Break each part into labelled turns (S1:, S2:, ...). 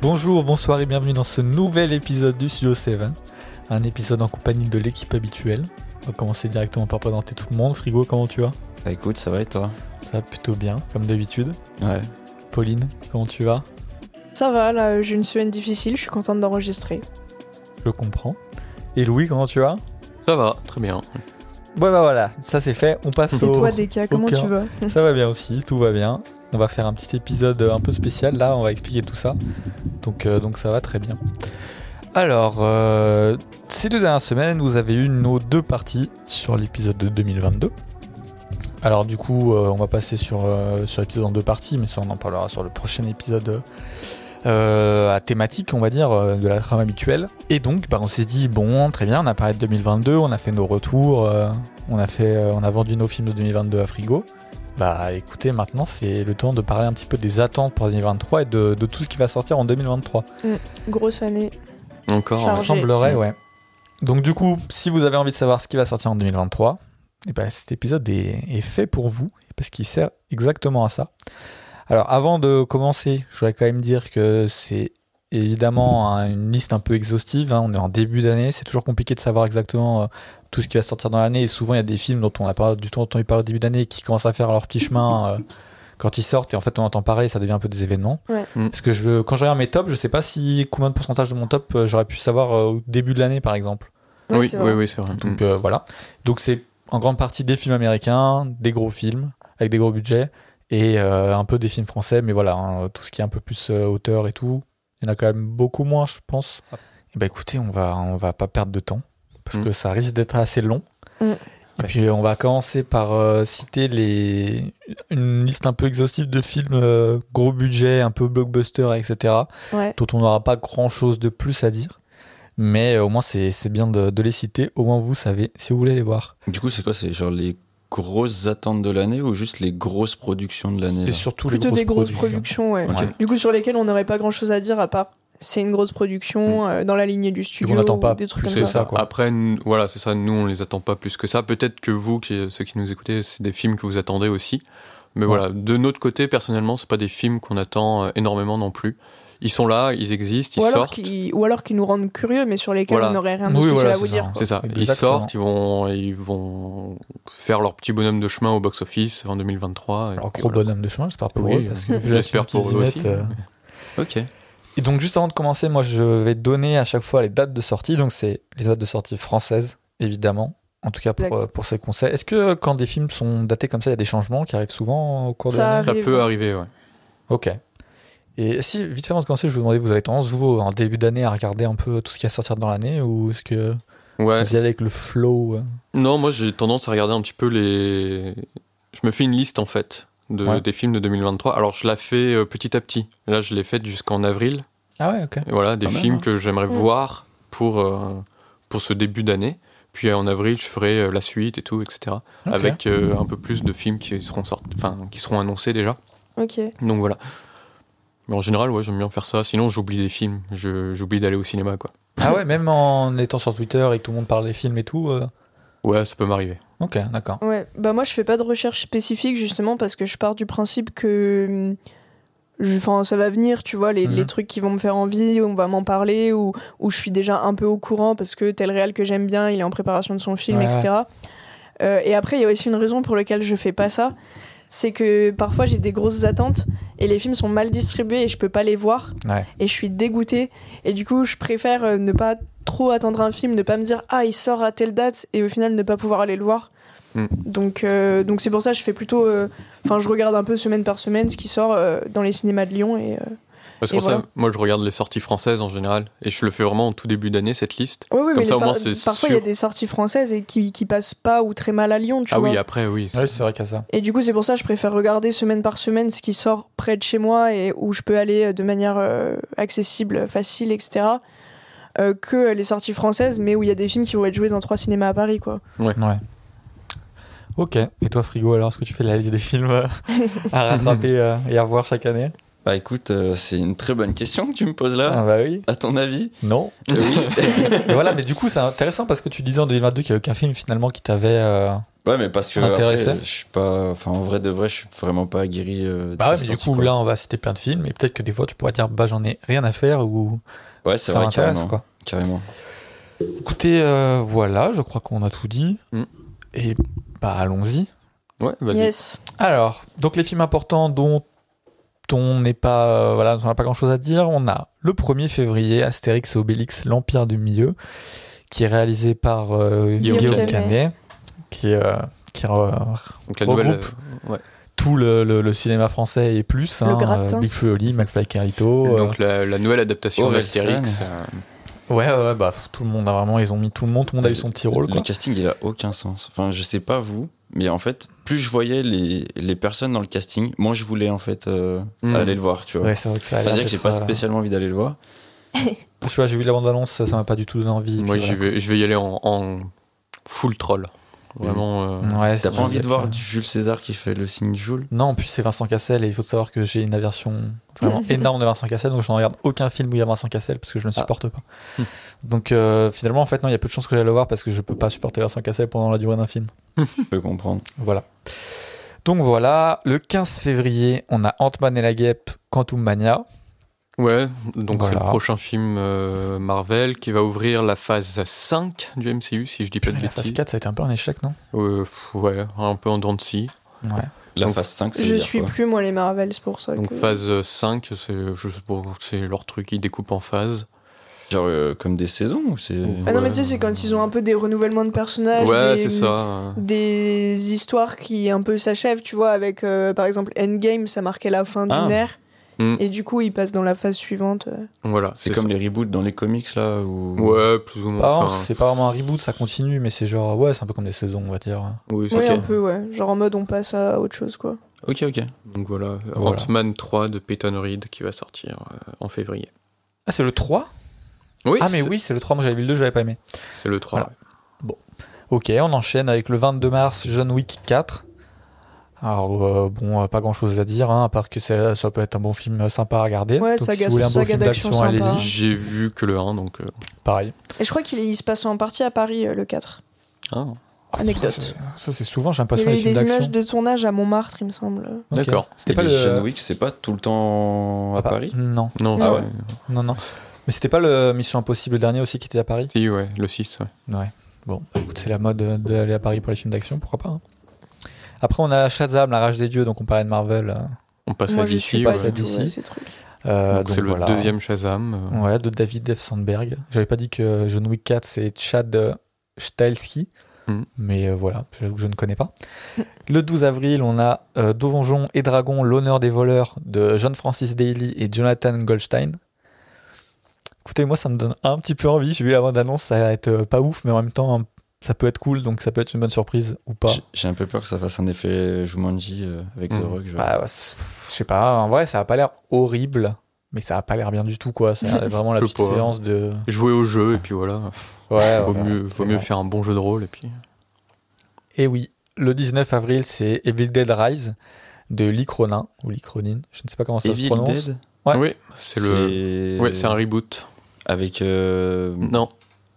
S1: Bonjour, bonsoir et bienvenue dans ce nouvel épisode du Studio 7. Un épisode en compagnie de l'équipe habituelle. On va commencer directement par présenter tout le monde. Frigo, comment tu vas
S2: Bah écoute, ça va et toi
S1: Ça va plutôt bien, comme d'habitude.
S2: Ouais.
S1: Pauline, comment tu vas
S3: Ça va, là, j'ai une semaine difficile, je suis contente d'enregistrer.
S1: Je comprends. Et Louis, comment tu vas
S4: Ça va, très bien.
S1: Ouais, bah voilà, ça c'est fait. On passe
S3: Et
S1: au.
S3: toi, Deka, comment
S1: aucun.
S3: tu vas
S1: Ça va bien aussi, tout va bien. On va faire un petit épisode un peu spécial là, on va expliquer tout ça. Donc, euh, donc ça va très bien. Alors, euh, ces deux dernières semaines, vous avez eu nos deux parties sur l'épisode de 2022. Alors du coup, euh, on va passer sur, euh, sur l'épisode en deux parties, mais ça on en parlera sur le prochain épisode euh, à thématique, on va dire, euh, de la trame habituelle. Et donc, bah, on s'est dit, bon, très bien, on a parlé de 2022, on a fait nos retours, euh, on, a fait, euh, on a vendu nos films de 2022 à Frigo. Bah écoutez, maintenant c'est le temps de parler un petit peu des attentes pour 2023 et de, de tout ce qui va sortir en 2023.
S3: Grosse année.
S4: Encore.
S1: Il
S3: Charles.
S4: hein.
S3: Chargé.
S1: semblerait, ouais. Donc du coup, si vous avez envie de savoir ce qui va sortir en 2023, eh ben, cet épisode est, est fait pour vous, parce qu'il sert exactement à ça. Alors avant de commencer, je voudrais quand même dire que c'est évidemment hein, une liste un peu exhaustive, hein. on est en début d'année, c'est toujours compliqué de savoir exactement euh, tout ce qui va sortir dans l'année, et souvent il y a des films dont on n'a pas du tout entendu parler au début d'année, qui commencent à faire leur petit chemin. euh, quand ils sortent et en fait on entend parler, ça devient un peu des événements.
S3: Ouais.
S4: Mm.
S1: Parce que je, quand je regarde mes tops, je sais pas si combien de pourcentage de mon top euh, j'aurais pu savoir euh, au début de l'année par exemple.
S3: Ouais,
S4: oui,
S3: c'est
S4: oui,
S3: vrai.
S4: oui, c'est vrai.
S1: Donc euh, voilà. Donc c'est en grande partie des films américains, des gros films avec des gros budgets et euh, un peu des films français, mais voilà, hein, tout ce qui est un peu plus euh, auteur et tout, il y en a quand même beaucoup moins, je pense. Et bah écoutez, on va on va pas perdre de temps parce
S4: Mm.
S1: que ça risque d'être assez long.
S3: Mm.
S1: Et puis on va commencer par euh, citer les une liste un peu exhaustive de films euh, gros budget, un peu blockbuster, etc.
S3: Ouais.
S1: Dont on n'aura pas grand chose de plus à dire. Mais euh, au moins c'est c'est bien de, de les citer. Au moins vous savez si vous voulez les voir.
S2: Du coup, c'est quoi C'est genre les grosses attentes de l'année ou juste les grosses productions de l'année
S1: Et
S2: là
S1: surtout les
S3: Plutôt
S1: grosses
S3: des grosses
S4: hein.
S1: productions.
S3: productions, ouais.
S1: Ok.
S2: Ouais.
S3: Du coup, sur lesquelles on n'aurait pas grand chose à dire à part c'est une grosse
S4: Mm.
S3: production euh, dans la lignée du studio.
S1: on n'attend pas
S3: ou des trucs
S1: plus
S3: comme
S1: que
S3: ça.
S1: ça. quoi.
S4: euh, Après, nous- voilà, c'est ça. Nous, on les attend pas plus que ça. Peut-être que vous, qui, ceux qui nous écoutez, c'est des films que vous attendez aussi. Mais
S1: Ouais.
S4: voilà, de notre côté, personnellement, c'est pas des films qu'on attend euh, énormément non plus. Ils sont là, ils existent,
S3: Ou
S4: ils
S3: alors,
S4: sortent.
S3: qui, ou alors qui nous rendent curieux, mais sur lesquels
S4: Voilà.
S3: on n'aurait rien de
S1: Oui,
S3: spécial
S1: voilà,
S3: à vous
S1: c'est ça.
S3: dire. quoi.
S4: C'est ça. Ils
S1: Exactement.
S4: sortent, ils vont, ils vont faire leur petit bonhomme de chemin au box-office en 2023. et
S1: Alors
S4: puis
S1: gros
S4: voilà.
S1: bonhomme de chemin, j'espère pour eux.
S4: Oui,
S1: parce que
S3: oui.
S1: vu la
S4: J'espère
S1: suite
S4: pour
S1: qu'ils y
S4: eux aussi.
S1: mettent, euh,
S2: Ok.
S1: Et donc juste avant de commencer, moi je vais donner à chaque fois les dates de sortie. Donc c'est les dates de sortie françaises, évidemment. En tout cas pour,
S3: Exact.
S1: euh, pour ces conseils. Est-ce que euh, quand des films sont datés comme ça, il y a des changements qui arrivent souvent au cours de
S3: Ça
S1: l'année
S4: Ça
S3: arrive.
S4: peut arriver, ouais.
S1: Ok. Et si, vite fait avant de commencer, je vous demandais, vous avez tendance, vous, en début d'année, à regarder un peu tout ce qui va sortir dans l'année ou est-ce que
S4: Ouais,
S1: vous y allez avec le flow euh
S4: Non, moi j'ai tendance à regarder un petit peu les. Je me fais une liste en fait de,
S1: Ouais.
S4: des films de 2023. Alors je la fais euh, petit à petit. Là je l'ai faite jusqu'en avril.
S1: Ah ouais, ok.
S4: Et voilà, des
S2: Pas mal,
S4: films
S2: hein.
S4: que j'aimerais
S3: Ouais.
S4: voir pour, euh, pour ce début d'année. Puis euh, en avril je ferai euh, la suite et tout, etc.
S1: Ok.
S4: Avec euh, un peu plus de films qui seront, sortis, enfin, qui seront annoncés déjà.
S3: Ok.
S4: Donc voilà. Mais en général, ouais, j'aime bien faire ça. Sinon j'oublie des films. Je- J'oublie d'aller au cinéma, quoi.
S1: Ah ouais, même en étant sur Twitter et que tout le monde parle des films et tout. euh,
S4: Ouais, ça peut m'arriver.
S1: Ok, d'accord.
S3: Ouais, bah moi je fais pas de recherche spécifique justement parce que je pars du principe que mm, enfin ça va venir, tu vois, les,
S1: Mhm.
S3: les trucs qui vont me faire envie, on va m'en parler ou, ou je suis déjà un peu au courant parce que tel réel que j'aime bien, il est en préparation de son film,
S1: Ouais,
S3: etc. Euh, et après, il y a aussi une raison pour laquelle je fais pas ça, c'est que parfois j'ai des grosses attentes et les films sont mal distribués et je peux pas les voir
S1: Ouais.
S3: et je suis dégoûtée et du coup je préfère euh, ne pas trop attendre un film, ne pas me dire ah il sort à telle date et au final ne pas pouvoir aller le voir.
S4: Mm.
S3: Donc euh, donc c'est pour ça que je fais plutôt euh, enfin je regarde un peu semaine par semaine ce qui sort euh, dans les cinémas de Lyon et euh,
S4: Parce que
S3: Et
S4: pour ça,
S3: voilà.
S4: moi je regarde les sorties françaises en général. Et je le fais vraiment au tout début d'année, cette liste.
S3: ouais, ouais,
S4: Comme
S3: mais
S4: ça,
S3: les
S4: au moins,
S3: sor-
S4: c'est
S3: parfois il y a
S4: sûr.
S3: des sorties françaises et qui qui passent pas ou très mal à Lyon, tu
S4: ah
S3: vois.
S4: oui, après, oui. c'est-
S1: Ouais, c'est vrai qu'il y a ça.
S3: Et du coup, c'est pour ça que je préfère regarder semaine par semaine ce qui sort près de chez moi et où je peux aller euh, de manière euh, accessible, facile, etc. euh, que les sorties françaises, mais où il y a des films qui vont être joués dans trois cinémas à Paris, quoi.
S1: Ouais. Ok. Et toi, Frigo, alors, est-ce que tu fais la liste des films euh, à rattraper euh, et à revoir chaque année
S2: Bah écoute, euh, c'est une très bonne question que tu me poses
S1: Ah
S2: là.
S1: bah oui.
S2: À ton avis
S1: Non.
S2: Oui.
S1: Et voilà, mais du coup, c'est intéressant parce que tu disais en 2022 qu'il n'y a aucun film finalement qui t'avait euh,
S2: Ouais, mais parce que.
S1: Intéressé
S2: après, je suis pas. Enfin, en vrai de vrai, je suis vraiment pas aguerri. euh,
S1: Bah ouais,
S2: des
S1: mais du
S2: sorties,
S1: coup,
S2: quoi.
S1: là, on va citer plein de films, et peut-être que des fois, tu pourras dire, bah, j'en ai rien à faire, ou
S2: Ouais, c'est
S1: ça
S2: vrai,
S1: m'intéresse,
S2: carrément.
S1: quoi.
S2: Carrément.
S1: Écoutez, euh, voilà, je crois qu'on a tout dit.
S4: Mm.
S1: Et bah, allons-y.
S4: Ouais,
S1: bah,
S4: vas-y.
S3: Yes.
S1: Alors, donc les films importants dont on n'est pas, euh, voilà, on n'a pas grand-chose à dire. On a le 1er février, Astérix et Obélix, l'Empire du Milieu, qui est réalisé par euh,
S4: Guillaume
S1: Guillaume,
S3: Canet.
S1: Canet, qui, euh, qui re-
S4: Donc la nouvelle.
S1: Regroupe.
S4: euh, ouais.
S1: tout le, le- le cinéma français et plus. hein, euh,
S3: Le gratin.
S1: Big Flo et Oli, McFly et Carlito. euh,
S4: Donc la, la nouvelle adaptation
S2: Orelsan.
S4: d'Astérix. euh,
S1: ouais, ouais, ouais, bah pff, tout le monde a vraiment, ils ont mis tout le monde, tout le monde a eu son petit rôle.
S2: Le
S1: Quoi.
S2: casting, il a aucun sens. Enfin, je sais pas vous, mais en fait, plus je voyais les, les personnes dans le casting, moi je voulais en fait euh,
S4: Mm.
S2: aller le voir, tu vois.
S1: Hmm. Ouais, c'est vrai que ça a l'air
S2: C'est-à-dire que j'ai
S1: d'être,
S2: pas
S1: euh,
S2: spécialement envie d'aller le voir.
S1: Je sais pas, j'ai vu la bande-annonce, ça ça m'a pas du tout donné envie.
S4: Moi,
S1: puis
S4: j'y vais, je vais y aller en, en full troll. Vraiment. euh,
S1: voilà. Ouais, c'est
S2: T'as pas envie
S1: vrai
S2: de
S1: que-
S2: voir Jules César qui fait le signe Jules
S1: Non, en plus c'est Vincent Cassel et il faut savoir que j'ai une aversion vraiment énorme de Vincent Cassel, donc je ne regarde aucun film où il y a Vincent Cassel parce que je ne supporte pas.
S4: Hmm.
S1: Donc euh, finalement, en fait, non, il y a peu de chances que j'aille le voir parce que je peux pas supporter Vincent Cassel pendant la durée d'un film.
S2: Je peux comprendre.
S1: Voilà. Donc voilà, le 15 février, on a Ant-Man et la guêpe, Quantum Mania.
S4: Ouais, donc c'est
S1: Voilà.
S4: le prochain film euh, Marvel qui va ouvrir la phase 5 du MCU, si je dis pas de
S1: la phase
S4: bêtises.
S1: 4, ça a été un peu un échec, non
S4: Euh, pff, ouais, un peu en dents de scie.
S1: Ouais.
S2: La
S4: Donc,
S2: phase 5, c'est
S3: Je suis plus, moi, les Marvel, c'est pour ça.
S4: Donc
S3: que...
S4: phase euh, 5, c'est je sais pas, c'est leur truc, ils découpent en phases.
S2: Genre euh, comme des saisons ou c'est.
S3: Ah non, mais
S4: Ouais.
S3: tu sais, c'est quand ils ont un peu des renouvellements de personnages.
S4: Ouais,
S3: des-
S4: c'est ça.
S3: Des histoires qui un peu s'achèvent, tu vois, avec euh, par exemple Endgame, ça marquait la fin
S2: Ah.
S3: d'une ère.
S4: Mm.
S3: Et du coup, ils passent dans la phase suivante. euh.
S4: Voilà,
S2: C'est comme les reboots dans les comics là où.
S4: ça. Ouais, plus ou
S1: Pas
S4: moins.
S1: vraiment,
S4: enfin,
S1: parce que Bah, c'est pas vraiment un reboot, ça continue, mais c'est genre, ouais, c'est un peu comme des saisons, on va dire.
S4: oui, c'est
S3: Oui, hein.
S4: ça.
S3: un peu, ouais. Genre en mode, on passe à autre chose, quoi.
S2: Ok, ok.
S4: Donc voilà,
S1: Voilà.
S4: Ant-Man 3 de Peyton Reed qui va sortir euh, en février.
S1: Ah, c'est le 3
S4: Oui,
S1: Ah, mais
S4: c'est-
S1: oui, c'est le 3, moi j'avais vu le 2, j'avais pas aimé.
S4: C'est le 3.
S1: Voilà. Ok, on enchaîne avec le 22 mars, John Wick 4. Alors, euh, bon, euh, pas grand chose à dire, hein, à part que ça, ça peut être un bon film euh, sympa à regarder.
S3: Ouais,
S1: Donc,
S3: saga-
S1: si vous voulez un beau
S3: saga
S1: film
S3: d'action
S1: d'action,
S3: sympa.
S1: allez-y.
S4: J'ai vu que le 1, donc. euh,
S1: Pareil.
S3: Et je crois qu'il il se passe en partie à Paris, euh, le 4.
S4: ah,
S3: Anecdote.
S1: Ça, c'est- Ça, c'est souvent, j'ai
S3: Il y
S1: l'impression,
S3: avait
S1: les
S3: eu
S1: films
S3: des images
S1: d'action.
S3: de tournage à Montmartre, il me semble.
S1: Ok.
S4: D'accord.
S1: C'était
S2: Et
S1: pas
S2: les
S1: le.
S2: John Wick, c'est pas tout le temps à
S1: Ah,
S2: Paris
S1: Non,
S4: Non,
S3: Ah
S4: c'est-
S2: ouais.
S1: non, non. Mais c'était pas le Mission Impossible le dernier aussi qui était à Paris
S4: Si, ouais, le 6, ouais.
S1: Ouais. Bon, bah, écoute, c'est la mode euh, d'aller à Paris pour les films d'action, pourquoi pas. hein. Après, on a Shazam, la rage des dieux, donc on parlait de Marvel. euh,
S4: On passe
S3: Moi,
S4: à
S3: je suis
S4: DC.
S3: pas
S4: ouais.
S1: à
S3: cette-
S1: DC.
S3: ouais, ces trucs.
S1: euh,
S4: Donc,
S1: donc
S4: c'est le
S1: voilà.
S4: deuxième Shazam. euh,
S1: Ouais, de David F. Sandberg. J'avais pas dit que John Wick 4, c'est Chad euh, Stahelski.
S4: Mm.
S1: Mais euh, voilà, j'avoue que je ne connais pas. Le 12 avril, on a euh, Donjons et Dragons, l'honneur des voleurs de John Francis Daly et Jonathan Goldstein. Écoutez, moi, ça me donne un petit peu envie. J'ai vu la bande-annonce, ça va être euh, pas ouf, mais en même temps, ça peut être cool, donc ça peut être une bonne surprise ou pas.
S2: J'ai- J'ai un peu peur que ça fasse un effet Jumanji euh, avec
S4: Mm.
S2: The Rock. genre.
S1: Bah, ouais, c'est- pff, je sais pas, en vrai, ça a pas l'air horrible, mais ça a pas l'air bien du tout, quoi. Ça a l'air vraiment la
S4: Le
S1: petite
S4: pauvre.
S1: séance de.
S4: Jouer au jeu, et puis voilà.
S1: Ouais,
S4: vaut
S1: voilà,
S4: mieux,
S1: c'est
S4: vaut mieux
S1: vrai.
S4: faire un bon jeu de rôle, et puis.
S1: Et Eh oui, le 19 avril, c'est Evil Dead Rise de Lee Cronin, ou Lee Cronin, je ne sais pas comment ça
S2: Evil
S1: se prononce.
S2: Dead,
S1: Ouais.
S4: Oui, c'est le. Ouais, c'est un reboot.
S2: Avec. euh,
S4: Non.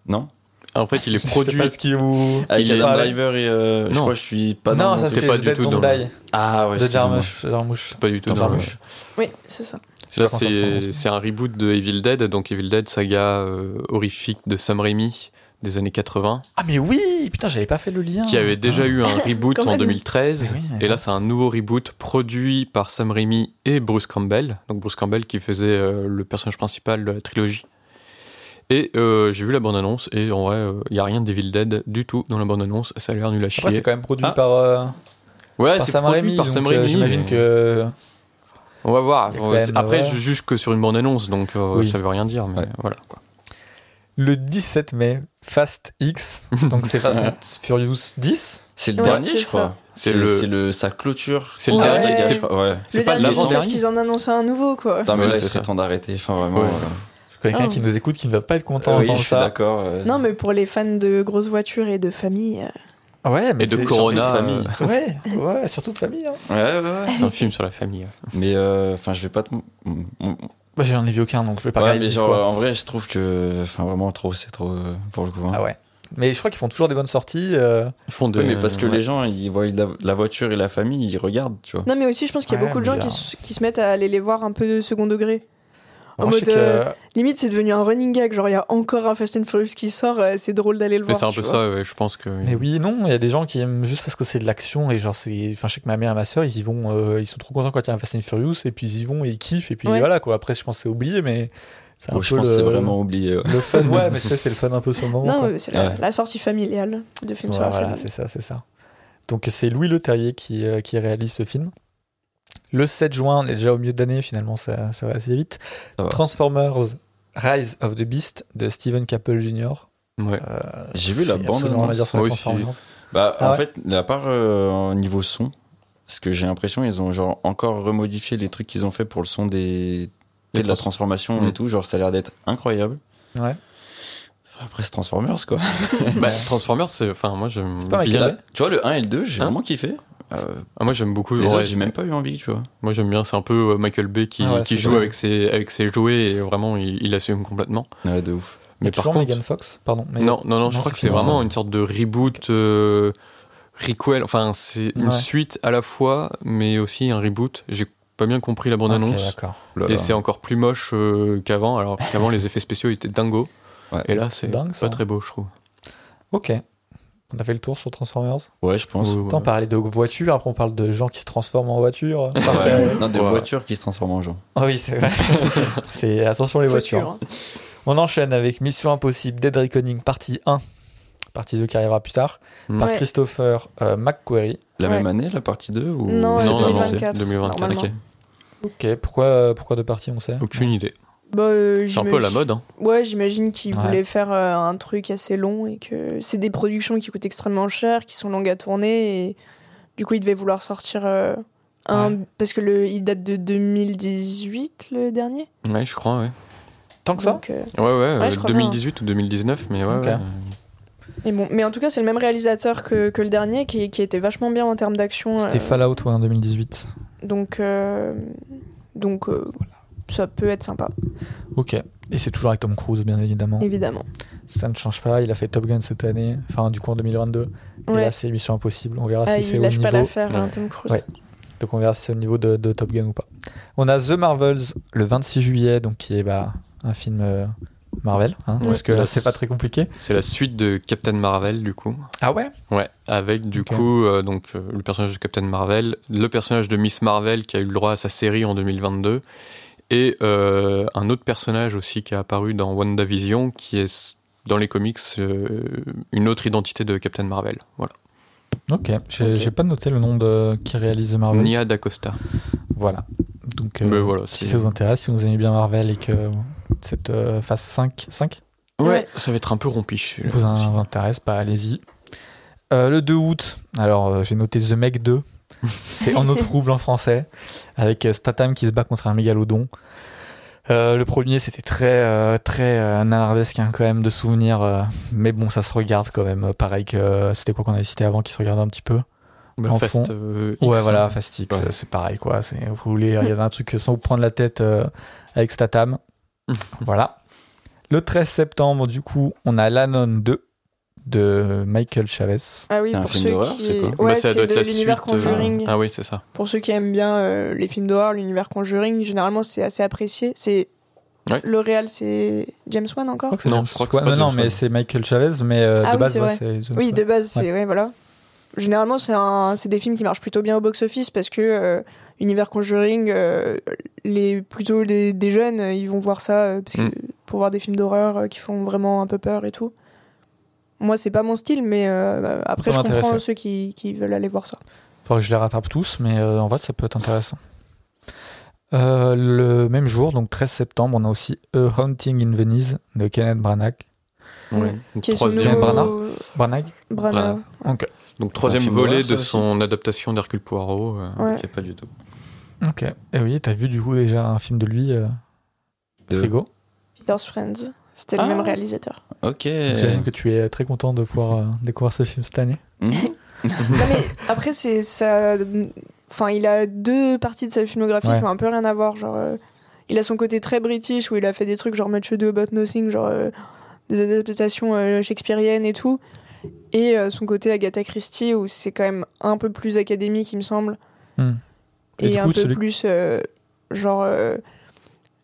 S2: Non
S4: En fait, il est
S1: Je sais
S4: produit. Ah,
S1: pas ce qui vous...
S2: Avec
S1: Il est
S2: Adam
S1: pas-
S2: Driver et. euh, je
S4: Non.
S2: crois que je suis pas
S1: non,
S2: dans
S1: ça
S2: mon-
S4: t'es
S1: c'est
S4: pas
S1: The
S4: du
S1: Dead
S4: tout
S1: Don't
S4: dans le-
S1: Die
S2: Ah ouais,
S1: de
S2: excuse-moi.
S1: Jarmusch. Jarmusch.
S4: Pas du tout.
S1: Dans
S4: dans le-
S1: Jarmusch.
S3: Oui, c'est ça.
S1: Je sais
S4: Là,
S1: pas comment ça se
S4: c'est
S1: prononce.
S4: c'est un reboot de Evil Dead, donc Evil Dead, saga euh, horrifique de Sam Raimi des années 80,
S1: Ah mais oui, putain, j'avais pas fait le lien.
S4: qui avait
S1: ah.
S4: déjà eu un reboot
S3: Quand
S4: en
S3: même.
S4: 2013.
S1: Mais Eh oui,
S4: Et là, c'est un nouveau reboot produit par Sam Raimi et Bruce Campbell. Donc Bruce Campbell qui faisait euh, le personnage principal de la trilogie. Et euh, j'ai vu la bande-annonce et en vrai, il n'y a rien d'Evil Dead du tout dans la bande-annonce. Ça a l'air nul à chier.
S1: Après, c'est quand même produit
S2: Ah.
S1: par, euh,
S4: ouais,
S1: par
S4: c'est
S1: Sam
S4: produit
S1: Raimi,
S4: par
S1: donc,
S4: Sam
S1: euh,
S4: Raimi,
S1: j'imagine
S4: mais
S1: que...
S4: On va voir.
S1: Il y a quand même, euh,
S4: Après,
S1: ouais.
S4: je juge que sur une bande-annonce, donc euh,
S1: Oui.
S4: ça veut rien dire. Mais
S2: Ouais.
S4: voilà. Quoi.
S1: Le 17 mai, Fast X, donc c'est Fast and Furious 10
S2: C'est le
S3: Ouais,
S2: dernier,
S3: c'est
S2: je crois.
S4: C'est
S2: C'est
S4: le-
S2: le, c'est le, sa clôture.
S4: C'est le
S2: Ah,
S3: dernier,
S2: ouais,
S3: c'est-
S2: je crois, Ouais.
S4: C'est
S3: le
S4: pas de
S3: dernier,
S4: l'avant-dernier.
S3: c'est parce qu'ils en annonçaient un nouveau, quoi.
S2: Putain, mais
S4: Ouais,
S2: là, il
S4: c'est
S2: serait
S4: ça.
S2: temps d'arrêter. Enfin, vraiment.
S4: Ouais.
S2: euh,
S1: Je connais quelqu'un
S3: Ah.
S1: qui nous écoute qui ne va pas être
S4: Ah
S1: content
S2: oui, je
S1: d'entendre
S2: suis
S1: ça.
S2: d'accord. euh,
S3: Non, mais pour les fans de grosses voitures et de famille, euh,
S1: Ouais, mais
S4: Et de
S1: c'est-
S2: surtout de
S4: Corona.
S2: famille.
S4: euh,
S1: Ouais, ouais, surtout de famille. hein.
S2: Ouais, ouais, ouais.
S4: un film sur la famille.
S2: Mais euh, enfin, je vais pas te. m- m- m-
S1: Bah, j'en ai vu aucun, donc je vais pas
S2: ouais,
S1: regarder le
S2: mais genre,
S1: discours.
S2: en vrai, je trouve que. Enfin, vraiment, trop, c'est trop euh, pour le coup. hein.
S1: Ah ouais. Mais je crois qu'ils font toujours des bonnes sorties. euh,
S4: Ils font des-
S2: Oui, mais parce que
S4: ouais.
S2: les gens, ils voient la, la voiture et la famille, ils regardent, tu vois.
S3: Non, mais aussi, je pense qu'il y a
S1: Ouais,
S3: beaucoup de
S1: mais
S3: gens qui,
S1: là-
S3: se- qui se mettent à aller les voir un peu de second degré. En
S1: moi, je sais
S3: mode,
S1: que-
S3: euh, Limite, c'est devenu un running gag. Genre, il y a encore un Fast and Furious qui sort, euh, c'est drôle d'aller le
S4: Mais
S3: voir.
S4: c'est un peu
S3: tu vois.
S4: ça, ouais, je pense que.
S1: Mais oui, non, il y a des gens qui aiment juste parce que c'est de l'action et genre c'est. Enfin, je sais que ma mère et ma soeur, ils y vont, euh, ils sont trop contents quand il y a un Fast and Furious et puis ils y vont et ils kiffent et puis
S3: Ouais.
S1: voilà quoi. Après, je pense que c'est oublié, mais c'est un
S2: Bon, je
S1: peu
S2: pense
S1: le,
S2: que c'est vraiment oublié. ouais.
S1: le fun. Ouais, mais ça, c'est le fun un peu sur le moment.
S3: Non,
S1: quoi.
S3: mais c'est la,
S2: Ouais.
S3: la sortie familiale de films sur
S1: Ouais,
S3: la
S1: voilà,
S3: famille.
S1: c'est ça, c'est ça. Donc c'est Louis Leterrier qui, euh, qui réalise ce film. Le 7 juin, on est déjà au milieu de l'année, finalement, ça, ça va assez vite.
S2: Ça va.
S1: Transformers Rise of the Beast de Steven Caple Jr.
S4: Ouais.
S1: Euh,
S2: J'ai vu la
S1: J'ai
S2: bande.
S1: absolument rien à dire sur les
S4: Moi aussi.
S1: Transformers.
S2: Bah,
S1: Ah
S2: en
S1: ouais.
S2: fait, à part euh, niveau son, parce que j'ai l'impression ils ont genre encore remodifié les trucs qu'ils ont fait pour le son des tu sais, de la transformation
S4: Mm.
S2: et tout, genre ça a l'air d'être incroyable.
S1: Ouais.
S2: Après c'est Transformers quoi. Bah,
S4: Bah, Transformers, c'est. Enfin, moi, j'aime.
S1: C'est pas Michael
S4: bien-
S1: Bay.
S2: Tu vois le 1 et le 2, j'ai
S4: Hein
S2: vraiment kiffé. Euh,
S4: Ah, moi, j'aime beaucoup.
S2: les
S4: ouais,
S2: autres, j'ai même pas eu envie, tu vois.
S4: Moi, j'aime bien. C'est un peu euh, Michael Bay qui,
S1: Ah ouais,
S4: qui
S1: c'est
S4: joue
S1: vrai.
S4: avec ses, avec ses jouets et vraiment, il, il assume complètement.
S2: Ouais, de ouf.
S1: Mais
S4: Mais
S1: toujours
S4: par contre.
S1: Megan Fox, pardon. mais-
S4: Non, non, non, je
S1: Non,
S4: crois
S1: c'est
S4: que c'est
S1: financé.
S4: vraiment une sorte de reboot, euh, requel, enfin c'est une
S1: Ouais.
S4: suite à la fois, mais aussi un reboot. J'ai pas bien compris la
S1: Ok,
S4: bande-annonce.
S1: d'accord.
S2: Là,
S4: et
S2: là.
S4: c'est encore plus moche euh, qu'avant, alors qu'avant les effets spéciaux étaient dingos.
S2: Ouais.
S4: Et là, c'est
S1: Dingue, ça.
S4: pas très beau, je trouve.
S1: Ok. On a fait le tour sur Transformers.
S2: Ouais, je pense.
S4: Ouais,
S1: Attends, on
S4: ouais.
S1: parlait de voitures, après on parle de gens qui se transforment en voiture. Enfin,
S2: Ah Ouais.
S1: c'est-
S2: Non, des
S4: Ouais.
S2: voitures qui se transforment en gens.
S1: Ah oui, c'est vrai. c'est attention les
S3: Faut
S1: voitures.
S3: suivre, hein.
S1: On enchaîne avec Mission Impossible Dead Reckoning partie 1. Partie 2 qui arrivera plus tard.
S4: Mm.
S1: Par
S3: Ouais.
S1: Christopher euh, McQuarrie.
S2: La
S3: Ouais.
S2: même année, la partie 2 ou...
S3: Non,
S4: c'est
S3: c'est
S4: Non, non, non,
S3: 2024.
S4: c'est 2024.
S3: normalement.
S2: Ok.
S1: Ok, pourquoi, euh, pourquoi deux parties on sait
S4: Aucune idée.
S3: Bah, euh,
S4: C'est un peu à la
S3: j'imagine-
S4: mode. Hein.
S3: Ouais, j'imagine qu'ils
S1: Ouais.
S3: voulaient faire euh, un truc assez long et que c'est des productions qui coûtent extrêmement cher, qui sont longues à tourner et du coup ils devaient vouloir sortir euh, un parce que le il date de 2018 le dernier.
S4: Ouais, je crois, ouais.
S1: Tant que ça
S3: Donc, euh,
S4: Ouais, ouais, euh,
S3: Ouais, je crois bien.
S4: 2018 ou 2019, mais ouais.
S1: Ok.
S4: ouais.
S3: mais bon, mais en tout cas c'est le même réalisateur que, que le dernier qui, qui était vachement bien en termes d'action.
S1: C'était
S3: euh,
S1: Fallout ouais, en 2018.
S3: donc euh, donc euh, ça peut être sympa
S1: Ok. Et c'est toujours avec Tom Cruise, bien évidemment.
S3: évidemment.
S1: Ça ne change pas. Il a fait Top Gun cette année. Enfin, du coup, en 2022. Et
S3: Ouais.
S1: là, c'est Mission Impossible. On verra
S3: Ah,
S1: si c'est
S3: il
S1: au
S3: lâche pas
S1: niveau.
S3: l'affaire
S4: Ouais.
S3: hein, Tom Cruise.
S1: Ouais. Donc on verra si c'est au niveau de, de Top Gun ou pas. On a The Marvels le 26 juillet, donc qui est bah, un film euh, Marvel, hein,
S3: Ouais.
S1: parce que là c'est pas très compliqué.
S4: C'est la suite de Captain Marvel, du coup.
S1: Ah ouais
S4: Ouais, avec du
S1: Ok.
S4: coup euh, donc euh, le personnage de Captain Marvel, le personnage de Miss Marvel qui a eu le droit à sa série en 2022 et euh, un autre personnage aussi qui a apparu dans WandaVision qui est s- dans les comics euh, une autre identité de Captain Marvel. Voilà.
S1: Ok, j'ai
S3: Ok.
S1: j'ai pas noté le nom de qui réalise The Marvels.
S4: Nia DaCosta.
S1: Voilà. Donc euh,
S4: Mais Ben voilà,
S1: si
S4: c'est-
S1: ça vous intéresse, si vous aimez bien Marvel et que cette euh, phase 5, 5
S4: Ouais,
S3: Ouais.
S4: ça va être un peu rompiche. celui-là.
S1: vous in- vous intéresse, bah allez-y. Euh, le 2 août, alors euh, j'ai noté The Meg 2, c'est En eau trouble en français, avec euh, Statham qui se bat contre un mégalodon. Euh, le premier, c'était très, euh, très euh, nanardesque hein, quand même de souvenirs, euh, mais bon, ça se regarde quand même. euh, Pareil que euh, c'était quoi qu'on avait cité avant qui se regardait un petit peu.
S4: Bah,
S1: en
S4: Fast,
S1: fond.
S4: euh, X,
S1: Ouais,
S4: hein.
S1: voilà, Fast X,
S4: Ouais.
S1: euh, c'est pareil quoi. C'est, vous voulez euh, regarder un truc sans vous prendre la tête euh, avec Statham. voilà. Le 13 septembre, du coup, on a L'Anon 2 de Michael Chavez.
S3: Ah oui,
S2: C'est un
S3: pour
S2: film
S3: ceux
S2: d'horreur,
S3: qui
S2: c'est quoi
S4: Bah,
S3: ouais,
S4: ça doit
S3: c'est
S4: être
S3: de
S4: la
S3: l'univers
S4: suite, euh,
S3: Conjuring.
S4: Ah oui, c'est ça.
S3: Pour ceux qui aiment bien euh, les films d'horreur, l'univers Conjuring, généralement c'est assez apprécié. C'est
S4: Ouais.
S3: le réal, c'est James Wan encore.
S4: c'est Non, James je crois que
S1: Ouais,
S4: c'est pas
S1: non, non,
S4: James
S1: mais
S4: Wan.
S1: c'est Michael Chavez, mais euh,
S3: Ah
S1: de
S3: oui,
S1: base,
S3: c'est
S1: ouais,
S3: vrai.
S1: c'est James
S3: Oui,
S1: Wan.
S3: de base, c'est ouais, voilà. Généralement, c'est un, c'est des films qui marchent plutôt bien au box-office parce que euh, univers Conjuring, euh, les plutôt des, des jeunes, euh, ils vont voir ça euh, parce que-
S4: Mm.
S3: pour voir des films d'horreur euh, qui font vraiment un peu peur et tout. Moi, c'est pas mon style, mais euh, bah, après,
S1: Pas
S3: je comprends
S1: m'intéresser.
S3: ceux qui, qui veulent aller voir ça.
S1: Faudrait que je les rattrape tous, mais euh, en vrai, ça peut être intéressant. Euh, le même jour, donc 13 septembre, on a aussi A Haunting in Venice de Kenneth Branagh.
S4: Ouais. Donc,
S3: Qui est ce
S4: Troisième,
S1: James
S3: nouveau-
S1: Branagh Branagh
S3: Branagh.
S1: Ok.
S4: donc, troisième
S2: film
S4: volet
S2: d'horreur, ça
S4: de
S2: aussi.
S4: son adaptation d'Hercule Poirot. euh,
S3: Ouais.
S2: Ok, pas du tout.
S1: Ok. Et Eh oui, t'as vu du coup déjà un film de lui, euh,
S2: De-
S1: Frigo.
S3: Peter's Friends. C'était
S2: Ah.
S3: le même réalisateur.
S2: Ok.
S1: J'imagine que tu es très content de pouvoir euh, découvrir ce film cette année.
S2: Mhm.
S3: Non, mais après, c'est ça. Enfin, il a deux parties de sa filmographie
S1: Ouais.
S3: qui ont un peu rien à voir. Genre, euh, il a son côté très british où il a fait des trucs genre Much Ado About Nothing, genre euh, des adaptations euh, shakespeariennes et tout, et euh, son côté Agatha Christie, où c'est quand même un peu plus académique, il me semble,
S1: Hmm. Et
S3: et,
S1: du
S3: un
S1: coup,
S3: peu
S1: celui-
S3: plus euh, genre euh,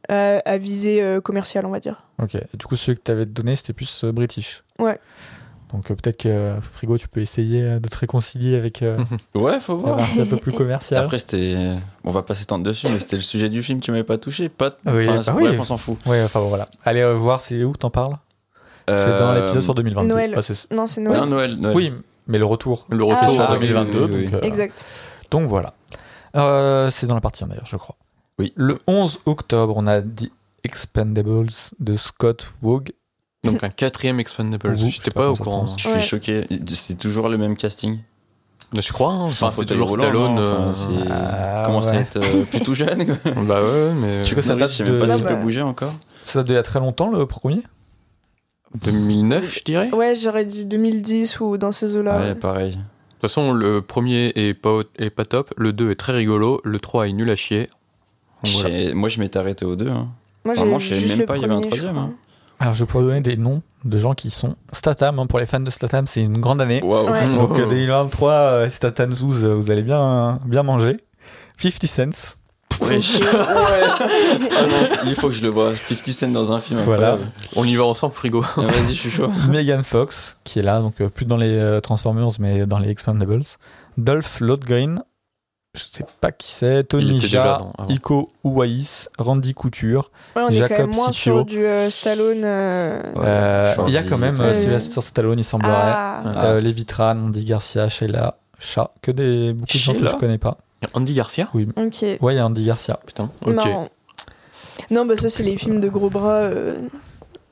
S3: à, à visée euh, commerciale, on va dire.
S1: Ok. Et du coup, celui que tu avais donné, c'était plus euh, british.
S3: Ouais.
S1: Donc euh, peut-être que euh, Frigo, tu peux essayer euh, de te réconcilier avec euh,
S2: Ouais, faut
S1: la
S2: voir.
S1: partie un peu plus commerciale.
S2: Après, c'était. On va pas s'étendre dessus, mais c'était le sujet du film, tu m'avais pas touché. Pas...
S1: Oui,
S2: enfin,
S1: bah
S2: bref,
S1: oui.
S2: on s'en fout.
S1: Ouais, enfin bon, voilà. Allez euh, voir, c'est où que t'en parles C'est dans l'épisode sur 2022.
S3: Noël.
S1: Ah, c'est-
S3: Non, c'est
S2: Euh, Non,
S3: Noël.
S2: Noël. Noël.
S1: Oui, mais le retour.
S4: Le
S3: Ah,
S4: retour
S3: sur
S1: en
S4: en
S2: oui,
S1: 2022.
S4: 2022.
S2: oui, oui.
S1: donc, euh,
S3: Exact.
S1: Donc voilà. Euh, c'est dans la partie 1 d'ailleurs, je crois.
S2: Oui.
S1: Le 11 octobre, on a dit Expendables de Scott Waugh.
S4: Donc un quatrième Expendables.
S1: Ouh, je sais
S4: J'étais
S1: pas
S4: pas au
S1: comment ça
S4: courant.
S2: Je suis
S3: Ouais.
S2: choqué. C'est toujours le même casting.
S4: Mais Je crois. hein.
S2: Sans
S4: Enfin, c'est
S2: fauteuil
S4: toujours
S2: roulant,
S4: Stallone.
S2: non,
S4: euh,
S2: enfin, c'est-
S1: Ah,
S2: commence
S1: ouais.
S2: à être euh, plutôt jeune. quoi.
S4: Bah ouais, mais
S1: Tu vois, ça
S2: Norris,
S1: date
S2: Je sais même
S1: de-
S2: pas s'il
S3: Bah,
S2: peut
S3: bah.
S2: bouger encore.
S1: Ça date d'il y a très longtemps le premier
S4: 2009, je dirais.
S3: Ouais, j'aurais dit 2010 ou dans ces eaux-là.
S2: Ouais, pareil.
S4: De toute façon, le premier est pas, est pas top, le 2 est très rigolo, le 3 est nul à chier. Donc voilà.
S2: J'ai- Moi, je m'étais arrêté aux deux. hein.
S3: Moi, j'ai
S2: Vraiment, je savais
S3: juste
S2: même
S3: le
S2: pas, il y avait un
S3: premier, je
S2: troisième,
S3: crois.
S2: hein.
S1: Alors je pourrais donner des noms de gens qui sont Statham. hein, pour les fans de Statham, c'est une grande année.
S2: Waouh.
S3: Ouais.
S4: Mmh.
S1: Donc
S4: Oh.
S1: euh, 2023, euh, Statham Zouz, euh, vous allez bien, bien manger. 50 Cent.
S2: Wesh. Ah non, il faut que je le vois. 50 Cent dans un film.
S1: Voilà.
S2: incroyable.
S4: On y va ensemble, frigo.
S2: Ah, Vas-y, je suis chaud.
S1: Megan Fox, qui est là, donc euh, plus dans les euh, Transformers, mais dans les Expendables. Dolph Lundgren, je sais pas qui c'est,
S4: Il
S1: Tony
S4: était déjà
S1: Jaa,
S4: dans. avant.
S1: Iko Uwais, Randy Couture.
S3: Ouais, on est
S1: Jacob
S3: quand même moins
S1: Scipio.
S3: sur du euh, Stallone. euh,
S2: Ouais,
S1: Euh, il y a
S2: Schwarzy,
S1: quand même
S2: ouais.
S1: euh, Sylvester Stallone, il semblerait.
S3: Ah,
S1: Euh, Levitran, Andy Garcia, Sheila, Chat, que des beaucoup de gens que
S4: Sheila
S1: je connais pas.
S4: Andy Garcia
S3: ok.
S1: Ouais, il y a Andy Garcia.
S4: Putain, ok.
S3: Marrant. Non, bah ça, c'est les films de gros bras. euh,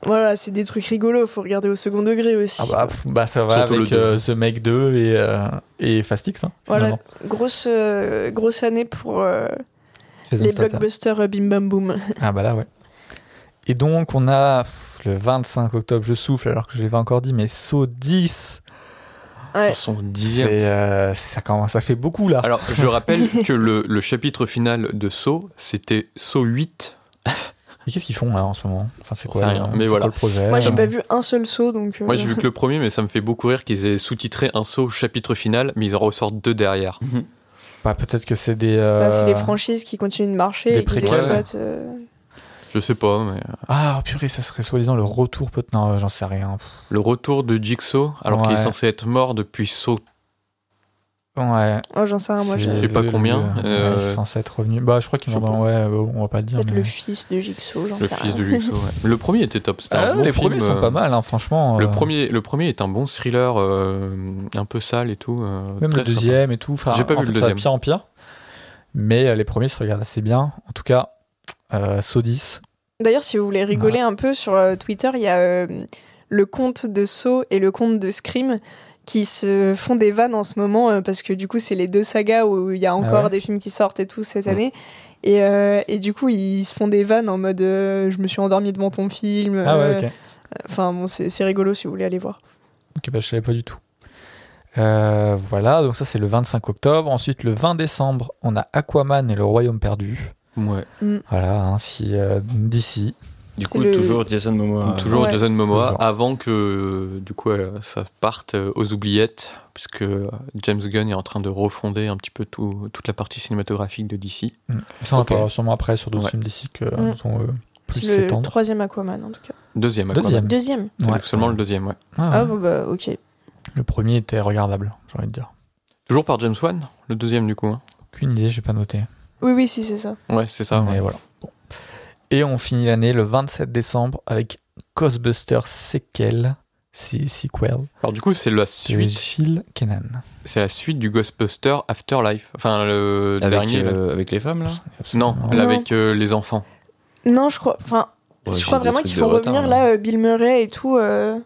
S3: Voilà, c'est des trucs rigolos, faut regarder au second degré aussi.
S1: Ah bah, pff, bah, ça va
S4: Surtout
S1: avec
S4: le deux.
S1: euh, The Meg 2 et, euh, et Fast X, hein,
S3: voilà,
S1: finalement.
S3: grosse, euh, grosse année pour euh,
S1: Jason
S3: les
S1: Statham.
S3: blockbusters euh, Bim Bam Boom.
S1: Ah bah là, ouais. Et donc, on a pff, le 25 octobre, je souffle alors que je l'ai pas encore dit, mais Saw 10,
S3: Ouais.
S4: Son dixième.
S1: c'est, euh, ça, commence, ça fait beaucoup là.
S4: Alors, je rappelle que le, le chapitre final de Saw, c'était Saw 8.
S1: Mais qu'est-ce qu'ils font là en ce moment Enfin, c'est
S4: J'en
S1: quoi,
S4: sais rien,
S1: euh,
S4: mais
S1: c'est
S4: voilà.
S1: quoi le projet
S3: Moi, j'ai
S1: euh,
S3: pas vu un seul saut, donc. euh,
S4: Moi, j'ai vu que le premier, mais ça me fait beaucoup rire qu'ils aient sous-titré un Saw chapitre final, mais ils en ressortent deux derrière.
S1: bah, Peut-être que c'est des. euh,
S3: bah, c'est les franchises qui continuent de marcher
S1: des
S3: et qui
S1: préquels.
S3: exploitent. euh,
S4: Je sais pas, mais. euh,
S1: Ah purée, ça serait soi-disant le retour. peut- Non, euh, j'en sais rien. Pff,
S4: Le retour de Jigsaw, alors qu'il
S1: Ouais.
S4: est censé être mort depuis Saw.
S1: Ouais.
S3: Oh, j'en sais rien, moi,
S1: c'est
S3: j'ai
S4: sais pas
S1: le-
S4: combien,
S1: le-
S4: euh,
S1: ouais, c'est censé être revenu. Bah, je crois qu'ils
S4: je
S1: vont.
S4: sais pas.
S1: Ouais, euh, on va pas le dire.
S3: peut-être
S1: mais-
S3: le fils de Jigsaw, j'en
S4: Le
S3: sais
S4: fils
S3: rien.
S4: de Jigsaw, ouais. Le premier était top, c'était
S1: Ah,
S4: un bon
S1: les
S4: film,
S1: premiers sont
S4: euh,
S1: pas mal, hein, franchement.
S4: Le
S1: euh,
S4: premier, le premier est un bon thriller, euh, un peu sale et tout. euh,
S1: Même
S4: très
S1: le deuxième et tout. Enfin,
S4: J'ai pas
S1: en
S4: vu
S1: fait,
S4: le
S1: ça va
S4: deuxième.
S1: pire en pire. Mais euh, les premiers se regardent assez bien. En tout cas, euh, Sodis.
S3: D'ailleurs, si vous voulez rigoler un peu sur euh, Twitter, il y a euh, le compte de Saw et le compte de Scream qui se font des vannes en ce moment euh, parce que du coup, c'est les deux sagas où il y a encore
S1: Ah ouais
S3: des films qui sortent et tout cette
S4: Mm.
S3: année. Et, euh, et du coup, ils se font des vannes en mode euh, je me suis endormi devant ton film.
S1: Ah ouais,
S3: euh,
S1: ok.
S3: Enfin, bon, c'est c'est rigolo si vous voulez aller voir.
S1: Ok, bah, je savais pas du tout. Euh, voilà, donc ça c'est le 25 octobre. Ensuite, le 20 décembre, on a Aquaman et le Royaume perdu.
S4: sympa. Ouais.
S1: Voilà, hein, si euh, d'ici.
S2: Du
S3: C'est
S2: coup,
S3: le-
S2: toujours Jason Momoa.
S4: Toujours
S3: Ah, Ouais.
S4: Jason Momoa,
S1: Toujours.
S4: avant que euh, du coup euh, ça parte euh, aux oubliettes, puisque euh, James Gunn est en train de refonder un petit peu tout- toute la partie cinématographique de DC.
S1: Ça, on en
S4: Ok.
S1: parlera sûrement après sur d'autres
S4: Ouais.
S1: films d'ici que
S3: Mm.
S1: dont, euh, plus
S3: C'est le
S1: s'étendre.
S3: troisième Aquaman en tout cas.
S4: Deuxième, Aquaman.
S1: Deuxième.
S3: Deuxième
S4: C'est
S1: Ouais.
S4: Seulement le deuxième, ouais.
S1: Ouais, ouais.
S3: Ah, bah, bah, ok.
S1: Le premier était regardable, j'ai envie de dire.
S4: Toujours par James Wan, le deuxième du coup. hein.
S1: Aucune idée, j'ai pas noté.
S3: Oui, oui, si, c'est ça.
S4: Ouais, c'est ça.
S1: Mais
S4: Ah ouais.
S1: voilà. Bon. Et on finit l'année le 27 décembre avec Ghostbusters Sequel, c'est sequel,
S4: Alors du coup, c'est la
S1: de
S4: suite,
S1: Gilles Kenan.
S4: c'est la suite du Ghostbuster Afterlife. Enfin, le
S2: Avec,
S4: dernier. là.
S2: euh, avec les femmes, là
S4: Non,
S1: Absolument.
S4: là,
S3: Non.
S4: avec euh, les enfants.
S3: Non, je crois. Enfin,
S2: Ouais,
S3: je
S2: j'ai
S3: crois
S2: des
S3: vraiment
S2: trucs
S3: qu'ils
S2: de
S3: font
S2: retard, hein.
S3: revenir
S2: là.
S3: là euh, Bill Murray et tout. euh,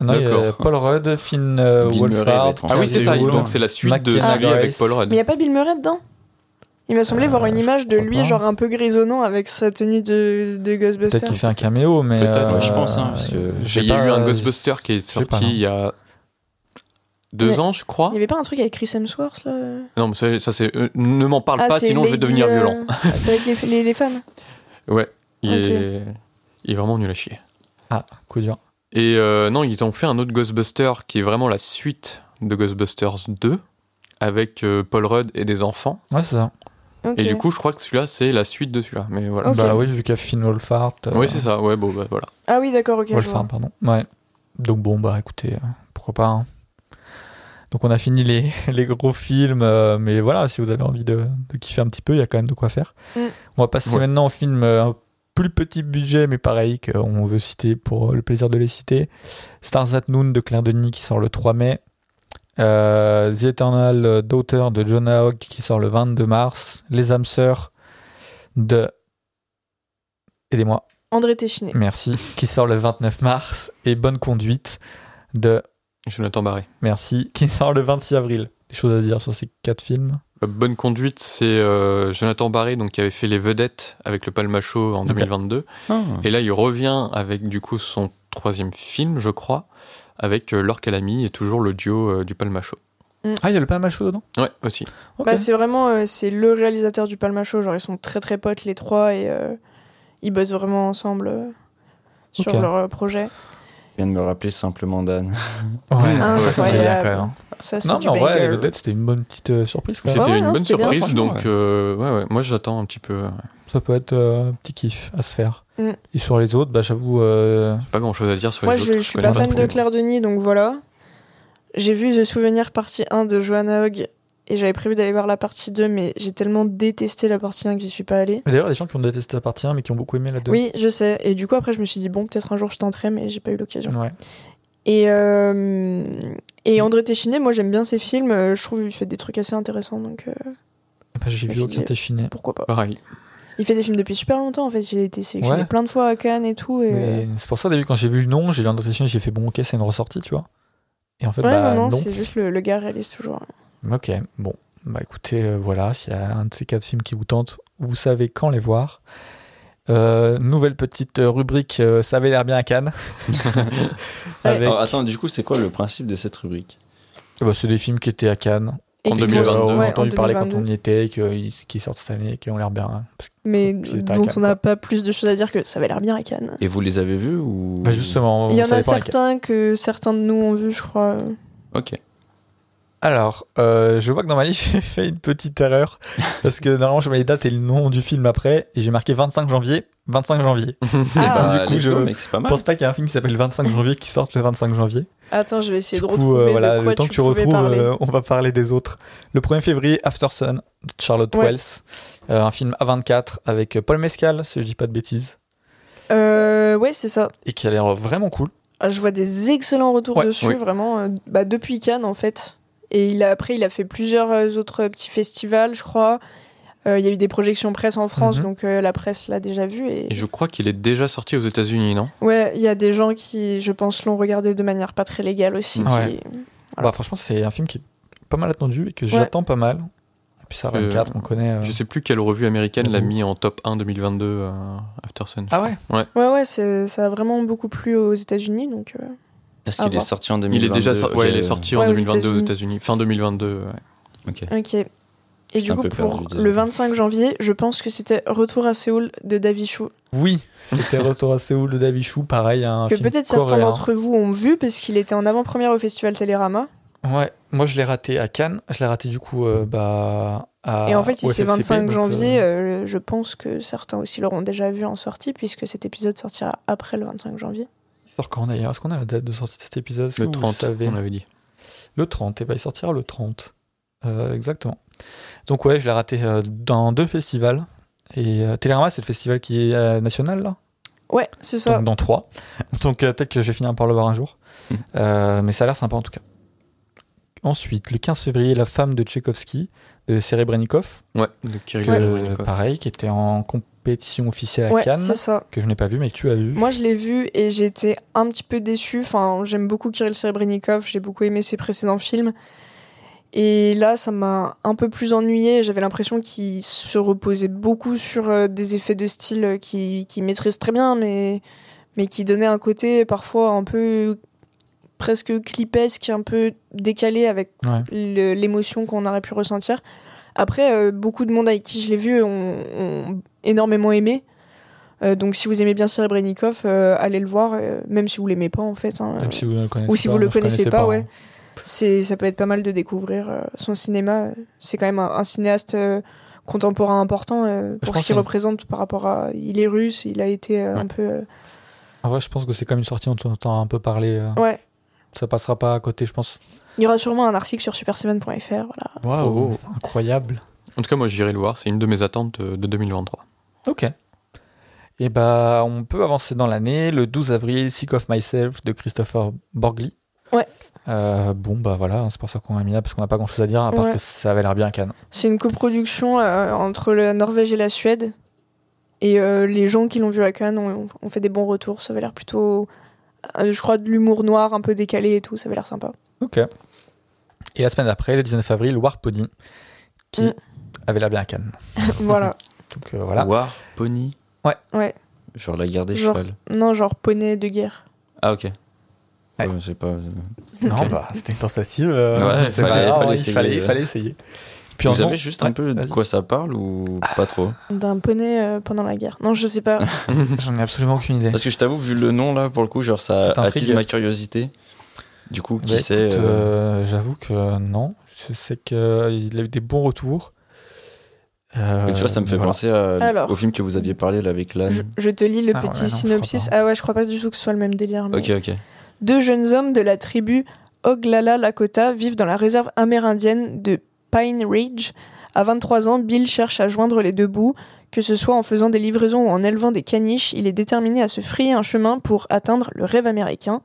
S1: Non, il y a
S4: D'accord.
S1: Paul Rudd, Finn euh,
S2: Bill Murray va
S1: Wolfhard.
S2: être en
S4: Ah oui,
S2: Charlie
S4: c'est ça.
S2: Hunnam.
S4: Donc c'est la suite de
S1: McKenna
S4: celui avec
S1: Grace.
S4: Paul
S3: Mais il n'y
S4: Rudd.
S3: a pas Bill Murray dedans Il m'a semblé
S1: Euh,
S3: voir une
S1: je
S3: image de
S1: crois
S3: lui,
S1: pas.
S3: genre un peu grisonnant avec sa tenue de, de Ghostbuster.
S1: Peut-être qu'il fait un caméo, mais. euh,
S4: Peut-être,
S2: ouais, je pense, hein, parce que-
S1: j'ai
S4: Il y a
S1: pas- euh,
S4: eu un Ghostbuster qui est
S1: je sais
S4: sorti
S1: pas, non.
S4: il y a deux
S3: Mais-
S4: ans, je crois.
S3: Il n'y avait pas un truc avec Chris Hemsworth là euh
S4: Non, mais ça, ça, c'est. euh, ne m'en parle
S3: Ah,
S4: pas,
S3: c'est
S4: sinon je vais
S3: Lady,
S4: devenir
S3: euh,
S4: violent.
S3: C'est avec les, les, les femmes
S4: Il,
S3: ok.
S4: est... il est vraiment nul à chier.
S1: Ah, coup dur.
S4: Et euh, non, ils ont fait un autre Ghostbuster qui est vraiment la suite de Ghostbusters 2 avec euh, Paul Rudd et des enfants.
S1: Ouais, c'est ça.
S3: Ok.
S4: Et du coup, je crois que celui-là, c'est la suite de celui-là. Mais voilà.
S3: Ok.
S1: Bah oui, vu qu'il y a Finn Wolfhard. euh,
S4: Oui, c'est ça. Ouais, bon, bah, voilà.
S3: ah oui, d'accord, ok. je vois.
S1: Wolfhard, pardon. Ouais. Donc bon, bah écoutez, euh, pourquoi pas. hein. Donc on a fini les, les gros films, euh, mais voilà, si vous avez envie de, de kiffer un petit peu, il y a quand même de quoi faire.
S3: Mm.
S1: On va passer
S4: Ouais.
S1: maintenant au film euh, un plus petit budget, mais pareil, qu'on veut citer pour euh, le plaisir de les citer. Stars at Noon de Claire Denis qui sort le 3 mai. Euh, The Eternal Daughter de Jonah Hogg qui sort le 22 mars. Les âmes sœurs de... Aidez-moi.
S3: André Téchiné.
S1: Merci. Qui sort le 29 mars. Et Bonne Conduite de
S4: Jonathan Barré.
S1: Merci. Qui sort le 26 avril. Des choses à dire sur ces quatre films.
S4: Euh, Bonne conduite, c'est euh, Jonathan Barré donc, qui avait fait Les Vedettes avec le Palma Show en
S1: Ok.
S4: 2022.
S1: Ah.
S4: Et là, il revient avec du coup son troisième film, je crois, avec euh, Laure Calamy et toujours le duo euh, du Palma Show.
S1: Ah, il y a le Palma Show dedans
S4: Ouais, aussi.
S1: Ok.
S3: Bah, c'est vraiment euh, c'est le réalisateur du Palma Show. Genre, ils sont très très potes les trois et euh, ils bossent vraiment ensemble euh, sur
S1: Ok.
S3: leur euh, projet.
S2: Je viens de me rappeler simplement Dan.
S1: Ouais,
S3: Incroyable.
S1: ça fait rire, quand même. hein.
S3: Ça, c'est
S1: Non,
S3: du
S1: mais en vrai,
S3: banger.
S1: Vedette, c'était une bonne petite euh, surprise. quoi.
S3: Ouais,
S4: C'était
S3: Ah ouais,
S4: une
S3: non,
S4: bonne
S3: c'était bien,
S4: surprise,
S2: franchement,
S4: donc euh, ouais, ouais, moi j'attends un petit peu. ouais.
S1: Ça peut être euh, un petit kiff à se faire.
S3: Mm.
S1: Et sur les autres, bah, j'avoue. euh,
S4: Pas grand chose à dire sur
S3: Moi,
S4: les
S3: je,
S4: autres.
S3: je suis
S4: connais
S3: pas fan
S4: trop.
S3: de Claire Denis, donc voilà. J'ai vu The Souvenir partie 1 de Johanna Hogg et j'avais prévu d'aller voir la partie 2, mais j'ai tellement détesté la partie 1 que j'y suis pas allée.
S1: D'ailleurs, il y a des gens qui ont détesté la partie 1, mais qui ont beaucoup aimé la 2.
S3: Oui, je sais. Et du coup, après, je me suis dit, bon, peut-être un jour je tenterai, mais j'ai pas eu l'occasion.
S1: Ouais. Bah,
S3: Et, euh, et André Téchiné, moi, j'aime bien ses films. euh, Je trouve qu'il fait des trucs assez intéressants, donc euh,
S1: Bah, J'ai
S3: Je
S1: vu
S3: me
S1: aucun
S3: suis dit-
S1: Téchiné.
S3: pourquoi pas.
S4: Pareil.
S3: Il fait des films depuis super longtemps, en fait. Il a été sélectionné
S1: Ouais.
S3: plein de fois à Cannes et tout. Et... euh,
S1: Mais C'est pour ça, au début, quand j'ai vu le nom, j'ai lu un autre Téchiné, j'ai fait bon, ok, c'est une ressortie, tu vois. Et en fait,
S3: Ouais,
S1: bah,
S3: non,
S1: non.
S3: non, c'est juste le, le gars réalise toujours.
S1: Ok, bon. Bah écoutez, euh, voilà, s'il y a un de ces quatre films qui vous tente, vous savez quand les voir. Euh, nouvelle petite euh, rubrique, euh, ça avait l'air bien à Cannes. Avec-
S2: Alors, attends, du coup, c'est quoi le principe de cette rubrique
S1: Bah, c'est des films qui étaient à Cannes.
S3: Et
S4: En
S3: qui font-
S1: 2022,
S4: euh,
S1: on
S3: ouais,
S1: a
S3: en
S1: entendu parler quand
S3: 2022.
S1: on y était, et que- ils- qui sortent cette année, et qui ont l'air bien. hein. Parce que-
S3: mais
S1: Qui est à
S3: dont
S1: Cannes,
S3: on n'a
S1: quoi.
S3: pas plus de choses à dire que ça avait l'air bien à Cannes.
S2: Et vous les avez vus ou
S1: Bah, justement,
S3: Il y
S1: vous
S3: en a
S1: savez pas lesquels.
S3: certains que certains de nous ont vu, je crois.
S2: Ok.
S1: Alors, euh, je vois que dans ma liste, j'ai fait une petite erreur. Parce que normalement, je mets les dates et le nom du film après, et j'ai marqué 25 janvier. 25 janvier.
S3: Ah,
S1: bah,
S2: du
S1: coup, je-
S2: Eh ben, mec, c'est pas
S1: Je
S2: mal.
S1: pense pas qu'il y a un film qui s'appelle 25 janvier qui sorte le 25 janvier.
S3: attends, je vais essayer
S1: Du
S3: de
S1: coup,
S3: retrouver
S1: euh, voilà,
S3: de quoi
S1: le temps
S3: tu
S1: que tu
S3: pouvais
S1: retrouves,
S3: parler.
S1: euh, on va parler des autres. Le 1er février, After Sun de Charlotte
S3: Ouais.
S1: Wells, Euh, un film A24 avec euh, Paul Mescal, si je dis pas de bêtises,
S3: Euh, ouais, c'est ça.
S1: et qui a l'air euh, vraiment cool.
S3: Ah, Je vois des excellents retours
S1: Ouais,
S3: dessus,
S4: oui.
S3: vraiment. euh, bah, depuis Cannes, en fait. Et il a, après, il a fait plusieurs euh, autres petits festivals, je crois. Euh, il y a eu des projections presse en France,
S1: Mhm.
S3: donc euh, la presse l'a déjà vu. Et...
S4: Et je crois qu'il est déjà sorti aux États-Unis, non
S3: Ouais, il y a des gens qui, je pense, l'ont regardé de manière pas très légale aussi.
S1: Ouais.
S3: qui-
S1: Bah, franchement, c'est un film qui est pas mal attendu et que
S3: Ouais.
S1: j'attends pas mal. Et puis ça, A24,
S4: Euh,
S1: on connaît. euh,
S4: Je sais plus quelle revue américaine
S3: Mmh.
S4: l'a mis en top 1 2022 euh, After Sun.
S1: Ah ouais
S3: Ouais, ouais, c'est- ça a vraiment beaucoup plu aux États-Unis, donc. euh,
S2: Est-ce
S1: Ah
S3: à
S2: qu'il est
S3: voir.
S2: sorti en 2022
S4: Il est déjà sorti, ouais,
S2: Ok,
S4: il est sorti
S3: Ouais,
S4: en
S3: aux
S4: 2022 aux
S3: États-Unis.
S4: États-Unis, fin 2022. ouais.
S2: Ok.
S3: Ok. Et du
S2: un
S3: coup,
S2: peu
S3: pour
S2: perdu, désolé.
S3: le 25 janvier, je pense que c'était Retour à Séoul de Davichou.
S1: Oui, c'était Retour à Séoul de Davichou, pareil, un
S2: Ah,
S3: Que
S1: film
S3: peut-être certains
S1: coréen.
S3: d'entre vous ont vu, parce qu'il était en avant-première au festival Télérama.
S1: Ouais, moi je l'ai raté à Cannes, je l'ai raté du coup euh, bah, à.
S2: Ah,
S3: et en fait, si
S1: au
S3: c'est
S1: FFCP,
S3: 25
S1: donc, euh,
S3: janvier, euh, je pense que certains aussi l'auront déjà vu en sortie, puisque cet épisode sortira après le 25 janvier.
S1: il sort quand d'ailleurs Est-ce qu'on a la date de sortie de cet épisode Est-ce
S4: Le
S1: que vous
S4: 30,
S1: savez
S4: on avait dit.
S1: Le 30, et ben il sortira le 30. Euh, exactement. Donc ouais, je l'ai raté euh, dans deux festivals. Et euh, Télérama, c'est le festival qui est euh, national, là
S3: Ouais, c'est ça.
S1: Donc dans trois. Donc euh, peut-être que je vais finir par le voir un jour.
S2: Mhm.
S1: Euh, mais ça a l'air sympa en tout cas. Ensuite, le 15 février, La femme de Tchaïkovski, de Serebrennikov.
S4: Ouais, de Kirill
S1: que,
S4: Serebrennikov.
S1: pareil, qui était en compétition officielle à
S3: Ouais,
S1: Cannes,
S3: c'est ça.
S1: que je n'ai pas vu, mais que tu as vu.
S3: Moi, je l'ai vu et j'ai été un petit peu déçue. Enfin, j'aime beaucoup Kirill Serebrennikov, j'ai beaucoup aimé ses précédents films. Et là, ça m'a un peu plus ennuyée. J'avais l'impression qu'il se reposait beaucoup sur euh, des effets de style euh, qu'il qu'il maîtrise très bien, mais, mais qui donnait un côté parfois un peu presque clipesque, un peu décalé avec
S1: Ouais.
S3: le- l'émotion qu'on aurait pu ressentir. Après, euh, beaucoup de monde avec qui je l'ai vu ont, ont énormément aimé. Euh, donc si vous aimez bien Serebrennikov, euh, allez le voir, euh, même si vous l'aimez pas en fait. hein,
S1: Même si vous ne le connaissez
S3: ou si
S1: pas,
S3: vous le
S1: moi, je
S3: connaissez
S1: connaissais
S3: pas,
S1: hein.
S3: ouais. C'est, ça peut être pas mal de découvrir euh, son cinéma. C'est quand même un, un cinéaste euh, contemporain important euh, pour
S1: pense
S3: ce qu'il
S1: qu'il-
S3: représente par rapport à. Il est russe, il a été euh, un
S4: Ouais.
S3: peu. euh,
S1: En vrai, je pense que c'est comme une sortie, on en entend un peu parler. euh,
S3: Ouais.
S1: Ça passera pas à côté, je pense.
S3: Il y aura sûrement un article sur superseven.fr. Voilà.
S1: Waouh, incroyable.
S4: En tout cas, moi, j'irai le voir. C'est une de mes attentes euh, de 2023.
S1: Ok. Et bah, on peut avancer dans l'année. Le 12 avril, Sick of Myself de Christopher Borgli.
S3: Ouais.
S1: Euh, bon, bah voilà, c'est pour ça qu'on a mis là, parce qu'on n'a pas grand chose à dire, à part
S3: Ouais.
S1: que ça avait l'air bien Cannes.
S3: C'est une coproduction euh, entre la Norvège et la Suède. Et euh, les gens qui l'ont vu à Cannes ont, ont fait des bons retours. Ça avait l'air plutôt. euh, je crois de l'humour noir un peu décalé et tout. Ça avait l'air sympa.
S1: Ok. Et la semaine d'après, le 19 avril, Warpody, qui
S3: Mm.
S1: avait l'air bien Cannes.
S3: voilà.
S1: Donc euh, voilà.
S2: War, pony.
S1: Ouais.
S3: Ouais.
S2: Genre la guerre des
S3: Genre.
S2: chevals.
S3: Non, genre poney de guerre.
S2: Ah, ok.
S1: Ouais.
S2: Ouais, c'est pas.
S1: Non, bah, c'était une tentative. euh,
S2: Ouais,
S1: c'est
S2: fallait-
S1: pas grave,
S2: fallait
S1: il
S2: essayer,
S1: fallait,
S2: euh.
S1: fallait essayer. Puis en
S2: Vous
S1: nom-
S2: savez juste un
S1: Ouais,
S2: peu de
S1: vas-y. Ah.
S2: quoi ça parle ou pas trop
S3: D'un poney euh, pendant la guerre. Non, je sais pas.
S1: J'en ai absolument aucune idée.
S2: Parce que je t'avoue, vu le nom là, pour le coup, genre ça
S1: Ça t'intrigue.
S2: attise ma curiosité. Du coup, qui
S1: Bah,
S2: sait
S1: écoute,
S2: euh,
S1: euh, J'avoue que non. Je sais qu'il a eu des bons retours. Euh,
S2: Tu vois, ça me fait
S1: voilà.
S2: penser à-
S3: Alors.
S2: au film que vous aviez parlé là avec
S3: Je,
S2: l'âne.
S3: je te lis le
S1: Ah, ouais,
S3: petit
S1: non, je crois
S3: synopsis.
S1: pas.
S3: Ah ouais, je crois pas du tout que ce soit le même délire. mais-
S2: Ok, ok.
S3: Deux jeunes hommes de la tribu Oglala Lakota vivent dans la réserve amérindienne de Pine Ridge. À 23 ans, Bill cherche à joindre les deux bouts. Que ce soit en faisant des livraisons ou en élevant des caniches, il est déterminé à se frayer un chemin pour atteindre le rêve américain.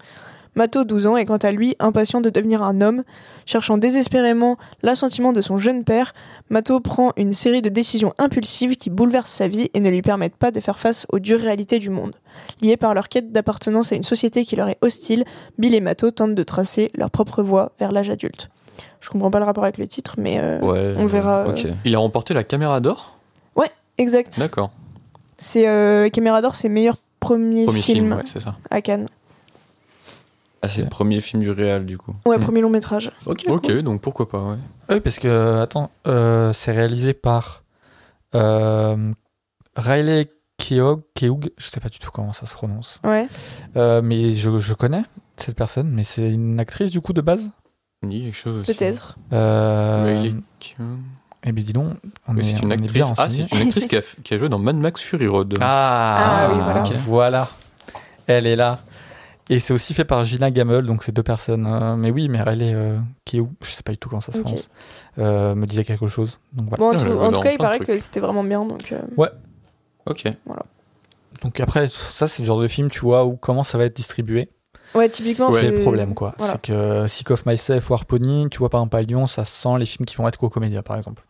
S3: Mato, 12 ans, est quant à lui impatient de devenir un homme. Cherchant désespérément l'assentiment de son jeune père, Mato prend une série de décisions impulsives qui bouleversent sa vie et ne lui permettent pas de faire face aux dures réalités du monde. Liés par leur quête d'appartenance à une société qui leur est hostile, Bill et Mato tentent de tracer leur propre voie vers l'âge adulte. Je comprends pas le rapport avec le titre, mais euh,
S2: Ouais.
S3: on verra,
S2: Ok.
S4: Il a remporté la caméra d'or
S3: exact.
S4: D'accord.
S3: C'est euh, Caméra d'Or, c'est meilleur premier,
S4: Premier film,
S3: film
S4: ouais, c'est ça.
S3: à Cannes.
S2: Ah, c'est le premier film du réal du coup.
S3: Ouais,
S4: Hmm.
S3: premier long métrage.
S4: Ok, donc pourquoi pas, ouais.
S1: Oui, parce que, attends, euh, c'est réalisé par euh, Riley Keough, Keough, je sais pas du tout comment ça se prononce.
S3: Ouais.
S1: Euh, mais je, je connais cette personne, mais c'est une actrice du coup de base.
S4: Il dit quelque chose aussi.
S3: Peut-être.
S1: Euh,
S4: Riley Keough.
S1: Eh bien, dis donc, on, est,
S4: Oui, c'est une
S1: on est
S4: actrice.
S1: bien
S4: Ah, c'est
S1: renseigné.
S4: une actrice qui a, qui a joué dans Mad Max Fury Road.
S1: Ah,
S3: Ah oui, voilà.
S2: ok.
S1: Voilà. Elle est là. Et c'est aussi fait par Gina Gamel, donc c'est deux personnes. Euh, mais oui, mais elle est euh, qui est où Je sais pas du tout quand ça se
S3: Ok.
S1: prononce. Euh, me disait quelque chose. Donc voilà.
S3: Bon, en
S4: Ah,
S3: tout,
S4: elle
S3: en
S4: joue
S3: tout
S4: dans
S3: cas, il
S4: plein de
S3: paraît
S4: trucs.
S3: que c'était vraiment bien. Donc, euh,
S2: Ok.
S1: Donc après, ça c'est le genre de film, tu vois, où comment ça va être distribué.
S3: Ouais, typiquement,
S1: C'est le problème, quoi.
S3: voilà.
S1: C'est que euh, Sick of Myself, War Pony, tu vois, par exemple, à Lyon, ça sent les films qui vont être co-comédia, par exemple.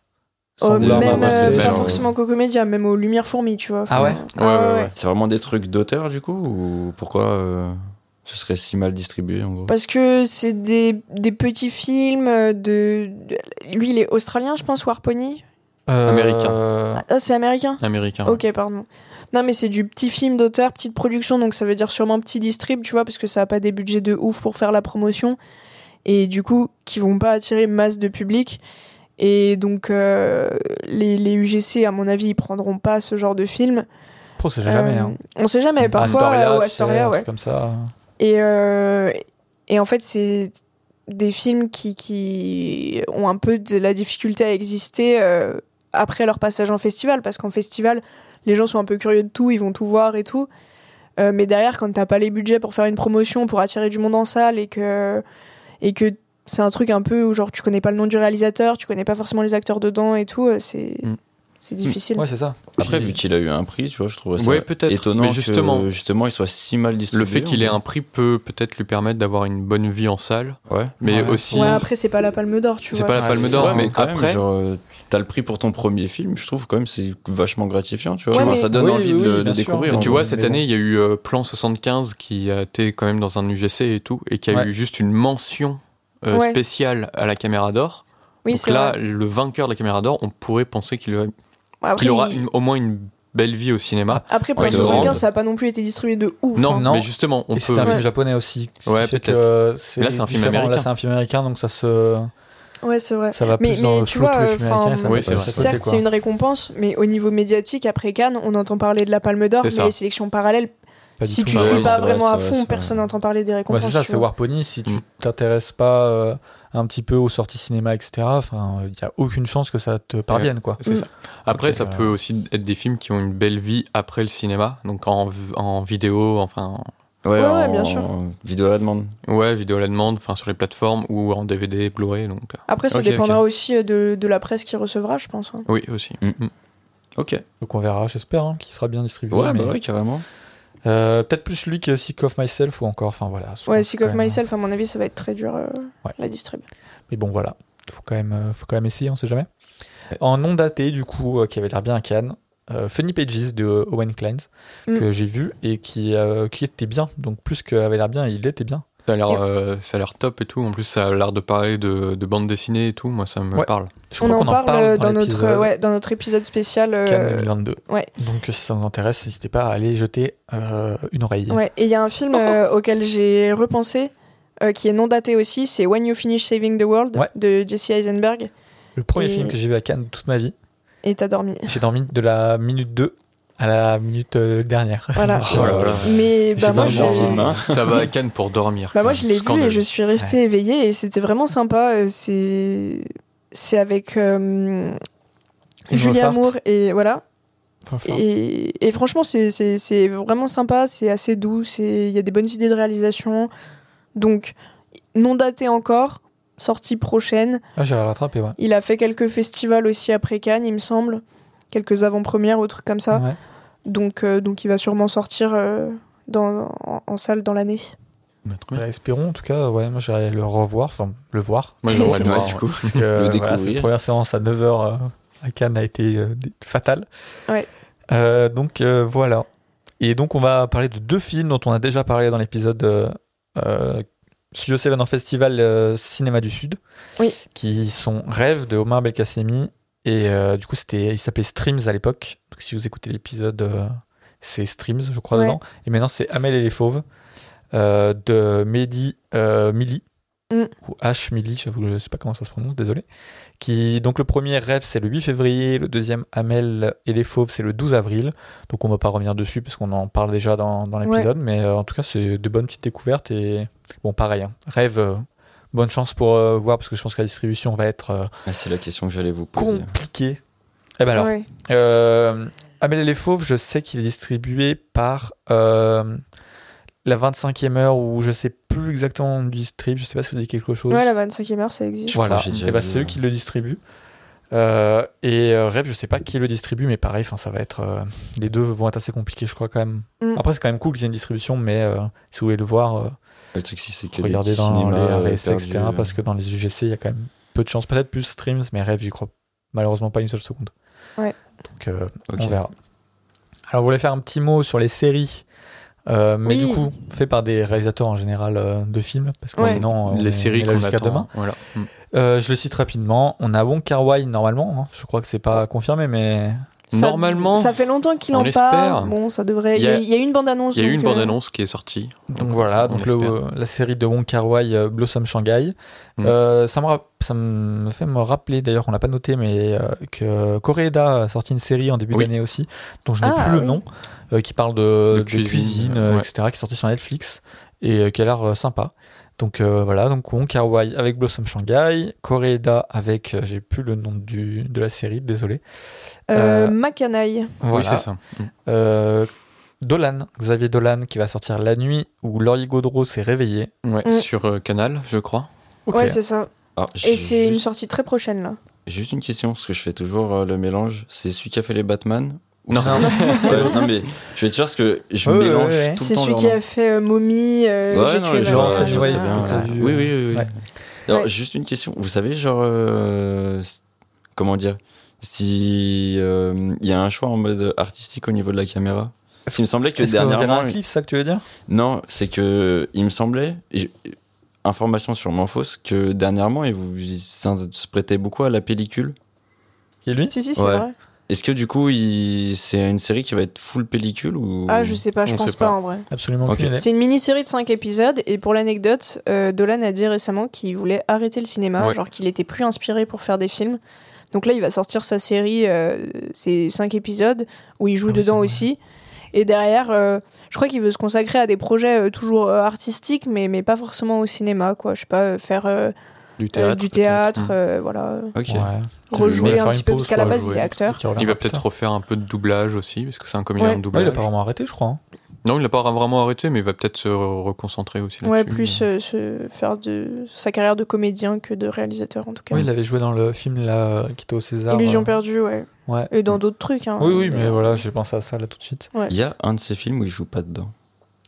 S3: Oh,
S1: Sans vouloir
S3: même
S1: m'avancer.
S3: euh,
S2: c'est
S3: pas
S2: genre,
S3: forcément qu'aux comédiens, même aux Lumières Fourmis, tu vois.
S1: Ah ouais
S4: Ouais, ouais, ouais.
S2: C'est vraiment des trucs d'auteur du coup ou pourquoi euh, ce serait si mal distribué en gros
S3: Parce que c'est des, des petits films euh, de... de- Lui, il est australien, je pense, Warpony.
S1: Euh,
S4: Américain.
S3: Ah, c'est américain
S4: Américain.
S1: Ah
S4: ouais.
S3: Ok, pardon. Non, mais c'est du petit film d'auteur, petite production, donc ça veut dire sûrement petit distrib, tu vois, parce que ça a pas des budgets de ouf pour faire la promotion. Et du coup, qui vont pas attirer masse de public. Et donc, euh, les, les UGC, à mon avis, ils prendront pas ce genre de film.
S1: Pro, c'est jamais.
S3: Euh,
S1: hein.
S3: On sait jamais, parfois,
S1: Astoria,
S3: euh, ou
S1: tu sais,
S3: Astoria,
S1: un
S3: ouais.
S1: truc comme ça.
S3: Et, euh, et en fait, c'est des films qui, qui ont un peu de la difficulté à exister euh, après leur passage en festival, parce qu'en festival, les gens sont un peu curieux de tout, ils vont tout voir et tout. Euh, mais derrière, quand t'as pas les budgets pour faire une promotion, pour attirer du monde en salle et que, et que c'est un truc un peu où genre tu connais pas le nom du réalisateur, tu connais pas forcément les acteurs dedans et tout, euh, c'est
S4: Mm.
S3: c'est difficile.
S1: Ouais, c'est ça.
S2: Après
S1: Puis-
S2: vu qu'il a eu un prix, tu vois, je trouve ça
S4: Ouais, peut-être,
S2: étonnant
S4: mais justement-
S2: que, justement il soit si mal distribué.
S4: Le fait qu'il ait
S2: en
S4: un prix peut peut-être lui permettre d'avoir une bonne vie en salle,
S2: gros. ouais.
S4: mais
S1: Ouais.
S4: aussi.
S3: Ouais, après, c'est pas la palme d'or, tu
S4: Mm. C'est
S3: vois.
S4: pas la
S2: Ah,
S1: Ouais,
S4: Palme
S1: c'est
S4: d'Or,
S1: vrai,
S4: mais
S2: quand même,
S4: après.
S2: genre, euh, t'as le prix pour ton premier film, je trouve quand même c'est vachement gratifiant, tu vois.
S3: Ouais,
S2: Enfin,
S3: mais-
S2: Ça donne
S1: Oui,
S2: envie
S1: oui, bien
S2: de, de
S1: sûr.
S2: découvrir.
S1: Mais
S2: en
S4: Tu
S1: Ouais,
S4: vois,
S1: mais
S4: cette
S1: bon.
S4: année, il y a eu euh, Plan 75 qui a été quand même dans un UGC et tout, et qui a
S1: Ouais.
S4: eu juste une mention euh,
S3: Ouais.
S4: spéciale à la caméra d'or.
S3: Oui,
S4: Donc
S3: c'est
S4: là,
S3: vrai. Bah,
S4: le vainqueur de la caméra d'or, on pourrait penser qu'il a-
S3: Après,
S4: qu'il aura
S3: il-
S4: une- au moins une belle vie au cinéma.
S3: Après, pour
S4: Ouais,
S2: il le rend.
S3: 75, ça a pas non plus été distribué de ouf.
S4: non,
S3: hein.
S1: non.
S4: mais justement, on
S1: Et
S4: peut.
S1: c'était un
S3: Ouais.
S1: film japonais aussi. ce qui
S4: Ouais,
S1: fait que,
S4: peut-être.
S1: euh, c'est
S4: Mais là, c'est un film
S1: différent. Là,
S4: américain.
S1: c'est un film américain, donc ça se.
S3: Ouais, c'est vrai.
S1: Ça va
S3: Mais-
S1: plus dans
S3: mais
S1: le
S3: tu
S1: flou que
S3: vois,
S1: le film
S3: euh,
S1: américain, et ça
S4: enfin,
S1: va pas
S4: oui,
S1: de
S4: c'est
S1: ce
S4: vrai.
S1: côté,
S3: Certes,
S1: quoi.
S3: c'est une récompense, mais au niveau médiatique, après Cannes, on entend parler de la Palme d'Or,
S4: C'est
S3: mais
S4: ça.
S3: les sélections parallèles,
S1: Pas du
S3: si
S1: tout.
S3: tu
S4: Bah
S3: suis
S4: oui,
S3: pas
S2: c'est vrai,
S3: vraiment à
S2: c'est vrai,
S3: fond,
S2: c'est vrai.
S3: personne n'entend parler des
S1: Ouais,
S3: récompenses.
S1: c'est ça,
S3: tu
S1: c'est
S3: vois.
S1: Warpony. Si tu
S4: Mm.
S1: t'intéresses pas euh, un petit peu aux sorties cinéma, etc., enfin, il n'y a aucune chance que ça te parvienne, quoi.
S4: C'est
S3: Mm.
S4: ça. Après,
S1: Ok,
S4: ça
S1: euh,
S4: peut aussi être des films qui ont une belle vie après le cinéma, donc en, v- en vidéo, enfin,
S2: Ouais,
S3: ouais,
S2: en-
S3: bien sûr.
S2: en Vidéo à la demande.
S4: ouais, vidéo à la demande, enfin sur les plateformes ou en DVD, Blu-ray, donc euh,
S3: Après, ça
S4: Ok,
S3: dépendra aussi euh, de, de la presse qui recevra, je pense. hein.
S4: oui aussi.
S2: Ok. Ouais,
S1: Donc on verra, j'espère, hein, qu'il sera bien distribué. mais-
S2: bah ouais, carrément.
S1: Euh, Peut-être plus lui que Sick of Myself ou encore, enfin voilà. souvent,
S3: Ouais,
S1: c'est
S3: Sick
S1: quand
S3: of
S1: même-
S3: Myself, à mon avis, ça va être très dur euh,
S1: hein. Ouais.
S3: la distribuer.
S1: Mais bon, voilà. Faut quand même, euh, faut quand même essayer, on sait jamais. En non daté, du coup, euh, qui avait l'air bien à Cannes, euh, Funny Pages de Owen Kleins,
S3: Mm.
S1: que j'ai vu et qui, euh, qui était bien. Donc, plus qu'avait l'air bien, il était bien.
S4: Ça a l'air,
S3: Et-
S4: euh, ça a l'air top et tout. En plus, ça a l'air de parler de, de bande dessinée et tout. Moi, ça me
S1: Ouais.
S4: parle.
S1: Je
S3: On
S1: crois
S3: en
S1: qu'on
S3: parle, euh, dans, notre,
S1: l'épisode
S3: euh, ouais, dans notre épisode spécial. euh,
S1: Cannes 2022.
S3: ouais.
S1: Donc, si ça vous intéresse, n'hésitez pas à aller jeter euh, une oreille.
S3: ouais. Et il y a un film euh, auquel j'ai repensé, euh, qui est non daté aussi, c'est When You Finish Saving the World
S1: Ouais.
S3: de Jesse Eisenberg.
S1: Le premier
S3: Et-
S1: film que j'ai vu à Cannes de toute ma vie,
S3: Et t'as dormi.
S1: j'ai dormi de la minute 2 à la minute euh, dernière.
S3: Voilà.
S1: Oh là
S4: là.
S3: Mais bah,
S2: C'est
S3: moi,
S2: un
S3: je...
S2: bon film, hein.
S4: Ça va à Cannes pour dormir.
S3: bah, moi, je l'ai vu
S4: Scandaleux.
S3: et je suis restée éveillée et c'était vraiment sympa. Euh, C'est c'est avec euh,
S1: Une
S3: Julia
S1: refarte.
S3: Moore et voilà.
S1: Enfin, enfin,
S3: Et, et franchement, c'est- c'est c'est vraiment sympa, c'est assez doux, c'est- il y a des bonnes idées de réalisation. Donc, non daté encore, sortie prochaine.
S1: Ah, j'ai rattrapé, ouais.
S3: Il a fait quelques festivals aussi après Cannes, il me semble. Quelques avant-premières ou trucs comme ça.
S1: Ouais.
S3: Donc, euh, donc, il va sûrement sortir euh, dans, en, en salle dans l'année.
S4: Mais trop bien.
S1: Bah, espérons en tout cas, ouais, moi j'irai le revoir, enfin le voir.
S4: Moi, j'aimerais le
S2: Ouais,
S4: voir,
S2: du
S4: ouais.
S2: coup.
S1: Parce que
S2: le
S1: voilà,
S2: découvrir.
S1: cette première séance à 9h à Cannes a été euh, dé- fatale.
S3: Ouais.
S1: Euh, donc euh, voilà. Et donc on va parler de deux films dont on a déjà parlé dans l'épisode euh, euh, Studio 7 en festival euh, Cinéma du Sud.
S3: Oui.
S1: Qui sont Rêve de Omar Belkacemi. Et euh, du coup, c'était, il s'appelait Streams à l'époque. Donc si vous écoutez l'épisode, euh, c'est Streams, je crois,
S3: Ouais.
S1: dedans. Et maintenant, c'est Amel et les Fauves euh, de Mehdi euh, Mili.
S3: Mm.
S1: Ou H. Mili, j'avoue, je sais pas comment ça se prononce, désolé. Qui, donc le premier rêve, c'est le 8 février. Le deuxième, Amel et les Fauves, c'est le 12 avril. Donc on va pas revenir dessus parce qu'on en parle déjà dans, dans l'épisode, mais euh, en tout cas c'est de bonnes petites découvertes et bon pareil, hein. rêve, euh, bonne chance pour euh, voir parce que je pense que la distribution va être euh,
S2: Ah, c'est la question que j'allais vous poser.
S1: compliquée. Eh ben alors,
S3: Ouais.
S1: euh, Amélie les Fauves, je sais qu'il est distribué par euh, la 25e heure ou je sais plus exactement du strip, je sais pas si vous dit quelque chose.
S3: Ouais, la 25e heure, ça existe.
S2: crois
S1: Voilà,
S2: que j'ai déjà
S1: et bah,
S2: vu,
S1: c'est eux
S2: ouais.
S1: qui le distribuent. Euh, et euh, Rêve, je sais pas qui le distribue, mais pareil, enfin ça va être. euh, les deux vont être assez compliqués, je crois quand même.
S3: Mm.
S1: Après, c'est quand même cool qu'ils aient une distribution, mais euh, si vous voulez le voir, euh,
S2: Le truc, si c'est que
S1: regardez
S2: des
S1: dans
S2: cinémas,
S1: les
S2: euh,
S1: RSC, etc.
S2: perdus, euh,
S1: Parce que dans les UGC, il y a quand même peu de chances. Peut-être plus streams, mais Rêve, j'y crois malheureusement pas une seule seconde.
S3: Ouais.
S1: Donc euh,
S2: ok.
S1: on verra. Alors, on voulait faire un petit mot sur les séries, euh, mais
S3: Oui.
S1: du coup, fait par des réalisateurs en général euh, de films, parce que
S3: Ouais.
S1: sinon, euh, on
S4: les
S1: est-
S4: séries
S1: on est là
S4: qu'on
S1: jusqu'à
S4: attend.
S1: demain.
S4: Voilà. Mm.
S1: Euh, je le cite rapidement. On a Wong Kar Wai normalement. hein. Je crois que c'est pas confirmé, mais
S3: Ça-
S4: Normalement,
S3: Ça fait longtemps qu'il
S4: on
S3: en
S4: l'espère.
S3: parle. Bon, ça devrait.
S4: Il
S3: Il
S4: y
S3: y,
S4: a-
S3: a- il y a une bande-annonce.
S4: il y a eu une
S3: donc, euh,
S4: bande-annonce qui est sortie.
S1: donc voilà.
S4: on
S1: Donc le-
S4: espère.
S1: euh, la série de Wong Kar Wai euh, Blossom Shanghai.
S4: Mm.
S1: Euh, ça, me rap- ça me fait me rappeler d'ailleurs qu'on l'a pas noté, mais euh, que Koreeda a sorti une série en début
S4: Oui.
S1: d'année aussi, dont je n'ai
S3: Ah,
S1: plus le
S3: oui.
S1: nom, euh, qui parle de,
S4: De
S1: de
S4: cuisine,
S1: cuisine,
S4: euh,
S1: euh,
S4: ouais.
S1: etc., qui est sortie sur Netflix et euh, qui a l'air euh, sympa. Donc euh, voilà, donc Wong Kar Wai avec Blossom Shanghai, Koreeda avec, euh, j'ai plus le nom du, de la série, désolé.
S3: euh,
S1: Euh,
S3: Macanaï.
S1: Voilà.
S4: Oui, c'est ça. Mm.
S1: Euh, Dolan, Xavier Dolan, qui va sortir La Nuit où Laurier Gaudreau s'est réveillé.
S4: Ouais,
S3: Mm.
S4: Sur euh, Canal, je crois.
S3: Ouais, c'est ça.
S2: Ah,
S3: Et
S2: j'ai
S3: c'est une
S2: juste,
S3: sortie très prochaine là.
S2: juste une question, parce que je fais toujours euh, le mélange. C'est celui qui a fait les Batman ou
S4: Non.
S2: c'est- Ouais, non, mais je vais te dire parce que je
S1: Ouais, ouais,
S2: mélange
S1: ouais, ouais.
S2: tout le
S3: C'est
S2: temps.
S3: celui
S2: leurs
S3: qui
S2: noms.
S3: a fait euh, Mommy, euh,
S2: Ouais,
S3: J'ai
S2: non,
S3: tué
S2: mais
S3: ma
S2: je
S1: Laurent,
S3: mère,
S2: vois,
S1: c'est
S2: je
S1: ouais,
S2: vois
S1: ce
S3: etc.
S2: bien,
S1: que t'as
S2: ouais.
S1: vu,
S2: Oui,
S1: euh,
S2: oui, oui, oui.
S1: ouais.
S2: Alors,
S3: Ouais.
S2: juste une question. Vous savez, genre, euh, s- comment dire, si euh, il y a un choix en mode artistique au niveau de la caméra. Parce qu'il me semblait que
S1: Est-ce qu'on dirait
S2: dernièrement,
S1: un clip, ça que tu veux dire
S2: non, c'est que il me semblait, et je- information sûrement fausse, que dernièrement, il vous il s'in- se prêtait beaucoup à la pellicule.
S1: Qui est lui
S3: Si, si, c'est
S2: Ouais.
S3: vrai.
S2: Est-ce que du coup, il- c'est une série qui va être full pellicule ou
S3: Ah, je sais pas, je
S4: On
S3: pense
S4: sait
S3: pas.
S4: pas.
S3: en vrai.
S1: Absolument
S2: Ok.
S1: aucune idée.
S3: C'est une mini-série de 5 épisodes, et pour l'anecdote, euh, Dolan a dit récemment qu'il voulait arrêter le cinéma,
S4: Ouais.
S3: genre qu'il était plus inspiré pour faire des films. Donc là, il va sortir sa série, euh, ses 5 épisodes, où il joue
S1: Ah oui,
S3: dedans
S1: c'est vrai.
S3: aussi. Et derrière, euh, je crois qu'il veut se consacrer à des projets euh, toujours euh, artistiques, mais, mais pas forcément au cinéma, quoi. Je sais pas, euh, faire euh,
S4: Du
S3: euh,
S4: théâtre. peut-être.
S3: du
S4: Mm.
S3: théâtre, euh, voilà.
S2: Ok.
S1: Ouais.
S3: Rejouer
S1: faire
S3: un
S1: une
S3: petit peu,
S1: pause,
S3: parce qu'à la
S1: quoi,
S3: base,
S4: jouer.
S3: il est acteur.
S1: Qui revient
S4: Il va
S1: plus
S4: peut-être
S1: tard.
S4: refaire un peu de doublage aussi, parce que c'est un comédien
S3: Ouais.
S4: de
S1: Ouais, il
S4: doublage.
S1: a pas vraiment arrêté, je crois. hein.
S4: Non, il n'a pas vraiment arrêté, mais il va peut-être se re- reconcentrer aussi là-dessus.
S3: Ouais, plus euh, se faire de sa carrière de comédien que de réalisateur, en tout cas.
S1: Oui, il avait joué dans le film là, euh, qui était au César.
S3: Illusion
S1: euh,
S3: perdue, ouais.
S1: Ouais.
S3: Et dans d'autres trucs. Hein,
S1: Oui, oui, mais
S3: d'ailleurs.
S1: voilà, j'ai pensé à ça là tout de suite.
S2: Il y a un de ces films où il joue pas dedans.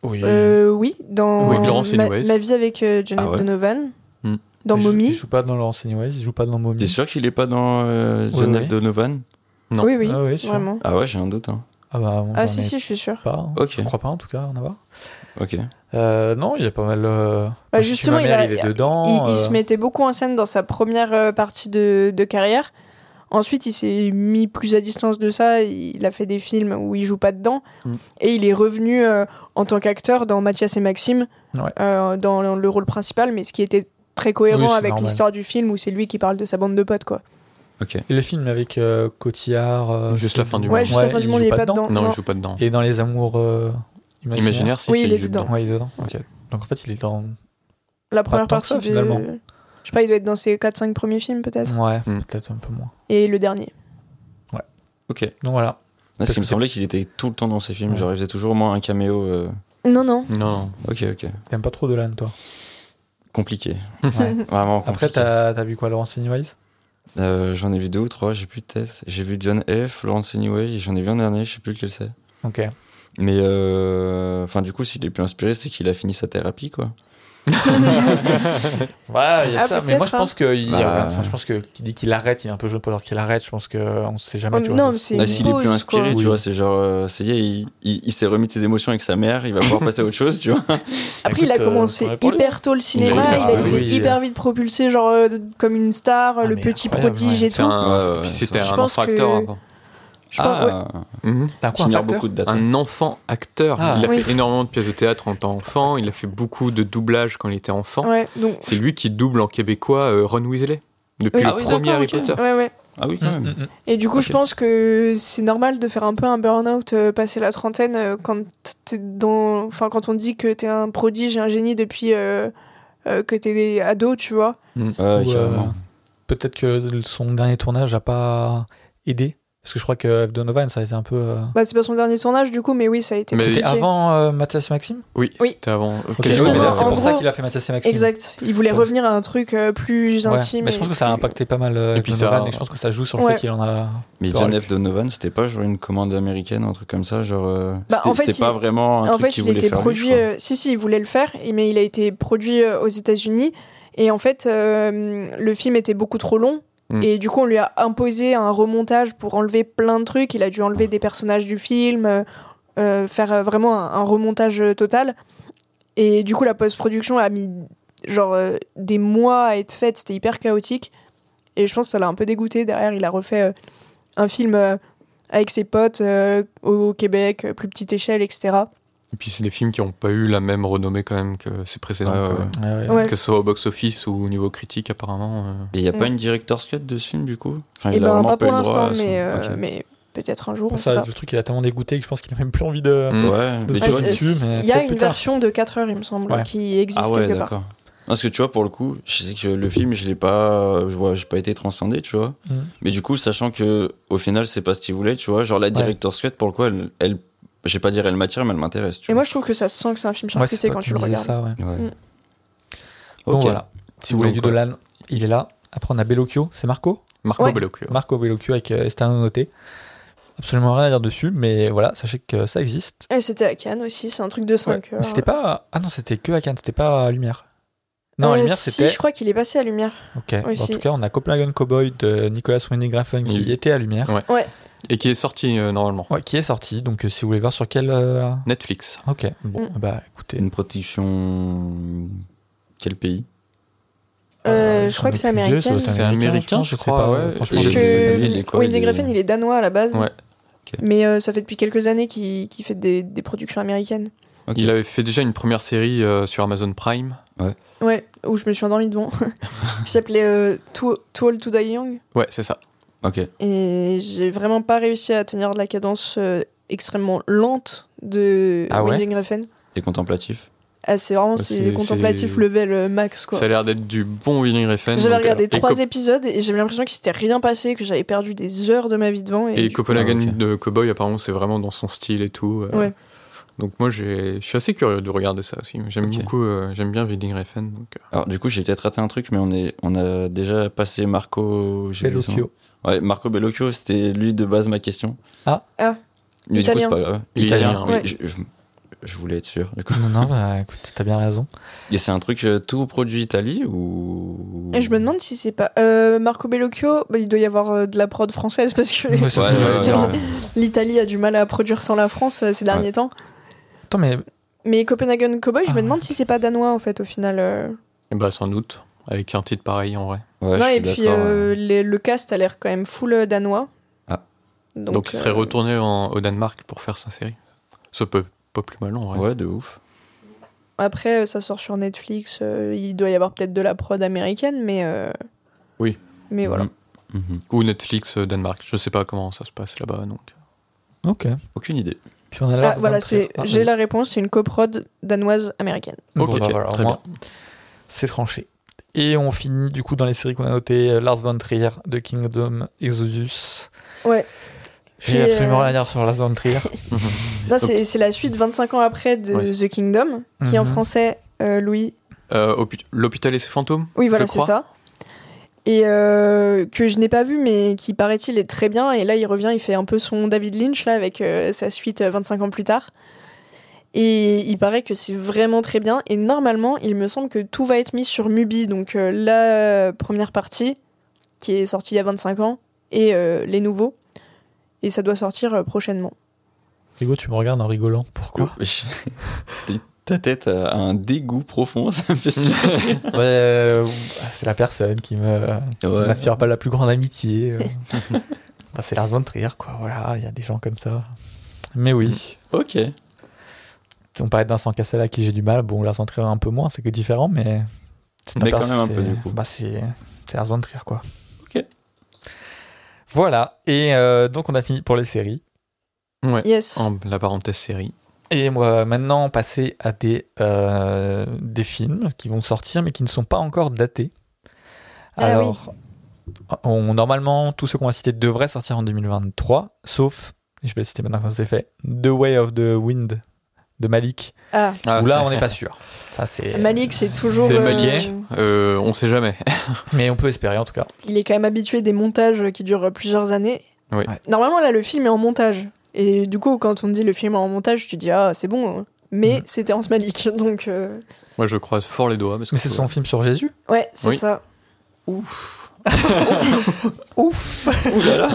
S4: Oui.
S3: Euh, oui, dans
S4: Oui, Laurence
S3: ma,
S4: Anyways.
S3: ma vie avec euh, Janet
S2: Ah ouais.
S3: Donovan,
S4: Hmm.
S3: dans
S1: Il joue- Il
S3: Mommy.
S1: joue pas dans Laurence Anyways, il joue pas dans Mommy.
S2: T'es sûr qu'il est pas dans euh,
S1: Oui,
S2: Genève
S1: oui.
S2: Donovan
S4: Non.
S3: Oui, oui,
S1: Ah oui, sûr.
S3: vraiment.
S2: Ah ouais, j'ai un doute. Hein.
S1: Ah bah, moi,
S3: Ah
S1: j'en
S3: si,
S1: ai
S3: si, je suis sûre.
S1: pas. hein.
S2: Ok.
S1: Je crois pas en tout cas, en avoir.
S2: Ok.
S1: Euh, non, il y a pas mal. euh, moi, je suis
S3: Bah, justement,
S1: ma
S3: il
S1: mère,
S3: a-
S1: il est dedans.
S3: il, il
S1: euh,
S3: se mettait beaucoup en scène dans sa première euh, partie de, de carrière. Ensuite, il s'est mis plus à distance de ça. Il a fait des films où il joue pas dedans.
S1: Hmm.
S4: Mm.
S3: Et il est revenu euh, en tant qu'acteur dans Mathias et Maxime,
S1: Ouais.
S3: euh, dans le, le rôle principal, mais ce qui était très cohérent
S1: Oui, c'est
S3: avec
S1: normal.
S3: l'histoire du film où c'est lui qui parle de sa bande de potes. Quoi.
S1: Et le film avec euh, Cotillard. euh,
S4: Juste
S1: c'est-
S4: la fin du
S3: Ouais, juste la fin du monde,
S1: joue
S3: il est pas dedans.
S4: Non,
S3: non.
S4: il joue pas dedans.
S1: Et dans Les Amours euh, imaginaires.
S4: Imaginaire, si
S3: Oui,
S4: si,
S3: il est
S4: joue
S3: dedans.
S1: Ouais, il est dedans. Ok. Donc en fait, il est dans.
S3: La première
S1: tant que ça,
S3: partie de...
S1: finalement.
S3: Je sais pas, il doit être dans ses 4-5 premiers films peut-être.
S1: Ouais,
S4: Hmm.
S1: peut-être un peu moins.
S3: Et le dernier.
S2: Ok. Ah,
S1: Donc voilà. Parce
S2: Parce qu'il
S1: que
S2: me
S1: c'est-
S2: semblait qu'il était tout le temps dans ces films.
S1: Ouais.
S2: Genre, il faisait toujours au moins un caméo. euh,
S3: Non, non.
S4: Non,
S2: Ok, ok.
S1: T'aimes pas trop Dolan, toi.
S2: Compliqué.
S1: Ouais.
S2: Vraiment compliqué.
S1: Après, t'as t'as vu quoi, Laurence Anyways
S2: Euh, j'en ai vu deux ou trois, j'ai plus de tête. J'ai vu John F, Lawrence Anyway, et j'en ai vu un dernier, je sais plus lequel c'est.
S1: Ok.
S2: Mais euh, enfin, du coup, s'il est plus inspiré, c'est qu'il a fini sa thérapie, quoi.
S1: Ouais, il y a
S3: Ah,
S1: ça. Mais moi, je
S3: peut-être,
S1: pense que, il-
S2: Bah.
S1: enfin, je pense que qui dit qu'il arrête, il est un peu jeune pour dire qu'il arrête. Je pense que on sait jamais.
S3: Oh,
S1: tu vois,
S3: non,
S1: ça se
S3: c'est
S1: trouve.
S2: Là,
S3: une
S2: s'il est plus
S3: pause,
S2: inspiré,
S3: quoi.
S2: tu
S1: Oui.
S2: vois, c'est genre, euh, ça y est, il, il- il s'est remis de ses émotions avec sa mère, il va pouvoir passer à autre chose, tu vois.
S3: Après, il a
S1: Écoute, euh,
S3: commencé
S1: faudrait pour lui.
S3: hyper tôt le
S2: Oui,
S3: cinéma, il
S2: bah
S3: a été
S1: Ah oui.
S3: hyper vite propulsé, genre euh, comme une star,
S1: Ah,
S3: le
S1: mais
S3: petit
S1: incroyable,
S3: prodige
S1: ouais.
S3: et
S4: c'est
S3: tout.
S4: un.
S2: Ouais, ouais,
S4: puis
S2: ouais,
S4: c'était
S2: ça
S4: un
S3: va. Je pense
S4: enfant acteur
S3: que-
S4: avant.
S3: Je
S1: Ah,
S3: pense- ouais.
S4: Mhm.
S1: T'as un quoi, un
S2: J'ignore
S1: facteur
S2: Ah, beaucoup de dates.
S4: Un enfant acteur.
S1: Ah.
S4: il a
S3: Oui.
S4: fait énormément de pièces de théâtre en tant qu'enfant. Il a fait beaucoup de doublage quand il était enfant.
S3: Ouais, donc.
S4: C'est lui qui double en québécois euh, Ron Weasley depuis
S3: Oui.
S4: le
S2: Ah oui,
S4: premier
S2: d'accord,
S4: Harry
S2: ok.
S4: Potter.
S3: Ouais, ouais.
S2: Ah oui, quand
S1: Mm,
S2: même.
S1: mm, mm.
S3: Et du coup, je
S2: Ok.
S3: pense que c'est normal de faire un peu un burn-out euh, passer la trentaine euh, quand t'es dans. Enfin, quand on dit que t'es un prodige et un génie depuis euh, euh, que t'es ado, tu vois.
S2: Ouais,
S1: Ou, euh,
S2: carrément.
S1: Peut-être que son dernier tournage a pas aidé. Parce que je crois que F. Donovan, ça a été un peu. euh,
S3: Bah, c'est pas son dernier tournage, du coup, mais oui, ça a été.
S4: Mais-
S1: C'était
S3: compliqué.
S1: avant euh, Mathias et Maxime
S4: Oui,
S3: Oui.
S4: c'était avant.
S1: Ok,
S4: Quelques
S3: Justement,
S1: oui, mais là,
S4: années
S1: C'est
S3: en
S1: pour ça
S3: gros-
S1: qu'il a fait Mathias et Maxime.
S3: Exact. Il voulait
S1: Ouais.
S3: revenir à un truc euh, plus
S1: Ouais.
S3: intime.
S1: Mais je pense
S3: et
S1: que ça a
S3: plus-
S1: impacté pas mal euh,
S4: Et puis ça-
S1: Donovan, et je pense que ça joue sur le
S3: Ouais.
S1: fait qu'il en a.
S2: Mais
S1: T'aurais
S2: John F. Donovan, c'était pas genre une commande américaine, un truc comme ça, genre. euh,
S3: Bah,
S2: c'était
S3: en fait,
S2: c'était
S3: il-
S2: pas vraiment un
S3: En
S2: truc
S3: fait,
S2: qu'il
S3: il
S2: voulait
S3: était
S2: faire. lui,
S3: produit.
S2: je crois.
S3: euh, si, si, il voulait le faire, et- mais il a été produit euh, aux États-Unis. Et en fait, euh, le film était beaucoup trop long.
S4: Mm.
S3: Et du coup, on lui a imposé un remontage pour enlever plein de trucs. Il a dû enlever des personnages du film, euh, euh, faire euh, vraiment un, un remontage euh, total. Et du coup, la post-production a mis genre euh, des mois à être faite. C'était hyper chaotique. Et je pense que ça l'a un peu dégoûté. Derrière, il a refait euh, un film euh, avec ses potes euh, au Québec, euh, plus petite échelle, etc.
S4: Et puis c'est des films qui n'ont pas eu la même renommée quand même que ses précédents.
S2: Ouais, ouais,
S4: quoi.
S2: ouais.
S1: Ouais, ouais.
S3: Ouais.
S4: Que ce soit au box-office ou au niveau critique apparemment. euh.
S2: Et il n'y a pas
S3: Mm.
S2: une director's cut de ce film, du coup enfin,
S3: Eh
S2: il a
S3: ben,
S2: vraiment
S3: pas
S2: eu
S3: pour
S2: le droit
S3: l'instant,
S2: à son-
S3: mais, euh,
S2: Ok.
S3: mais peut-être un jour, on sait
S1: Ça,
S3: pas.
S1: le truc, il a tellement dégoûté que je pense qu'il a même plus envie de.
S4: Mm.
S2: Ouais, mais
S1: Ouais,
S2: tu vois,
S1: c'est-
S2: tu-
S1: dessus, mais
S3: Il y a
S1: peut-être
S3: une
S1: plus tard.
S3: version de 4 heures, il me semble,
S1: Ouais.
S3: qui existe
S2: Ah ouais,
S3: quelque part.
S2: d'accord. Parce que tu vois, pour le coup, je sais que le film, je l'ai pas, je vois, j'ai pas été transcendé, tu vois.
S1: Mm.
S2: Mais du coup, sachant que au final, c'est pas ce qu'il voulait, tu vois, genre la director's cut, pour le coup, elle, elle je vais pas dire elle m'attire, mais elle m'intéresse, tu
S3: Et
S2: vois.
S3: moi, je trouve que ça se sent que c'est un film
S1: Ouais,
S3: charcuté
S1: toi
S3: quand
S1: qui
S3: tu le
S1: me disais
S3: regardes.
S1: ça, ouais.
S2: Ouais.
S3: Mm.
S2: Ok.
S1: Donc voilà. Si vous voulez du
S4: Donc,
S1: Dolan, il est là. Après, on a Bellocchio. C'est Marco
S4: Marco
S3: Ouais.
S4: Bellocchio.
S1: Marco Bellocchio avec euh, Estano Noté. Absolument rien à dire dessus, mais voilà, sachez que ça existe.
S3: Et c'était à Cannes aussi, c'est un truc de 5
S1: Ouais. Mais c'était pas. Ah non, c'était que à Cannes, c'était pas à Lumière. Non, à Lumière, c'était.
S3: Si, je crois qu'il est passé à Lumière.
S1: Ok. Bon, en
S3: aussi.
S1: tout cas, on a Copenhagen Cowboy de Nicolas Winning Graffen qui
S4: Oui.
S1: était à Lumière,
S4: Ouais.
S3: Ouais.
S4: Et qui est sorti euh, normalement.
S1: Ouais, qui est sorti. Donc, euh, si vous voulez voir sur quel. euh,
S4: Netflix.
S1: Ok, bon,
S3: Mm.
S1: bah
S4: Euh,
S2: C'est
S1: écoutez.
S2: une production. Quel pays
S3: Euh, je crois que c'est américain.
S4: C'est américain, je crois, ouais.
S1: Franchement,
S2: Et
S1: je
S3: Parce
S2: il-
S3: que
S2: il est quoi, il
S3: Wendell
S2: est-
S3: Griffin, il est danois à la base.
S4: Ouais.
S3: Mais euh, ça fait depuis quelques années qu'il qu'il fait des, des productions américaines.
S2: Ok.
S4: Il avait fait déjà une première série euh, sur Amazon Prime.
S3: Ouais, où je me suis endormie devant. qui s'appelait euh, Too, Too Old to Die Young.
S4: Ouais, c'est ça.
S2: Ok.
S3: Et j'ai vraiment pas réussi à tenir la cadence euh, extrêmement lente de
S4: Ah ouais
S3: Wendell Griffin.
S2: C'est contemplatif.
S3: Ah, c'est vraiment
S4: Ouais,
S3: c'est
S4: c'est-
S3: contemplatif
S4: c'est-
S3: level euh, max quoi.
S4: Ça a l'air d'être du bon Vinny Refn.
S3: J'avais
S4: donc, euh,
S3: regardé
S4: et
S3: trois
S4: Cop-
S3: épisodes et j'avais l'impression qu'il s'était rien passé, que j'avais perdu des heures de ma vie devant. Et,
S4: Et
S3: du coup,
S4: Copenhagen
S2: Ah, ok.
S4: de Cowboy, apparemment, c'est vraiment dans son style et tout. euh.
S3: Ouais.
S4: Donc moi, j'ai- je suis assez curieux de regarder ça aussi. J'aime
S2: Ok.
S4: beaucoup, euh, j'aime bien Vinny Refn. Donc, euh,
S2: Alors, du coup, j'ai peut-être raté un truc, mais on, est, on a déjà passé Marco. j'ai oublié son nom.
S1: Bellocchio.
S2: Ouais, Marco Bellocchio, c'était lui de base ma question.
S1: Ah.
S3: Ah.
S2: Mais du coup,
S3: Italien.
S2: c'est pas grave.
S4: Il est italien,
S3: Ouais.
S2: Je, je- je voulais être sûr. du coup.
S1: Non, non, bah écoute, t'as bien raison.
S2: Et c'est un truc euh, tout produit Italie ou.
S3: Et je me demande si c'est pas. euh, Marco Bellocchio, bah, il doit y avoir euh, de la prod française parce que
S1: Ouais, c'est
S2: Ouais,
S1: ce que
S2: ouais,
S1: j'allais
S2: ouais,
S1: dire.
S2: ouais.
S3: l'Italie a du mal à produire sans la France euh, ces derniers temps.
S1: Attends, mais
S3: Mais Copenhagen Cowboy, je
S1: Ah
S3: me
S1: ouais.
S3: demande si c'est pas danois en fait au final. euh.
S4: et bah sans doute, avec un titre pareil en vrai.
S2: Ouais, je
S3: non,
S2: suis
S3: et puis
S2: d'accord,
S3: euh,
S2: ouais.
S3: les- le cast a l'air quand même full euh, danois.
S2: Ah.
S4: Donc, il serait
S3: euh,
S4: retourné en- au Danemark pour faire sa série. Ça peut pas plus mal en vrai.
S2: Ouais, de ouf.
S3: Après, euh, ça sort sur Netflix. euh, il doit y avoir peut-être de la prod américaine, mais. euh,
S4: Oui.
S3: Mais voilà.
S2: Mm. Mhm.
S4: Ou Netflix euh, Danemark. Je sais pas comment ça se passe là-bas donc.
S1: ok.
S2: Aucune idée.
S1: Puis on a l'air
S3: Ah,
S1: d'être un
S3: voilà,
S1: très-
S3: c'est
S1: Ah,
S3: j'ai la réponse, c'est une coprod danoise américaine.
S1: Bon,
S4: Ok,
S1: bah, voilà, au
S4: très
S1: moins,
S4: bien.
S1: C'est tranché. Et on finit du coup dans les séries qu'on a notées euh, Lars von Trier, The Kingdom, Exodus.
S3: Ouais. Qui
S1: J'ai
S3: est,
S1: absolument
S3: euh,
S1: rien à dire sur Lars von Trier.
S3: Là, c'est c'est la suite 25 ans après de
S4: Ouais.
S3: The Kingdom, qui en
S1: Mhm.
S3: français, euh, Louis.
S4: Euh, Hopi- L'hôpital et ses fantômes.
S3: Oui, voilà,
S4: je
S3: c'est
S4: crois.
S3: ça. Et euh, que je n'ai pas vu, mais qui paraît-il est très bien. Et là, il revient, il fait un peu son David Lynch là, avec euh, sa suite euh, 25 ans plus tard. Et il paraît que c'est vraiment très bien. Et normalement, il me semble que tout va être mis sur Mubi, donc euh, la première partie qui est sortie il y a 25 ans et euh, les nouveaux. Et ça doit sortir euh, prochainement.
S1: Hugo, tu me regardes en rigolant. Pourquoi
S2: T'es- Ta tête a un dégoût profond, ça me fait sourire.
S1: Ouais, euh, C'est la personne qui me qui
S2: Ouais.
S1: m'inspire pas la plus grande amitié. euh. Enfin, c'est Lars von Trier, quoi. Voilà, il y a des gens comme ça. Mais oui.
S2: Ok.
S1: On parlait de Vincent Cassel à qui j'ai du mal. Bon, Lars von Trier un peu moins, c'est que différent, mais. c'est un
S2: Mais quand
S1: perso-
S2: même un peu,
S1: c'est-
S2: du coup.
S1: Bah, c'est c'est Lars von Trier, quoi.
S2: Ok.
S1: Voilà, et euh, donc on a fini pour les séries.
S4: Ouais.
S3: Yes.
S4: En- la parenthèse série.
S1: Et on va maintenant passer à des, euh, des films qui vont sortir mais qui ne sont pas encore datés.
S3: Ah
S1: Alors, on- normalement, tous ceux qu'on va citer devraient sortir en 2023, sauf, et je vais le citer maintenant quand c'est fait, The Way of the Wind de Malik,
S3: Ah,
S4: Ah.
S1: où là on n'est pas sûr. Ça, c'est,
S3: Malik, c'est toujours.
S1: c'est
S3: euh,
S1: Malik.
S4: Euh, on sait jamais.
S1: Mais on peut espérer en tout cas.
S3: il est quand même habitué des montages qui durent plusieurs années.
S4: Oui.
S1: Ouais.
S3: Normalement, là, le film est en montage. Et du coup, quand on me dit le film est en montage, tu dis ah, c'est bon. Mais
S1: Mhm.
S3: c'était en Malik, donc euh,
S4: Moi, je croise fort les doigts. Parce que euh,
S1: Mais c'est son film sur Jésus
S3: ouais, c'est
S4: Oui.
S3: ça.
S1: Ouf
S2: Ouh là là.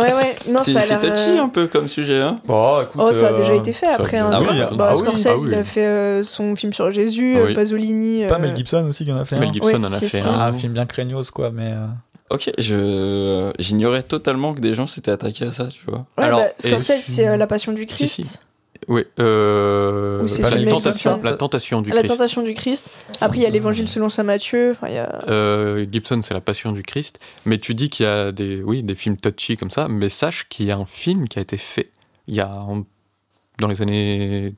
S3: Ouais, ouais. Non,
S2: C'est
S3: ça a
S2: c'est
S3: l'air.
S2: touchy
S3: euh,
S2: un peu comme sujet, hein.
S1: Bon, écoute,
S3: Oh, ça a
S1: euh,
S3: déjà été fait
S4: ça-
S3: après. hein.
S2: Ah
S3: Scor-
S2: oui, ah
S3: bah,
S1: bah oui,
S3: Scorsese,
S4: ah oui.
S3: il a fait euh, son film sur Jésus, euh,
S4: Oui.
S3: Pasolini.
S1: C'est pas
S3: euh,
S1: Mel Gibson aussi qui en a fait un
S4: Mel Gibson
S3: Ouais,
S4: en a
S3: si,
S4: fait
S3: si.
S4: un.
S1: Ah, un film bien craignos quoi, mais. euh,
S2: Ok, je euh, j'ignorais totalement que des gens s'étaient attaqués à ça, tu vois.
S3: ouais,
S4: Alors,
S3: bah,
S4: et-
S3: Scorsese, c'est euh, La Passion du
S4: Si,
S3: Christ.
S4: si. Oui. euh,
S3: Ou c'est
S4: la,
S1: celui-là
S4: tentation,
S1: qui sort.
S4: la tentation du
S3: La
S4: Christ.
S3: Tentation du Christ. Après, il y a l'Évangile selon saint Matthieu. Enfin, il y a-
S4: Euh, Gibson, c'est la passion du Christ. Mais tu dis qu'il y a des, oui, des films touchy comme ça, mais sache qu'il y a un film qui a été fait il y a en- dans les années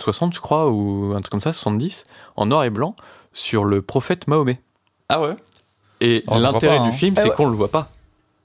S4: 60, je crois, ou un truc comme ça, 70, en noir et blanc, sur le prophète Mahomet.
S2: Ah ouais
S4: Et
S1: On le voit
S4: l'intérêt
S1: pas,
S4: du
S1: hein.
S4: film,
S3: Ah
S4: c'est
S3: ouais.
S4: qu'on le voit pas.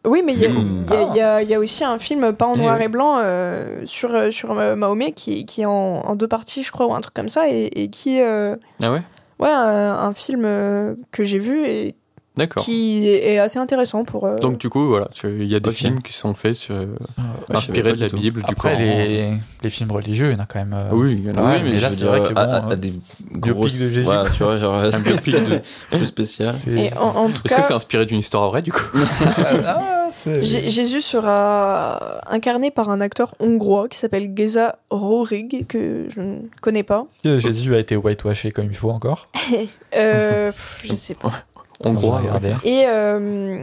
S3: Oui, mais il y, a-
S2: Mm.
S4: Mmh.
S3: il y a- il y a- il y a aussi un film pas en
S2: Eh
S3: noir
S2: oui.
S3: et blanc euh, sur, euh, sur euh, Mahomet qui, qui est en, en deux parties, je crois, ou un truc comme ça, et, et qui. euh,
S4: Ah ouais
S3: ouais, un, un film euh, que j'ai vu et
S4: D'accord.
S3: qui est, est assez intéressant pour. euh,
S4: Donc du coup, voilà, tu- il y a des
S2: Ok.
S4: films qui sont faits sur,
S2: je savais
S4: inspirés
S2: pas
S4: de la
S2: du tout.
S4: Bible, du
S1: Après,
S4: Coran.
S1: les, les films religieux, il y en a quand même. euh,
S4: Oui, il y en a.
S1: Ah ouais,
S2: oui, mais,
S1: mais là,
S2: je veux
S1: c'est
S2: dire,
S1: vrai que
S2: à,
S1: bon,
S2: à
S1: hein.
S2: des
S1: de
S2: grosses,
S1: Jésus.
S2: voilà, tu vois, genre,
S4: Un
S2: c'est
S4: biopic de-
S2: plus spécial.
S1: c'est-
S3: et en, en tout
S4: Est-ce que
S3: cas,
S4: c'est inspiré d'une histoire vraie, du coup
S1: Ah, c'est-
S3: Jé- Jésus sera incarné par un acteur hongrois qui s'appelle Geza Rorig, que je ne connais pas.
S1: Est-ce que Jésus a été whitewashé comme il faut encore.
S3: Euh, pff, je sais pas.
S4: hongrois. ouais.
S1: regardez.
S3: Et, euh,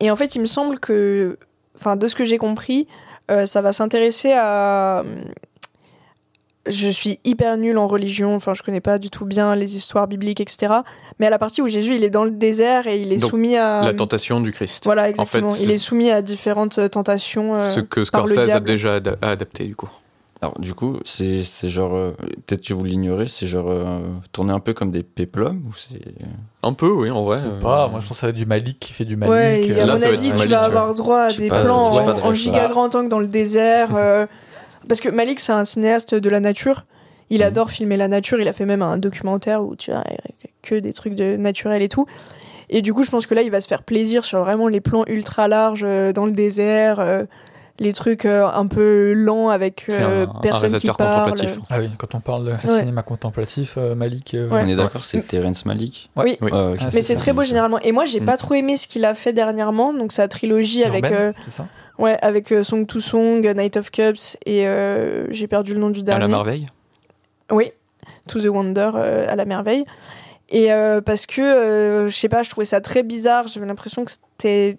S3: et en fait, il me semble que, enfin, de ce que j'ai compris, euh, ça va s'intéresser à. Je suis hyper nulle en religion, enfin, je connais pas du tout bien les histoires bibliques, etc. Mais à la partie où Jésus, il est dans le désert et il est
S4: Donc,
S3: soumis à.
S4: euh, La tentation du Christ.
S3: Voilà, exactement.
S4: fait,
S3: il
S4: c'est-
S3: est soumis à différentes tentations. euh,
S4: Ce que
S3: par le
S4: Scorsese a
S3: diable.
S4: déjà ad- a adapté, du coup.
S2: Alors, du coup, c'est c'est genre. euh, Peut-être que vous l'ignorez, c'est genre. euh, tourner un peu comme des péplums ou c'est.
S4: Un peu, oui, en vrai.
S1: Je sais
S4: euh,
S1: Pas, Ah, moi je pense que ça va être du Malik qui fait du Malik.
S3: Ouais, et à
S1: euh,
S4: là,
S3: mon
S4: ça va
S3: avis,
S4: être
S3: tu
S4: Malik,
S3: vas
S4: ouais.
S3: avoir droit à
S2: Je sais
S3: des
S2: pas,
S3: plans
S2: je sais pas
S3: en,
S2: de
S3: en
S2: référence.
S3: giga grand angle dans le désert. euh, parce que Malik, c'est un cinéaste de la nature. Il
S2: Mhm.
S3: adore filmer la nature. Il a fait même un documentaire où tu as que des trucs de naturel et tout. Et du coup, je pense que là, il va se faire plaisir sur vraiment les plans ultra larges euh, dans le désert, euh, les trucs euh, un peu lents avec
S1: C'est
S3: euh,
S1: un- un
S4: un
S3: personne qui
S4: réalisateur
S3: parle.
S4: contemplatif.
S1: Ah oui, quand on parle de
S3: Ouais.
S1: cinéma contemplatif, euh, Malik. euh,
S3: Ouais.
S2: On est d'accord, c'est Terence Malik
S1: Ouais.
S3: Oui.
S4: Oui.
S2: Ouais, ok.
S1: Ah,
S3: Mais c'est
S1: ça,
S3: très beau
S2: ça.
S3: généralement. Et moi, j'ai
S4: Mhm.
S3: pas trop aimé ce qu'il a fait dernièrement, donc sa trilogie avec.
S1: Urbaine,
S3: euh,
S1: c'est ça
S3: Ouais, avec euh, Song to Song, euh, Night of Cups et euh, j'ai perdu le nom du
S4: à
S3: dernier.
S4: la merveille.
S3: Oui, To the Wonder euh, à la merveille. Et euh, parce que, euh, je sais pas, je trouvais ça très bizarre. J'avais l'impression que c'était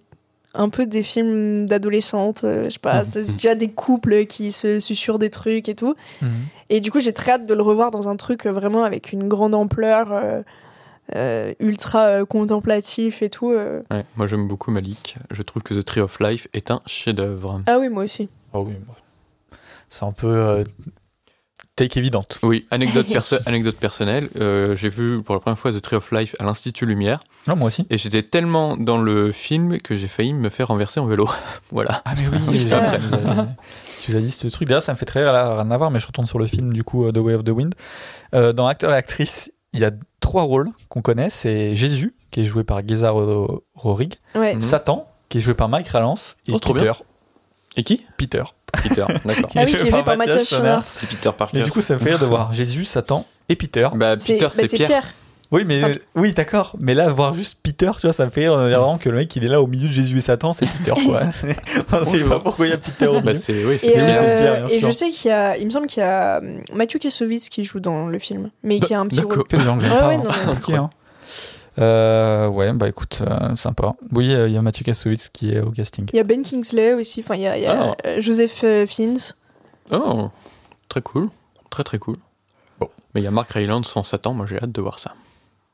S3: un peu des films d'adolescentes, euh, je sais pas, de- tu as des couples qui se susurrent des trucs et tout.
S1: Mhm.
S3: Et du coup, j'ai très hâte de le revoir dans un truc euh, vraiment avec une grande ampleur, euh, euh, ultra euh, contemplatif et tout. euh.
S4: Ouais, moi, j'aime beaucoup Malik. Je trouve que The Tree of Life est un chef-d'œuvre.
S3: Ah oui, moi aussi.
S1: Ah oui, moi. C'est un peu. euh, take évidente.
S4: Oui, anecdote, perso- anecdote personnelle. euh, j'ai vu pour la première fois The Tree of Life à l'Institut Lumière.
S1: Non, moi aussi.
S4: Et j'étais tellement dans le film que j'ai failli me faire renverser en vélo. voilà.
S1: Ah, mais oui,
S4: Oui,
S1: j'avais-
S4: ouais.
S1: j'avais- j'avais- tu nous as dit ce truc. D'ailleurs, ça me fait très rire, là, rien à voir, mais je retourne sur le film du coup euh, The Way of the Wind. Euh, dans acteur et actrice, il y a trois rôles qu'on connaît c'est Jésus, qui est joué par Geza Ro- Rorig,
S3: Ouais.
S4: Mhm.
S1: Satan, qui est joué par Mike Rallance, et
S4: Oh, trop
S1: Peter.
S4: Et qui
S1: Peter.
S4: Peter, d'accord.
S3: Ah oui, qui est fait par Mathias Schoenaerts.
S2: C'est Peter
S1: Et
S2: Parker.
S1: du coup, ça me fait rire de voir Jésus, Satan et Peter.
S4: Bah, Peter,
S3: bah,
S4: c'est Pierre.
S1: Oui, mais
S3: Simple.
S1: oui, d'accord. Mais là, voir juste Peter, tu vois, ça me fait rire on dirait vraiment que le mec, il est là au milieu de Jésus et Satan, c'est Peter, quoi. on sait
S4: Bonjour.
S1: pas pourquoi il y a Peter au
S4: Bah,
S1: milieu.
S4: c'est, oui, c'est
S3: Et,
S1: Oui,
S4: Pierre.
S1: c'est Pierre,
S3: euh,
S1: bien
S3: et
S1: sûr.
S3: je sais qu'il y a, il me semble qu'il y a euh, Mathieu Kassovitz qui joue dans le film, mais qui a un petit rôle.
S1: Que des gens que j'aime
S3: Ouais,
S1: pas,
S3: Ah ouais,
S1: hein.
S3: non, mais-
S1: Ok, hein. Euh, ouais, bah écoute, euh, sympa. Oui, euh, il y a Mathieu Kassovitz qui est au casting.
S3: Il y a Ben Kingsley aussi, enfin il y a, il y a,
S4: Ah.
S3: euh, Joseph euh, Fiennes.
S4: Oh, très cool. Très, très cool.
S1: Bon.
S4: Mais il y a Mark Rylance sans Satan. Moi, j'ai hâte de voir ça.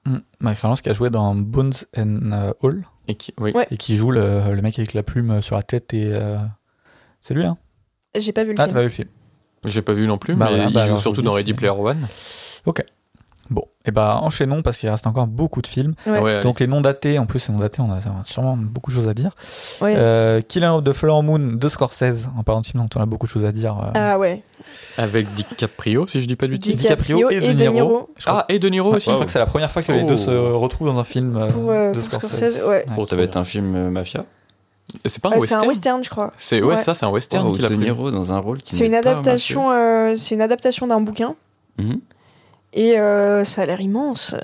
S1: Hmm. Mike Rallance qui a joué dans Bones and euh, All
S4: Et qui, oui.
S3: Ouais.
S1: et qui joue le, le mec avec la plume sur la tête et. euh, C'est lui, hein
S3: J'ai pas vu le
S1: Ah, t'as
S3: film.
S1: pas vu le film.
S4: J'ai pas vu non plus,
S1: Bah,
S4: mais
S1: voilà, bah,
S4: il joue
S1: alors,
S4: surtout
S1: je vous
S4: dans
S1: dis,
S4: Ready
S1: c'est-
S4: Player One.
S1: Bon, et bah enchaînons parce qu'il reste encore beaucoup de films.
S3: Ouais.
S4: Ouais,
S1: Donc les non datés, en plus les non datés, on a on a sûrement beaucoup de choses à dire.
S3: Ouais.
S1: Euh, Killer of the Flower Moon de Scorsese, en parlant de film dont on a beaucoup de choses à dire. euh,
S3: Ah ouais.
S4: avec DiCaprio, si je dis pas de bêtises.
S1: DiCaprio et De Niro. je crois,
S4: Ah, et De Niro
S1: ouais,
S4: aussi.
S1: je crois que c'est la première fois que les
S4: Oh.
S1: deux se retrouvent dans un film euh,
S3: Pour, euh,
S1: de
S3: pour
S1: Scorsese.
S3: Scorsese, ouais.
S1: Ouais.
S4: Oh,
S2: Ça va être un film euh, mafia.
S4: C'est pas un
S3: Ah, c'est
S4: western.
S3: un western, je crois.
S4: C'est ouais,
S3: Ouais.
S4: ça, c'est un western
S1: Oh,
S2: Wow,
S4: qu'il a
S2: De
S4: pris.
S2: Niro dans un rôle qui
S3: C'est une
S2: n'est pas
S3: adaptation, euh, c'est une adaptation d'un bouquin
S2: mafieux. Mhm.
S3: et euh, ça a l'air immense.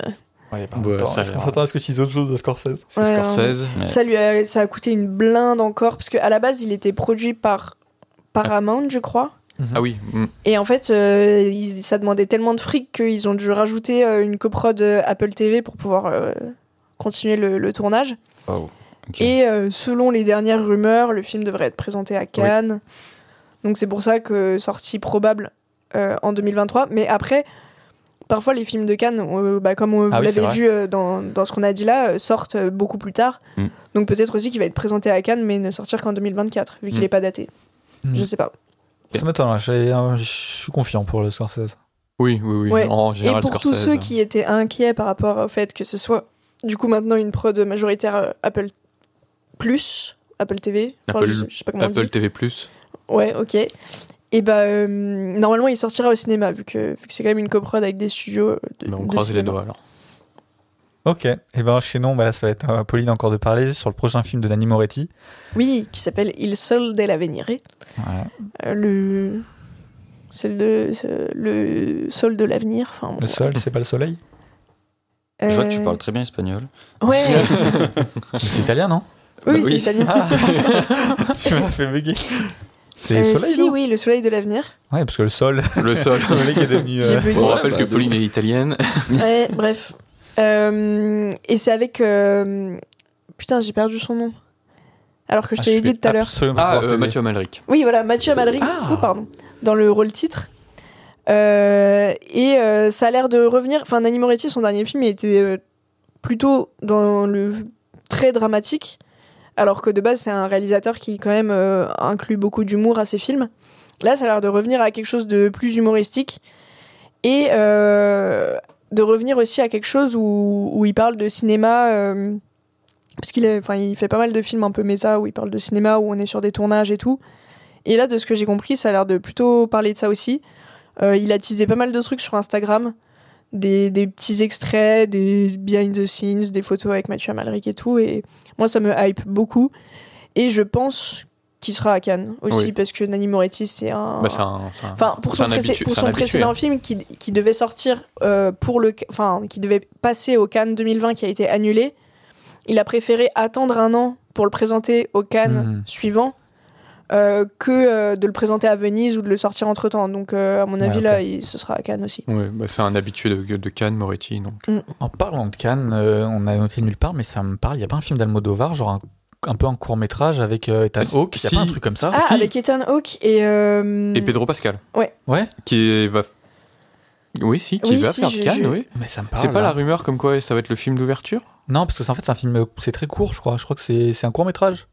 S1: Ouais, bah,
S4: Ouais,
S1: attends,
S4: ça a
S1: est-ce qu'on
S4: l'air.
S1: s'attend à ce que tu dises autre chose de Scorsese
S4: C'est
S3: Ouais,
S4: Scorsese.
S2: Ouais.
S3: Ça lui a, ça a coûté une blinde encore parce qu'à la base il était produit par Paramount, je crois.
S4: Ah oui, mm.
S3: Et en fait, euh, ils- ça demandait tellement de fric qu'ils ont dû rajouter euh, une coprode euh, Apple TV pour pouvoir euh, continuer le, le tournage.
S2: Wow. Ok.
S3: Et euh, selon les dernières rumeurs, le film devrait être présenté à Cannes. Donc c'est pour ça que sortie probable euh, en 2023. Mais après, parfois les films de Cannes, euh, bah, comme on,
S1: Ah
S3: vous
S1: oui, c'est
S3: l'avez
S1: vrai.
S3: vu euh, dans, dans ce qu'on a dit là, euh, sortent euh, beaucoup plus tard.
S2: Mm.
S3: Donc peut-être aussi qu'il va être présenté à Cannes, mais ne sortir qu'en 2024, vu qu'il
S4: Mm.
S3: n'est pas daté.
S1: Mm.
S3: Je sais pas.
S1: Ça m'étonne, j'ai- euh, je suis confiant pour le Scorsese.
S4: oui, oui, oui.
S3: Ouais.
S4: En
S3: Et
S4: général,
S3: pour tous
S4: Scorsese.
S3: ceux qui étaient inquiets par rapport au fait que ce soit du coup maintenant une prod majoritaire euh, Apple Plus, Apple TV, enfin,
S4: Apple-
S3: je, sais, je sais pas comment on
S4: Apple
S3: dit.
S4: TV+.
S3: Ouais, ok. Et bah euh, normalement il sortira au cinéma vu que, vu que c'est quand même une coprod avec des studios. euh, De,
S4: Mais on
S3: de
S4: croise les
S3: cinéma.
S4: doigts alors.
S1: Ok, et ben chez nous, bah, là, ça va être à Pauline encore de parler sur le prochain film de Nanni Moretti.
S3: Oui, qui s'appelle Il Sol dell'Avvenire.
S1: Ouais.
S3: Euh, le c'est le, c'est le sol de l'avenir. Enfin, bon,
S1: Le sol, c'est pas le soleil
S3: euh,
S2: Je vois que tu parles très bien espagnol.
S3: Ouais,
S1: Mais C'est italien, non
S3: oui, c'est
S2: Oui.
S3: italien.
S1: Ah. Tu m'as fait bugger. C'est le
S3: Euh,
S1: soleil,
S3: si,
S1: non
S3: oui, le soleil de l'avenir.
S1: Ouais, parce que le sol,
S4: Le sol.
S1: le mec est devenu.
S3: J'ai
S1: euh,
S3: bugué.
S4: On
S2: Ouais,
S4: rappelle
S2: bah,
S4: que
S2: de
S4: Pauline est italienne.
S3: Ouais, bref. Euh, et c'est avec. euh, Putain, j'ai perdu son nom. Alors que je te l'ai dit tout à l'heure.
S4: Ah, euh, Mathieu Amalric.
S3: Oui, voilà, Mathieu Amalric,
S4: Ah.
S3: oh, pardon, dans le rôle titre. Euh, et euh, ça a l'air de revenir. Enfin, Nanny Moretti, son dernier film, il était euh, plutôt dans le très dramatique, alors que de base, c'est un réalisateur qui, quand même, euh, inclut beaucoup d'humour à ses films. Là, ça a l'air de revenir à quelque chose de plus humoristique et euh, de revenir aussi à quelque chose où, où il parle de cinéma. euh, parce qu'il est- enfin, il fait pas mal de films un peu méta où il parle de cinéma, où on est sur des tournages et tout. Et là, de ce que j'ai compris, ça a l'air de plutôt parler de ça aussi. Euh, il a teasé pas mal de trucs sur Instagram, des, des petits extraits, des behind the scenes, des photos avec Mathieu Amalric et tout. Et moi, ça me hype beaucoup. Et je pense qu'il sera à Cannes aussi,
S4: Oui.
S3: parce que Nanny Moretti, c'est un.
S4: Bah, c'est un, c'est un-
S3: Enfin, pour
S4: c'est
S3: son,
S4: un
S3: précé-
S4: habitu-
S3: pour
S4: c'est un
S3: son
S4: habitué, hein.
S3: précédent film qui, qui devait sortir euh, pour le, enfin, qui devait passer au Cannes 2020 qui a été annulé, il a préféré attendre un an pour le présenter au Cannes
S1: Mhm.
S4: Hmm.
S3: suivant euh, que euh, de le présenter à Venise ou de le sortir entre temps. Donc, euh, à mon avis,
S1: ok.
S3: là, il, ce sera à Cannes aussi.
S4: Ouais, bah, c'est un habitué de, de Cannes, Moretti. Donc.
S1: En parlant de Cannes, euh, on a noté nulle part, mais ça me parle. Il n'y a pas un film d'Almodovar, genre un, un peu un court métrage avec euh, Ethan
S4: Ah, si-
S1: Hawke. Il n'y a
S4: si.
S1: pas un truc comme ça.
S3: Ah,
S4: si.
S3: avec Ethan Hawke et. euh,
S4: Et Pedro Pascal.
S1: Ouais,
S4: Qui va. Oui, si, qui
S3: Oui,
S4: va
S3: si,
S4: faire
S3: je-
S4: Cannes,
S3: je-
S4: oui.
S1: mais ça me parle.
S4: C'est pas la
S1: Ah là.
S4: rumeur comme quoi ça va être le film d'ouverture
S1: Non, parce que c'est en fait c'est un film, euh, c'est très court, je crois. Je crois que c'est c'est un court métrage.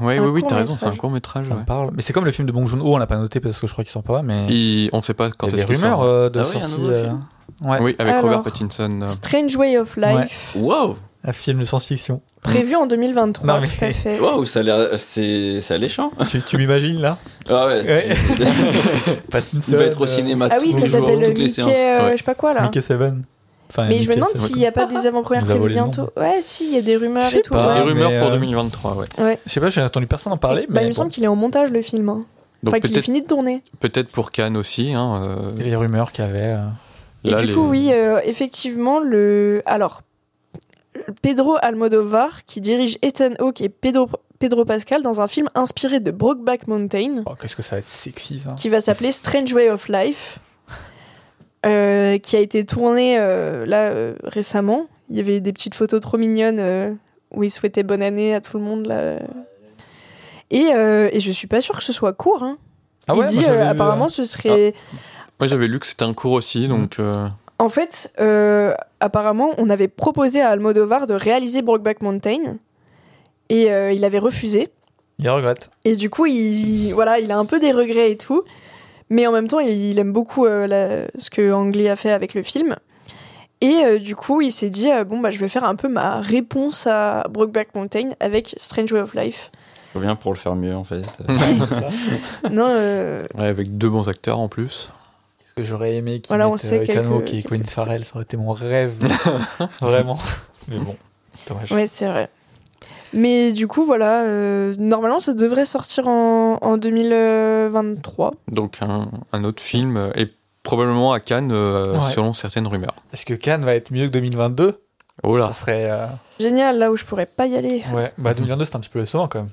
S4: Ouais,
S3: Un
S4: oui, oui, t'as raison, c'est
S3: court-métrage.
S4: un court métrage.
S1: Ça me parle. Mais c'est comme le film de Bong Joon-ho, on l'a pas noté parce que je crois qu'il sort pas, mais il
S4: on sait pas quand
S1: y a des
S4: est-ce qu'il sort.
S1: rumeurs euh, de
S2: Ah oui, un
S1: sortie.
S2: nouveau
S1: euh,
S2: film.
S1: ouais,
S4: Oui, avec
S3: Alors.
S4: Robert Pattinson. euh,
S3: Strange Way of Life,
S2: Wow
S1: un film de science-fiction.
S3: prévu
S4: Hmm.
S3: en 2023,
S1: Non, mais-
S3: tout à fait.
S2: Wow, ça a l'air. C'est c'est alléchant.
S1: tu tu m'imagines là
S2: Ah ouais.
S1: Ouais.
S2: tu-
S1: Pattinson.
S2: Il va être au
S1: euh,
S2: cinéma
S3: Ah oui,
S2: tous
S3: ça
S2: les jours,
S3: s'appelle
S2: toutes les
S3: Mickey,
S2: séances.
S3: euh,
S4: ouais.
S3: je sais pas quoi là.
S1: Mickey Seven. Enfin,
S4: Ah,
S3: Mais je me
S1: Mickey
S3: demande
S1: Seven.
S3: s'il n'y a pas des avant-premières
S1: Nous avons
S3: prévues
S1: les noms.
S3: bientôt. Ouais, si, il y a des rumeurs
S1: Je sais
S3: et tout.
S1: pas.
S4: Des
S3: ouais.
S1: mais,
S4: rumeurs pour
S1: euh,
S4: 2023, ouais.
S3: Ouais.
S1: Je sais pas, j'ai entendu personne en parler,
S3: Bah,
S1: mais
S3: il me
S1: bon,
S3: semble qu'il est en montage le film. hein.
S4: Donc
S3: enfin, qu'il est
S4: peut-être
S3: fini de tourner.
S4: peut-être pour Cannes aussi. Hein, euh,
S1: il y a les rumeurs qu'il y avait. euh,
S3: Et
S4: là,
S3: du
S4: les-
S3: coup, oui, euh, effectivement, le. Alors, Pedro Almodovar, qui dirige Ethan Hawke et Pedro, Pedro Pascal dans un film inspiré de Brokeback Mountain,
S1: Oh, Qu'est-ce que ça va être sexy ça.
S3: qui va s'appeler Strange Way of Life, euh, qui a été tourné euh, là euh, récemment. Il y avait des petites photos trop mignonnes euh, où il souhaitait bonne année à tout le monde. Là. Et, euh, et je suis pas sûre que ce soit court. hein.
S1: Ah ouais,
S3: il
S1: moi,
S3: dit
S1: j'avais
S3: euh,
S1: vu,
S3: apparemment ce serait.
S4: Moi, j'avais lu que c'était un cours aussi,
S3: Mm.
S4: donc. euh,
S1: Ah.
S3: En fait, euh, apparemment, on avait proposé à Almodovar de réaliser Brokeback Mountain et euh, il avait refusé.
S1: Il regrette.
S3: Et du coup, il, voilà, il a un peu des regrets et tout. Mais en même temps, il, il aime beaucoup euh, la- ce que Ang Lee a fait avec le film. Et euh, du coup, il s'est dit, euh, bon, bah, je vais faire un peu ma réponse à Brokeback Mountain avec Strange Way of Life.
S2: Je reviens pour le faire mieux en fait.
S3: non, euh,
S4: ouais, avec deux bons acteurs en plus.
S1: Qu'est-ce que j'aurais aimé qu'il
S3: Voilà, on
S1: mette
S3: sait
S1: euh, Ethan
S3: quelques-
S1: Hawke et
S3: quelques
S1: Colin Farrell, ça aurait été mon rêve. Vraiment. Mais bon, dommage.
S3: ouais, c'est vrai. Mais du coup, voilà, euh, normalement, ça devrait sortir en, en 2023.
S4: Donc, un, un autre film, euh, et probablement à Cannes, euh,
S1: Ouais.
S4: selon certaines rumeurs.
S1: Est-ce que Cannes va être mieux que 2022
S4: Oh là
S1: Ça serait. euh,
S3: Génial, là où je pourrais pas y aller.
S1: Ouais, bah 2022 c'était un petit peu le sauvant quand même.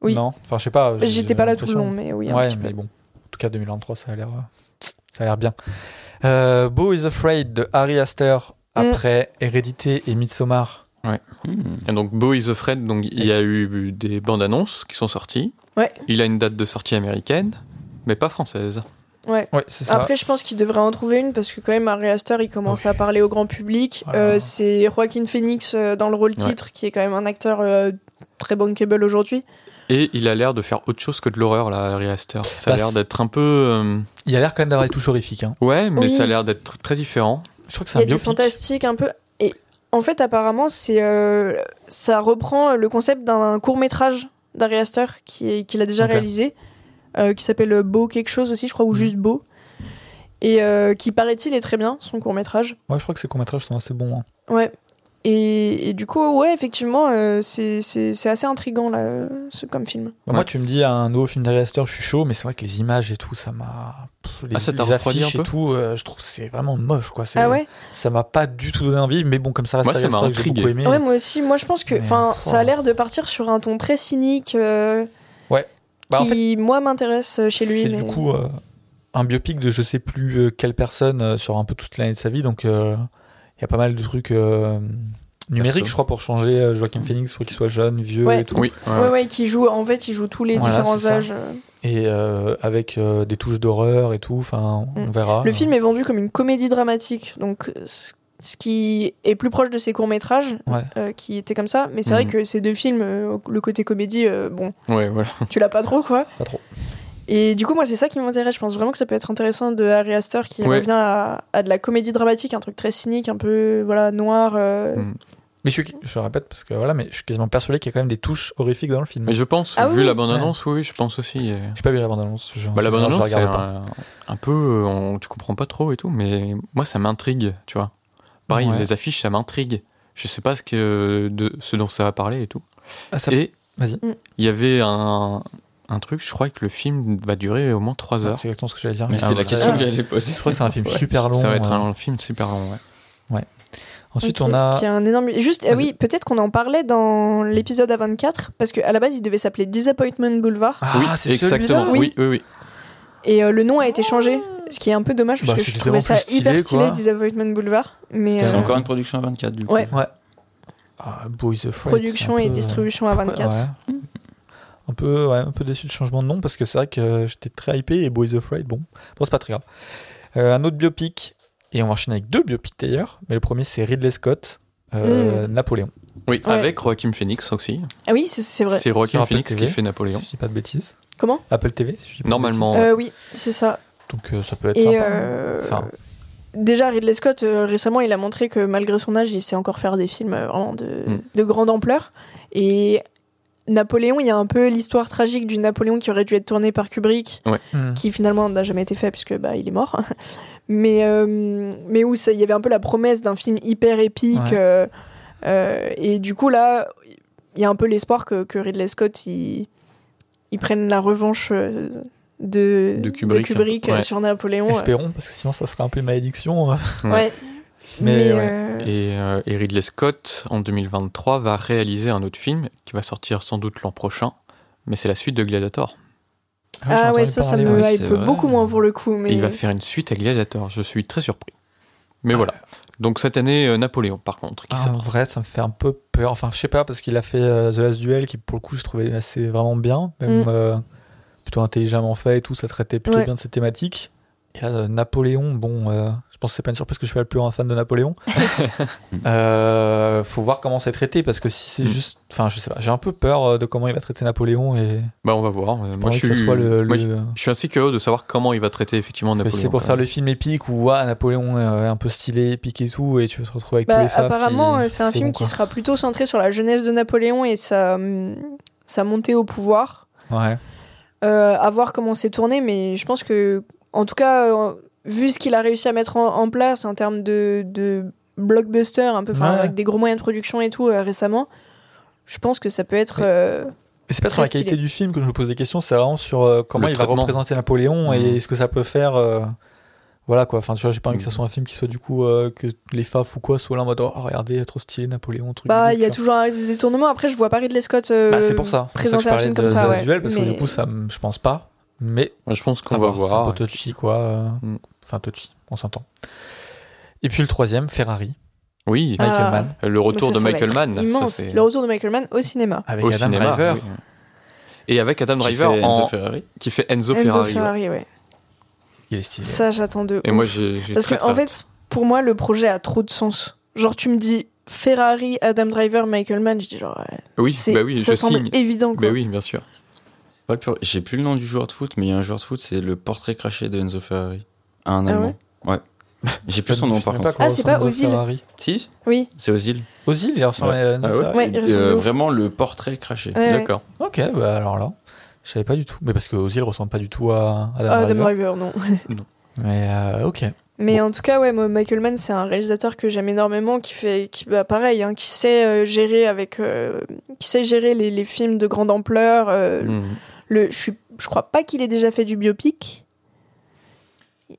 S3: Oui.
S1: Non, enfin je sais pas. j'ai-
S3: J'étais pas
S1: j'ai
S3: là tout le
S1: l'impression.
S3: long, mais oui, un
S1: ouais,
S3: petit peu.
S1: mais bon. En tout cas, 2023, ça a l'air, euh, ça a l'air bien. Euh, Beau is Afraid de Harry Astor
S3: Mm.
S1: après Hérédité et Midsommar.
S2: Hmm.
S4: Et donc, Bo is Afraid, donc, il y a eu des bandes annonces qui sont sorties.
S3: Ouais.
S4: Il a une date de sortie américaine, mais pas française.
S3: Ouais.
S1: Ouais, c'est ça.
S3: Après, je pense qu'il devrait en trouver une parce que, quand même, Harry Astor il commence à parler au grand public.
S1: Voilà.
S3: Euh, c'est Joaquin Phoenix euh, dans le rôle
S4: Ouais.
S3: titre, qui est quand même un acteur euh, très bankable aujourd'hui.
S4: Et il a l'air de faire autre chose que de l'horreur, là, Harry Astor. Ça a
S1: Bah,
S4: l'air
S1: c'est-
S4: d'être un peu. euh,
S1: Il a l'air quand même d'avoir des touches horrifiques. hein.
S4: Ouais, mais
S3: Oui.
S4: ça a l'air d'être très différent.
S1: Je crois que
S3: Il
S1: c'est
S3: y
S1: un
S3: a du
S1: biopic.
S3: fantastique un peu. Et en fait, apparemment, c'est euh, ça reprend le concept d'un court métrage d'Harry Astor qui est- qu'il a déjà
S1: Ok. Mm.
S3: réalisé, euh, qui s'appelle Beau quelque chose aussi, je crois, ou juste Beau. Et euh, qui paraît-il est très bien, son court métrage.
S1: Ouais, je crois que ces courts-métrages sont assez bons. hein.
S3: Ouais. Et, et du coup, ouais, effectivement, euh, c'est c'est- c'est assez intriguant là, euh, ce, comme film.
S1: Bah, Moi,
S4: Ouais.
S1: tu me dis un nouveau film d'Harry Astor, je suis chaud, mais c'est vrai que les images et tout, ça m'a. Pff, Les,
S4: Ah, ça t'a
S1: les
S4: refroidi un
S1: affiches
S4: peu
S1: et tout, euh, je trouve que c'est vraiment moche, quoi. C'est-
S3: Ah ouais,
S1: Ça m'a pas du tout donné envie, mais bon, comme ça reste
S4: Moi, ça
S1: Harry
S4: m'a
S1: Astor que j'ai
S4: intrigué.
S1: beaucoup aimé.
S3: Ah ouais, moi aussi. Moi, je pense que,
S1: Mais,
S3: enfin,
S1: pff,
S3: ça a
S1: ouais.
S3: l'air de partir sur un ton très cynique euh,
S1: Bah, en fait,
S3: qui, moi, m'intéresse euh, chez lui.
S1: C'est
S3: mais-
S1: du coup euh, un biopic de je sais plus euh, quelle personne euh, sur un peu toute l'année de sa vie. Donc euh, Il y a pas mal de trucs euh, numériques,
S4: Perso.
S1: je crois, pour changer euh, Joaquin Phoenix pour qu'il soit jeune, vieux
S3: Ouais.
S1: et tout.
S4: Oui, ouais,
S3: Ouais, ouais, qui joue, en fait, il joue tous les
S1: Voilà, c'est
S3: différents
S1: ça.
S3: âges. euh.
S1: Et euh, avec euh, des touches d'horreur et tout. Enfin, on
S3: Mm.
S1: verra.
S3: Le film est vendu comme une comédie dramatique, donc ce ce qui est plus proche de ses courts-métrages,
S1: Ouais.
S3: euh, qui étaient comme ça. Mais c'est vrai
S4: Mhm.
S3: que ces deux films, euh, le côté comédie, euh, bon,
S4: ouais, voilà.
S3: tu l'as pas trop, quoi.
S1: Pas trop.
S3: Et du coup, moi, c'est ça qui m'intéresse. Je pense vraiment que ça peut être intéressant de Harry Astor qui
S4: Ouais.
S3: revient à, à de la comédie dramatique, un truc très cynique, un peu voilà noir. euh,
S4: Mm.
S1: Mais je, suis, je répète parce que voilà, mais je suis quasiment persuadé qu'il y a quand même des touches horrifiques dans le film.
S4: Mais je pense,
S3: Ah
S4: vu
S3: oui.
S4: la bande-annonce, oui, oui, je pense aussi. euh,
S1: J'ai pas vu la bande-annonce. je-
S4: Bah, la
S1: je- je
S4: bande-annonce, c'est
S1: regardais pas.
S4: un, un peu. euh, on- tu comprends pas trop et tout, mais moi, ça m'intrigue, tu vois. Pareil,
S1: Ouais.
S4: les affiches, ça m'intrigue. Je sais pas ce, que, de, ce dont ça va parler et tout.
S1: Ah, ça-
S4: Et
S1: Vas-y.
S3: Mm.
S4: il y avait un, un truc, je crois que le film va durer au moins 3 heures.
S1: C'est exactement ce que j'allais dire.
S2: Mais
S1: Ah,
S2: c'est la
S1: ça-
S2: question
S3: Ah.
S2: que j'allais poser.
S1: Je crois que c'est un film
S2: Ouais.
S1: super long.
S4: ça va être
S1: euh.
S4: un film super long, ouais.
S1: Ensuite,
S3: qui-
S1: on a.
S3: qui a un énorme. Juste, ah
S1: Vas-y.
S3: oui, peut-être qu'on en parlait dans l'épisode A24, parce qu'à la base, il devait s'appeler Disappointment Boulevard,
S1: Ah, c'est
S4: exactement.
S1: celui-là
S4: Oui, oui, oui.
S3: et euh, le nom a été changé,
S1: Ah.
S3: ce qui est un peu dommage, parce
S1: Bah,
S3: que
S1: c'était
S3: je trouvais ça
S1: tellement plus
S3: hyper
S1: stylé,
S3: stylé,
S1: quoi.
S3: Disappointment Boulevard. Mais
S2: C'est
S3: euh,
S2: encore une production à 24 du coup.
S3: Ouais.
S1: Ah, Boy the Fright,
S3: production
S1: c'est un
S3: et
S1: peu, euh,
S3: distribution A24.
S1: ouais. Un peu, ouais, un peu déçu de changement de nom parce que c'est vrai que euh, j'étais très hypé et Boys of Fright, bon, bon c'est pas très grave. Euh, un autre biopic, et on va enchaîner avec deux biopics d'ailleurs, mais le premier c'est Ridley Scott, euh,
S3: Mm.
S1: Napoléon,
S4: Oui,
S3: Ouais.
S4: avec Joaquin Phoenix aussi.
S3: Ah oui, c'est- c'est vrai.
S4: C'est Joaquin
S1: Sur Apple
S4: Phoenix qui
S1: TV.
S4: fait Napoléon.
S1: si je dis pas de bêtises.
S3: Comment
S1: Apple TV, si je dis pas de
S4: Normalement.
S1: bêtises.
S3: Euh, oui, c'est ça.
S1: Donc euh, ça peut être
S3: Et
S1: sympa.
S3: euh,
S1: Enfin.
S3: déjà, Ridley Scott, euh, récemment, il a montré que malgré son âge, il sait encore faire des films euh, vraiment de,
S1: Hmm.
S4: Mm.
S3: de grande ampleur. Et Napoléon, il y a un peu l'histoire tragique du Napoléon qui aurait dû être tourné par Kubrick,
S1: Hmm.
S3: qui finalement n'a jamais été fait puisque bah, il est mort. mais, euh, mais où ça- il y avait un peu la promesse d'un film hyper épique.
S1: Ouais.
S3: euh, euh, et du coup, là, il y a un peu l'espoir que, que Ridley Scott, il, il prenne la revanche euh, de,
S4: De Kubrick,
S3: euh,
S4: ouais.
S3: sur Napoléon. euh.
S1: Espérons, parce que sinon ça serait un peu une malédiction. euh.
S4: Ouais.
S3: Ouais.
S1: Mais
S3: Mais,
S1: ouais.
S3: euh,
S4: Et, euh, et Ridley Scott, en 2023, va réaliser un autre film qui va sortir sans doute l'an prochain, mais c'est la suite de Gladiator.
S1: j'en ai
S3: ah ouais,
S1: entendu
S3: ça, ça
S1: parler,
S3: me
S1: ouais.
S2: ouais,
S3: hype
S2: c'est vrai.
S3: beaucoup moins pour le coup. Mais
S4: Et il va faire une suite à Gladiator, je suis très surpris. Mais
S1: Ah.
S4: voilà. Donc cette année, euh, Napoléon, par contre, qui
S1: Ah, en
S4: sort.
S1: vrai, ça me fait un peu peur. Enfin, je sais pas, parce qu'il a fait euh, The Last Duel, qui pour le coup, je trouvais assez vraiment bien, même
S3: Mm.
S1: euh, plutôt intelligemment fait et tout, ça traitait plutôt
S3: Ouais.
S1: bien de ses thématiques. Et là, euh, Napoléon, bon, euh, je pense que c'est pas une surprise que je suis pas le plus grand fan de Napoléon. euh, faut voir comment c'est traité, parce que si c'est
S4: Mm.
S1: juste. Enfin, je sais pas, j'ai un peu peur euh, de comment il va traiter Napoléon et
S4: Bah on va voir. Euh,
S1: j'ai pas
S4: moi,
S1: envie
S4: je
S1: que
S4: suis...
S1: ça soit le.
S4: moi,
S1: le-
S4: je- je suis assez curieux de savoir comment il va traiter effectivement
S1: parce que
S4: Napoléon.
S1: si c'est pour
S4: quoi.
S1: faire le film épique où ouah, Napoléon euh, un peu stylé, épique et tout, et tu vas te retrouver avec
S3: bah,
S1: tous les faves
S3: apparemment,
S1: qui-
S3: euh, c'est un film
S1: bon,
S3: qui
S1: quoi.
S3: sera plutôt centré sur la jeunesse de Napoléon et sa, hum, sa montée au pouvoir.
S1: Ouais.
S3: Euh, à voir comment c'est tourné, mais je pense que, en tout cas, euh, vu ce qu'il a réussi à mettre en, en place en termes de, de blockbuster, un peu, 'fin,
S1: Ouais.
S3: avec des gros moyens de production et tout euh, récemment, je pense que ça peut être. euh,
S1: Et C'est pas
S3: Très
S1: sur la qualité
S3: stylé.
S1: du film que je me pose des questions, c'est vraiment sur euh, comment
S4: Le
S1: il va
S4: traitement.
S1: représenter Napoléon
S4: Mhm.
S1: et ce que ça peut faire. euh, voilà quoi, enfin tu vois, j'ai pas envie que ça
S4: Mhm.
S1: soit un film qui soit du coup euh, que les faf ou quoi soient là en mode oh regardez, trop stylé Napoléon, truc.
S3: bah, il
S1: bidule,
S3: y a
S1: tu vois.
S3: toujours un détournement. Après, je vois pas Ridley Scott. euh,
S1: Bah, c'est pour ça, c'est pour ça que
S3: présenter
S1: je
S3: un
S1: parlais
S3: film
S1: de
S3: comme ça,
S1: The
S3: ouais.
S1: Duel parce que
S3: Mais-
S1: du coup ça me- je pense pas, mais
S4: Je pense qu'on
S1: à
S4: va
S1: c'est
S4: voir.
S1: un peu touchy quoi. euh,
S4: Mhm.
S1: Enfin touchy, on s'entend. Et puis le troisième, Ferrari,
S4: Oui,
S3: Ah.
S1: Michael Mann,
S4: le retour
S3: Mais
S4: de
S3: ça, ça va
S4: Michael
S3: être
S4: Mann. ça,
S3: immense.
S4: c'est-
S3: Le retour de Michael Mann au cinéma.
S1: avec
S4: au
S1: Adam
S4: cinéma,
S1: Driver.
S4: oui. Et avec Adam Driver
S2: Qui fait
S4: en-
S2: Enzo Ferrari.
S4: qui fait Enzo,
S3: Enzo
S4: Ferrari. ouais.
S3: Ferrari, ouais.
S1: Il est stylé.
S3: Ça, j'attends de.
S4: Et
S3: ouf.
S4: moi, j'ai j'ai
S3: Parce
S4: très,
S3: que, en
S4: très
S3: fait, pour moi, le projet a trop de sens. Genre, tu me dis Ferrari, Adam Driver, Michael Mann, je dis genre, ouais,
S4: hâte. oui,
S3: c'est-
S4: bah oui,
S3: ça
S4: je
S3: semble
S4: signe.
S3: évident quoi.
S4: Bah oui, bien sûr.
S2: C'est pas le plus- J'ai plus le nom du joueur de foot, mais il y a un joueur de foot, c'est le portrait craché de Enzo Ferrari. Un
S3: Ah
S2: Allemand. ouais. J'ai plus son nom par contre.
S3: Ah, c'est pas Ozil.
S2: Si,
S3: Oui,
S2: c'est Ozil.
S1: Ozil, il ressemble
S2: Ouais.
S1: à Enzo
S4: Ah ouais
S1: Ferrari.
S3: Ouais, il
S2: Euh,
S3: ressemble de ouf.
S2: vraiment le portrait craché.
S3: ouais, ouais.
S4: D'accord.
S1: Ok, bah alors là, je savais pas du tout. Mais parce que Ozil ressemble pas du tout à Adam
S3: Ah, Adam
S1: Driver.
S3: Driver, non.
S1: Mais euh, ok.
S3: Mais en tout cas, ouais, moi, Michael Mann, c'est un réalisateur que j'aime énormément, qui fait, qui, bah, pareil, hein, qui sait euh, gérer avec, euh, qui sait gérer les, les films de grande ampleur. euh,
S4: Mm.
S3: le, je suis, je crois pas qu'il ait déjà fait du biopic.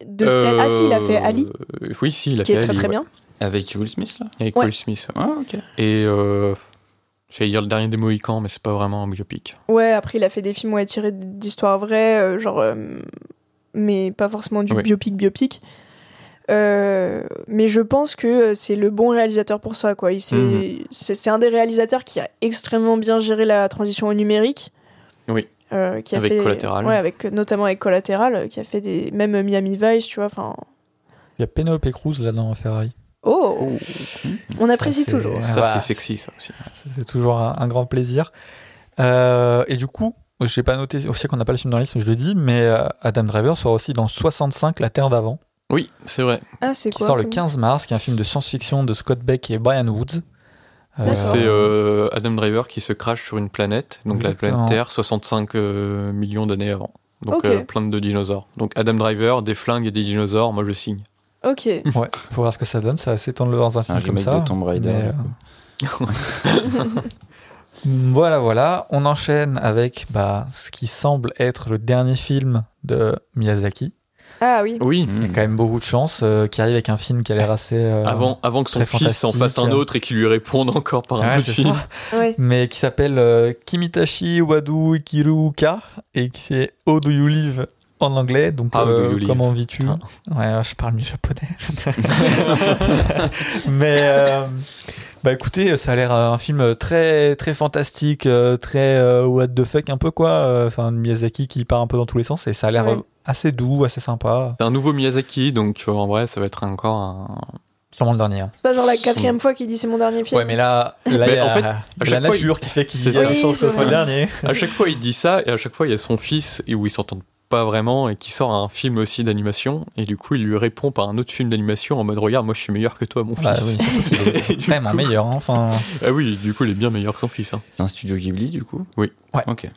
S3: De
S4: Euh,
S3: tête- Ah si, il a fait Ali,
S4: euh, Oui, si, il a
S3: qui
S4: fait
S3: est très
S4: Ali,
S3: très
S4: ouais.
S3: bien.
S2: Avec Will Smith là
S4: Avec
S3: Ouais.
S4: Will Smith. ouais.
S2: Ah, ok.
S4: Et euh, j'allais dire le dernier des Mohicans, mais c'est pas vraiment un biopic.
S3: Ouais, après, il a fait des films ouais, tirés d'histoires vraies, euh, genre. euh, mais pas forcément du
S4: Ouais.
S3: biopic-biopic. Euh, mais je pense que c'est le bon réalisateur pour ça. quoi. Il s'est-
S4: Mhm.
S3: C'est c'est un des réalisateurs qui a extrêmement bien géré la transition au numérique.
S4: Oui.
S3: Euh, qui a
S4: Avec
S3: fait-
S4: Collateral.
S3: Ouais, avec, notamment avec Collateral, euh, qui a fait des. Même euh, Miami Vice, tu vois. Enfin.
S1: Il y a Penelope Cruz là dans Ferrari.
S3: Oh, On apprécie
S1: c'est-
S3: toujours.
S1: Ah
S4: Ça,
S1: bah,
S4: c'est sexy, ça aussi.
S1: C'est toujours un, un grand plaisir. Euh, et du coup, j'ai pas noté aussi qu'on n'a pas le film dans la liste, mais je le dis, mais euh, Adam Driver sera aussi dans 65, La Terre d'avant,
S4: Oui, c'est vrai.
S3: Ah, c'est
S1: qui
S3: quoi
S1: sort le
S3: comme-
S1: 15 mars, qui est un film de science-fiction de Scott Beck et Brian Woods. Euh,
S3: D'accord.
S4: C'est euh, Adam Driver qui se crache sur une planète, donc
S1: Exactement.
S4: la planète Terre, 65 euh, millions d'années avant. Donc
S3: Ok.
S4: euh, plein de dinosaures. Donc Adam Driver, des flingues et des dinosaures, moi je signe.
S3: Ok.
S1: Ouais, faut voir ce que ça donne, ça s'étend dans un
S2: C'est un
S1: film Bah, comme
S2: remake
S1: ça.
S2: de Tomb Raider.
S1: mais,
S2: du coup.
S1: Voilà, voilà. On enchaîne avec bah, ce qui semble être le dernier film de Miyazaki.
S3: Ah oui.
S4: Oui.
S1: Il
S2: Hmm.
S1: y a quand même beaucoup de chance, euh, qui arrive avec un film qui a l'air assez. euh,
S4: Avant, avant que son
S1: très
S4: fils en fasse un
S1: fantastique.
S4: autre et qu'il lui réponde encore par un
S1: Ouais,
S4: autre
S1: c'est
S4: film.
S1: ça.
S3: Ouais.
S1: Mais qui s'appelle euh, Kimitashi Wadu Ikiruka et qui c'est How Do You Live en anglais. Donc,
S4: Ah, How Do
S1: euh,
S4: You Live.
S1: comment vis-tu
S4: Ah.
S1: Ouais, je parle mieux japonais. Mais euh, bah écoutez, ça a l'air euh, un film très très fantastique, euh, très euh, what the fuck un peu quoi. Euh, Enfin, Miyazaki qui part un peu dans tous les sens et ça a l'air
S3: Ouais.
S1: euh, assez doux, assez sympa.
S4: C'est un nouveau Miyazaki, donc tu vois, en vrai, ça va être encore un.
S1: Sûrement le dernier. hein.
S3: C'est pas genre la quatrième fois qu'il dit c'est mon dernier film.
S1: Ouais, mais là, là
S4: Mais
S1: il y a,
S4: en fait,
S1: il y a la
S4: chaque fois, il-
S1: nature qui fait qu'il
S4: C'est
S1: y a la
S3: ça.
S1: chance que ce
S3: Oui,
S1: soit le
S3: c'est vrai.
S1: dernier.
S4: À chaque fois, il dit ça, et à chaque fois, il y a son fils, et où ils s'entendent pas vraiment, et qui sort un film aussi d'animation, et du coup, il lui répond par un autre film d'animation en mode Regarde, moi je suis meilleur que toi, mon fils.
S1: Bah oui, surtout qu'il est
S4: Et du
S1: quand même un
S4: coup-
S1: meilleur, hein, enfin.
S4: Ah oui, du coup, il est bien meilleur que son fils. hein.
S2: C'est un studio Ghibli, du coup
S4: Oui.
S1: Ouais.
S2: Ok.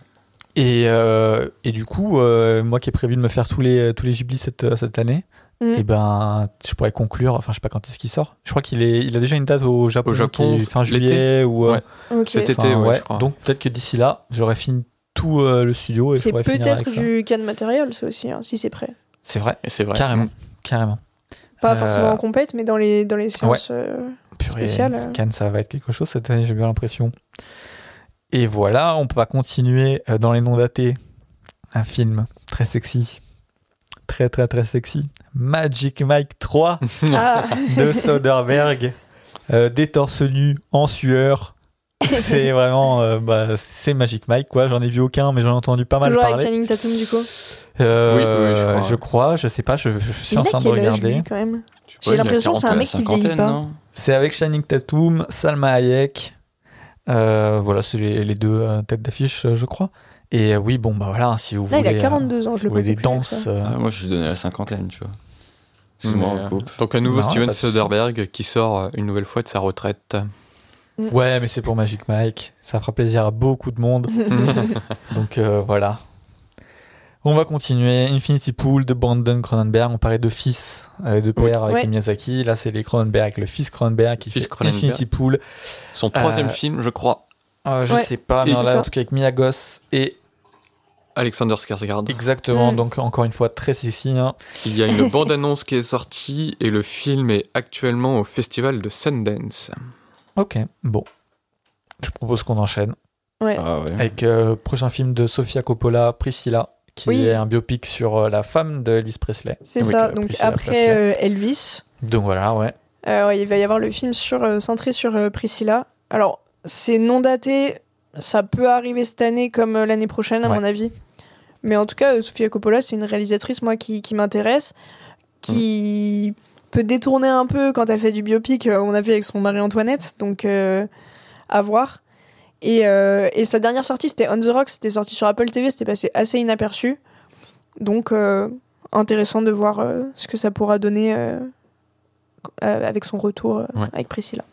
S1: Et, euh, et du coup, euh, moi qui ai prévu de me faire tous les, tous les Ghibli cette, euh, cette année,
S3: Mm.
S1: et ben, je pourrais conclure, enfin je sais pas quand est-ce qu'il sort. Je crois qu'il est, il a déjà une date au Japon,
S4: Au Japon,
S1: qui est fin
S4: l'été.
S1: juillet ou... euh,
S4: Ouais.
S3: Ok.
S4: C'était-
S1: enfin,
S4: Été, ouais, je crois.
S1: Donc peut-être que d'ici là, j'aurai fini tout euh, le studio et je
S3: C'est
S1: pourrais finir avec
S3: peut-être
S1: ça.
S3: du can matériel, ça aussi, hein, si c'est prêt.
S1: C'est vrai, Mm.
S4: Et c'est vrai.
S1: carrément, carrément.
S3: Pas
S1: Euh,
S3: forcément en compète, mais dans les, dans les séances. euh,
S1: Purée,
S3: Spécial, euh.
S1: Cannes, ça va être quelque chose cette année, j'ai bien l'impression. Et voilà, on va continuer euh, dans les noms datés. Un film très sexy. Très, très, très sexy. Magic Mike 3
S3: Ah,
S1: de Soderbergh. Euh, des torses nus en sueur. C'est vraiment. euh, bah, c'est Magic Mike, quoi. J'en ai vu aucun, mais j'en ai entendu pas mal
S3: toujours avec
S1: parler.
S3: Channing Tatum, du coup.
S1: Euh,
S4: Oui, oui, je crois.
S1: je crois, je sais pas, je, je suis
S3: Il
S1: en
S3: a
S1: train de
S3: quel âge,
S1: regarder.
S3: lui, quand même
S2: Tu
S3: J'ai l'impression que c'est un mec qui vieillit pas.
S1: C'est avec Channing Tatum, Salma Hayek. Euh, voilà, c'est les, les deux euh, têtes d'affiche, euh, je crois. Et euh, oui, bon, bah voilà, si vous
S3: Là, il
S1: voulez.
S3: a 42 ans, je
S1: euh, vous
S3: le
S1: voulez
S3: connais
S1: des
S3: plus avec
S1: danses.
S3: ça.
S1: euh,
S2: Ah, moi, je suis donné à la cinquantaine, tu vois.
S4: Mais,
S2: Excuse-moi, on
S4: euh,
S2: coupe.
S4: Donc à nouveau
S1: Non,
S4: Steven
S1: pas de souci.
S4: Soderbergh qui sort euh, une nouvelle fois de sa retraite.
S1: euh, Ouais, mais c'est pour Magic Mike. Ça fera plaisir à beaucoup de monde. Donc euh, voilà. On va continuer. Infinity Pool de Brandon Cronenberg. On parlait de fils, euh, de père avec
S3: Ouais.
S1: Miyazaki. Là, c'est les Cronenberg, le fils Cronenberg qui
S4: Fils
S1: fait
S4: Cronenberg.
S1: Infinity Pool.
S4: Son troisième
S1: Euh,
S4: film, je crois,
S1: Euh, je
S3: Ouais.
S1: sais pas, mais
S3: Et c'est
S1: là,
S3: ça.
S1: en tout cas avec Miyagos et
S4: Alexander Skarsgård.
S1: exactement.
S3: Mm.
S1: Donc encore une fois, très sexy. hein.
S4: Il y a une bande-annonce qui est sortie et le film est actuellement au festival de Sundance.
S1: Ok, bon. Je propose qu'on enchaîne
S3: Ouais.
S2: Ah ouais.
S1: avec euh, le prochain film de Sofia Coppola, Priscilla, qui
S3: Oui.
S1: est un biopic sur euh, la femme de Elvis Presley.
S3: C'est
S1: Avec,
S3: ça.
S1: euh,
S3: Donc
S1: Priscilla
S3: après
S1: Presley.
S3: euh, Elvis,
S1: Donc voilà, ouais.
S3: euh, ouais, il va y avoir le film sur, euh, centré sur euh, Priscilla. Alors, c'est non daté. Ça peut arriver cette année comme euh, l'année prochaine, à
S1: Ouais.
S3: mon avis. Mais en tout cas, euh, Sofia Coppola, c'est une réalisatrice, moi, qui, qui m'intéresse, qui peut détourner un peu quand elle fait du biopic. euh, on a vu avec son mari Antoinette, donc euh, à voir. Et, euh, et sa dernière sortie, c'était On the Rock, c'était sorti sur Apple TV, c'était passé assez inaperçu. Donc, euh, intéressant de voir euh, ce que ça pourra donner euh, euh, avec son retour euh,
S4: Ouais.
S3: avec Priscilla.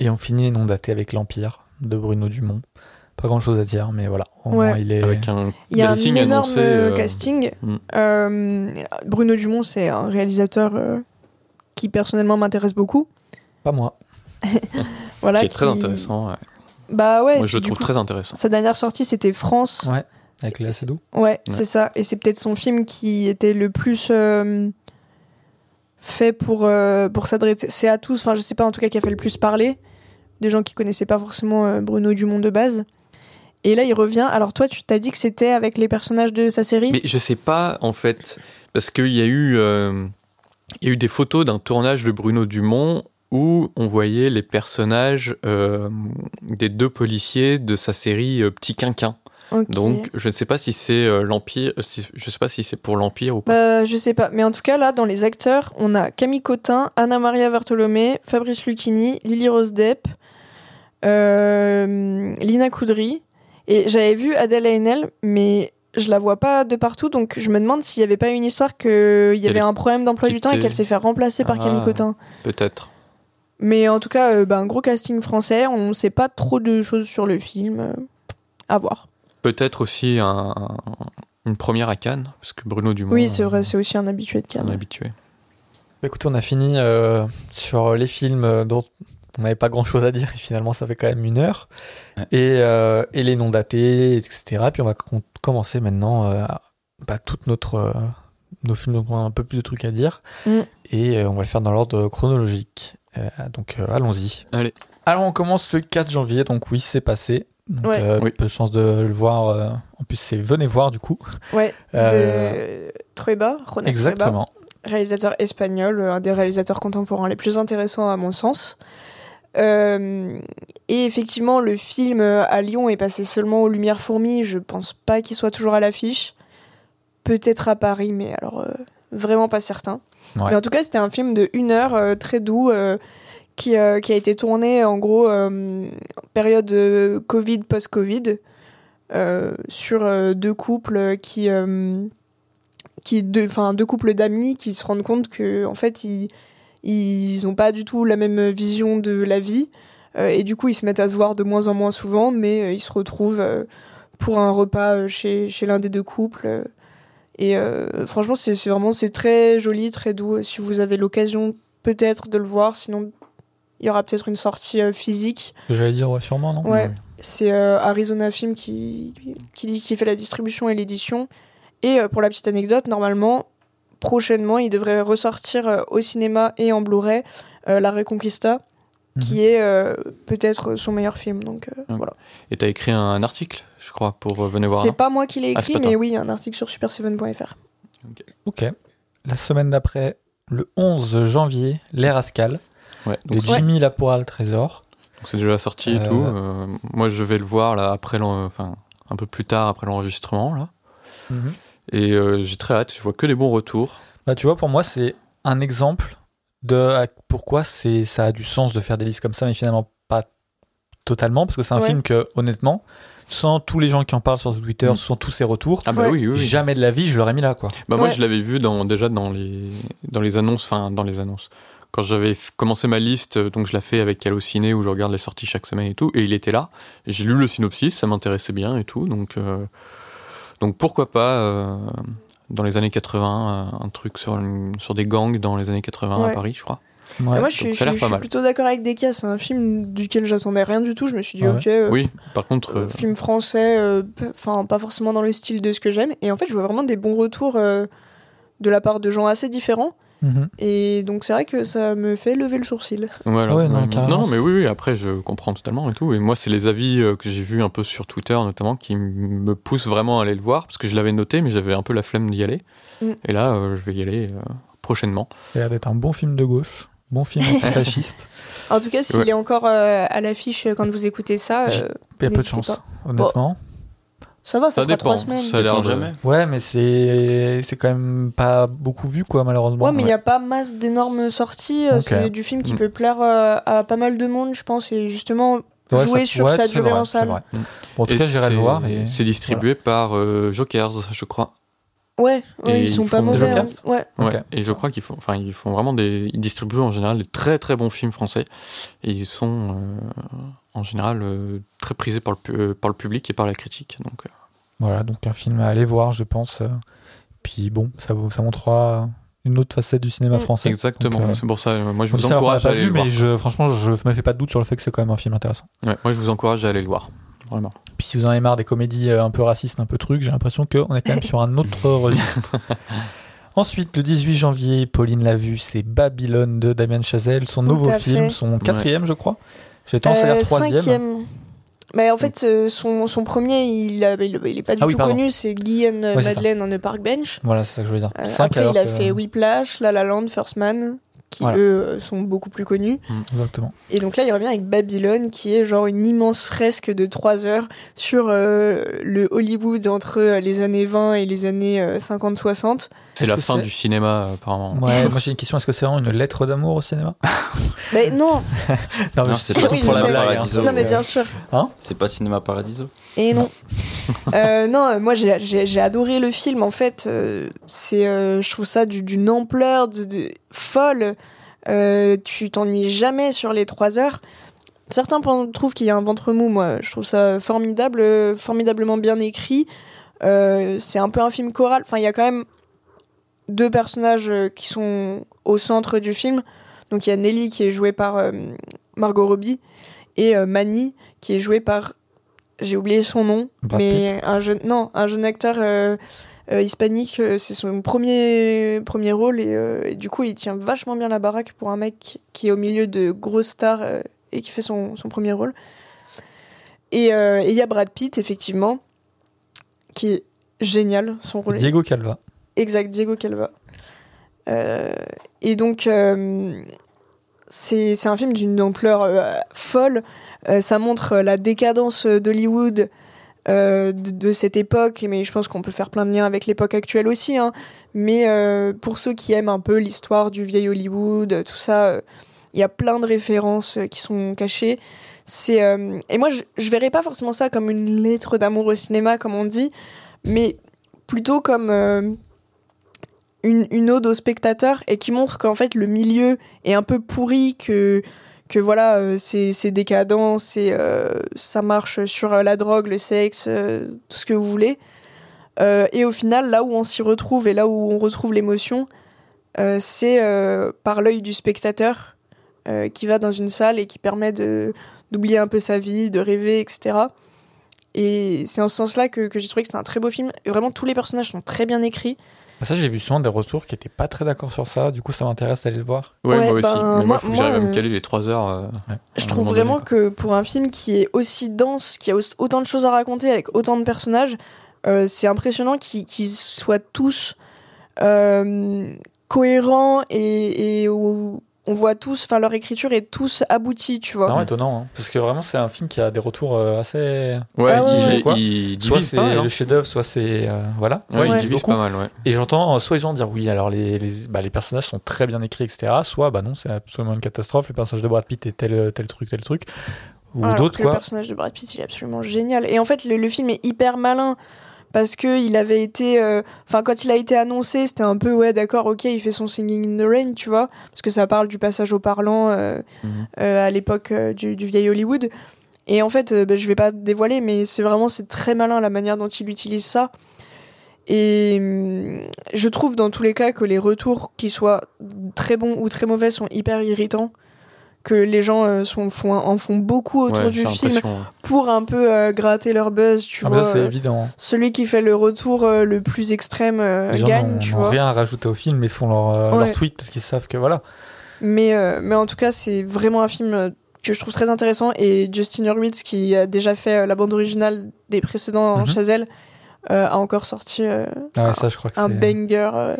S1: Et on finit les non datés avec L'Empire de Bruno Dumont. Pas grand chose à dire, mais voilà. Au
S3: Ouais.
S1: moins, il est.
S4: Avec un
S3: Il y a un
S4: casting
S3: énorme
S4: annoncé.
S3: euh,
S4: euh,
S3: casting.
S4: Mm.
S3: Euh, Bruno Dumont, c'est un réalisateur euh, qui personnellement m'intéresse beaucoup.
S1: Pas moi.
S3: Voilà,
S4: qui est très intéressant. ouais.
S3: Bah ouais.
S4: Moi, je
S3: qui,
S4: le
S3: du
S4: trouve
S3: coup,
S4: très intéressant.
S3: Sa dernière sortie, c'était France.
S1: Ouais. Avec Léa Seydoux.
S3: Ouais, c'est ça. Et c'est peut-être son film qui était le plus euh, fait pour, euh, pour s'adresser c'est à tous. Enfin, je sais pas, en tout cas, qui a fait le plus parler. Des gens qui connaissaient pas forcément euh, Bruno Dumont de base. Et là, il revient. Alors, toi, tu t'as dit que c'était avec les personnages de sa série
S4: Mais je sais pas, en fait, parce qu'il y a eu. euh, Il y a eu des photos d'un tournage de Bruno Dumont où on voyait les personnages euh, des deux policiers de sa série euh, Petit Quinquin.
S3: Ok.
S4: Donc je ne sais pas si c'est euh, l'Empire, euh, si- je sais pas si c'est pour l'Empire ou pas.
S3: Bah, je sais pas, mais en tout cas, là, dans les acteurs, on a Camille Cotin, Anna Maria Vertolomé, Fabrice Lucchini, Lily Rose Depp, euh, Lina Coudry. Et j'avais vu Adèle Haenel, mais je la vois pas de partout, donc je me demande s'il y avait pas une histoire qu'il y
S4: Elle
S3: avait
S4: est
S3: un problème d'emploi du temps et
S4: quittée.
S3: qu'elle s'est fait remplacer par
S4: Ah.
S3: Camille Cotin.
S4: Peut-être.
S3: Mais en tout cas, euh, bah, un gros casting français, on sait pas trop de choses sur le film. euh, à voir.
S4: Peut-être aussi un- une première à Cannes, parce que Bruno Dumont euh,
S3: Oui, c'est vrai, c'est aussi un habitué de
S4: est un
S3: Cannes.
S4: habitué.
S1: Bah, écoutez, on a fini euh, sur les films euh, dont on n'avait pas grand chose à dire et finalement ça fait quand même une heure. Et, euh, et les noms datés, etc. Puis on va com- commencer maintenant euh, à- bah, toute notre, euh, nos films dont on a un peu plus de trucs à dire.
S3: Mm.
S1: Et euh, on va le faire dans l'ordre chronologique. Euh, donc euh, allons-y.
S4: Allez.
S1: Alors on commence le 4 janvier, donc oui, c'est passé. Donc,
S3: Ouais.
S1: euh,
S4: Oui.
S1: peu de chance de le voir. euh, en plus, c'est Venez voir du coup.
S3: Ouais,
S1: Euh,
S3: de Trueba, Jonas Trueba.
S1: Exactement.
S3: réalisateur espagnol, euh, un des réalisateurs contemporains les plus intéressants à mon sens. Euh, et effectivement, le film euh, à Lyon est passé seulement aux Lumières Fourmis. Je pense pas qu'il soit toujours à l'affiche. Peut-être à Paris, mais alors euh, vraiment pas certain.
S1: Ouais.
S3: Mais en tout cas, c'était un film de une heure, euh, très doux, euh, qui, euh, qui a été tourné en gros euh, période euh, Covid, post-Covid, euh, sur euh, deux couples qui. euh, qui deux, enfin, deux couples d'amis qui se rendent compte que en fait ils ils ont pas du tout la même vision de la vie Euh, et du coup ils se mettent à se voir de moins en moins souvent mais euh, ils se retrouvent euh, pour un repas euh, chez, chez l'un des deux couples euh. et euh, franchement c'est c'est vraiment c'est très joli très doux si vous avez l'occasion peut-être de le voir sinon il y aura peut-être une sortie euh, physique
S1: J'allais dire ouais, sûrement, non
S3: Ouais. c'est euh, Arizona Film qui, qui, qui fait la distribution et l'édition. Et euh, pour la petite anecdote, normalement, prochainement, il devrait ressortir euh, au cinéma et en Blu-ray euh, La Reconquista,
S1: Mhm.
S3: qui est euh, peut-être son meilleur film. Donc euh,
S4: Ok.
S3: voilà.
S4: Et t'as écrit un article, je crois, pour euh, venez voir.
S3: C'est
S4: un.
S3: pas moi qui l'ai
S4: Ah, c'est
S3: écrit,
S4: pas toi.
S3: mais oui, il y a un article sur super7.fr.
S1: Ok. La semaine d'après, le 11 janvier, Les Rascals,
S4: Ouais,
S1: de
S4: donc
S1: Jimmy Laporal Trésor.
S4: Donc c'est déjà sorti et
S1: Euh,
S4: tout. Euh, moi, je vais le voir là après, l'en- enfin un peu plus tard après l'enregistrement là. Et euh, j'ai très hâte. Je vois que des bons retours.
S1: Bah, tu vois, pour moi, c'est un exemple de à- pourquoi c'est ça a du sens de faire des listes comme ça, mais finalement pas totalement, parce que c'est un
S3: Ouais.
S1: film que, honnêtement, sans tous les gens qui en parlent sur Twitter,
S4: Mm.
S1: sans tous ces retours,
S4: Ah bah
S3: Ouais.
S4: oui, oui, oui.
S1: jamais de la vie je l'aurais mis là, quoi.
S4: Bah moi,
S3: Ouais.
S4: je l'avais vu dans, déjà dans les dans les annonces, enfin dans les annonces. Quand j'avais f- commencé ma liste, euh, donc je la fais avec Allociné où je regarde les sorties chaque semaine et tout, et il était là. J'ai lu le synopsis, ça m'intéressait bien et tout, donc euh, donc pourquoi pas euh, dans les années 80 euh, un truc sur une- sur des gangs dans les années 80 à
S3: Ouais.
S4: Paris, je crois.
S1: Ouais.
S3: Et moi, je suis,
S4: donc ça a l'air
S3: je suis-
S4: pas
S3: je suis
S4: mal.
S3: plutôt d'accord avec Deca, c'est un film duquel j'attendais rien du tout. Je me suis dit,
S1: Ouais.
S3: ok, euh,
S4: Ah Oui, par contre,
S3: Euh,
S4: euh,
S3: film français, euh, p- enfin pas forcément dans le style de ce que j'aime. Et en fait, je vois vraiment des bons retours euh, de la part de gens assez différents.
S1: Mhm.
S3: Et donc c'est vrai que ça me fait lever le sourcil.
S4: Voilà.
S1: Ah ouais, non,
S4: Ouais, euh,
S1: carrément,
S4: non, non,
S1: c'est-
S4: mais oui, oui, après, je comprends totalement et tout. Et moi, c'est les avis euh, que j'ai vus un peu sur Twitter, notamment, qui m- me poussent vraiment à aller le voir, parce que je l'avais noté, mais j'avais un peu la flemme d'y aller.
S3: Mm.
S4: Et là, euh, je vais y aller euh, prochainement.
S1: Ça a l'air d'être un bon film de gauche, bon film antifasciste.
S3: En tout cas, s'il
S4: Ouais.
S3: est encore euh, à l'affiche quand vous écoutez ça,
S1: J-
S3: euh,
S1: Il y a peu de
S3: N'hésitez
S1: chance,
S3: pas.
S1: honnêtement.
S3: ça va, ça,
S4: Ça
S3: fera
S4: dépend.
S3: trois semaines.
S4: Ça a l'air
S2: T'attends
S4: de-
S2: jamais.
S1: Ouais, mais c'est c'est quand même pas beaucoup vu, quoi, malheureusement.
S3: ouais, mais il n'y a pas masse d'énormes sorties. euh,
S1: Ok.
S3: C'est du film qui
S4: Mm.
S3: peut plaire euh, à pas mal de monde, je pense. Et justement,
S1: Ouais,
S3: jouer
S1: ça-
S3: sur
S1: ouais,
S3: sa
S1: c'est
S3: durée
S1: vrai,
S3: en
S1: c'est
S3: salle.
S1: vrai. Bon, en tout
S4: Mm. Et
S1: cas, j'irai le
S4: c'est-
S1: voir. Et...
S4: C'est distribué par euh, Jokers, je crois.
S3: Ouais, ouais,
S4: Et
S3: ils sont
S4: ils
S3: pas
S4: font des
S3: mauvais. hein.
S1: Jokers
S3: Ouais.
S1: Ok.
S4: Ouais. Et je crois qu'ils font, enfin, ils font vraiment des, ils distribuent en général des très très bons films français. Et ils sont euh, en général euh, très prisés par le, pu- euh, par le public et par la critique. Donc, euh,
S1: Voilà, donc un film à aller voir, je pense. euh, Puis bon, ça, vous- ça montrera une auautre facette du cinéma
S3: Mm.
S1: français.
S4: exactement.
S1: Donc, euh,
S4: c'est pour ça. euh, moi, je
S1: on dit
S4: vous
S1: ça, alors qu'on l'a
S4: encourage à
S1: pas
S4: aller
S1: vu,
S4: le voir.
S1: mais je, franchement, je me fais pas de doute sur le fait que c'est quand même un film intéressant.
S4: Ouais, moi, je vous encourage à aller le voir. Vraiment.
S1: Puis si vous en avez marre des comédies euh, un peu racistes, un peu truc, j'ai l'impression qu'on est quand même sur un autre registre. Ensuite, le 18 janvier, Pauline l'a vu, c'est Babylone de Damien Chazelle, son
S3: Tout
S1: nouveau
S3: à
S1: film,
S3: fait.
S1: son quatrième, je crois. J'étais en salaire
S3: Euh,
S1: troisième.
S3: cinquième. Mais en fait, euh, son, son premier, il, a- il, il est pas du
S1: Ah oui,
S3: tout
S1: pardon.
S3: connu, c'est Guyane
S1: Ouais, c'est ça.
S3: Madeleine en The Park Bench.
S1: Voilà, c'est ça que je voulais dire.
S3: Euh,
S1: Cinq,
S3: après,
S1: alors
S3: il a
S1: que-
S3: fait Whiplash, La La Land, First Man, qui
S1: Voilà.
S3: eux euh, sont beaucoup plus connus.
S1: Exactement.
S3: Et donc là, il revient avec Babylone, qui est genre une immense fresque de 3 heures sur euh, le Hollywood entre euh, les années 20 et les années euh, 50-60.
S4: C'est
S1: Est-ce
S4: la
S1: que
S4: fin
S1: c'est-
S4: du cinéma, euh, apparemment.
S1: Ouais, moi j'ai une question est-ce que c'est vraiment une lettre d'amour au cinéma
S3: Mais non,
S1: Non,
S2: Non,
S1: je-
S2: c'est
S3: pas
S1: pour
S3: cinéma
S1: la blague.
S2: paradiso.
S1: hein.
S3: non, mais bien sûr.
S2: C'est pas Cinéma Paradiso
S3: Et non. Euh, non, euh, moi j'ai- j'ai j'ai adoré le film. En fait, euh, c'est, euh, je trouve ça du- d'une ampleur de, de- folle. Euh, tu t'ennuies jamais sur les trois heures. Certains pen- trouvent qu'il y a un ventre mou. Moi, je trouve ça formidable, euh, formidablement bien écrit. Euh, c'est un peu un film choral. Enfin, il y a quand même deux personnages euh, qui sont au centre du film. Donc il y a Nelly qui est jouée par euh, Margot Robbie et euh, Manny qui est joué par j'ai oublié son nom,
S4: Bah,
S1: Brad
S3: mais un jeune non un jeune acteur euh, euh, hispanique. euh, c'est son premier premier rôle et, euh, et du coup il tient vachement bien la baraque pour un mec qui est au milieu de grosses stars euh, et qui fait son, son premier rôle. Et euh, et il y a Brad Pitt effectivement qui est génial son rôle. est
S1: Diego Calva.
S3: Exact, Diego Calva. Euh, et donc, euh, c'est c'est un film d'une ampleur euh, folle. Euh, ça montre euh, la décadence euh, d'Hollywood euh, de, de cette époque, mais je pense qu'on peut faire plein de liens avec l'époque actuelle aussi. hein. Mais euh, pour ceux qui aiment un peu l'histoire du vieil Hollywood, euh, tout ça, euh, il y a plein de références euh, qui sont cachées. C'est euh, et moi, je, je verrais pas forcément ça comme une lettre d'amour au cinéma, comme on dit, mais plutôt comme euh, une, une ode au spectateur et qui montre qu'en fait le milieu est un peu pourri, que, que voilà, euh, c'est c'est décadent, c'est, euh, ça marche sur euh, la drogue, le sexe, euh, tout ce que vous voulez. Euh, et au final, là où on s'y retrouve et là où on retrouve l'émotion, euh, c'est euh, par l'œil du spectateur euh, qui va dans une salle et qui permet de- d'oublier un peu sa vie, de rêver, etc. Et c'est en ce sens-là que, que j'ai trouvé que c'est un très beau film. Et vraiment, tous les personnages sont très bien écrits.
S1: Ça, j'ai vu souvent des retours qui étaient pas très d'accord sur ça. Du coup, ça m'intéresse d'aller le voir.
S4: Ouais,
S3: Ouais,
S4: moi aussi.
S3: ben,
S4: mais
S3: moi-
S4: moi, faut que
S3: moi,
S4: j'arrive à
S3: euh,
S4: me caler les 3 heures. euh,
S1: Ouais.
S3: Je
S4: à un
S3: trouve
S4: moment donné,
S3: vraiment
S4: quoi.
S3: que pour un film qui est aussi dense, qui a aus- autant de choses à raconter avec autant de personnages, euh, c'est impressionnant qu'ils qu'ils soient tous euh, cohérents et, et où on voit tous, enfin leur écriture est tous aboutie, tu vois.
S1: Non, étonnant. hein. Parce que vraiment, c'est un film qui a des retours euh, assez.
S4: Ouais, il-
S3: Ah ouais,
S1: ouais.
S4: il-
S1: Quoi
S4: il
S1: Soit
S4: divise
S1: c'est
S4: pas mal.
S1: le
S4: hein.
S1: chef-d'œuvre, soit c'est. euh, voilà.
S4: Ouais,
S3: Ouais.
S4: il divise
S1: beaucoup.
S4: pas mal, ouais.
S1: Et j'entends euh, soit les gens dire oui, alors les, les, bah, les personnages sont très bien écrits, etc. Soit bah non, c'est absolument une catastrophe. Le personnage de Brad Pitt est tel, tel truc, tel truc. Ou
S3: Alors
S1: d'autres,
S3: que Le
S1: quoi.
S3: personnage de Brad Pitt, il est absolument génial. Et en fait, le, le film est hyper malin parce que il avait été, euh, enfin quand il a été annoncé, c'était un peu ouais, d'accord, ok, il fait son Singing in the Rain, tu vois, parce que ça parle du passage au parlant euh,
S2: Mhm.
S3: euh, à l'époque euh, du, du vieil Hollywood. Et en fait, euh, bah, je vais pas dévoiler, mais c'est vraiment c'est très malin la manière dont il utilise ça. Et hum, je trouve dans tous les cas que les retours, qu'ils soient très bons ou très mauvais, sont hyper irritants. Que les gens euh, sont, font, en font beaucoup autour
S4: Ouais,
S3: du
S4: j'ai
S3: film
S4: l'impression, ouais.
S3: pour un peu euh, gratter leur buzz, tu
S1: Ah, mais
S3: vois.
S1: ça, c'est
S3: euh,
S1: évident.
S3: celui qui fait le retour euh, le plus extrême euh,
S1: Les gens
S3: gagne,
S1: n'ont
S3: tu
S1: n'ont
S3: vois.
S1: rien à rajouter au film, mais font leur, euh,
S3: Ouais.
S1: leur tweet parce qu'ils savent que voilà.
S3: Mais, euh, mais en tout cas, c'est vraiment un film euh, que je trouve très intéressant. Et Justin Hurwitz, qui a déjà fait euh, la bande originale des précédents
S1: Mhm.
S3: Chazelle, euh, a encore sorti euh,
S1: Ah, ça, je crois que
S3: un
S1: c'est-
S3: banger euh,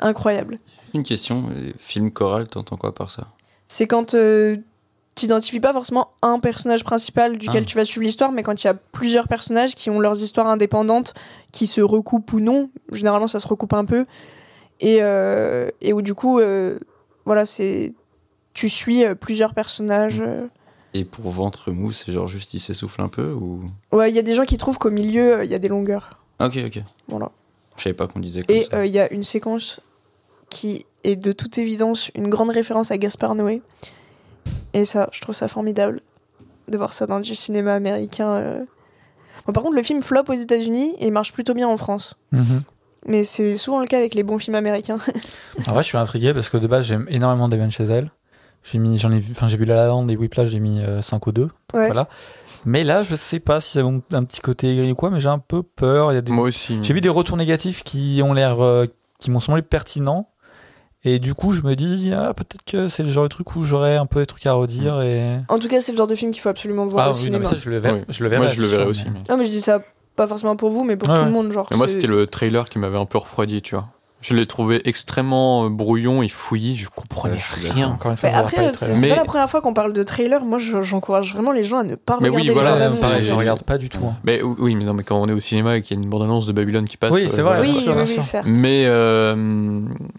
S3: incroyable.
S2: Une question, euh, film choral, t'entends quoi par ça
S3: C'est quand euh, t'identifies pas forcément un personnage principal duquel
S2: Ah.
S3: tu vas suivre l'histoire, mais quand il y a plusieurs personnages qui ont leurs histoires indépendantes, qui se recoupent ou non, généralement ça se recoupe un peu, et, euh, et où du coup, euh, voilà, c'est tu suis euh, plusieurs
S1: Mm.
S3: personnages. euh.
S2: Et pour ventre mou, c'est genre juste il s'essouffle un peu ou
S3: Ouais, il y a des gens qui trouvent qu'au milieu, euh, il y a des longueurs.
S2: Ok, ok.
S3: Voilà.
S2: Je savais pas qu'on disait comme
S3: Et euh, il
S2: ça.
S3: y a une séquence qui est de toute évidence une grande référence à Gaspard Noé. Et ça, je trouve ça formidable de voir ça dans du cinéma américain. euh. Bon, par contre, le film flop aux États-Unis et marche plutôt bien en France.
S1: Mhm.
S3: Mais c'est souvent le cas avec les bons films américains.
S1: En vrai, je suis intrigué parce que de base, j'aime énormément Damien Chazelle. J'ai mis, j'en ai vu, enfin, j'ai vu La La Land et Whiplash, j'ai mis 5 ou 2.
S3: Ouais.
S1: Voilà. Mais là, je sais pas si ça a un un petit côté aigri ou quoi, mais j'ai un peu peur. Il y a des-
S4: Moi aussi.
S1: J'ai vu des retours négatifs qui ont l'air, euh, qui m'ont semblé pertinents. Et du coup, je me dis, ah, peut-être que c'est le genre de truc où j'aurais un peu des trucs à redire. Et...
S3: En tout cas, c'est le genre de film qu'il faut absolument voir
S1: Ah
S3: au
S1: oui, non,
S3: cinéma.
S1: mais ça, je le verrai.
S4: Oui.
S1: Je le verrai,
S4: Moi, je le
S1: c'est
S4: verrai
S1: sûr,
S4: aussi.
S1: mais-
S4: Mais,
S3: Non, mais je dis ça pas forcément pour vous, mais pour
S1: Ouais,
S3: tout
S1: ouais.
S3: le monde. Genre,
S4: mais moi,
S3: c'est-
S4: c'était le trailer qui m'avait un peu refroidi, tu vois. Je l'ai trouvé extrêmement euh, brouillon et fouillis, je comprenais
S2: Ouais, je suis
S4: rien.
S1: Encore une fois,
S3: Mais
S1: je verrai pas
S3: après, euh,
S1: les
S3: c'est
S1: trailers.
S3: c'est
S4: Mais-
S3: pas la première fois qu'on parle de trailer. Moi, je- j'encourage vraiment les gens à ne pas
S4: Mais oui,
S3: regarder
S4: voilà,
S3: les
S1: Ouais,
S3: bandes
S4: mais-
S1: pareil, je
S4: mais-
S1: regarde pas du tout. hein.
S4: Mais ou- oui, mais non, mais quand on est au cinéma et qu'il y a une bande-annonce de Babylone qui passe. euh,
S1: Oui, c'est vrai.
S3: Oui,
S1: Bien
S3: oui,
S1: sûr, bien
S3: oui,
S1: sûr.
S3: certes.
S4: Mais, euh,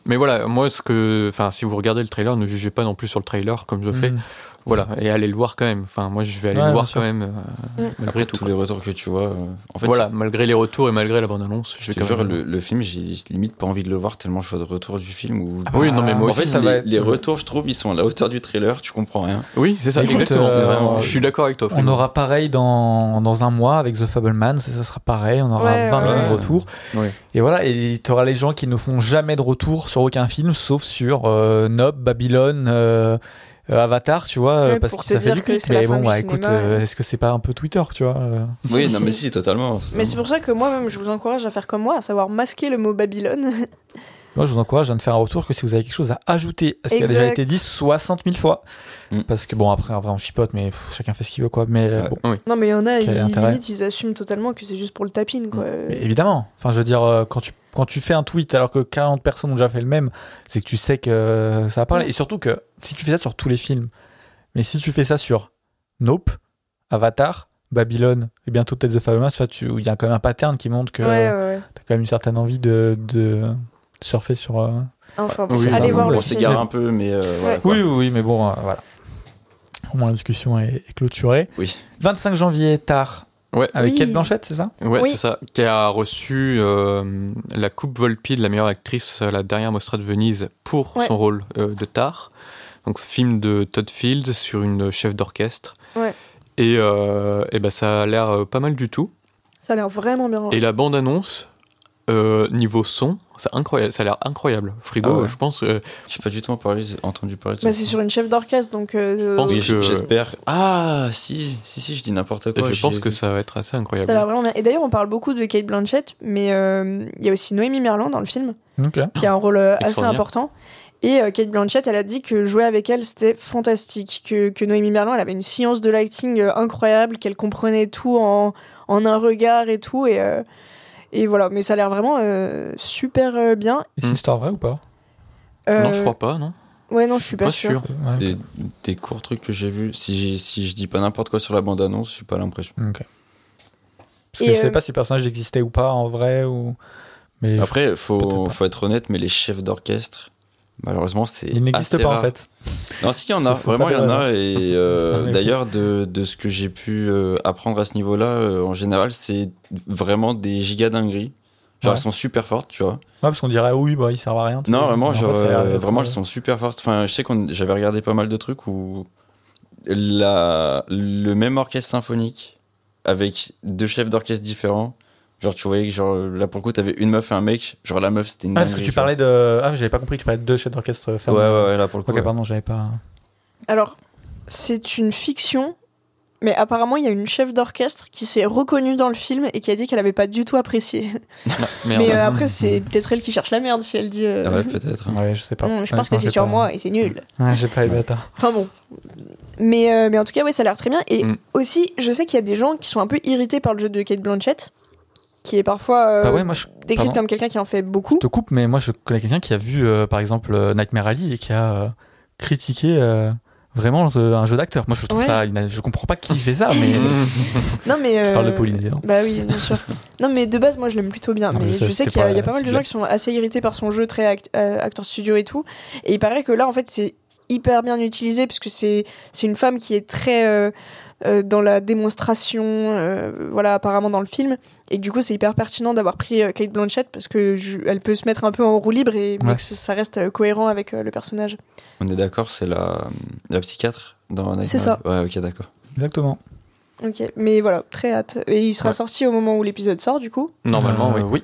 S4: mais voilà, moi, ce que. Enfin, si vous regardez le trailer, ne jugez pas non plus sur le trailer comme je fais.
S1: Mm.
S4: Voilà, et allez le voir quand même. Enfin, moi, je vais aller
S1: Ouais,
S4: le
S1: bien
S4: voir
S1: sûr.
S4: quand même. euh,
S2: Après tous les retours que tu vois, euh, en fait,
S4: voilà, malgré les retours et malgré la bande-annonce, je
S2: Je
S4: vais
S2: te
S4: quand
S2: jure,
S4: même.
S2: le,
S4: euh,
S2: le film, j'ai limite pas envie de le voir tellement je vois de retour du film. Ou... Ah.
S4: bah, oui, non, mais moi
S2: en
S4: aussi,
S2: fait,
S1: ça
S2: les,
S1: va être-
S2: les retours, je trouve, ils sont à la hauteur du trailer, tu comprends rien.
S4: Oui, c'est ça,
S1: Écoute,
S4: exactement.
S1: euh,
S4: Vraiment, je suis d'accord avec toi.
S1: On
S4: Fred.
S1: aura pareil dans, dans un mois avec The Fableman, ça, ça sera pareil, on aura
S3: Ouais,
S1: 20
S2: ouais.
S1: millions de retours.
S2: Ouais.
S1: Et voilà, et t'auras les gens qui ne font jamais de retour sur aucun film, sauf sur euh, Nob, Babylone, euh, euh, Avatar, tu vois,
S3: Ouais,
S1: parce
S3: pour
S1: que
S3: te
S1: ça fait
S3: dire
S1: du
S3: que
S1: clic.
S3: c'est la
S1: Mais
S3: fin
S1: bon,
S3: du
S1: bah, écoute,
S3: cinéma,
S1: euh,
S3: ouais.
S1: est-ce que c'est pas un peu Twitter, tu vois euh
S3: Si,
S2: oui,
S3: si.
S2: non, mais si, totalement.
S3: Mais c'est pour ça que moi-même, je vous encourage à faire comme moi, à savoir masquer le mot Babylone.
S1: Moi, je vous encourage à ne faire un retour que si vous avez quelque chose à ajouter à ce qui a déjà
S3: Exact.
S1: été dit 60 000 fois.
S2: Mm.
S1: Parce que bon, après, en vrai, on chipote, mais pff, chacun fait ce qu'il veut, quoi. Mais euh,
S2: Ouais.
S1: bon,
S3: Non, mais il y en a,
S1: Quel
S3: ils,
S1: intérêt.
S3: limite, ils assument totalement que c'est juste pour le tapine, quoi.
S4: Mm.
S1: mais évidemment. Enfin, je veux dire, euh, quand tu, quand tu fais un tweet alors que 40 personnes ont déjà fait le même, c'est que tu sais que euh, ça va parler. Et surtout que si tu fais ça sur tous les films, mais si tu fais ça sur Nope, Avatar, Babylone et bientôt peut-être The Fableman, tu vois, tu- où il y a quand même un pattern qui montre que
S3: Ouais, ouais, ouais.
S1: t'as quand même une certaine envie de, de surfer sur. euh,
S3: Enfin,
S4: Oui,
S3: allez
S1: ça,
S3: voir
S1: on
S3: le
S2: On
S3: film.
S2: s'égare un peu, mais euh, voilà. quoi.
S1: Oui, oui, oui, mais bon, euh, voilà. Au moins la discussion est, est clôturée.
S2: Oui.
S1: 25 janvier, tard.
S4: Ouais.
S1: Avec
S3: Oui.
S1: Kate Blanchette, c'est ça
S4: Ouais,
S3: Oui.
S4: c'est ça. Qui a reçu euh, la Coupe Volpi de la meilleure actrice à la dernière Mostra de Venise pour
S3: Ouais.
S4: son rôle euh, de Tar. Donc, ce film de Todd Fields sur une chef d'orchestre.
S3: Ouais.
S4: Et, euh, eh ben, ça a l'air euh, pas mal du tout.
S3: Ça a l'air vraiment bien.
S4: Et la bande-annonce, euh, niveau son, c'est incroyable. ça a l'air incroyable. Frigo,
S2: Ah ouais.
S4: je pense. euh,
S2: J'ai pas du tout parlé, entendu parler de ça.
S3: Bah, c'est sur une chef d'orchestre, donc. euh,
S4: Je pense
S2: Oui,
S4: que-
S2: j'espère. Ah, si, si, si, je dis n'importe quoi.
S4: je
S2: j'ai-
S4: pense que ça va être assez incroyable.
S3: Ça a l'air vraiment bien. Et d'ailleurs, on parle beaucoup de Kate Blanchett, mais euh, il y a aussi Noémie Merlan dans le film,
S1: Ok.
S3: qui a un rôle euh, assez
S4: Extraordinaire.
S3: important. Et euh, Kate Blanchett, elle a dit que jouer avec elle, c'était fantastique. Que, que Noémie Merlan, elle avait une science de l'acting euh, incroyable, qu'elle comprenait tout en, en un regard et tout. Et, euh, et voilà, mais ça a l'air vraiment euh, super euh, bien.
S1: Et C'est
S4: Hmm.
S1: histoire vraie ou pas
S4: Non,
S3: Euh,
S4: je crois pas, non
S3: Ouais, non, je suis pas,
S4: Pas
S3: sûre.
S4: sûr.
S1: Ouais,
S2: Des, des courts trucs que j'ai vus. Si, j'ai- si je dis pas n'importe quoi sur la bande-annonce, j'ai pas l'impression.
S1: ok. Parce que
S3: Et,
S1: je sais
S3: euh,
S1: pas si le personnage existait ou pas en vrai ou. Mais je-
S2: Après,
S1: Peut-être
S2: faut,
S1: pas.
S2: faut être honnête, mais les chefs d'orchestre, malheureusement, c'est.
S1: il n'existe
S2: assez
S1: pas en
S2: rare.
S1: fait.
S2: Non, si, il y en a,
S1: Ce sont
S2: vraiment,
S1: pas
S2: il y
S1: des
S2: en
S1: raisons.
S2: a. Et euh,
S1: Ah, ok.
S2: d'ailleurs, de, de ce que j'ai pu euh, apprendre à ce niveau-là, euh, en général, c'est vraiment des gigas dingueries. Genre,
S1: Ouais.
S2: elles sont super fortes, tu vois.
S1: Ouais, parce qu'on dirait oui, bah il sert à rien. tu sais.
S2: Non, vraiment,
S1: Mais en
S2: genre,
S1: fait, ça a l'air
S2: euh,
S1: d'être,
S2: vraiment,
S1: euh,
S2: elles sont super fortes. Enfin, je sais qu'on, j'avais regardé pas mal de trucs où la, le même orchestre symphonique avec deux chefs d'orchestre différents. Genre, tu voyais que, genre, là, pour le coup, t'avais une meuf et un mec. Genre, la meuf, c'était une.
S1: Ah, parce que
S2: dinguerie,
S1: tu
S2: tu vois.
S1: parlais de. Ah, j'avais pas compris que tu parlais de deux chefs d'orchestre femmes.
S2: Ouais, ouais, ouais, là, pour le coup.
S1: Ok,
S2: ouais.
S1: pardon, j'avais pas.
S3: Alors, c'est une fiction, mais apparemment, il y a une chef d'orchestre qui s'est reconnue dans le film et qui a dit qu'elle avait pas du tout apprécié.
S4: Merde.
S3: Mais euh, après, c'est peut-être elle qui cherche la merde si elle dit. euh,
S2: Ah ouais, peut-être. hein.
S1: Ouais, je sais pas.
S3: Hum, je pense que
S1: Honnêtement,
S3: c'est
S1: j'ai
S3: sur
S1: pas-
S3: moi Euh, et c'est nul.
S1: Ouais, j'ai pas les bâtards.
S3: Enfin bon. Mais, euh, mais en tout cas, ouais, ça a l'air très bien. Et
S4: Mm.
S3: aussi, je sais qu'il y a des gens qui sont un peu irrités par le jeu de Kate Blanchett, qui est parfois euh,
S1: Bah ouais, moi je
S3: décrite
S1: pardon.
S3: comme quelqu'un qui en fait beaucoup.
S1: te coupe, mais moi je connais quelqu'un qui a vu euh, par exemple euh, Nightmare Alley et qui a euh, critiqué euh, vraiment euh, un jeu d'acteur. Moi je trouve
S3: Ouais. Euh,
S1: ça, ina- je comprends pas qui fait ça, mais
S3: Non, mais,
S1: je
S3: euh,
S1: parle de Pauline évidemment.
S3: Bah oui, bien sûr. non, mais de base, moi, je l'aime plutôt bien.
S1: Non,
S3: mais
S1: mais ça,
S3: je sais
S1: c'était
S3: qu'il y a,
S1: pas
S3: il y a pas mal de
S1: la
S3: gens qui sont assez irrités par son jeu très act- euh, acteur studio et tout. Et il paraît que là, en fait, c'est hyper bien utilisé puisque c'est c'est une femme qui est très euh, euh, dans la démonstration, euh, voilà, apparemment dans le film. Et que du coup, c'est hyper pertinent d'avoir pris euh, Kate Blanchett parce que je- elle peut se mettre un peu en roue libre et mais
S1: Ouais.
S3: que ça reste euh, cohérent avec euh, le personnage.
S2: On est d'accord, c'est la, la psychiatre dans Nightmare
S3: C'est ça.
S2: Alley. Ouais, ok, d'accord.
S1: Exactement.
S3: Ok, mais voilà, très hâte. Et il sera
S4: Ouais.
S3: sorti au moment où l'épisode sort, du coup.
S4: Normalement,
S1: Euh,
S4: oui.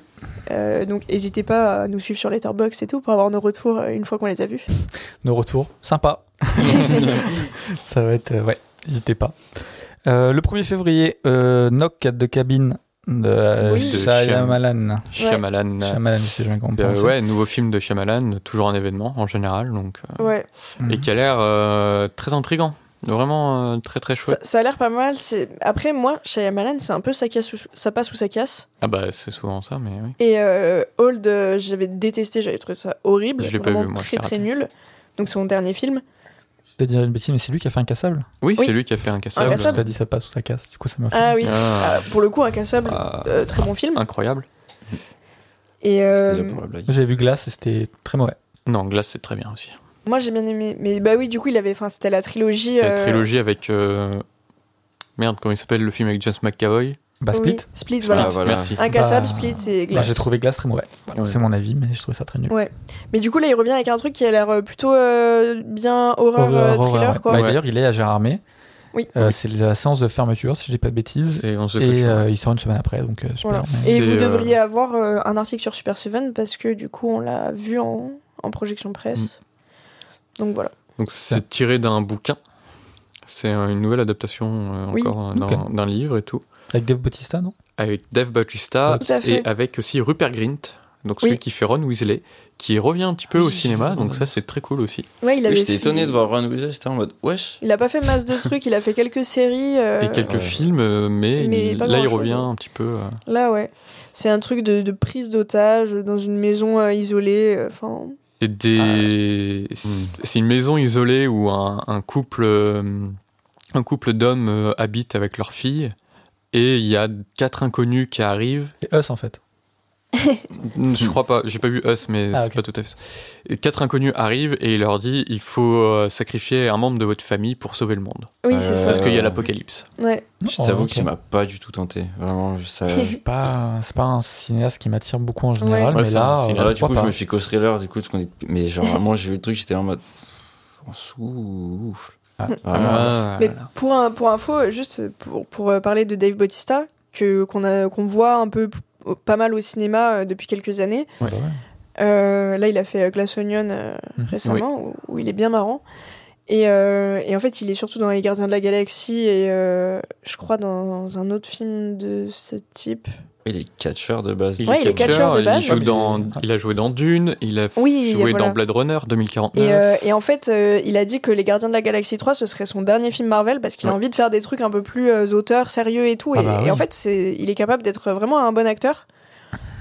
S3: Euh, donc n'hésitez pas à nous suivre sur Letterboxd et tout pour avoir nos retours euh, une fois qu'on les a vus.
S1: Nos retours, sympa. ça va être, euh, ouais, n'hésitez pas. Euh, le 1er février, euh, Knock at the Cabin de
S3: Oui. De
S1: Shyamalan.
S4: Shyamalan. euh,
S1: Shyamalan, si je me trompe pas.
S4: euh, ouais, nouveau film de Shyamalan, toujours un événement en général, donc, euh,
S3: Ouais.
S1: Mhm.
S4: et qui a l'air euh, très intrigant, vraiment euh, très très
S3: Ça,
S4: chouette.
S3: ça a l'air pas mal. C'est... Après, moi, Shyamalan, c'est un peu ça, casse ou- ça passe ou ça casse.
S4: Ah bah c'est souvent ça, mais oui.
S3: Et euh, Old, euh, j'avais détesté, j'avais trouvé ça horrible.
S4: Je l'ai pas
S3: vraiment
S4: vu, moi, je
S3: Très,
S4: l'ai
S3: très
S4: raté.
S3: nul. Donc, c'est mon dernier film.
S1: Je vais dire une bêtise, mais c'est lui qui a fait Incassable.
S4: Oui,
S3: Oui.
S4: c'est lui qui a fait un cassable.
S1: Tu
S3: Incassable.
S1: t'as dit ça passe ou ça casse. Du coup, ça m'a fait.
S3: Ah oui.
S4: Ah,
S3: Ah, pour le coup, Incassable,
S2: Ah,
S3: euh, très bon film.
S4: incroyable.
S3: Et euh,
S2: c'était déjà pour la blague.
S1: J'avais vu Glace et c'était très mauvais.
S4: Non, Glace c'est très bien aussi.
S3: moi, j'ai bien aimé. Mais bah oui, du coup, il avait. Enfin, c'était la trilogie.
S4: La
S3: euh,
S4: trilogie avec euh, merde, comment il s'appelle le film avec James McAvoy
S1: Bah,
S3: oui,
S1: Split.
S3: Split, voilà.
S2: Ah, voilà.
S4: Merci.
S3: Incassable,
S1: Bah,
S3: Split et
S1: Bah,
S3: Glass.
S1: j'ai trouvé Glace très mauvais.
S4: Ouais.
S1: C'est mon avis, mais je trouvais ça très nul.
S3: Ouais. Mais du coup, là, il revient avec un truc qui a l'air euh, plutôt euh, bien horreur,
S1: Horreur,
S3: euh,
S1: horreur,
S3: thriller,
S1: ouais.
S3: quoi.
S1: Bah,
S4: Ouais.
S1: D'ailleurs, il est à Gérardmer.
S3: Oui.
S1: Euh, C'est la séance de fermeture, si j'ai pas de bêtises.
S4: C'est on se
S1: Et
S4: clôture.
S1: euh, il sort une semaine après, donc euh, super.
S3: Voilà.
S1: mais-
S3: Et
S4: C'est,
S3: vous
S4: euh,
S3: devriez avoir euh, un article sur Super Seven parce que du coup on l'a vu en, en projection presse.
S1: Mm.
S3: Donc voilà.
S4: Donc c'est tiré d'un bouquin. C'est euh, une nouvelle adaptation euh,
S3: Oui.
S4: encore euh, d'un d'un livre et tout.
S1: Avec Dave Bautista, non
S4: Avec Dave Bautista
S3: Oui, tout à fait.
S4: et avec aussi Rupert Grint, donc celui
S3: Oui.
S4: qui fait Ron Weasley, qui revient un petit peu
S2: Oui,
S4: au
S2: j'ai
S4: cinéma.
S2: vu,
S4: Donc
S2: ouais.
S4: ça c'est très cool aussi.
S3: Ouais, il
S2: Oui,
S3: avait
S2: J'étais
S3: fait-
S2: étonné de voir Ron Weasley, j'étais en mode wesh.
S3: Il a pas fait masse de trucs, il a fait quelques séries. euh,
S4: et quelques
S2: ouais.
S4: films, euh, mais,
S3: Mais
S4: il-
S3: pas
S4: là il
S3: grand-chose.
S4: revient un petit peu. euh,
S3: Là ouais. C'est un truc de, de prise d'otage dans une maison euh, isolée. euh, Enfin,
S4: C'est des. C'est une maison isolée où un, un couple, euh, un couple d'hommes euh, habite avec leur fille. Et il y a quatre inconnus qui arrivent.
S1: C'est Us en fait.
S4: Je crois pas, j'ai pas vu Us, mais
S1: Hmm. Ah,
S4: c'est
S1: ok.
S4: pas tout à fait ça. Et quatre inconnus arrivent et il leur dit il faut euh, sacrifier un membre de votre famille pour sauver le monde.
S3: oui,
S2: Euh,
S3: c'est ça.
S4: Parce qu'il y a
S2: ouais.
S4: l'apocalypse.
S3: Ouais.
S2: Je t'avoue
S1: Oh,
S2: que
S1: ok.
S2: ça m'a pas du tout tenté. Vraiment, ça.
S1: Pas- C'est pas un cinéaste qui m'attire beaucoup en général,
S4: Ouais. Ouais,
S1: mais
S4: c'est un
S1: là, euh,
S4: cinéaste.
S2: Ah,
S1: je
S2: là, du
S1: crois
S2: coup, je
S1: pas.
S2: me suis qu'au thriller, du coup, parce qu'on est- mais genre vraiment, j'ai vu le truc, j'étais en mode. On souffle.
S1: Ah.
S2: Vraiment.
S4: Ah,
S3: Mais pour, un, pour info, juste pour, pour euh, parler de Dave Bautista, que, qu'on, a, qu'on voit un peu p- pas mal au cinéma euh, depuis quelques années.
S1: Ouais.
S3: Euh, là, il a fait euh, Glass Onion euh,
S1: Mhm.
S3: récemment, où, où il est bien marrant. Et, euh, et en fait, il est surtout dans Les Gardiens de la Galaxie et euh, je crois dans un autre film de ce type.
S2: Il est catcheur de base.
S3: Ouais, il est catcheur de base.
S4: il, joue
S1: Ouais, Ah, mais-
S4: dans, il a joué dans Dune, il a
S3: Oui,
S4: joué
S3: voilà.
S4: dans Blade Runner
S3: Et,
S4: 2049.
S3: euh, et en fait, euh, il a dit que Les Gardiens de la Galaxie 3, ce serait son dernier film Marvel parce qu'il a
S4: Ouais.
S3: envie de faire des trucs un peu plus euh, auteurs, sérieux et tout.
S1: Ah
S3: et,
S1: bah
S3: et
S1: oui.
S3: en fait, c'est, il est capable d'être vraiment un bon acteur.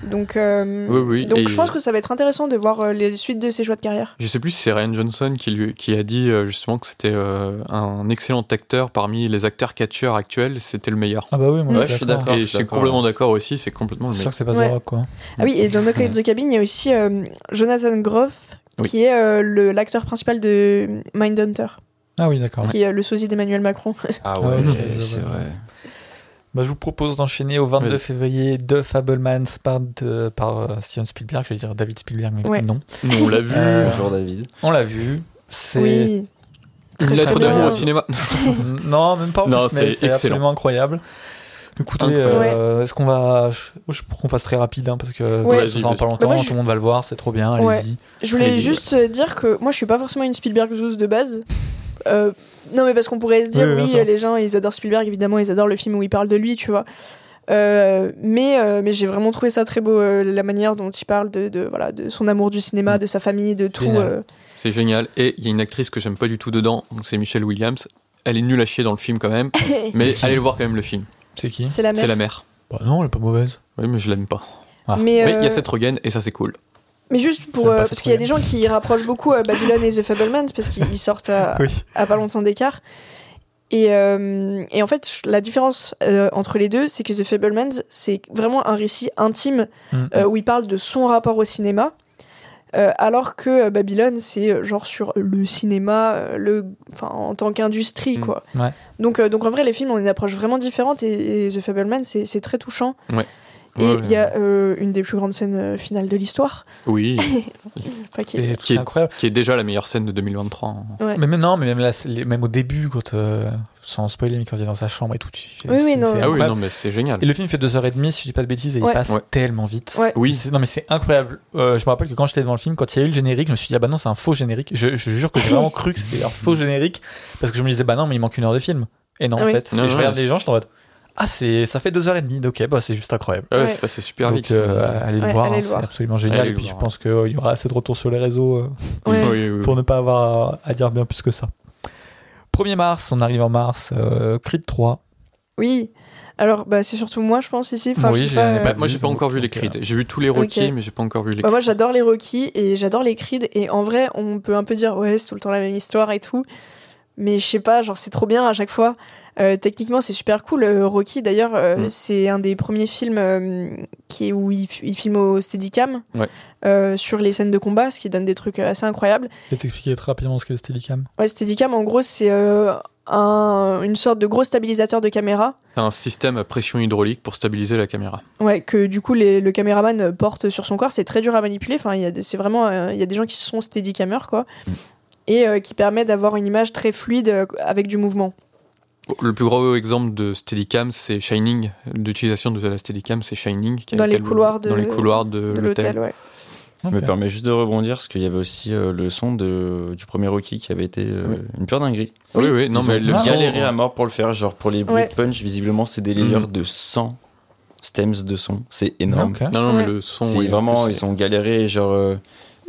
S3: Donc, euh,
S4: Oui, oui,
S3: donc
S4: et-
S3: je pense que ça va être intéressant de voir euh, les suites de ses choix de carrière.
S4: Je sais plus si c'est Ryan Johnson qui, lui, qui a dit euh, justement que c'était euh, un excellent acteur parmi les acteurs catcheurs actuels, c'était le meilleur.
S1: Ah bah oui, moi
S2: Ouais, je suis d'accord.
S4: Et je
S2: je suis
S4: suis complètement
S2: ouais.
S4: d'accord aussi, c'est complètement le
S1: C'est sûr
S4: meilleur.
S1: que c'est pas The
S3: Ouais.
S1: Rock, quoi.
S3: Ah oui, et dans No Cage the Cabin, il y a aussi euh, Jonathan Groff,
S4: Oui.
S3: qui est euh, le- l'acteur principal de Mindhunter,
S1: Ah oui, d'accord.
S3: qui est euh, le sosie d'Emmanuel Macron.
S2: Ah
S1: Ah,
S2: ouais,
S1: ok,
S2: ok,
S1: je
S2: c'est
S1: vois.
S2: vrai.
S1: Bah, je vous propose d'enchaîner au 22
S4: Vas-y.
S1: février de Fablemans par, de- par euh, Steven Spielberg, je vais dire David Spielberg, mais
S3: Ouais.
S1: non.
S4: Nous, on l'a vu.
S1: Euh,
S2: Bonjour David.
S1: On l'a vu. C'est
S3: Oui.
S1: Très,
S4: Il a
S1: très
S4: trop
S1: bien.
S4: d'amour au cinéma.
S1: non, même pas en
S4: Non,
S1: plus, mais
S4: c'est
S1: c'est
S4: excellent.
S1: absolument incroyable. Écoutez,
S4: Incroyable.
S1: euh, est-ce qu'on va. Je, je pense qu'on fasse très rapide, hein, parce que
S3: Ouais.
S1: ça
S4: Vas-y,
S1: sera
S4: vas-y.
S1: pas longtemps,
S3: Bah, moi,
S1: tout
S3: je-
S1: le monde va le voir, c'est trop bien, allez-y.
S3: Ouais. Je voulais
S4: Allez-y.
S3: juste euh, dire que moi, je suis pas forcément une Spielberg joueuse de base. Euh, non, mais parce qu'on pourrait se dire,
S1: Oui, oui,
S3: oui,
S1: bien sûr.
S3: les gens, ils adorent Spielberg, évidemment, ils adorent le film où il parle de lui, tu vois. Euh, mais euh, mais j'ai vraiment trouvé ça très beau, euh, la manière dont il parle de, de, voilà, de son amour du cinéma, de sa famille, de tout.
S1: Génial.
S3: euh.
S4: C'est Mm. génial. Et il y a une actrice que j'aime pas du tout dedans, donc c'est Michelle Williams. Elle est nulle à chier dans le film quand même, mais allez le voir quand même le film.
S1: C'est qui
S3: euh, C'est la
S4: C'est
S3: mère.
S4: la mère.
S1: Bah non, elle est pas mauvaise.
S4: Oui, mais je l'aime pas.
S1: Ah.
S3: Mais,
S4: Mais il y a
S3: euh,
S4: Seth Rogen et ça c'est cool.
S3: Mais juste pour.
S1: J'aime pas
S3: euh,
S1: ce
S3: parce qu'il y a des
S1: problème.
S3: gens qui rapprochent beaucoup euh, Babylon et The Fablemans parce qu'ils ils sortent à,
S1: Oui.
S3: à pas longtemps d'écart. Et, euh, et en fait, je- la différence euh, entre les deux, c'est que The Fablemans, c'est vraiment un récit intime
S1: Mm.
S3: euh, où il parle de son rapport au cinéma. euh, alors que euh, Babylone, c'est euh, genre sur le cinéma, euh, le, enfin, en tant qu'industrie,
S4: Mm.
S3: quoi.
S1: Ouais.
S3: Donc, euh, donc en vrai, les films ont une approche vraiment différente et, et The Fableman, c'est c'est très touchant.
S4: Ouais.
S3: Et il
S4: Ouais, ouais.
S3: y a euh, une des plus grandes scènes euh, finales de l'histoire.
S4: Oui,
S3: Enfin, qui est-
S1: Et
S4: Qui
S1: C'est
S4: est-
S1: incroyable.
S4: qui est déjà la meilleure scène de 2023. hein.
S3: Ouais.
S1: Mais même, non, mais même, là, c'est les- même au début, quand, euh, sans spoiler, mais quand il est dans sa chambre et tout, tu-
S3: Oui, oui,
S1: c'est-
S3: non.
S1: c'est
S4: Ah oui,
S1: incroyable.
S4: non, mais c'est génial.
S1: Et le film fait 2h30, si je dis pas de bêtises, et
S3: Ouais.
S1: il passe
S4: Ouais.
S1: tellement vite.
S3: Ouais.
S4: Oui.
S1: C'est- Non, mais c'est incroyable. Euh, je me rappelle que quand j'étais devant le film, quand il y a eu le générique, je me suis dit, ah bah non, c'est un faux générique. Je, je jure que j'ai vraiment cru que c'était un faux générique parce que je me disais, bah non, mais il manque une heure de film. Et non,
S3: Ah
S1: en
S3: oui.
S1: fait.
S4: Non,
S1: Et je
S4: non,
S1: regarde
S4: non,
S1: les gens, je suis en mode, Ah, c'est, ça fait 2h30, ok, bah, c'est juste incroyable.
S4: Ah Ouais,
S3: Ouais.
S4: C'est passé super
S1: Donc,
S4: vite.
S1: euh, allez le
S3: Ouais,
S1: voir,
S3: allez
S1: hein,
S3: le
S1: c'est
S3: voir.
S1: absolument génial.
S4: Allez
S1: et
S4: le
S1: puis je
S4: voir, hein.
S1: pense qu'il y aura assez de retours sur les réseaux euh,
S3: Ouais.
S4: Oui, oui, oui.
S1: pour ne pas avoir à- à dire bien plus que ça. 1er mars, on arrive en mars, euh, Creed 3.
S3: Oui. Alors, bah, c'est surtout moi, je pense, ici. Enfin,
S1: Oui,
S3: je sais
S1: j'ai-
S3: pas,
S1: j'ai
S3: euh,
S4: Bah, moi, j'ai pas encore vu les
S1: Donc, euh,
S4: Creed. J'ai vu tous les Rocky,
S3: ok.
S4: mais j'ai pas encore vu les
S3: Bah,
S4: Creed.
S3: moi, j'adore les Rocky et j'adore les Creed. Et en vrai, on peut un peu dire, ouais, c'est tout le temps la même histoire et tout. Mais je sais pas, genre, c'est trop bien à chaque fois. Euh, techniquement, c'est super cool. Euh, Rocky, d'ailleurs, euh,
S4: Mm.
S3: c'est un des premiers films euh, qui est où il, f- il filme au Steadicam
S4: Ouais.
S3: euh, sur les scènes de combat, ce qui donne des trucs euh, assez incroyables.
S1: Je vais t'expliquer très rapidement ce qu'est le Steadicam.
S3: Ouais, Steadicam, en gros, c'est euh, un- une sorte de gros stabilisateur de caméra.
S4: C'est un système à pression hydraulique pour stabiliser la caméra.
S3: Ouais, que du coup les- le caméraman euh, porte sur son corps, c'est très dur à manipuler. Enfin, il y a des- c'est vraiment euh, il y a des gens qui sont steadicamers quoi, et euh, qui permet d'avoir une image très fluide euh, avec du mouvement.
S4: Le plus gros exemple de Steadicam, c'est Shining. L'utilisation de la Steadicam, c'est Shining. qui a
S3: Dans les
S4: été le-
S3: couloirs de-
S4: dans les couloirs de
S3: De
S4: l'hôtel.
S3: l'hôtel, ouais.
S1: Ok.
S2: Je me permets juste de rebondir parce qu'il y avait aussi euh, le son de, du premier Rocky qui avait été euh,
S4: Oui.
S2: une pure dinguerie.
S4: Oui, oui, non,
S2: Ils
S4: mais
S2: ont
S4: le son-
S2: galéré à mort pour le faire. Genre pour les bruits
S3: Ouais.
S2: de punch, visiblement, c'est des layers de 100 stems de son. C'est énorme.
S1: Ok.
S4: Non, non, mais
S3: Ouais.
S4: le son.
S2: C'est
S4: oui,
S2: vraiment,
S4: c'est-
S2: ils ont galéré. Genre, euh,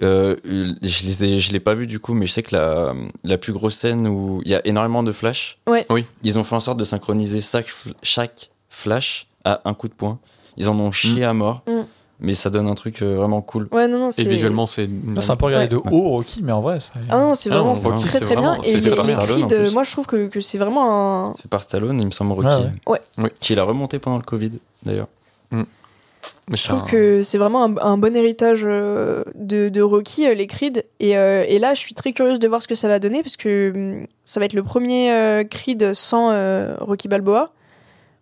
S2: euh, je les ai- je l'ai pas vu du coup, mais je sais que la, la plus grosse scène où il y a énormément de flash,
S3: Ouais.
S4: Oui.
S2: ils ont fait en sorte de synchroniser chaque, fl- chaque flash à un coup de poing. Ils en ont chié à mort,
S3: Mm.
S2: mais ça donne un truc euh, vraiment cool.
S3: Ouais, non, non, c'est
S4: Et visuellement, c'est.
S1: Ça, c'est un peu regardé de haut, Rocky, mais en vrai, ça.
S3: Ah non, c'est
S4: Ah
S3: vraiment
S4: non,
S3: c'est
S2: Rocky,
S3: très
S4: c'est
S3: très
S4: vraiment-
S3: bien. Et
S4: c'est
S3: les,
S4: Peter
S3: les
S2: Stallone, en
S3: Creed, euh,
S2: plus.
S3: moi je trouve que, que c'est vraiment un.
S2: C'est par Stallone, il me semble, Rocky,
S1: Ouais,
S3: ouais.
S4: Ouais.
S2: qui l'a remonté pendant le Covid d'ailleurs.
S3: Je trouve
S4: Ah.
S3: que c'est vraiment un, un bon héritage euh, de, de Rocky, euh, les Creed. Et, euh, et là, je suis très curieuse de voir ce que ça va donner, parce que hum, ça va être le premier euh, Creed sans euh, Rocky Balboa.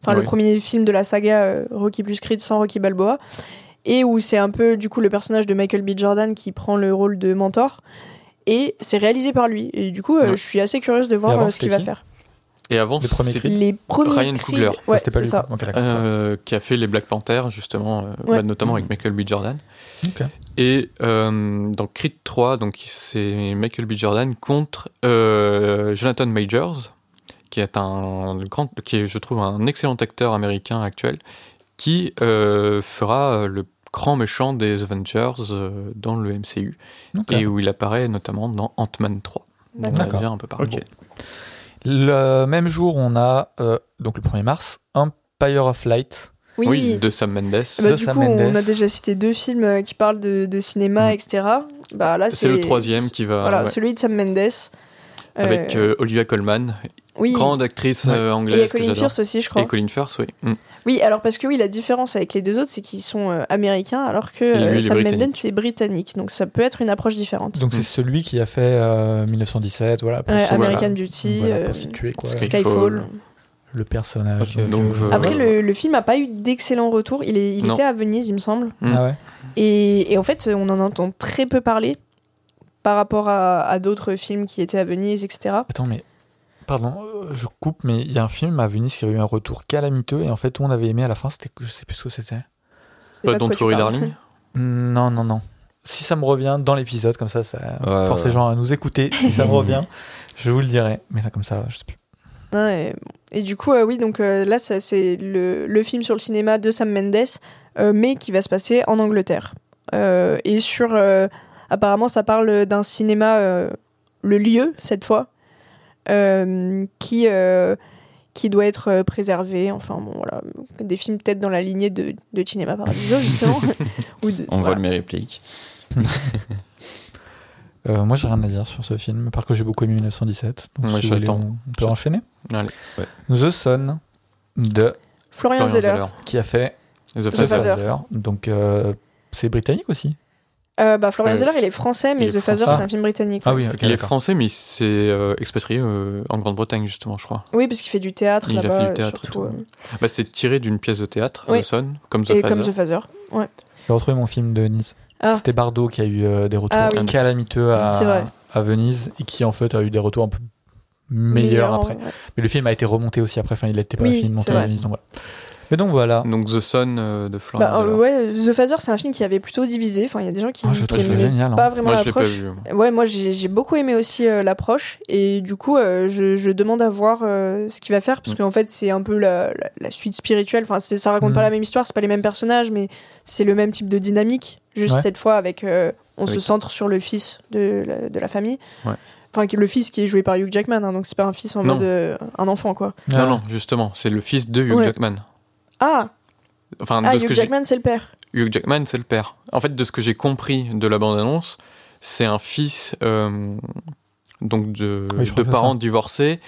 S3: Enfin, le
S4: Oui.
S3: premier film de la saga euh, Rocky plus Creed sans Rocky Balboa. Et où c'est un peu, du coup, le personnage de Michael B. Jordan qui prend le rôle de mentor. Et c'est réalisé par lui. Et du coup, euh,
S4: Ouais.
S3: je suis assez curieuse de voir
S1: avant,
S3: euh, ce qu'il
S1: c'était
S3: va
S1: qui
S3: faire.
S4: Et avant,
S1: Les premiers
S4: c'est-
S1: Creed.
S3: Les premiers
S4: Ryan
S3: Creed-
S4: Coogler.
S3: Ouais,
S1: C'était pas
S3: c'est
S1: lui.
S3: ça.
S1: Ok, d'accord.
S4: euh, qui a fait les Black Panther, justement, euh,
S3: Ouais.
S4: bah, notamment
S2: Mm.
S4: avec Michael B. Jordan.
S1: Ok.
S4: Et euh, dans Creed 3, donc c'est Michael B. Jordan contre euh, Jonathan Majors, qui est un grand, qui est, je trouve un excellent acteur américain actuel, qui euh, fera le grand méchant des Avengers euh, dans le MCU
S1: Ok.
S4: et où il apparaît notamment dans Ant-Man 3. Donc on va
S1: D'accord.
S4: dire un peu par
S2: Ok.
S1: Le même jour, on a, euh, donc le 1er mars, Empire of Light.
S3: Oui.
S4: Oui, de Sam Mendes.
S3: Bah,
S1: de
S3: du
S1: Sam
S3: coup, on
S1: Mendes.
S3: a déjà cité deux films euh, qui parlent de, de cinéma,
S4: Mm.
S3: etc. Bah, là,
S4: c'est le troisième qui va
S3: Voilà,
S4: ouais,
S3: celui de Sam Mendes. Euh,
S4: avec euh, Olivia Colman,
S3: oui.
S4: grande actrice euh,
S3: Et il y a
S4: anglaise que
S3: Colin
S4: j'adore.
S3: Firth aussi, je crois.
S4: Et Colin Firth, oui. Mm.
S3: Oui, alors parce que oui, la différence avec les deux autres, c'est qu'ils sont euh, américains, alors que
S4: lui,
S3: euh,
S4: il est
S3: Sam Mendes
S4: britannique.
S3: c'est britannique. Donc ça peut être une approche différente.
S1: Donc
S4: Mm.
S1: c'est celui qui a fait euh, 1917, voilà. Pour
S3: Ouais,
S1: se-
S3: American
S1: voilà.
S3: Beauty,
S1: Voilà,
S3: euh,
S1: pour situer quoi,
S4: Sky-
S3: Skyfall.
S4: Skyfall.
S1: le personnage.
S2: Ok,
S4: donc, euh,
S3: Après,
S4: Ouais.
S3: le, le film a pas eu d'excellents retours. Il, est, il
S4: Non.
S3: était à Venise, il me semble.
S1: Ah ouais.
S3: Et, et en fait, on en entend très peu parler par rapport à, à d'autres films qui étaient à Venise, etc.
S1: Attends, mais. Pardon, euh, je coupe, mais il y a un film à Venise qui a eu un retour calamiteux et en fait, tout le monde avait aimé à la fin, c'était. Je sais plus ce que c'était.
S3: Je sais
S4: Pas
S3: de
S4: Don't
S3: quoi tu
S4: Worry
S3: parles. Ah,
S4: Darling
S1: Non, non, non. Si ça me revient dans l'épisode, comme ça, ça
S2: Ouais,
S1: force
S2: ouais.
S1: les gens à nous écouter. Si ça me revient, je vous le dirai. Mais là, comme ça, je sais plus.
S3: Ouais, Bah, et, et du coup, euh, oui, donc euh, là, ça, c'est le, le film sur le cinéma de Sam Mendes, euh, mais qui va se passer en Angleterre. Euh, et sur. euh, apparemment, ça parle d'un cinéma, euh, le lieu, cette fois, euh, qui, euh, qui doit être euh, préservé. Enfin, bon, voilà. Des films peut-être dans la lignée de, de Cinema Paradiso, justement. ou de-
S2: On
S3: voilà.
S2: vole mes répliques.
S1: Euh, moi, j'ai rien à dire sur ce film, par que j'ai beaucoup aimé 1917. Donc,
S4: Ouais,
S1: si vous voulez,
S4: j'attends.
S1: on peut
S4: J'attends.
S1: enchaîner.
S4: Allez.
S2: Ouais.
S1: The Sun de
S3: Florian,
S4: Florian
S3: Zeller.
S4: Zeller.
S1: qui a fait
S4: The
S3: The Phaser.
S4: Phaser.
S1: Donc, euh, c'est britannique aussi.
S3: Euh, bah, Florian
S4: Ouais.
S3: Zeller, il est français, mais
S4: Il est Ah
S3: The Phaser,
S1: français.
S3: c'est un film britannique. ouais.
S1: oui,
S4: Il est français, mais il s'est euh, expatrié euh, en Grande-Bretagne, justement, je crois.
S3: Oui, parce qu'il fait du théâtre
S4: Il a fait
S3: là-bas,
S4: du théâtre et
S3: surtout.
S4: tout. Bah, c'est tiré d'une pièce de théâtre,
S3: Oui.
S4: The Sun, comme The
S3: euh, et
S4: Phaser.
S3: comme The Phaser.
S1: J'ai retrouvé mon film de Nice.
S3: Ah,
S1: C'était Bardo qui a eu euh, des retours
S3: Ah oui.
S1: calamiteux
S3: C'est vrai.
S1: à, à Venise et qui, en fait, a eu des retours un peu meilleurs après.
S3: ouais.
S1: Mais le film a été remonté aussi après, enfin il n'était pas
S3: Oui,
S1: fini de monter
S3: c'est
S1: à
S3: vrai.
S1: Venise, donc voilà. Mais donc voilà.
S4: Donc The Sun euh, de Florian
S3: Bah, euh,
S4: Zeller.
S3: ouais, The Phaser, c'est un film qui avait plutôt divisé. Enfin, il y a des gens qui,
S1: Ah, je
S3: qui
S1: trouve ça
S3: aimaient
S1: génial, hein.
S3: pas vraiment
S4: Moi, je l'ai pas
S3: l'approche.
S4: vu. moi.
S3: Ouais, moi j'ai j'ai beaucoup aimé aussi euh, l'approche et du coup euh, je, je demande à voir euh, ce qu'il va faire parce
S4: Mm.
S3: qu'en fait c'est un peu la, la, la suite spirituelle. Enfin, c'est- ça raconte
S1: Mm.
S3: pas la même histoire, c'est pas les mêmes personnages, mais c'est le même type de dynamique. Juste
S1: Ouais.
S3: cette fois avec euh, on se
S4: Avec-
S3: centre sur le fils de la, de la famille.
S4: Ouais.
S3: Enfin, qui- le fils qui est joué par Hugh Jackman, hein, donc c'est pas un fils en
S4: Non.
S3: mode euh, un enfant quoi.
S1: Ah,
S4: Non, non, justement, c'est le fils de Hugh
S3: Ouais.
S4: Jackman.
S3: Ah,
S4: Enfin,
S3: ah
S4: de ce
S3: Hugh
S4: que j'ai-
S3: Jackman c'est le père.
S4: Hugh Jackman, c'est le père. En fait, de ce que j'ai compris de la bande-annonce, c'est un fils euh, donc de,
S1: Oui, je
S4: de
S1: crois que c'est
S4: parents
S1: ça.
S4: divorcés.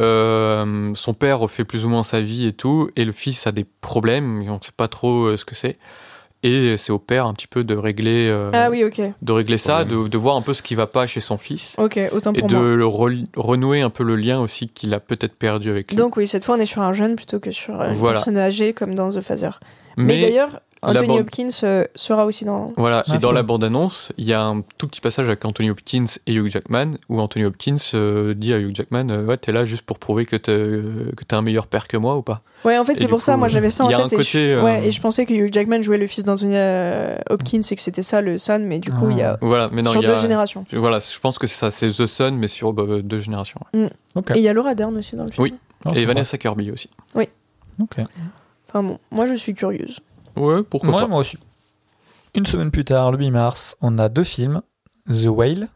S4: Euh, son père fait plus ou moins sa vie et tout, et le fils a des problèmes, mais on ne sait pas trop euh, ce que c'est. Et c'est au père un petit peu de régler, euh,
S3: Ah oui, ok,
S4: de régler ça,
S2: Problème.
S4: de, de voir un peu ce qui va pas chez son fils,
S3: ok, autant
S4: et
S3: pour
S4: de
S3: moi.
S4: le re- renouer un peu le lien aussi qu'il a peut-être perdu avec lui.
S3: Donc oui, cette fois on est sur un jeune plutôt que sur euh, une
S4: Voilà.
S3: personne âgée comme dans The Phaser. Mais,
S4: mais
S3: d'ailleurs,
S4: la
S3: Anthony
S4: bande-
S3: Hopkins euh, sera aussi dans.
S4: Voilà,
S1: Ah,
S4: et dans
S1: cool.
S4: la bande-annonce, il y a un tout petit passage avec Anthony Hopkins et Hugh Jackman, où Anthony Hopkins euh, dit à Hugh Jackman euh, Ouais, t'es là juste pour prouver que t'es, euh, que t'es un meilleur père que moi ou pas
S3: Ouais, en fait,
S4: Et
S3: c'est
S4: du
S3: pour ça,
S4: coup,
S3: moi j'avais ça en
S4: il y a
S3: tête.
S4: un
S3: et,
S4: côté,
S3: je...
S4: euh,
S3: ouais, et je pensais que Hugh Jackman jouait le fils d'Anthony euh, Hopkins et que c'était ça le son, mais du coup, il y a.
S4: Voilà, Ah. mais non,
S3: sur
S4: il y a-
S3: deux générations.
S4: Voilà, je pense que c'est ça, c'est The Sun, mais sur bah, deux générations. ouais.
S1: Ok.
S3: Et il y a Laura Dern aussi dans le film.
S4: Oui.
S1: Non,
S4: et
S1: c'est
S4: Vanessa Kirby aussi.
S1: pas- ok.
S3: Enfin bon, moi je suis curieuse.
S4: Ouais, pourquoi
S1: Ouais,
S4: pas
S1: moi aussi. Une semaine plus tard, le 8 mars, on a deux films The Whale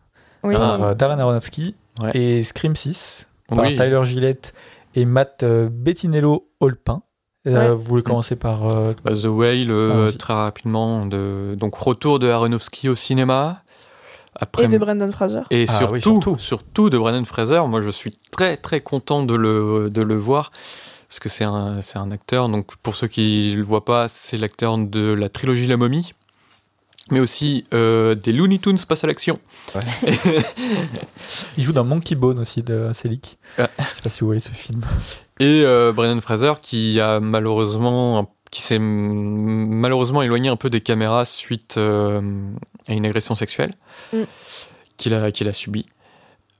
S3: Oui.
S4: Ah,
S1: par euh, Darren Aronofsky
S4: Ouais.
S1: et Scream 6 par
S4: Oui.
S1: Tyler Gillette et Matt euh, Bettinello Olpin. Euh, Vous voulez commencer par. euh,
S4: Bah, The Whale, euh,
S1: Allons-y.
S4: très rapidement. De... Donc, retour de Aronofsky au cinéma. Après,
S3: Et de Brendan Fraser.
S4: Et
S1: Ah
S4: surtout,
S1: oui, surtout.
S4: surtout. de Brandon Fraser, moi je suis très très content de le, de le voir, parce que c'est un, c'est un acteur, donc pour ceux qui le voient pas, c'est l'acteur de la trilogie La Momie, mais aussi euh, des Looney Tunes passe à l'action.
S1: Il joue dans Monkey Bone aussi de Selick.
S4: Ah.
S1: Je sais pas si vous voyez ce film.
S4: Et euh, Brandon Fraser qui a malheureusement qui s'est mm, malheureusement éloigné un peu des caméras suite euh, à une agression sexuelle
S3: Mm.
S4: qu'il a, qu'il a subie.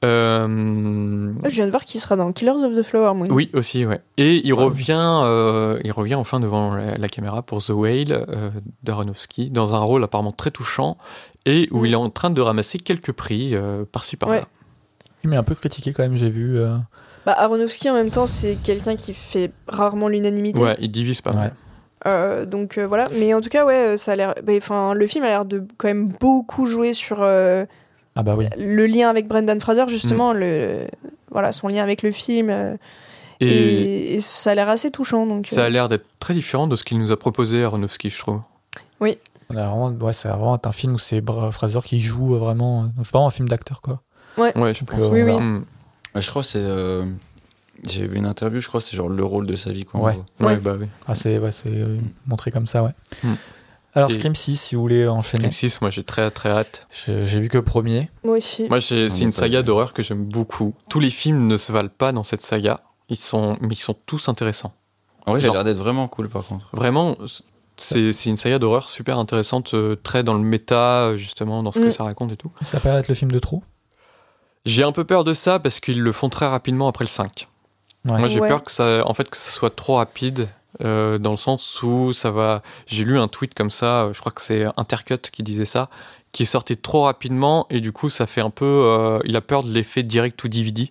S4: Euh,
S3: Ah, Je viens de voir qu'il sera dans Killers of the Flower Moon.
S4: Oui, aussi, ouais. Et il revient, euh, il revient enfin devant la, la caméra pour The Whale euh, d'Aronofsky, dans un rôle apparemment très touchant et où
S3: Mm.
S4: il est en train de ramasser quelques prix euh, par-ci par-là.
S3: Ouais.
S1: Il m'est un peu critiqué quand même, j'ai vu. euh,
S3: Bah, Aronofsky en même temps, c'est quelqu'un qui fait rarement l'unanimité.
S4: Ouais. il divise pas mal.
S3: Euh, donc euh, voilà, mais en tout cas, ouais, euh, ça a l'air. bah, Enfin, le film a l'air de quand même beaucoup jouer sur euh,
S1: Ah bah oui.
S3: le lien avec Brendan Fraser, justement,
S4: Mm.
S3: le, voilà, son lien avec le film. euh, et...
S4: Et,
S3: et ça a l'air assez touchant. Donc,
S4: ça
S3: euh,
S4: a l'air d'être très différent de ce qu'il nous a proposé Aronofsky, je trouve. Euh,
S1: On a vraiment, ouais, c'est vraiment un film où c'est Bra- Fraser qui joue euh, vraiment. euh, Vraiment un film d'acteur quoi.
S4: Ouais, je
S1: Donc, euh,
S4: pense.
S3: Oui,
S1: on
S3: oui.
S1: verra.
S4: Mm.
S2: Ouais, je crois que c'est. euh, J'ai vu une interview, je crois que c'est genre le rôle de sa vie. Quoi, en
S1: Ouais.
S2: gros.
S4: Ouais,
S3: Ouais.
S4: bah oui.
S1: Ah, c'est ouais, c'est, euh, montré comme ça, ouais.
S4: Mm.
S1: Alors
S4: Et-
S1: Scream 6, si vous voulez enchaîner.
S4: Scream 6, moi j'ai très très hâte.
S1: J'ai j'ai vu que le premier.
S3: Moi aussi.
S4: Moi, j'ai-
S2: On
S4: c'est
S2: n'est
S4: une
S2: pas
S4: saga
S2: d'accord.
S4: d'horreur que j'aime beaucoup. Tous les films ne se valent pas dans cette saga, ils sont, mais ils sont tous intéressants.
S2: En vrai, il a
S4: Genre-
S2: l'air d'être vraiment cool par contre.
S4: Vraiment, c'est c'est une saga d'horreur super intéressante, euh, très dans le méta, euh, justement, dans ce
S3: Mm.
S4: que ça raconte et tout.
S1: Ça paraît être le film de trop.
S4: J'ai un peu peur de ça parce qu'ils le font très rapidement après le 5.
S1: Ouais.
S4: Moi, j'ai
S3: Ouais.
S4: peur que ça, en fait, que ça soit trop rapide. euh, dans le sens où ça va. J'ai lu un tweet comme ça, euh, je crois que c'est Intercut qui disait ça, qui sortait trop rapidement et du coup ça fait un peu. euh, il a peur de l'effet direct ou DVD.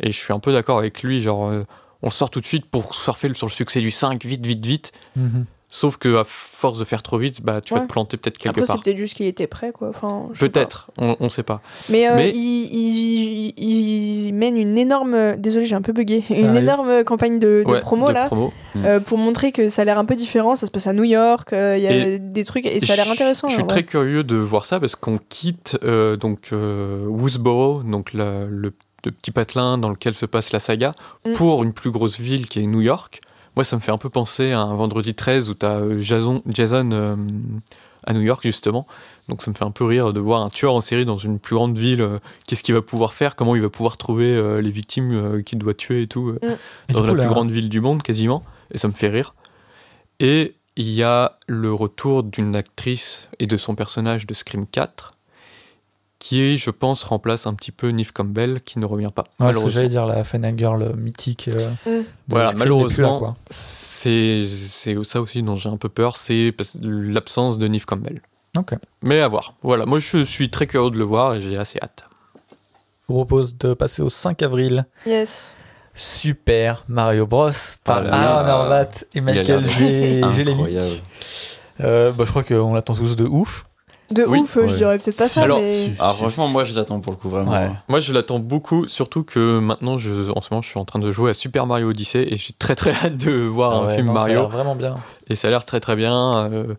S4: Et je suis un peu d'accord avec lui, genre euh, on sort tout de suite pour surfer sur le succès du 5, vite, vite, vite.
S1: Mhm.
S4: Sauf que à force de faire trop vite, bah tu vas
S3: Ouais.
S4: te planter peut-être quelque
S3: Après, c'est
S4: part.
S3: peut-être juste qu'il était prêt, quoi. Enfin, je sais pas.
S4: Peut-être, on, on sait pas.
S3: Mais, euh,
S4: Mais-
S3: Il, il- il- il mène une énorme. Désolé, j'ai un peu bugué. Une
S1: oui.
S3: énorme campagne de, de
S4: Ah Ouais,
S3: promo,
S4: de
S3: là.
S4: promo.
S3: euh, pour montrer que ça a l'air un peu différent, ça se passe à New York, euh, il y a
S4: Et-
S3: des trucs et ça a l'air
S4: je-
S3: intéressant.
S4: Je suis
S3: en
S4: très
S3: vrai.
S4: curieux de voir ça parce qu'on quitte euh, donc euh, Woodsboro, donc la- le, le petit patelin dans lequel se passe la saga,
S3: Mm.
S4: pour une plus grosse ville qui est New York. Moi, ça me fait un peu penser à un vendredi 13 où tu as Jason, Jason euh, à New York, justement. Donc, ça me fait un peu rire de voir un tueur en série dans une plus grande ville. euh, Qu'est-ce qu'il va pouvoir faire Comment il va pouvoir trouver euh, les victimes euh, qu'il doit tuer et tout euh,
S1: Et
S4: dans
S1: du
S4: la
S1: coup,
S4: plus
S1: là-
S4: grande ville du monde quasiment, et ça me fait rire. Et il y a le retour d'une actrice et de son personnage de Scream 4 qui, je pense, remplace un petit peu Nif Campbell, qui ne revient pas.
S1: Ouais, ce que
S4: malheureusement.
S1: j'allais dire, la Final Girl mythique. euh,
S3: Mm.
S1: de
S4: Voilà,
S1: Scream n'est plus là,
S4: malheureusement,
S1: quoi.
S4: C'est c'est ça aussi dont j'ai un peu peur, c'est parce- l'absence de Nif Campbell.
S1: Ok.
S4: Mais à voir. Voilà, moi je suis très curieux de le voir et j'ai assez hâte.
S1: Je vous propose de passer au 5 avril.
S3: Yes.
S1: Super Mario Bros par
S2: Ah là là.
S1: Aaron Horvat et
S2: l'air
S1: Michael
S2: d'être
S1: G. Gélémic.
S2: Incroyable.
S1: Euh, bah, je crois qu'on l'attend tous de ouf.
S3: De
S2: Oui.
S3: ouf, euh, je
S2: Ouais.
S3: dirais peut-être pas ça,
S4: Alors,
S3: mais.
S2: Ah, franchement, moi, je l'attends pour le coup, vraiment.
S1: Ouais.
S4: Moi je l'attends beaucoup, surtout que maintenant, je, en ce moment, je suis en train de jouer à Super Mario Odyssey et j'ai très très hâte de voir
S1: Ah
S4: un
S1: ouais,
S4: film
S1: non, ça a l'air
S4: Mario.
S1: vraiment bien.
S4: Et ça a l'air très très bien. euh,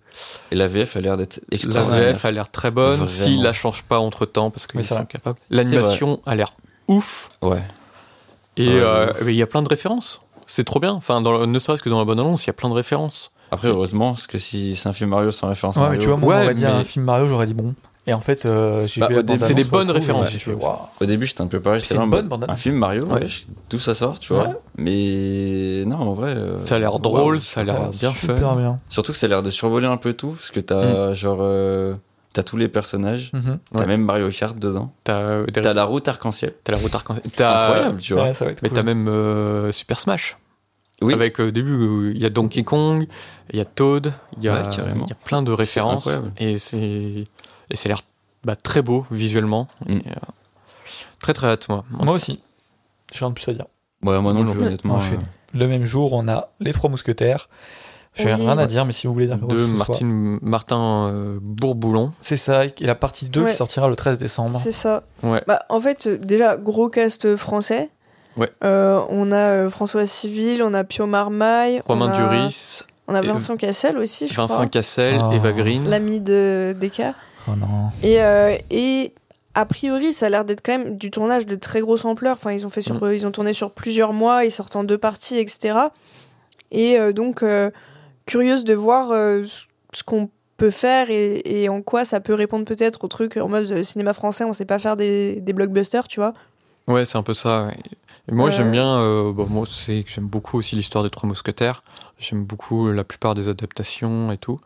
S2: Et la VF a l'air d'être
S4: la
S2: extraordinaire.
S4: VF a l'air très bonne,
S2: Vraiment.
S4: s'ils la changent pas entre temps, parce qu'ils
S1: Oui, c'est
S4: sont
S1: vrai.
S4: capables. L'animation a l'air ouf.
S2: Ouais.
S4: Et
S2: Ouais, de
S4: euh, mais il y a plein de références. C'est trop bien. Enfin, dans le- ne serait-ce que dans la bonne annonce, il y a plein de références.
S2: Après, heureusement, parce que si c'est un film Mario sans référence
S1: Ouais,
S2: à
S1: mais
S2: Mario,
S1: tu vois, moi,
S4: Ouais,
S1: on va dire
S4: mais-
S1: un film Mario, j'aurais dit bon. Et en fait, euh, j'ai
S2: Bah,
S1: vu la
S2: au début,
S4: c'est
S1: bande-annonce,
S4: des bonnes
S1: ouais,
S4: références,
S1: et
S4: si
S1: je
S4: tu veux.
S1: fais, waouh.
S2: au début, j'étais un peu pareil.
S1: C'est
S2: j'étais
S1: une
S2: là en
S1: bonne
S2: mode,
S1: bande-annonce.
S2: Un film Mario,
S4: Ouais.
S2: wesh, d'où ça sort, tu vois.
S1: Ouais.
S2: Mais non, en vrai. euh,
S4: Ça a l'air
S2: waouh.
S4: drôle, ça a
S1: Ça
S4: l'air
S1: a
S4: bien fait.
S1: Super bien.
S2: Surtout que ça a l'air de survoler un peu tout, parce que
S1: Mm.
S2: t'as genre. euh, T'as tous les personnages,
S1: Mhm.
S2: t'as
S4: Ouais.
S2: même Mario Kart dedans,
S4: T'as euh, des-
S2: t'as la route arc-en-ciel.
S4: t'as la route arc-en-ciel. T'as-
S2: Incroyable, tu vois.
S1: Euh, Ouais, ça va être
S4: Mais
S1: cool.
S4: t'as même euh, Super Smash.
S2: Oui.
S4: Avec euh, au début, où il y a Donkey Kong, il y a Toad, il y a,
S2: Ouais, carrément.
S4: il y a plein de références.
S2: incroyable.
S4: Et c'est et c'est l'air bah, très beau visuellement.
S2: Mm.
S4: Et, euh, très très hâte, moi.
S1: Moi aussi. J'ai rien de plus à dire.
S2: Ouais, moi non plus, honnêtement.
S1: Enchaîne.
S2: euh,
S1: Le même jour, on a Les Trois Mousquetaires. J'ai
S3: Oui.
S1: rien à dire, mais si vous voulez dire quelque
S4: de
S1: chose ce soir,
S4: Martin, Martin euh, Bourboulon.
S1: C'est ça, et la partie 2
S3: Ouais.
S1: qui sortira le 13 décembre.
S3: C'est ça.
S4: Ouais.
S3: Bah, en fait, euh, déjà, gros cast euh, français.
S4: Ouais.
S3: Euh, on a euh, François Civil, on a Pio Marmaille. on
S4: Romain
S3: a-
S4: Duris,
S3: On a
S4: et- euh,
S3: Vincent Cassel aussi, Ah, je
S4: Vincent
S3: crois.
S4: Cassel,
S1: Oh.
S4: Eva Green.
S3: L'ami de Deka.
S1: Oh non.
S3: Et, euh, et a priori, ça a l'air d'être quand même du tournage de très grosse ampleur. Enfin, ils ont, fait sur, euh, ils ont tourné sur plusieurs mois, ils sortent en deux parties, etc. Et euh, donc, euh, curieuse de voir euh, ce- ce qu'on peut faire et, et en quoi ça peut répondre peut-être au truc en mode euh, cinéma français, on sait pas faire des, des blockbusters, tu vois.
S4: Ouais, c'est un peu ça. ouais. Et moi,
S3: Euh.
S4: j'aime bien. euh, bon, moi, c'est que j'aime beaucoup aussi l'histoire des Trois Mousquetaires. J'aime beaucoup la plupart des adaptations et tout.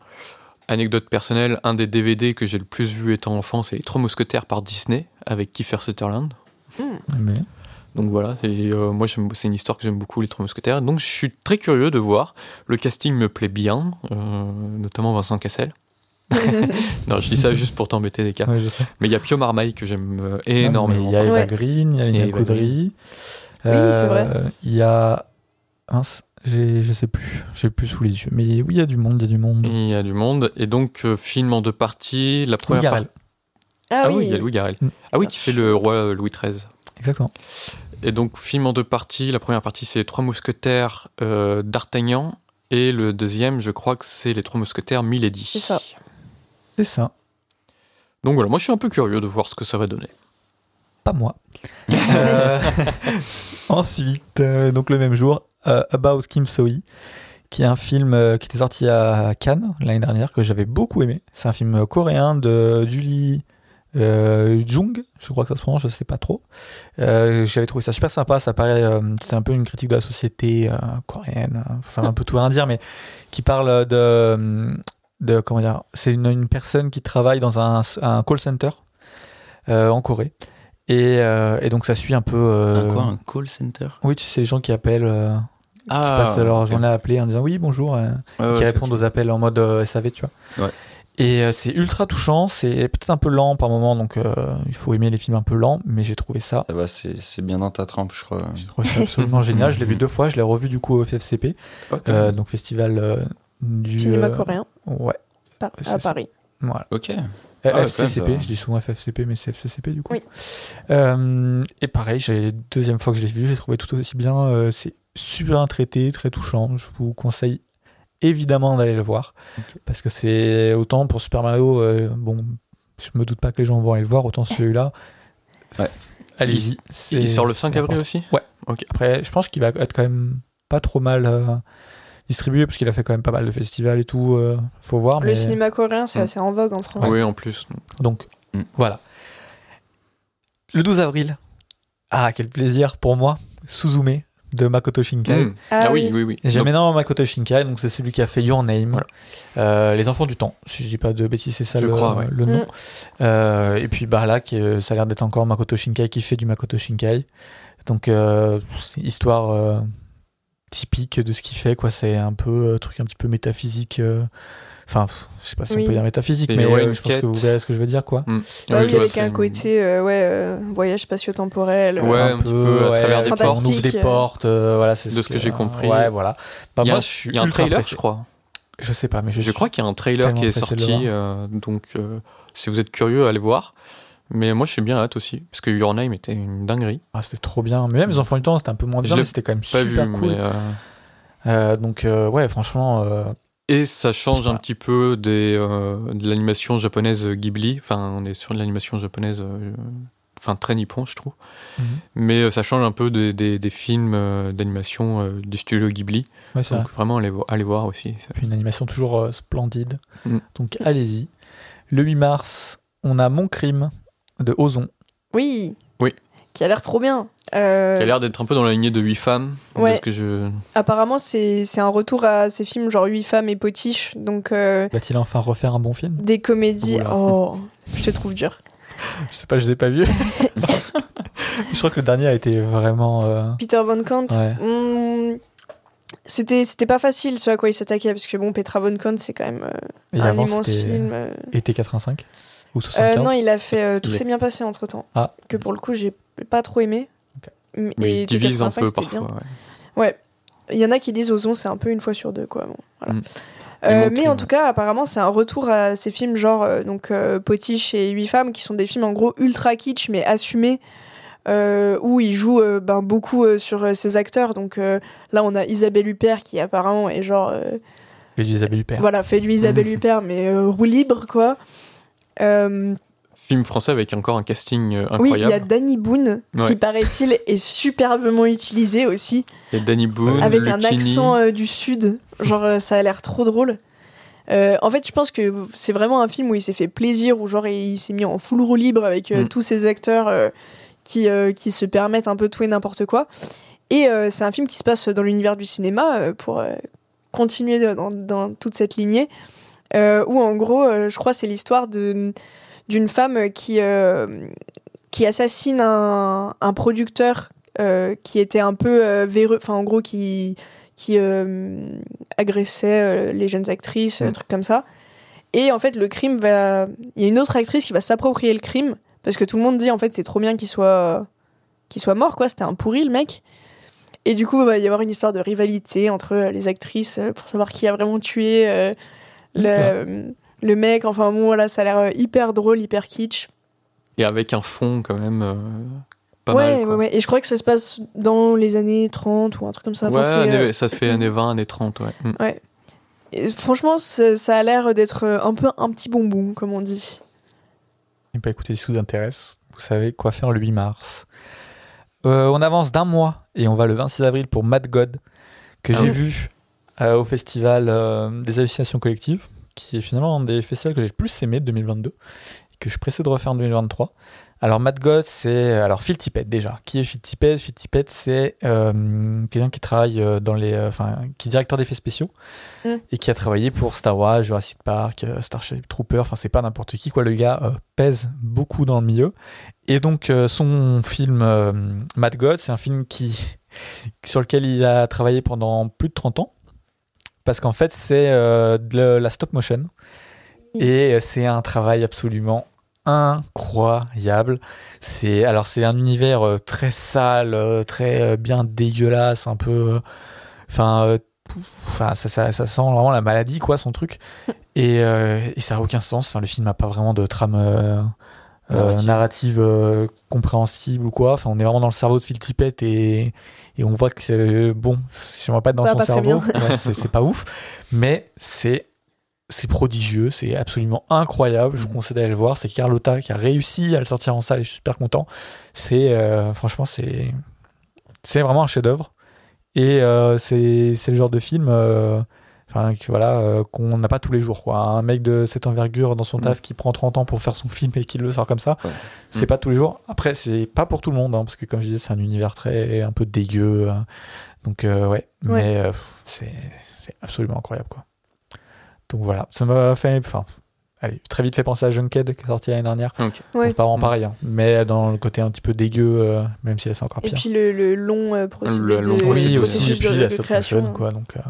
S4: Anecdote personnelle, un des DVD que j'ai le plus vu étant enfant, c'est Les Trois Mousquetaires par Disney avec Kiefer Sutherland.
S1: Mais...
S4: Donc voilà, et euh, moi j'aime- c'est une histoire que j'aime beaucoup, Les Trois Mousquetaires. Donc je suis très curieux de voir. Le casting me plaît bien, euh, notamment Vincent Cassel. non, je dis ça juste pour t'embêter des cas.
S1: Ouais, je sais.
S4: Mais il y a Pio Marmaille que j'aime euh, énormément.
S1: Il y a Eva
S3: Ouais.
S1: Green, il y a
S4: Il y a
S1: Lina
S4: Eva
S1: Coudry.
S3: Oui, c'est vrai.
S1: Il y a. Mince, j'ai- je sais plus. J'ai plus sous les yeux. Mais oui, il y a du monde, il y a du monde.
S4: Il y a du monde. Et donc, euh, film en deux parties. La
S1: Oui,
S4: première
S1: Garel.
S4: partie. Ah oui, il y a Louis Garrel.
S1: Mm.
S4: Ah oui, qui fait le roi euh, Louis XIII.
S1: Exactement.
S4: Et donc, film en deux parties. La première partie, c'est Les Trois Mousquetaires euh, d'Artagnan. Et le deuxième, je crois que c'est Les Trois Mousquetaires Milady.
S3: C'est ça.
S1: C'est ça.
S4: Donc voilà, moi je suis un peu curieux de voir ce que ça va donner.
S1: Pas moi. Euh, Ensuite, euh, donc le même jour, euh, About Kim Sohi, qui est un film euh, qui était sorti à Cannes l'année dernière, que j'avais beaucoup aimé. C'est un film coréen de Julie euh, Jung, je crois que ça se prononce, je sais pas trop. Euh, j'avais trouvé ça super sympa, ça paraît, euh, c'était un peu une critique de la société euh, coréenne, hein. ça va un peu tout rien dire, mais qui parle de... euh, de comment dire, c'est une, une personne qui travaille dans un, un call center euh, en Corée. Et, euh, et donc ça suit un peu... euh,
S2: Un quoi Un call center
S1: oui, tu sais, les gens qui appellent, euh, qui
S2: Ah
S1: passent leur
S2: ok. Ah
S1: journée à appeler en disant oui, bonjour, euh,
S2: Ouais,
S1: et qui
S2: ouais, ok.
S1: répondent aux appels en mode euh, SAV, tu vois.
S2: Ouais.
S1: Et euh, c'est ultra touchant, c'est peut-être un peu lent par moment, donc euh, il faut aimer les films un peu lents, mais j'ai trouvé ça,
S2: Ça va, c'est c'est bien dans ta trempe, je crois.
S1: j'ai trouvé ça absolument génial. Je l'ai vu deux fois, je l'ai revu du coup au FFCP,
S2: Ah
S1: euh, donc festival euh, du.
S3: Cinéma
S1: euh,
S3: coréen
S1: Ouais,
S3: par-
S1: c'est
S3: à
S1: ça.
S3: Paris.
S1: voilà.
S2: Ok.
S1: Euh,
S2: Ah ouais, quand
S1: FCCP,
S2: même, ça-
S1: je dis souvent FFCP, mais c'est FCCP du coup.
S3: Oui.
S1: Euh, et pareil, j'ai deuxième fois que je l'ai vu, j'ai trouvé tout aussi bien. euh, c'est super bien traité, très touchant. Je vous conseille évidemment d'aller le voir parce que c'est autant pour Super Mario. euh, bon, je me doute pas que les gens vont aller le voir, autant celui-là.
S2: Ouais.
S1: Allez-y. c'est-
S4: Il sort le
S1: c'est
S4: 5 avril
S1: important.
S4: aussi
S1: Après, je pense qu'il va être quand même pas trop mal euh, distribué parce qu'il a fait quand même pas mal de festivals et tout. euh, faut voir.
S3: Le
S1: mais...
S3: cinéma coréen, c'est
S4: Ah, Mm.
S3: assez en vogue en France.
S4: Oui, en plus.
S1: Donc,
S2: Mm.
S1: voilà. Le 12 avril. Ah, quel plaisir pour moi. Suzume de Makoto Shinkai.
S4: Mm. Ah, oui, oui, oui.
S1: J'aime
S4: Donc,
S1: énormément Makoto Shinkai, donc c'est celui qui a fait Your Name,
S4: Voilà.
S1: Euh, Les Enfants du Temps, si je dis pas de bêtises, c'est ça
S4: Je
S1: le,
S4: crois, ouais.
S1: le nom.
S3: Mm.
S1: Euh, et puis bah là, qui, euh, ça a l'air d'être encore Makoto Shinkai qui fait du Makoto Shinkai. Donc euh, c'est une histoire euh, typique de ce qu'il fait, quoi. C'est un peu euh, truc un petit peu métaphysique. euh, Enfin, pff, je sais pas si
S3: Oui.
S1: on peut dire métaphysique,
S4: Et
S1: mais
S4: ouais,
S1: euh,
S4: une
S1: je pense
S4: quête.
S1: que vous verrez ce que je veux dire, quoi.
S4: oui,
S3: Bah
S4: je
S3: oui,
S4: vois,
S3: avec
S4: c'est-
S3: un côté euh, ouais, euh, voyage spatio-temporel. euh,
S4: Ouais, un petit peu à travers
S3: des
S1: on ouvre
S3: Fantastique.
S1: des portes, euh, voilà, c'est
S4: De
S1: ce
S4: ce que j'ai compris.
S1: Ouais, voilà. Bah,
S4: Il y a
S1: moi,
S4: un-
S1: je suis
S4: il y a un
S1: ultra
S4: trailer,
S1: pressé.
S4: je crois.
S1: Je sais pas, mais je,
S4: Je
S1: suis-
S4: crois qu'il y a un trailer qui est
S1: tellement pressé de le
S4: sorti, euh, donc euh, si vous êtes curieux, allez voir. Mais moi, je suis bien hâte aussi, parce que Your Name était une dinguerie.
S1: Ah, c'était trop bien. Mais même les enfants du temps, c'était un peu moins
S4: Je
S1: bien,
S4: l'ai
S1: mais c'était quand même
S4: Pas
S1: super
S4: vu,
S1: cool.
S4: mais. euh,
S1: Euh, donc, euh, ouais, franchement, euh,
S4: Et ça change un petit peu des, euh, de l'animation japonaise Ghibli. Enfin, on est sur de l'animation japonaise, euh, enfin très nippon, je trouve.
S1: Mhm.
S4: Mais euh, ça change un peu des, des- des films euh, d'animation euh, du studio Ghibli.
S1: ouais, ça.
S4: Donc vraiment, allez, vo- allez voir aussi. Ça-
S1: Puis une animation toujours euh, splendide.
S4: Mm.
S1: Donc, allez-y. Le 8 mars, on a Mon Crime de Ozon.
S3: Oui.
S4: Oui.
S3: Qui a l'air trop bien. Euh,
S4: Ça a l'air d'être un peu dans la lignée de huit femmes. de
S3: Ouais.
S4: ce que je...
S3: apparemment, c'est c'est un retour à ces films genre 8 femmes et potiches. Donc, euh,
S1: Va-t-il enfin refaire un bon film
S3: des comédies.
S4: Oula.
S3: Oh, je te trouve dur.
S1: Je sais pas, je l'ai pas vu. je crois que le dernier a été vraiment. euh,
S3: Peter Von Kant.
S1: Ouais.
S3: hmm, C'était c'était pas facile ce à quoi il s'attaquait parce que bon Petra Von Kant c'est quand même euh,
S1: Et
S3: un
S1: avant,
S3: immense
S1: c'était-
S3: film. euh.
S1: Été 85 Ou
S3: Euh,
S1: 75
S3: non il a fait euh, tout
S2: Il est-
S3: s'est bien passé entre temps
S1: Ah.
S3: que pour le coup j'ai pas trop aimé.
S1: Ok.
S3: Mais-
S4: Oui,
S3: et
S4: ils divisent un
S3: 85,
S4: peu
S3: c'était
S4: parfois.
S3: bien.
S4: ouais.
S3: Il y en a qui disent Ozon, c'est un peu une fois sur deux, quoi. Bon, voilà.
S4: Mm.
S3: Euh,
S4: Et mon
S3: mais
S4: crime.
S3: en tout cas, apparemment, c'est un retour à ces films genre euh, donc euh, Potiche et Huit femmes, qui sont des films en gros ultra kitsch mais assumés, euh, où ils jouent euh, ben, beaucoup euh, sur euh, ces acteurs. Donc euh, là, on a Isabelle Huppert qui apparemment est genre euh,
S1: Et d'Isabelle Huppert.
S3: voilà fait du Isabelle Huppert mais euh, roue libre quoi. Euh,
S4: Film français avec encore un casting euh,
S3: oui, il y a
S4: incroyable.
S3: Danny Boone qui
S4: Ouais.
S3: paraît-il est superbement utilisé aussi.
S4: Et Danny Boone,
S3: avec un
S4: Lucchini.
S3: accent euh, du sud. Genre, euh, ça a l'air trop drôle. Euh, en fait, je pense que c'est vraiment un film où il s'est fait plaisir, où genre il s'est mis en full roue libre avec euh,
S4: Mm.
S3: tous ces acteurs euh, qui, euh, qui se permettent un peu tout et n'importe quoi. Et euh, c'est un film qui se passe dans l'univers du cinéma euh, pour euh, continuer de- dans, dans toute cette lignée. euh, où en gros, euh, je crois, c'est l'histoire de- d'une femme qui, euh, qui assassine un, un producteur euh, qui était un peu euh, véreux, enfin en gros qui, qui euh, agressait euh, les jeunes actrices,
S4: Mm.
S3: un truc comme ça. Et en fait, le crime va. Il y a une autre actrice qui va s'approprier le crime parce que tout le monde dit en fait c'est trop bien qu'il soit qu'il soit mort quoi. C'était un pourri le mec. Et du coup, il va y avoir une histoire de rivalité entre euh, les actrices euh, pour savoir qui a vraiment tué euh, le, le mec. Enfin bon, voilà, ça a l'air euh, hyper drôle, hyper kitsch.
S4: Et avec un fond quand même euh, pas
S3: ouais,
S4: mal. quoi.
S3: ouais, ouais. Et je crois que ça se passe dans les années 30 ou un truc comme ça. Enfin,
S4: Ouais,
S3: c'est,
S4: années-
S3: euh,
S4: ça fait années 20, années 30, ouais. Mm.
S3: et Franchement, c'est- ça a l'air d'être euh, un peu un petit bonbon, comme on dit.
S1: Et bah écoutez, si ça vous intéresse, vous savez quoi faire le 8 mars. Euh, on avance d'un mois et on va le 26 avril pour Mad God, que
S4: Ah
S1: j'ai
S4: oui.
S1: vu euh, au festival euh, des associations collectives, qui est finalement un des festivals que j'ai le plus aimé de 2022, et que je suis pressé de refaire en 2023. Alors Mad God, c'est... Alors Phil Tippett déjà. Qui est Phil Tippett Phil Tippett, c'est euh, quelqu'un qui travaille euh, dans les... euh, Enfin, qui est directeur d'effets spéciaux
S3: Mm.
S1: et qui a travaillé pour Star Wars, Jurassic Park, euh, Starship Trooper. Enfin, c'est pas n'importe qui, quoi. Le gars euh, pèse beaucoup dans le milieu. Et donc, euh, son film euh, Mad God, c'est un film qui, sur lequel il a travaillé pendant plus de 30 ans. Parce qu'en fait, c'est euh, de la- la stop motion. Et euh, c'est un travail absolument incroyable. C'est alors c'est un univers euh, très sale, euh, très euh, bien dégueulasse, un peu. euh, Enfin, euh, pouf, enfin ça, ça, ça sent vraiment la maladie quoi, son truc. Et, euh, et ça a aucun sens. Enfin, le film n'a pas vraiment de trame euh, euh,
S4: Narrative.
S1: narrative euh, compréhensible ou quoi. Enfin, on est vraiment dans le cerveau de Phil Tippett et, et on voit que c'est euh, bon. Si on va pas être dans
S3: Ça va
S1: son
S3: pas très
S1: cerveau, ouais, c'est c'est pas ouf. Mais c'est c'est prodigieux, c'est absolument incroyable. Je vous conseille d'aller le voir. C'est Carlotta qui a réussi à le sortir en salle et je suis super content. C'est euh, franchement, c'est c'est vraiment un chef-d'œuvre et euh, c'est c'est le genre de film. euh, Enfin, que, voilà, euh, qu'on n'a pas tous les jours. Quoi. Un mec de cette envergure dans son taf
S3: Mm.
S1: qui prend 30 ans pour faire son film et qui le sort comme ça,
S2: Ouais.
S1: c'est
S4: Mm.
S1: pas tous les jours. Après, c'est pas pour tout le monde, hein, parce que comme je disais, c'est un univers très un peu dégueu. hein. Donc, euh, ouais. Mais euh, pff, c'est c'est absolument incroyable. Quoi. Donc voilà, ça m'a fait. Enfin, allez, très vite fait penser à Junkhead qui est sorti l'année dernière.
S4: Ok.
S3: Ouais.
S1: Pas en
S4: Mm.
S1: pareil, hein. mais dans le côté un petit peu dégueu, euh, même si là c'est encore
S3: Et
S1: pire.
S3: puis le, le long euh, procédé
S4: Le long
S3: de,
S4: procédé,
S1: Oui,
S4: le
S1: aussi, et
S3: processus
S1: puis
S3: de,
S1: la
S3: de
S1: stop
S3: création. hein.
S1: motion, quoi. Donc, euh,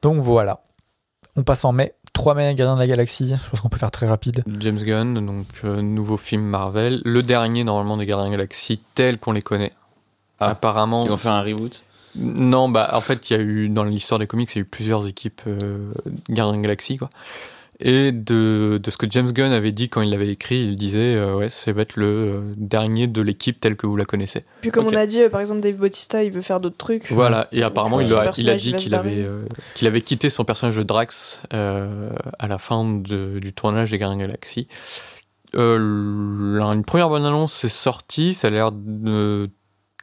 S1: donc voilà. On passe en mai. 3 mai, Gardien de la Galaxie. Je pense qu'on peut faire très rapide.
S4: James Gunn, donc euh, nouveau film Marvel, le dernier normalement des Gardiens de la Galaxie tels qu'on les connaît.
S2: Ah.
S4: Apparemment,
S2: Ils vont faire un reboot.
S4: Non, bah en fait, il y a eu dans l'histoire des comics, il y a eu plusieurs équipes euh, Guardians de la Galaxy quoi. Et de, de ce que James Gunn avait dit quand il l'avait écrit, il disait euh, ouais, c'est va être le euh, dernier de l'équipe telle que vous la connaissez.
S3: Puis comme
S2: Ok.
S3: on a dit, euh, par exemple, Dave Bautista, il veut faire d'autres trucs.
S4: Voilà, et apparemment
S3: Ouais.
S4: il, a-
S3: Son
S4: il a
S3: personnage,
S4: dit
S3: il va se
S4: qu'il avait
S3: barrer.
S4: euh, qu'il avait quitté son personnage de Drax euh, à la fin de- du tournage des Guardians de la Galaxy. Euh, la- une première bonne annonce est sortie, ça a l'air de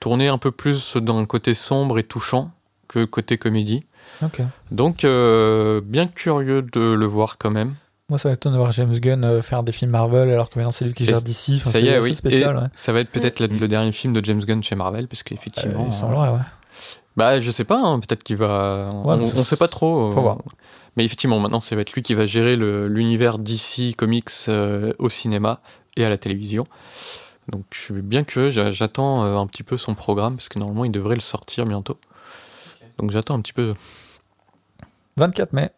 S4: tourner un peu plus dans le côté sombre et touchant que côté comédie.
S1: Ok.
S4: Donc, euh, bien curieux de le voir quand même.
S1: Moi, ça m'étonne de voir James Gunn euh, faire des films Marvel alors que maintenant c'est lui qui
S4: Et
S1: gère
S4: c-
S1: d'ici.
S4: ça y est, oui.
S1: spécial.
S4: Et
S1: ouais.
S4: Ça va être peut-être
S3: Mm.
S4: la- le dernier film de James Gunn chez Marvel, parce qu'effectivement. hein,
S1: Euh, il semblerait, ouais.
S4: bah, je sais pas, hein, peut-être qu'il va. on,
S1: mais ça-
S4: on sait pas trop. euh,
S1: Faut voir.
S4: Mais effectivement, maintenant, ça va être lui qui va gérer le- l'univers DC Comics euh, au cinéma et à la télévision. Donc, je suis bien curieux. j'a- J'attends euh, un petit peu son programme, parce que normalement, il devrait le sortir bientôt. Donc, j'attends un petit peu.
S1: 24 mai,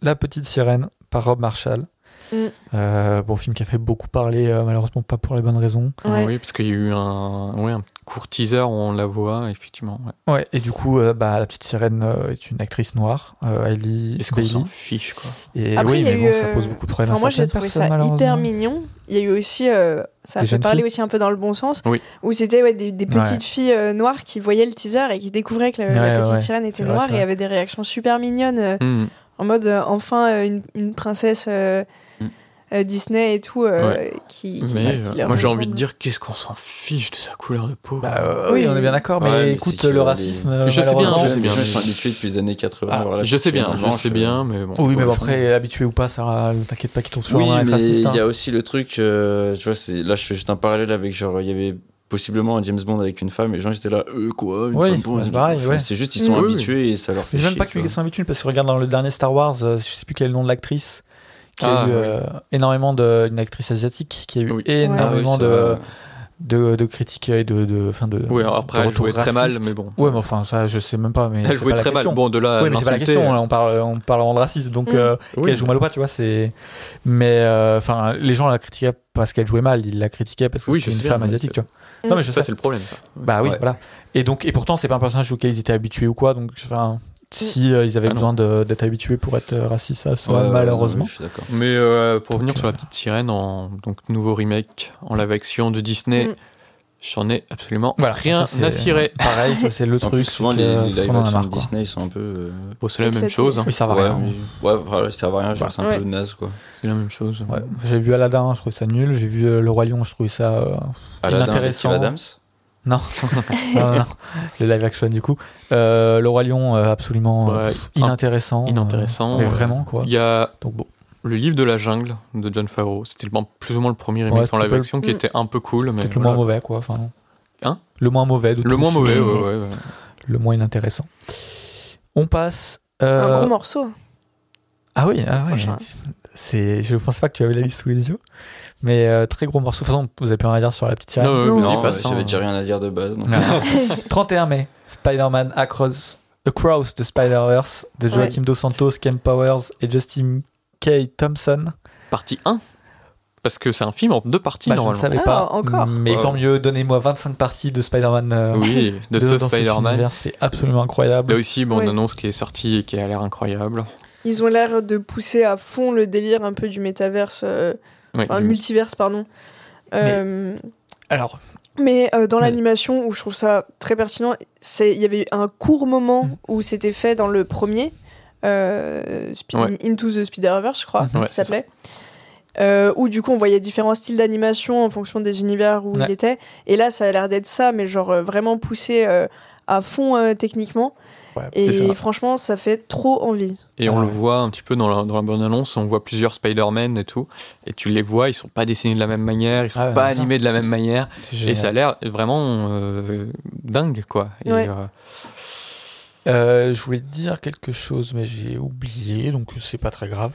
S1: La Petite Sirène par Rob Marshall.
S3: Mm.
S1: Euh, bon film qui a fait beaucoup parler, euh, malheureusement pas pour les bonnes raisons.
S3: Ouais.
S4: Ah Oui, parce qu'il y a eu un, ouais, un court teaser où on la voit, effectivement. ouais.
S1: Ouais, et du coup, euh, bah, La Petite Sirène euh, est une actrice noire, euh, Hailey
S4: Est-ce qu'on
S1: Bailey.
S4: s'en fiche, quoi
S1: Et
S3: Après,
S1: oui,
S3: il y a
S1: mais bon,
S3: eu,
S1: ça
S3: euh,
S1: pose beaucoup de problèmes à
S3: Enfin, moi, j'ai
S1: certaines
S3: trouvé
S1: personnes,
S3: ça hyper
S1: malheureusement.
S3: mignon. Il y a eu aussi, euh, ça a
S1: Des
S3: fait
S1: jeunes
S3: parler
S1: filles
S3: aussi un peu dans le bon sens,
S4: Oui.
S3: où c'était ouais, des, des
S1: Ouais.
S3: petites filles euh, noires qui voyaient le teaser et qui découvraient que la, la
S1: Ouais,
S3: petite
S1: ouais.
S3: sirène était
S1: C'est vrai,
S3: noire
S1: c'est vrai.
S3: et avaient des réactions super mignonnes, euh,
S4: Hmm.
S3: en mode euh, enfin euh, une, une princesse euh,
S2: Mm.
S3: euh, Disney et tout, euh,
S4: Ouais.
S3: qui, qui-
S4: Mais
S3: qui
S4: euh,
S3: leur
S4: moi j'ai
S3: ressemble.
S4: envie de dire qu'est-ce qu'on s'en fiche de sa couleur de peau.
S1: Bah, euh, oui,
S3: Oui.
S1: on est bien d'accord, mais,
S2: Ouais, mais
S1: écoute,
S2: c'est que
S1: le
S2: les-
S1: racisme. euh,
S4: Je sais bien,
S1: malheureusement,
S4: je sais
S2: les
S4: bien,
S2: gens
S4: mais-
S2: ils sont habitués depuis les années 80.
S1: Ah,
S2: voilà,
S4: je sais
S2: tu es
S4: bien,
S2: un
S4: je
S2: blanche,
S4: sais
S2: euh,
S4: bien, mais bon.
S1: Oui, mais
S4: faut-
S1: bon, après, habitué ou pas, ça, t'inquiète pas qu'ils tombent toujours
S2: Oui,
S1: dans être
S2: mais
S1: raciste.
S2: il
S1: hein.
S2: y a aussi le truc, euh, tu vois, c'est là je fais juste un parallèle avec genre il y avait possiblement un James Bond avec une femme et les gens étaient là, euh quoi, une
S1: Oui,
S2: femme pour
S1: bah,
S2: un-
S1: c'est pareil, ouais.
S2: C'est juste ils sont
S4: Oui, oui.
S2: habitués et ça leur fait
S1: Mais c'est même
S2: chier,
S1: pas
S2: tu
S1: qu'ils
S2: vois.
S1: sont habitués, parce que regarde dans le dernier Star Wars, euh, je sais plus quel est le nom de l'actrice, qui a
S4: Ah,
S1: eu
S4: oui.
S1: euh, énormément de. une actrice asiatique, qui a eu
S4: Oui.
S1: énormément
S2: Ah oui, ça
S1: de,
S2: va.
S1: de, de critiques et de. de, fin de
S4: Oui, alors après,
S1: de
S4: elle
S1: retours
S4: jouait très mal,
S1: racistes.
S4: mais bon.
S1: Ouais, mais enfin, ça, je sais même pas, mais.
S4: Elle
S1: c'est
S4: jouait
S1: pas la
S4: très mal.
S1: question.
S4: Bon, bah, de là, à
S1: Oui, mais c'est pas la
S4: l'insulter,
S1: question, là, on parle, on parle en racisme, donc
S3: Mm.
S1: euh,
S4: Mmh. Oui,
S1: qu'elle joue mal ou pas, tu vois, c'est. Mais euh, enfin, les gens la critiquaient parce qu'elle jouait mal, ils la critiquaient parce que
S4: Oui,
S1: c'était
S4: je
S1: une
S4: sais
S1: femme
S4: bien, mais
S1: asiatique, tu vois.
S3: Mm.
S1: Non, mais je
S4: Ça,
S1: sais.
S4: c'est le problème, ça.
S1: Bah oui,
S2: Ouais.
S1: voilà. Et donc, et pourtant, c'est pas un personnage auquel ils étaient habitués ou quoi, donc enfin, si euh, ils avaient
S4: Ah non.
S1: besoin de- d'être habitués pour être euh, racistes, ça, ça,
S2: Ouais,
S1: malheureusement.
S2: oui, je suis d'accord.
S4: Mais euh, pour
S1: Donc,
S4: revenir
S1: euh,
S4: sur la petite sirène, en, donc nouveau remake en live action de Disney,
S3: Mm.
S4: j'en ai absolument
S1: Voilà,
S4: rien
S1: ça, c'est-
S4: à cirer.
S1: Pareil, ça c'est le
S2: En
S1: truc.
S2: plus,
S1: c'est
S2: souvent
S1: que,
S2: les,
S1: euh,
S2: les live
S1: on en a
S2: action
S1: marre,
S2: de
S1: quoi.
S2: Disney ils sont un peu. euh,
S4: Bon, c'est la même
S3: Éclaté.
S4: chose. hein.
S1: Oui, ça va
S2: ouais,
S1: rien.
S2: oui. ouais, voilà, ça va rien, genre, c'est un
S3: Ouais.
S2: peu naze quoi.
S4: C'est la même chose.
S1: Ouais. J'ai vu Aladdin, je trouvais ça nul. J'ai vu euh, Le Roi Lion, je trouvais ça. euh,
S2: Aladdin avec
S1: Inintéressant.
S2: Kev Adams.
S1: Non. non, non, non. le live action du coup. Euh, le Roi Lion, euh, absolument euh,
S4: Ouais,
S1: inintéressant.
S4: inintéressant.
S1: euh, mais vraiment quoi.
S4: Il y a
S1: Donc bon.
S4: le livre de la jungle de John Favreau. C'était le- plus ou moins le premier remake
S1: Ouais,
S4: en
S1: c'était
S4: live
S1: pas le-
S4: action qui
S3: Mm.
S4: était un peu cool, mais
S1: Peut-être le
S4: voilà.
S1: moins mauvais quoi. Enfin,
S4: Hein
S1: le moins mauvais de
S4: Le
S1: tous.
S4: moins mauvais, ouais, ouais, ouais.
S1: Le moins inintéressant. On passe. euh,
S3: Un gros morceau.
S1: Ah oui, ah oui.
S3: Prochain.
S1: C'est, je pense pas que tu avais la liste sous les yeux, mais euh, très gros morceau. De toute façon, vous avez plus rien à dire sur la petite sirène.
S4: Non,
S3: Non,
S4: mais
S2: Non,
S4: dis pas
S2: euh,
S4: ça,
S2: j'avais
S4: hein.
S2: déjà rien à dire de base. donc.
S1: Non. 31 mai, Spider-Man Across, Across the Spider-Verse de
S3: Ouais.
S1: Joaquim Dos Santos, Ken Powers et Justin K. Thompson.
S4: Partie 1 Parce que c'est un film en deux parties,
S1: Bah, je ne
S4: normalement.
S1: savais
S3: Ah,
S1: pas.
S3: encore.
S1: Mais
S2: Wow.
S1: tant mieux, donnez-moi 25 parties de Spider-Man euh,
S4: Oui, de
S1: dans
S4: ce
S1: cet
S4: Spider-Man.
S1: univers, C'est absolument incroyable.
S4: Là aussi, bon, on
S3: Ouais.
S4: annonce qui est sorti et qui a l'air incroyable.
S3: Ils ont l'air de pousser à fond le délire un peu du métaverse, euh,
S4: Ouais,
S3: enfin
S4: du-
S3: multiverse, pardon. Euh,
S1: Alors,
S3: Mais euh, dans
S1: Mais-
S3: l'animation, où je trouve ça très pertinent, c'est- il y avait eu un court moment
S4: Mhm.
S3: où c'était fait dans le premier, euh, Spi-
S4: Ouais. Mhm.
S3: Into the Spider-Verse, je crois,
S4: Ouais,
S3: ça
S4: c'est ça.
S3: s'appelait. Euh, où du coup on voyait différents styles d'animation en fonction des univers où
S1: Ouais.
S3: il était. Et là ça a l'air d'être ça, mais genre euh, vraiment poussé euh, à fond euh, techniquement.
S1: Ouais,
S3: Et
S1: c'est ça.
S3: franchement, ça fait trop envie.
S4: Et on
S1: Ouais.
S4: le voit un petit peu dans la, dans la bande-annonce, on voit plusieurs Spider-Man et tout, et tu les vois, ils sont pas dessinés de la même manière, ils sont
S1: Ah ouais,
S4: pas
S1: c'est ça.
S4: animés de la même manière,
S1: C'est génial.
S4: et ça a l'air vraiment euh, dingue, quoi. Et,
S3: Ouais.
S4: euh,
S1: Euh, je voulais dire quelque chose, mais j'ai oublié, donc c'est pas très grave.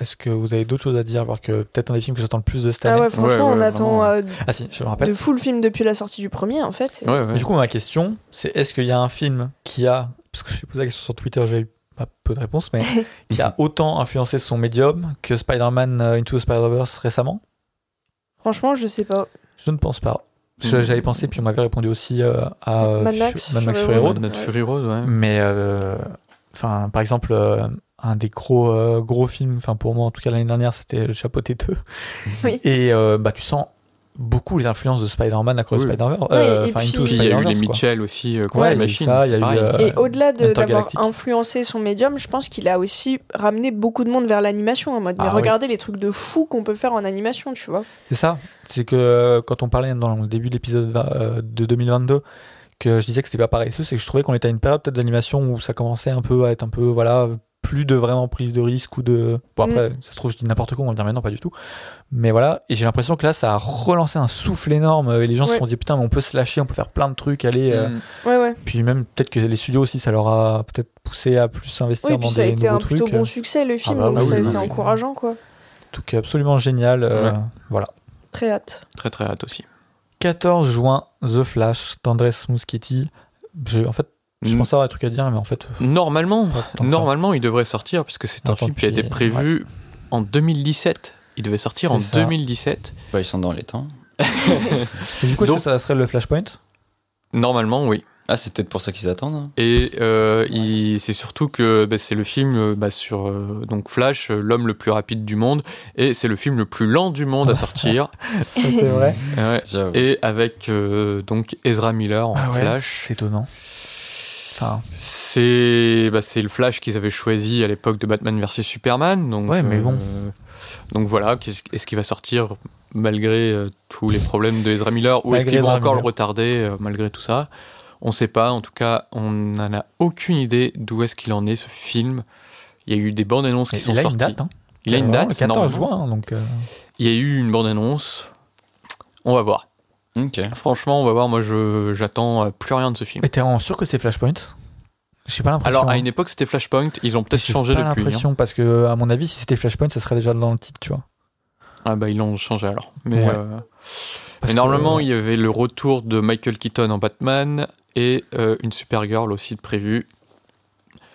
S1: Est-ce que vous avez d'autres choses à dire Alors que peut-être un des films que j'attends le plus de cette
S3: Ah
S1: année.
S3: ouais, franchement,
S4: ouais,
S3: on
S4: vraiment,
S3: attend
S4: ouais.
S3: euh,
S1: Ah si, je me rappelle.
S3: de fou le film depuis la sortie du premier, en fait.
S4: ouais, ouais.
S1: Mais Du coup, ma question, c'est est-ce qu'il y a un film qui a, parce que je suis posé la question sur Twitter, j'ai eu pas peu de réponses, mais qui a autant influencé son médium que Spider-Man euh, Into the Spider-Verse récemment
S3: Franchement, je sais pas.
S1: Je ne pense pas. Je- J'avais pensé, puis on m'avait répondu aussi euh, à euh,
S3: Hmm. Mad Max,
S1: Fu- Mad Max
S3: Fury
S1: Fury Road.
S3: Road.
S4: Notre
S3: Ouais.
S4: Fury Road, ouais.
S1: Mais euh, enfin, par exemple, euh, un des gros euh, gros films, enfin pour moi en tout cas l'année dernière, c'était Le Chapeau Têteux.
S3: Oui.
S1: Et euh, bah tu sens beaucoup les influences de Spider-Man à
S4: Oui.
S1: Spider-Verse. euh,
S3: Ouais, et
S1: enfin, Into the
S3: puis-
S4: Puis il y a eu les
S1: Spider-Verse, quoi.
S4: Mitchell aussi, euh,
S1: Ouais,
S4: Quantum
S1: il y a eu
S4: Machine,
S1: ça, il y a
S4: c'est
S1: eu,
S4: pareil.
S1: euh,
S3: Et au-delà de-
S1: Intergalactique.
S3: d'avoir influencé son médium, je pense qu'il a aussi ramené beaucoup de monde vers l'animation en mode mais
S1: Ah oui.
S3: regardez les trucs de fou qu'on peut faire en animation, tu vois.
S1: C'est ça. C'est que euh, quand on parlait dans le début de l'épisode vingt- euh, de 2022 que je disais que c'était pas paresseux, c'est que je trouvais qu'on était à une période peut-être d'animation où ça commençait un peu à être un peu voilà plus de vraiment prise de risque ou de bon
S3: Mm.
S1: après ça se trouve je dis n'importe quoi on va me dire mais non pas du tout mais voilà et j'ai l'impression que là ça a relancé un souffle énorme et les gens se
S3: Ouais.
S1: sont dit putain mais on peut se lâcher on peut faire plein de trucs aller euh,
S4: Mm.
S3: Ouais, ouais.
S1: puis même peut-être que les studios aussi ça leur a peut-être poussé à plus investir
S3: Oui, puis
S1: dans
S3: ça a
S1: des
S3: été
S1: nouveaux
S3: un
S1: trucs
S3: plutôt bon succès le film,
S1: bah
S3: donc
S1: oui,
S3: ça-
S4: oui,
S3: c'est
S4: oui.
S3: encourageant quoi.
S1: donc absolument génial euh,
S4: Ouais.
S1: voilà
S3: Très hâte.
S4: Très très hâte aussi.
S1: 14 juin, The Flash, Tendresse Muschietti. Je, en fait, je
S4: Mm.
S1: pensais avoir un truc à dire, mais en fait.
S4: Normalement,
S1: pas tant que ça.
S4: normalement, il devrait sortir puisque c'est un
S1: Attends,
S4: film qui a
S1: puis-
S4: été prévu en 2017. Il devait sortir
S1: C'est
S4: en
S1: ça.
S4: 2017.
S2: Bah, ils sont dans les temps.
S1: Et du coup, est-ce que
S4: Donc-
S1: ça serait le Flashpoint
S4: Normalement, oui.
S2: Ah, c'est peut-être pour ça qu'ils attendent. hein.
S4: Et euh, il- c'est surtout que bah, c'est le film euh, bah, sur euh, donc Flash, euh, l'homme le plus rapide du monde, et c'est le film le plus lent du monde à sortir.
S1: C'est vrai.
S4: Ouais.
S2: J'avoue.
S4: Et avec euh, donc Ezra Miller en Flash.
S1: C'est étonnant. Enfin,
S4: C'est bah, c'est le Flash qu'ils avaient choisi à l'époque de Batman vs Superman. Donc,
S1: Ouais, mais bon.
S4: euh, donc voilà, qu'est-ce- est-ce qu'il va sortir malgré euh, tous les problèmes de Ezra Miller ou est-ce
S1: Malgré
S4: qu'ils vont
S1: Ezra
S4: encore
S1: Miller.
S4: le retarder euh, malgré tout ça On ne sait pas. En tout cas, on n'en a aucune idée d'où est-ce qu'il en est ce film. Il y a eu des bandes annonces qui
S1: il
S4: sont
S1: a
S4: sorties.
S1: une date. hein.
S4: Il a une
S1: Vraiment,
S4: date.
S1: Le 14 juin,
S4: normalement.
S1: hein, donc. euh,
S4: Il y a eu une bande annonce. On va voir.
S2: Ok.
S4: Franchement, on va voir. Moi, je j'attends euh, plus rien de ce film.
S1: Mais t'es vraiment sûr que c'est Flashpoint J'ai pas l'impression.
S4: Alors, à
S1: hein.
S4: une époque, c'était Flashpoint. Ils ont peut-être
S1: J'ai
S4: changé
S1: pas
S4: depuis. hein.
S1: l'impression, parce que, à mon avis, si c'était Flashpoint, ça serait déjà dans le titre, tu vois.
S4: Ah bah ils l'ont changé alors. Mais,
S1: Ouais.
S4: euh,
S1: Parce
S4: mais normalement
S1: que-
S4: il y avait le retour de Michael Keaton en Batman et euh, une Supergirl aussi de prévu.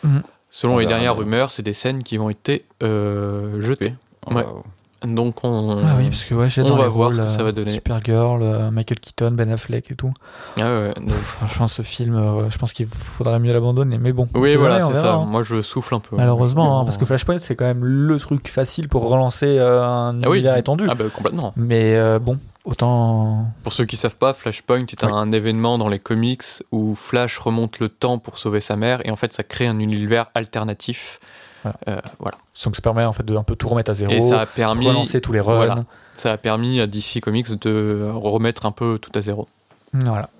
S1: Mhm.
S4: Selon
S2: On
S4: les
S2: verra
S4: dernières
S2: bien.
S4: rumeurs, c'est des scènes qui ont été euh, jetées. Ouais.
S2: Waouh.
S4: Donc on.
S1: Ah oui, parce que ouais, j'ai
S4: On
S1: dans
S4: va
S1: les
S4: voir
S1: rôles,
S4: ce que ça va
S1: euh,
S4: donner.
S1: Supergirl, euh, Michael Keaton, Ben Affleck et tout.
S4: Ah ouais, donc-
S1: Franchement, ce film, euh, je pense qu'il faudrait mieux l'abandonner. Mais bon.
S4: Oui
S1: on
S4: voilà
S1: verra, on
S4: c'est ça.
S1: verra, hein.
S4: Moi je souffle un peu.
S1: Malheureusement, hein, parce que Flashpoint, c'est quand même le truc facile pour relancer euh, un
S4: Ah oui.
S1: univers étendu.
S4: Ah bah complètement.
S1: Mais euh, bon, autant.
S4: Pour ceux qui savent pas, Flashpoint est un, événement dans les comics où Flash remonte le temps pour sauver sa mère et en fait ça crée un univers alternatif.
S1: Voilà.
S4: Euh, voilà.
S1: Donc ça permet en fait de un peu tout remettre à zéro,
S4: Et ça a permis
S1: relancer tous les runs. Voilà,
S4: Voilà. Ça a permis à DC Comics de remettre un peu tout à zéro.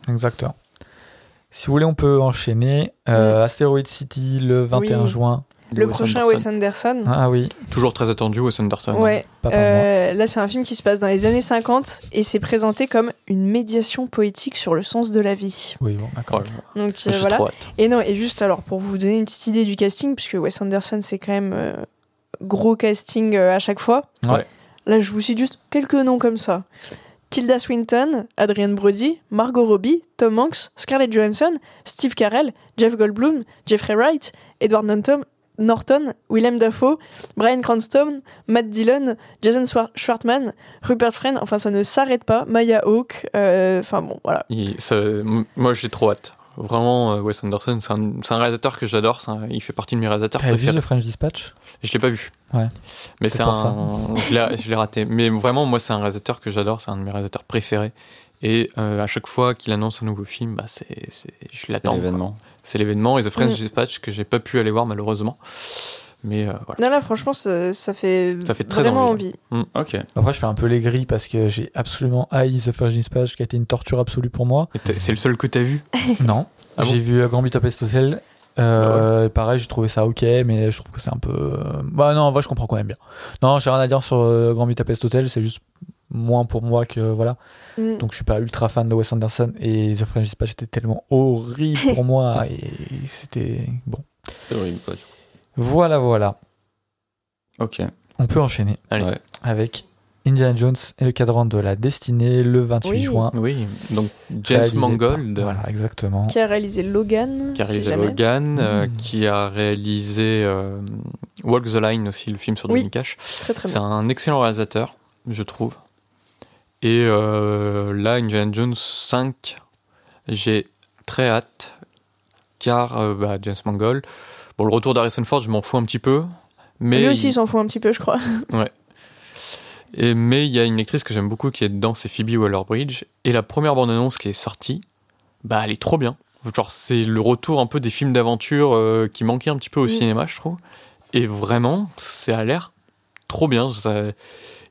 S1: exactement. Si vous voulez, on peut enchaîner. Euh, Asteroid City le 21
S3: Oui.
S1: juin.
S3: Le
S4: Wes
S3: prochain
S4: Anderson.
S3: Wes Anderson.
S1: Ah oui,
S4: Toujours très attendu, Wes Anderson.
S3: Ouais,
S1: pas par moi.
S3: euh, là c'est un film qui se passe dans les années 50 et c'est présenté comme une médiation poétique sur le sens de la vie.
S1: Oui, bon, d'accord.
S4: Ouais.
S3: Donc euh,
S4: J'ai
S3: voilà.
S4: trop hâte.
S3: Et non, et juste alors pour vous donner une petite idée du casting, puisque Wes Anderson c'est quand même euh, gros casting euh, à chaque fois.
S1: Ouais.
S3: Là je vous cite juste quelques noms comme ça. Tilda Swinton, Adrienne Brody, Margot Robbie, Tom Hanks, Scarlett Johansson, Steve Carell, Jeff Goldblum, Jeffrey Wright, Edward Norton, Norton, Willem Dafoe, Brian Cranston, Matt Dillon, Jason Swar- Schwartzman, Rupert Friend, enfin ça ne s'arrête pas, Maya Hawke, euh, enfin bon voilà.
S4: Il- ça- m- moi, j'ai trop hâte. Vraiment, euh, Wes Anderson, c'est un, c'est un réalisateur que j'adore. c'est un- Il fait partie de mes réalisateurs
S1: T'as vu
S4: préférés.
S1: The French Dispatch
S4: Je l'ai pas vu.
S1: Ouais.
S4: Mais
S1: C'est
S4: c'est
S1: pour
S4: un. je l'ai- je l'ai raté. Mais vraiment, moi, c'est un réalisateur que j'adore. C'est un de mes réalisateurs préférés. Et euh, à chaque fois qu'il annonce un nouveau film, bah, c'est, c'est- je
S2: C'est
S4: l'attends. quoi.
S2: l'événement.
S4: C'est l'événement. Et The French
S3: Mm.
S4: Dispatch que j'ai pas pu aller voir malheureusement. Mais euh, voilà.
S3: Non là franchement ça, ça fait,
S4: Ça fait très
S3: vraiment
S4: envie.
S3: envie.
S2: Ok.
S1: Après, je fais un peu les grilles parce que j'ai absolument haï The French Dispatch qui a été une torture absolue pour moi.
S4: Et t'as- C'est le seul que t'as vu.
S1: Non.
S4: Ah bon
S1: j'ai vu euh, Grand Budapest Hotel
S3: Ah
S1: Euh, Pareil, j'ai trouvé ça ok, mais je trouve que c'est un peu. Bah non, en vrai, je comprends quand même bien. Non, j'ai rien à dire sur euh, Grand Budapest Hotel, c'est juste moins pour moi que. Voilà.
S3: Mm.
S1: Donc je suis pas ultra fan de Wes Anderson et The French Dispatch était tellement horrible pour moi et c'était. Bon.
S2: C'est horrible, quoi, du coup. Euh,
S1: Voilà, voilà.
S2: Ok.
S1: On peut enchaîner
S4: Allez.
S2: Ouais.
S1: avec Indiana Jones et le cadran de la destinée le 28
S3: Oui.
S1: juin.
S4: Oui, donc James
S1: réalisé par-
S4: Mangold,
S1: Voilà, exactement.
S3: Qui a réalisé Logan
S4: qui a
S3: si
S4: réalisé
S3: jamais. Hmm.
S4: Logan, euh,
S1: Mm.
S4: qui a réalisé euh, Walk the Line aussi, le film sur
S3: Oui.
S4: Johnny Cash.
S3: Très très
S4: C'est
S3: bien.
S4: un excellent réalisateur, je trouve. Et euh, là, Indiana Jones 5, j'ai très hâte, car euh, bah, James Mangold, bon, le retour d'Harrison Ford, je m'en fous un petit peu. Mais
S3: Lui aussi,
S4: il-
S3: il s'en fout un petit peu, je crois.
S4: Et, mais il y a une actrice que j'aime beaucoup qui est dedans, c'est Phoebe Waller-Bridge. Et la première bande-annonce qui est sortie, bah elle est trop bien. Genre c'est le retour un peu des films d'aventure euh, qui manquaient un petit peu au
S3: Mm.
S4: cinéma, je trouve. Et vraiment, ça a l'air trop bien. Ça-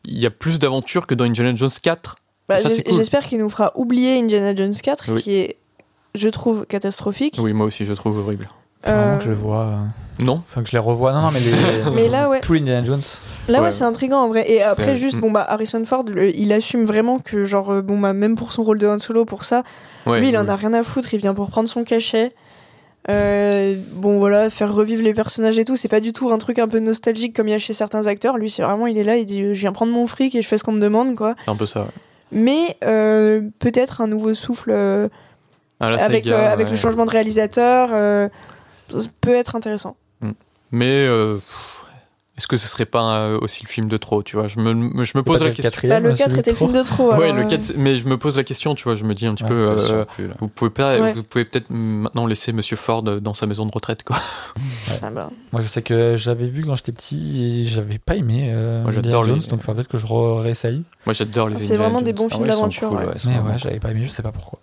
S4: Il y a plus d'aventure que dans Indiana Jones 4.
S3: Bah,
S4: Ça,
S3: j'es-
S4: c'est cool.
S3: J'espère qu'il nous fera oublier Indiana Jones 4,
S4: Oui.
S3: qui est, je trouve, catastrophique.
S4: Oui, moi aussi, je trouve horrible.
S1: Faut vraiment
S3: Euh,
S1: que je le vois. euh,
S4: Non
S1: Enfin, que je les revois. Non, non, mais les.
S3: Mais là, ouais,
S1: Tous les Indiana Jones.
S3: là, ouais,
S4: Ouais.
S3: c'est intriguant en vrai. Et après,
S4: C'est-
S3: juste,
S4: Mm.
S3: bon, bah, Harrison Ford, le- il assume vraiment que, genre, euh, bon, bah, même pour son rôle de Han Solo, pour ça,
S4: ouais, Mm.
S3: lui, il en
S4: oui.
S3: a rien à foutre, il vient pour prendre son cachet. Euh, bon, voilà, faire revivre les personnages et tout, c'est pas du tout un truc un peu nostalgique comme il y a chez certains acteurs. Lui, c'est vraiment, il est là, il dit, euh, je viens prendre mon fric et je fais ce qu'on me demande, quoi.
S4: C'est un peu ça. ouais.
S3: Mais euh, peut-être un nouveau souffle. euh,
S4: Ah, la
S3: avec,
S4: saga,
S3: euh, avec le
S4: ouais.
S3: changement de réalisateur euh, ça peut être intéressant.
S4: Mais euh, pff, est-ce que ce serait pas euh, aussi le film de trop Tu vois, je me, je me pose
S1: Pas
S4: la
S1: déjà
S4: question.
S3: Bah,
S1: quatrième,
S3: le
S1: celui
S3: 4 était le
S1: trop.
S3: film de trop.
S4: Ouais,
S3: alors,
S4: le
S3: euh,
S4: 4, mais je me pose la question, tu vois, je me dis un petit
S1: Ouais,
S4: peu,
S2: Je le
S4: euh,
S2: sens plus, là.
S4: vous pouvez pas,
S3: Ouais.
S4: vous pouvez peut-être maintenant laisser Monsieur Ford euh, dans sa maison de retraite, quoi.
S3: ah bah,
S1: Moi, je sais que j'avais vu quand j'étais petit et j'avais pas aimé euh,
S4: Moi,
S1: Indiana
S4: j'adore
S1: Jones,
S4: les-
S1: donc enfin, peut-être que je re- réessaye.
S4: Moi, j'adore les.
S3: C'est
S4: Indiana
S3: vraiment des
S4: Jones.
S3: bons
S2: Ah
S3: films
S2: ouais, ils sont
S3: d'aventure.
S2: cool,
S3: ouais.
S2: ouais, ils sont
S1: Mais
S2: vraiment
S1: ouais, j'avais pas aimé, je sais pas pourquoi.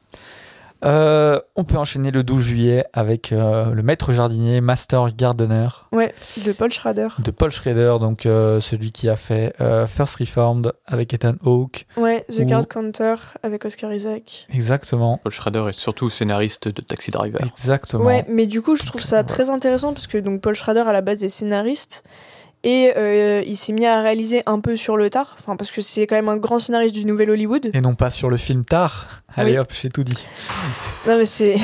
S1: Euh, on peut enchaîner le 12 juillet avec euh, le maître jardinier, master gardener
S3: Ouais, de Paul Schrader.
S1: de Paul Schrader, donc euh, celui qui a fait euh, First Reformed avec Ethan Hawke.
S3: Ouais, The
S1: Ou-
S3: Card Counter avec Oscar Isaac.
S1: Exactement.
S4: Paul Schrader est surtout scénariste de Taxi Driver.
S1: Exactement.
S3: Ouais, mais du coup, je trouve ça très intéressant parce que donc Paul Schrader à la base est scénariste et euh, il s'est mis à réaliser un peu sur le tard, enfin parce que c'est quand même un grand scénariste du nouvel Hollywood.
S1: Et non pas sur le film tard. Allez
S3: Oui.
S1: hop, j'ai tout dit.
S3: Non mais c'est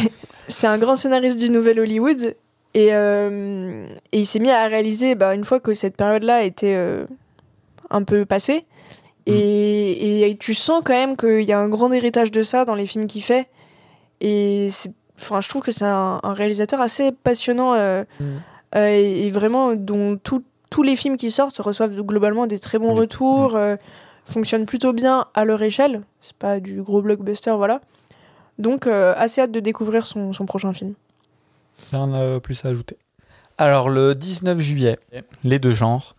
S3: c'est un grand scénariste du nouvel Hollywood et, euh, et il s'est mis à réaliser bah, une fois que cette période-là était euh, un peu passée et, et tu sens quand même qu'il y a un grand héritage de ça dans les films qu'il fait et c'est enfin je trouve que c'est un, un réalisateur assez passionnant euh,
S1: Mhm.
S3: euh, et, et vraiment dont tout- tous les films qui sortent reçoivent globalement des très bons
S4: Oui.
S3: retours euh, fonctionnent plutôt bien à leur échelle c'est pas du gros blockbuster voilà donc euh, assez hâte de découvrir son, son prochain film
S1: Rien euh, plus à ajouter. Alors, le 19 juillet, les deux genres.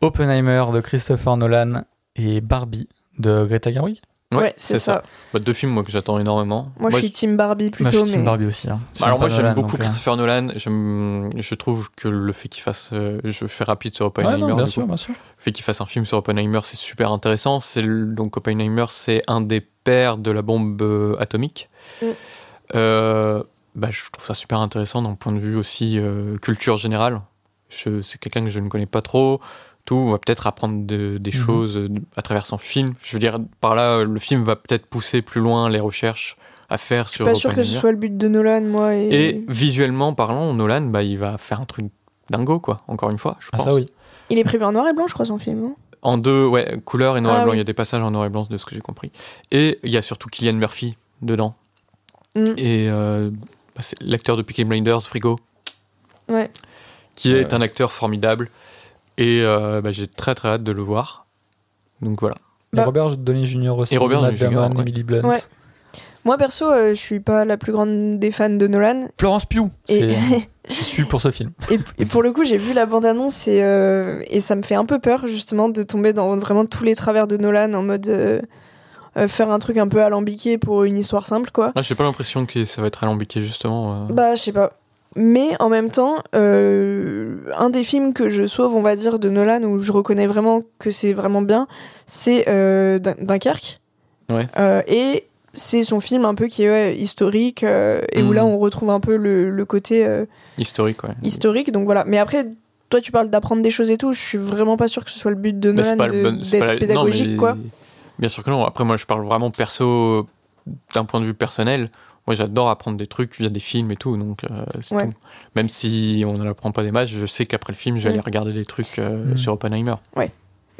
S1: Oppenheimer de Christopher Nolan et Barbie de Greta Gerwig.
S3: ouais, c'est ça.
S4: Bah, deux films moi que j'attends énormément.
S3: moi, je suis team Barbie
S1: Moi, je
S3: plutôt
S1: suis team
S3: mais
S1: Barbie aussi. hein.
S4: Bah, Alors moi
S1: pas
S4: j'aime
S1: Nolan,
S4: beaucoup
S1: donc, euh,
S4: Christopher Nolan, J'aime- je trouve que le fait qu'il fasse, euh, je fais rapide sur
S1: ouais,
S4: Oppenheimer,
S1: Ah non, bien
S4: du coup.
S1: sûr, bien sûr.
S4: le fait qu'il fasse un film sur Oppenheimer c'est super intéressant, c'est le- donc Oppenheimer c'est un des pères de la bombe euh, atomique,
S3: Mm.
S4: Euh, bah, je trouve ça super intéressant d'un point de vue aussi euh, culture générale, Je- c'est quelqu'un que je ne connais pas trop, tout, on va peut-être apprendre de- des
S1: Mhm.
S4: choses euh, à travers son film, je veux dire par là euh, le film va peut-être pousser plus loin les recherches à faire
S3: je suis
S4: sur
S3: pas sûr que ce
S4: Oppenheimer.
S3: soit le but de Nolan moi et,
S4: Et visuellement parlant, Nolan, bah, il va faire un truc dingo, quoi, encore une fois, je
S1: Ah,
S4: pense.
S1: ça oui.
S3: il est prévu en noir et blanc je crois son film hein. non
S4: En deux, ouais, couleur et noir
S3: Ah
S4: et blanc,
S3: oui.
S4: il y a des passages en noir et blanc, de ce que j'ai compris. Et il y a surtout Kylian Murphy dedans.
S3: Mm.
S4: Et euh, bah, c'est l'acteur de Peaky Blinders, Frigo.
S3: Ouais.
S4: Qui est
S2: Ouais.
S4: un acteur formidable. Et euh, bah, j'ai très très hâte de le voir. Donc voilà.
S1: Et
S3: Bah-
S1: Robert Downey Jr. aussi.
S4: Et Robert
S1: Matt
S4: Downey Jr.,
S1: Damon,
S4: ouais.
S1: Emily Blunt.
S3: Ouais. moi perso euh, je suis pas la plus grande des fans de Nolan
S1: Florence Pugh.
S3: et
S1: c'est- Je suis pour ce film.
S3: Et, et pour le coup, j'ai vu la bande-annonce et, euh, et ça me fait un peu peur justement de tomber dans vraiment tous les travers de Nolan en mode euh, euh, faire un truc un peu alambiqué pour une histoire simple, quoi.
S4: Ah, j'ai pas l'impression que ça va être alambiqué, justement. euh.
S3: Bah, je sais pas. Mais en même temps, euh, un des films que je sauve, on va dire, de Nolan, où je reconnais vraiment que c'est vraiment bien, c'est euh, Dun- Dunkerque.
S4: Ouais.
S3: Euh, et c'est son film un peu qui est ouais, historique euh, et où
S4: Mhm.
S3: là on retrouve un peu le, le côté euh,
S4: Historique, ouais.
S3: historique. Donc voilà. Mais après, toi tu parles d'apprendre des choses et tout. Je suis vraiment pas sûr que ce soit le but de
S4: Bah, c'est
S3: Nolan
S4: pas le
S3: de-
S4: bon- c'est pas la-
S3: d'être
S4: non,
S3: pédagogique
S4: mais-
S3: quoi.
S4: Bien sûr que non. Après, moi, je parle vraiment perso, euh, d'un point de vue personnel. Moi, j'adore apprendre des trucs via des films et tout, donc euh, c'est
S3: Ouais.
S4: tout. Même si on n'apprend pas des matchs, je sais qu'après le film, je vais aller
S3: Mm.
S4: regarder des trucs euh,
S1: Mm.
S4: sur Oppenheimer.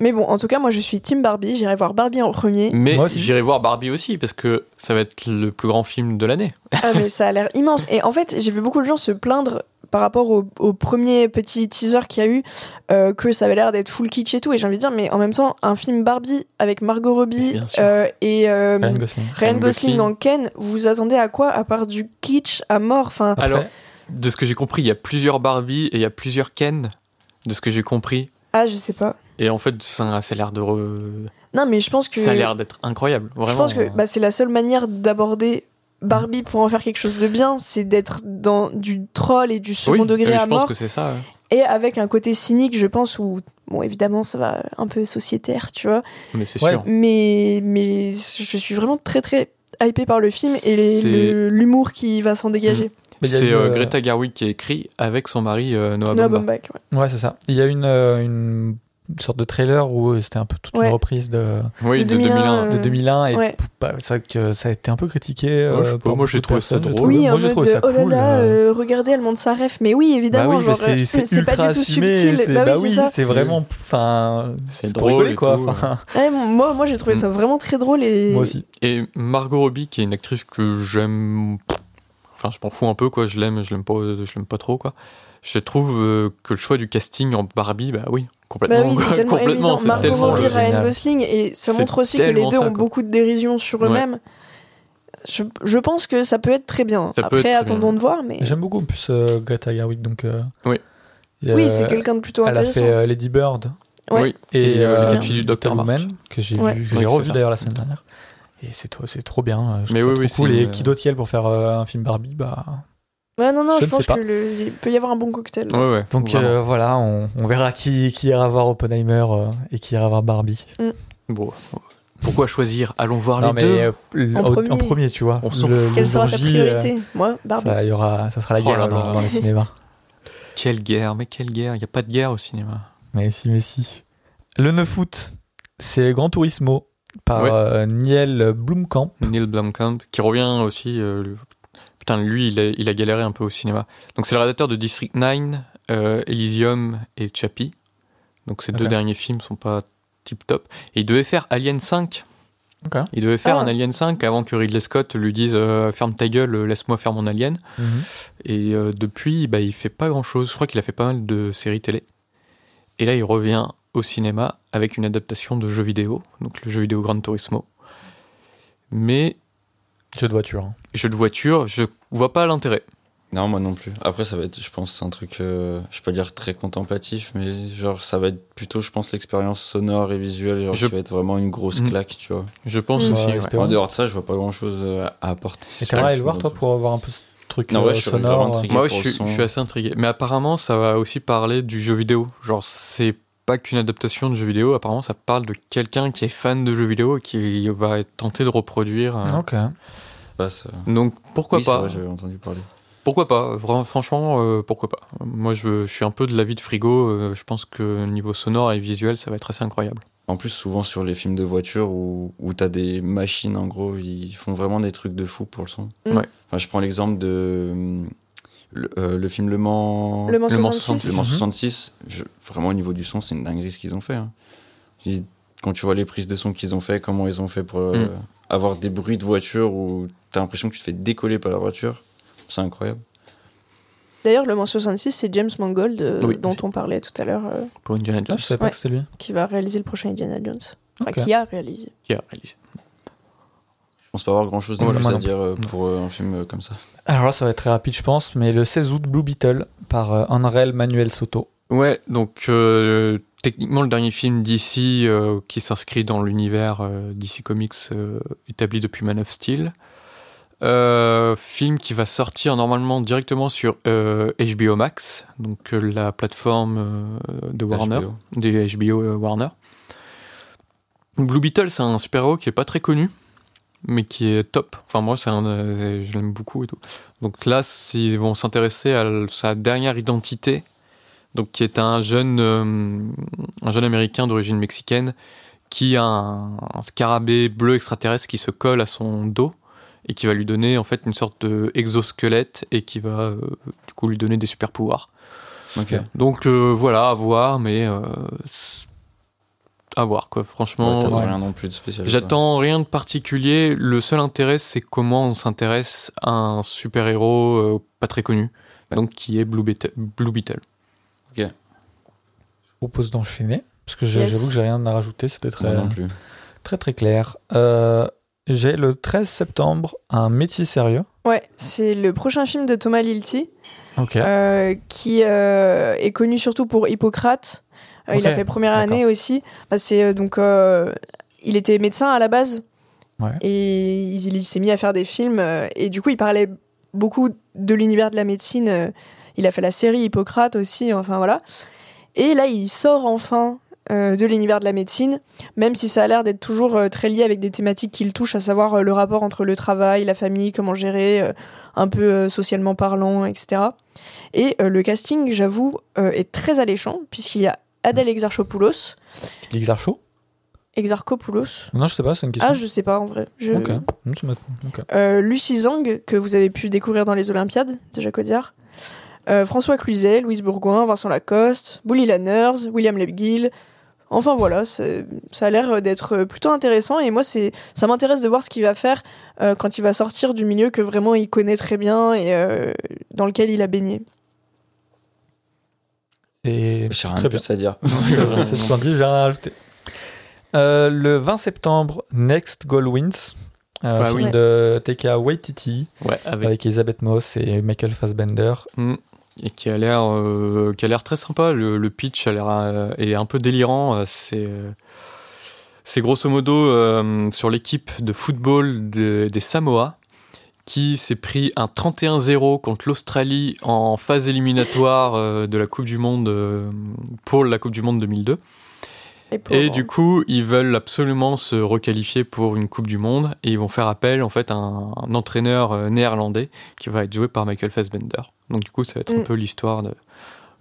S3: Mais bon, en tout cas, moi je suis Team Barbie. J'irai voir Barbie en premier.
S4: Mais
S1: Moi aussi.
S4: j'irai voir Barbie aussi, parce que ça va être le plus grand film de l'année.
S3: Ah mais ça a l'air immense. Et en fait, j'ai vu beaucoup de gens se plaindre par rapport au, au premier petit teaser qu'il y a eu, euh, que ça avait l'air d'être full kitsch et tout. Et j'ai envie de dire, mais en même temps, un film Barbie avec Margot Robbie
S4: Bien sûr.
S3: euh, et euh,
S1: Ryan
S3: Ryan,
S1: Gosling.
S4: Ryan
S3: Gosling
S4: Gosling.
S3: en Ken, vous attendez à quoi à part du kitsch à mort Enfin,
S1: Après,
S4: Alors- De ce que j'ai compris, il y a plusieurs Barbie et il y a plusieurs Ken, de ce que j'ai compris.
S3: ah, je sais pas.
S4: Et en fait, ça, ça a l'air de re-
S3: Non, mais je pense que
S4: ça a l'air d'être incroyable. Vraiment.
S3: je pense que bah, c'est la seule manière d'aborder Barbie pour en faire quelque chose de bien, c'est d'être dans du troll et du second
S4: Oui,
S3: degré
S4: mais
S3: à
S4: je pense
S3: mort.
S4: que c'est ça. ouais.
S3: Et avec un côté cynique, je pense, où, bon, évidemment, ça va un peu sociétaire, tu vois.
S4: Mais c'est
S1: Ouais.
S4: sûr.
S3: Mais, mais je suis vraiment très, très hypée par le film et les-
S4: C'est-
S3: le- l'humour qui va s'en dégager.
S1: Mais il y a
S4: C'est
S1: eu,
S4: euh,
S1: euh,
S4: Greta Garwick qui a écrit avec son mari euh,
S1: Ah, bah,
S4: Noah,
S3: Noah
S4: Baumbach.
S3: Baumbach, ouais.
S1: Ouais, c'est ça. Il y a une, euh, une sorte de trailer où euh, c'était un peu toute
S3: Ouais.
S1: une reprise de,
S4: Oui,
S3: De
S4: de
S3: 2001,
S4: 2001.
S1: de
S3: Euh,
S1: 2001 et
S3: ouais.
S1: bah, c'est vrai que ça a été un peu critiqué.
S4: Ouais, je sais
S1: euh,
S4: pas,
S1: par
S4: moi, j'ai
S1: beaucoup de
S4: trouvé ça
S1: personnes, j'ai
S4: drôle.
S1: trouvé-
S3: Oui,
S1: moi
S3: en
S1: j'ai
S3: mode,
S1: trouvé ça
S3: oh là
S1: cool.
S3: là,
S1: euh,
S3: euh, regardez, elle monte sa ref. Mais oui,
S1: bah
S3: évidemment,
S1: oui, mais
S3: genre, euh,
S1: c'est- c'est
S3: c'est
S1: ultra
S3: pas du tout
S1: assumé,
S3: subtil.
S1: c'est
S3: Bah
S1: bah
S3: oui,
S1: oui,
S3: c'est ça.
S1: c'est vraiment, enfin,
S4: C'est
S1: pour
S4: drôle
S1: rigoler,
S4: et
S1: quoi.
S4: tout,
S1: enfin,
S3: Ouais, moi, moi, j'ai trouvé
S4: Mm.
S3: ça vraiment très drôle et.
S1: Mmh. moi aussi.
S4: Et Margot Robbie, qui est une actrice que j'aime. Enfin, je m'en fous un peu, quoi. Je l'aime, je l'aime pas, je l'aime pas trop, quoi. Je trouve euh, que le choix du casting en Barbie, bah oui,
S3: Bah
S4: complètement.
S3: oui,
S4: quoi,
S3: c'est tellement
S4: complètement,
S3: évident.
S4: c'est
S3: Margot
S4: tellement
S3: Robbie,
S4: le-
S3: Ryan
S1: génial.
S3: Gosling, et ça
S4: C'est
S3: montre aussi que les
S4: tellement
S3: deux
S4: ça,
S3: ont
S4: quoi.
S3: beaucoup de dérision sur
S4: Ouais.
S3: eux-mêmes. Je, je pense que ça peut être très bien.
S4: Ça peut
S3: Après,
S4: être très
S3: attendons de voir, mais
S1: J'aime beaucoup en plus euh, Greta Gerwig, donc. euh,
S4: Oui.
S1: il y a-
S3: oui, c'est quelqu'un de plutôt
S1: euh, Elle a
S3: intéressant.
S1: fait euh, Lady Bird
S3: Ouais.
S4: Oui,
S1: et,
S4: Et, euh,
S1: euh,
S4: la fille du Dr. March.
S1: Woman que j'ai
S3: Ouais.
S1: vu, que
S4: Oui,
S1: j'ai
S4: c'est
S1: revu
S4: ça.
S1: d'ailleurs la semaine dernière. Et c'est trop, c'est trop bien. euh, je
S4: Mais
S1: trouve
S4: oui,
S1: ça trop
S4: oui,
S1: cool.
S4: c'est
S1: Et
S4: une-
S1: qui d'autre y a pour faire euh, un film Barbie Bah.
S3: Ouais, non, non,
S1: Je
S3: je,
S1: ne
S3: pense
S1: sais pas.
S3: que le- il peut y avoir un bon cocktail.
S4: ouais, ouais.
S1: Donc
S4: vraiment.
S1: euh, voilà, on, on verra qui, qui ira voir Oppenheimer euh, et qui ira voir Barbie.
S4: Bon, pourquoi choisir Allons voir
S1: non
S4: les
S1: mais
S4: deux.
S1: euh, le-
S3: En
S1: au-
S3: premier.
S1: tu vois.
S4: On s'en
S1: Le-
S3: Quelle sera ta
S1: l'orgie,
S3: priorité Moi,
S1: euh,
S3: Barbie.
S1: ça, il y aura, ça sera la
S4: Oh
S1: guerre
S4: là
S1: dans,
S4: là.
S1: dans les cinémas.
S4: Quelle guerre, mais quelle guerre. Il n'y a pas de guerre au cinéma.
S1: Mais si, mais si. Le 9 août, c'est Grand Turismo par
S4: Ouais.
S1: euh, Niel Blomkamp.
S4: Neil Blomkamp, qui revient aussi. euh, le- Putain, lui, il a, il a galéré un peu au cinéma. Donc, c'est le réalisateur de District 9, euh, Elysium et Chappie. Donc, ces deux
S1: Ok.
S4: derniers films sont pas tip top. Et il devait faire Alien 5.
S1: Ok.
S4: Il devait faire
S3: Ah.
S4: un Alien 5 avant que Ridley Scott lui dise euh, Ferme ta gueule, euh, laisse-moi faire mon Alien. Et euh, depuis, bah, il fait pas grand chose. Je crois qu'il a fait pas mal de séries télé. Et là, il revient au cinéma avec une adaptation de jeu vidéo, donc le jeu vidéo Gran Turismo. Mais
S1: Jeu de voiture. hein.
S4: jeu de voiture, je vois pas l'intérêt.
S2: Non, moi non plus. Après, ça va être, je pense, un truc, euh, je vais pas dire très contemplatif, mais genre, ça va être plutôt, je pense, l'expérience sonore et visuelle, genre,
S4: Je-
S2: qui va être vraiment une grosse
S4: Mhm.
S2: claque, tu vois.
S4: Je pense
S3: Mm.
S4: aussi.
S1: Ouais,
S4: ouais.
S1: espérons.
S2: En dehors de ça, je vois pas grand chose à apporter.
S1: Et
S2: sur
S1: t'aimerais aller le voir
S2: film.
S1: toi pour voir un peu ce truc
S2: Non,
S1: euh,
S2: ouais, je suis vraiment
S1: sonore.
S2: intrigué.
S4: Moi, je
S2: pour le
S4: suis,
S2: son.
S4: je suis assez intrigué. Mais apparemment, ça va aussi parler du jeu vidéo. Genre, c'est pas qu'une adaptation de jeu vidéo. Apparemment, ça parle de quelqu'un qui est fan de jeux vidéo et qui va tenter de reproduire. euh.
S1: Ok.
S2: Bah, ça-
S4: Donc, pourquoi
S2: oui, c'est
S4: pas
S2: vrai, J'avais entendu parler.
S4: Pourquoi pas Vraiment, Franchement, euh, pourquoi pas Moi, je, je suis un peu de l'avis de Frigo. euh, je pense que niveau sonore et visuel, ça va être assez incroyable.
S2: En plus, souvent sur les films de voiture où, où t'as des machines, en gros, ils font vraiment des trucs de fou pour le son.
S3: Mm.
S4: Ouais.
S2: Enfin, je prends l'exemple de hum, le, euh, le film Le Mans.
S3: Le Mans
S4: Le Mans
S3: 66.
S2: Le Mans
S1: Mhm.
S2: 66, je- vraiment au niveau du son, c'est une dinguerie ce qu'ils ont fait. hein. Ils- Quand tu vois les prises de son qu'ils ont fait, comment ils ont fait pour euh,
S4: Mm.
S2: avoir des bruits de voiture où t'as l'impression que tu te fais décoller par la voiture, c'est incroyable.
S3: D'ailleurs, le Mans 66, c'est James Mangold, euh,
S4: Oui.
S3: dont on parlait tout à l'heure, euh,
S4: Pour Indiana
S1: Ah,
S4: Jones,
S1: je savais pas
S3: Ouais.
S1: que c'était lui.
S3: qui va réaliser le prochain Indiana Jones. Enfin,
S1: Ok.
S3: qui a réalisé.
S4: qui a réalisé.
S2: Je pense pas avoir grand chose de
S1: Voilà,
S2: plus
S1: moi
S2: à
S1: non plus.
S2: dire euh,
S4: Non.
S2: pour euh, un film euh, comme ça.
S1: Alors là, ça va être très rapide, je pense, mais le 16 août, Blue Beetle par euh, Unreal Manuel Soto.
S4: Ouais, donc euh, techniquement, le dernier film d'ici euh, qui s'inscrit dans l'univers euh, DC Comics euh, établi depuis Man of Steel. Euh, film qui va sortir normalement directement sur euh, HBO Max, donc euh, la plateforme euh, de Warner.
S2: HBO.
S4: des HBO euh, Warner. Blue Beetle, c'est un super-héros qui est pas très connu. mais qui est top. Enfin, moi, c'est un, euh, je l'aime beaucoup et tout. Donc là, ils vont s'intéresser à l- sa dernière identité, donc qui est un jeune, euh, un jeune américain d'origine mexicaine qui a un, un scarabée bleu extraterrestre qui se colle à son dos et qui va lui donner en fait une sorte de exosquelette et qui va euh, du coup lui donner des super pouvoirs.
S2: Ok.
S4: Donc euh, voilà, à voir, mais euh, c'est- à voir quoi. Franchement,
S2: Ouais,
S4: euh,
S2: T'attends
S1: ouais.
S2: rien non plus de spécial. quoi.
S4: j'attends rien de particulier. Le seul intérêt, c'est comment on s'intéresse à un super héros pas très connu,
S2: Ouais.
S4: donc qui est Blue Beetle. Blue Beetle.
S1: Je propose d'enchaîner, parce que j'ai-
S3: Yes.
S1: j'avoue que j'ai rien à rajouter, c'était très,
S2: Moi non plus.
S1: très très clair. Euh, j'ai le 13 septembre un métier sérieux.
S3: Ouais, c'est le prochain film de Thomas Lilti,
S1: Ok.
S3: euh, qui euh, est connu surtout pour Hippocrate. Euh,
S1: Ok,
S3: Il a fait première année aussi. Bah, c'est euh, donc euh, il était médecin à la base
S1: Ouais.
S3: et il, il s'est mis à faire des films euh, et du coup il parlait beaucoup de l'univers de la médecine. euh, Il a fait la série Hippocrate aussi. Enfin voilà. Et là il sort enfin euh, de l'univers de la médecine, même si ça a l'air d'être toujours euh, très lié avec des thématiques qu'il touche, à savoir euh, le rapport entre le travail, la famille, comment gérer, euh, un peu euh, socialement parlant, etc. Et euh, le casting, j'avoue, euh, est très alléchant, puisqu'il y a Adèle Exarchopoulos.
S1: L'Ixarcho
S3: Exarchopoulos
S1: Non, je sais pas, c'est une question.
S3: Ah, je sais pas en vrai. Je...
S1: Ok. Non, ça m'a- ok.
S3: Euh, Lucie Zhang, que vous avez pu découvrir dans les Olympiades de Jacques Audiard. Euh, François Cluzet, Louise Bourgoin, Vincent Lacoste, Bully Lanners, William Lebguil. Enfin voilà, c'est- ça a l'air d'être plutôt intéressant et moi c'est, ça m'intéresse de voir ce qu'il va faire euh, quand il va sortir du milieu que vraiment il connaît très bien et euh, dans lequel il a baigné.
S1: Et
S2: J'ai rien
S1: très
S2: de
S1: bien.
S2: plus à dire.
S1: C'est splendide, j'ai rien à rajouter. Euh, le 20 septembre, Next Goal Wins, un
S4: Bah
S1: film
S3: oui.
S1: de T.K. Waititi
S4: Ouais, avec,
S1: avec Elisabeth Moss et Michael Fassbender.
S4: et qui a l'air, euh, qui a l'air très sympa. Le, le pitch a l'air euh, est un peu délirant. Euh, C'est euh, c'est grosso modo euh, sur l'équipe de football de- des Samoa qui s'est pris un 31-0 contre l'Australie en phase éliminatoire euh, de la Coupe du Monde euh, pour la Coupe du Monde 2002. Et du coup, ils veulent absolument se requalifier pour une Coupe du Monde et ils vont faire appel en fait à un, un entraîneur euh, néerlandais qui va être joué par Michael Fassbender. Donc du coup, ça va être un
S3: Mm.
S4: peu l'histoire de,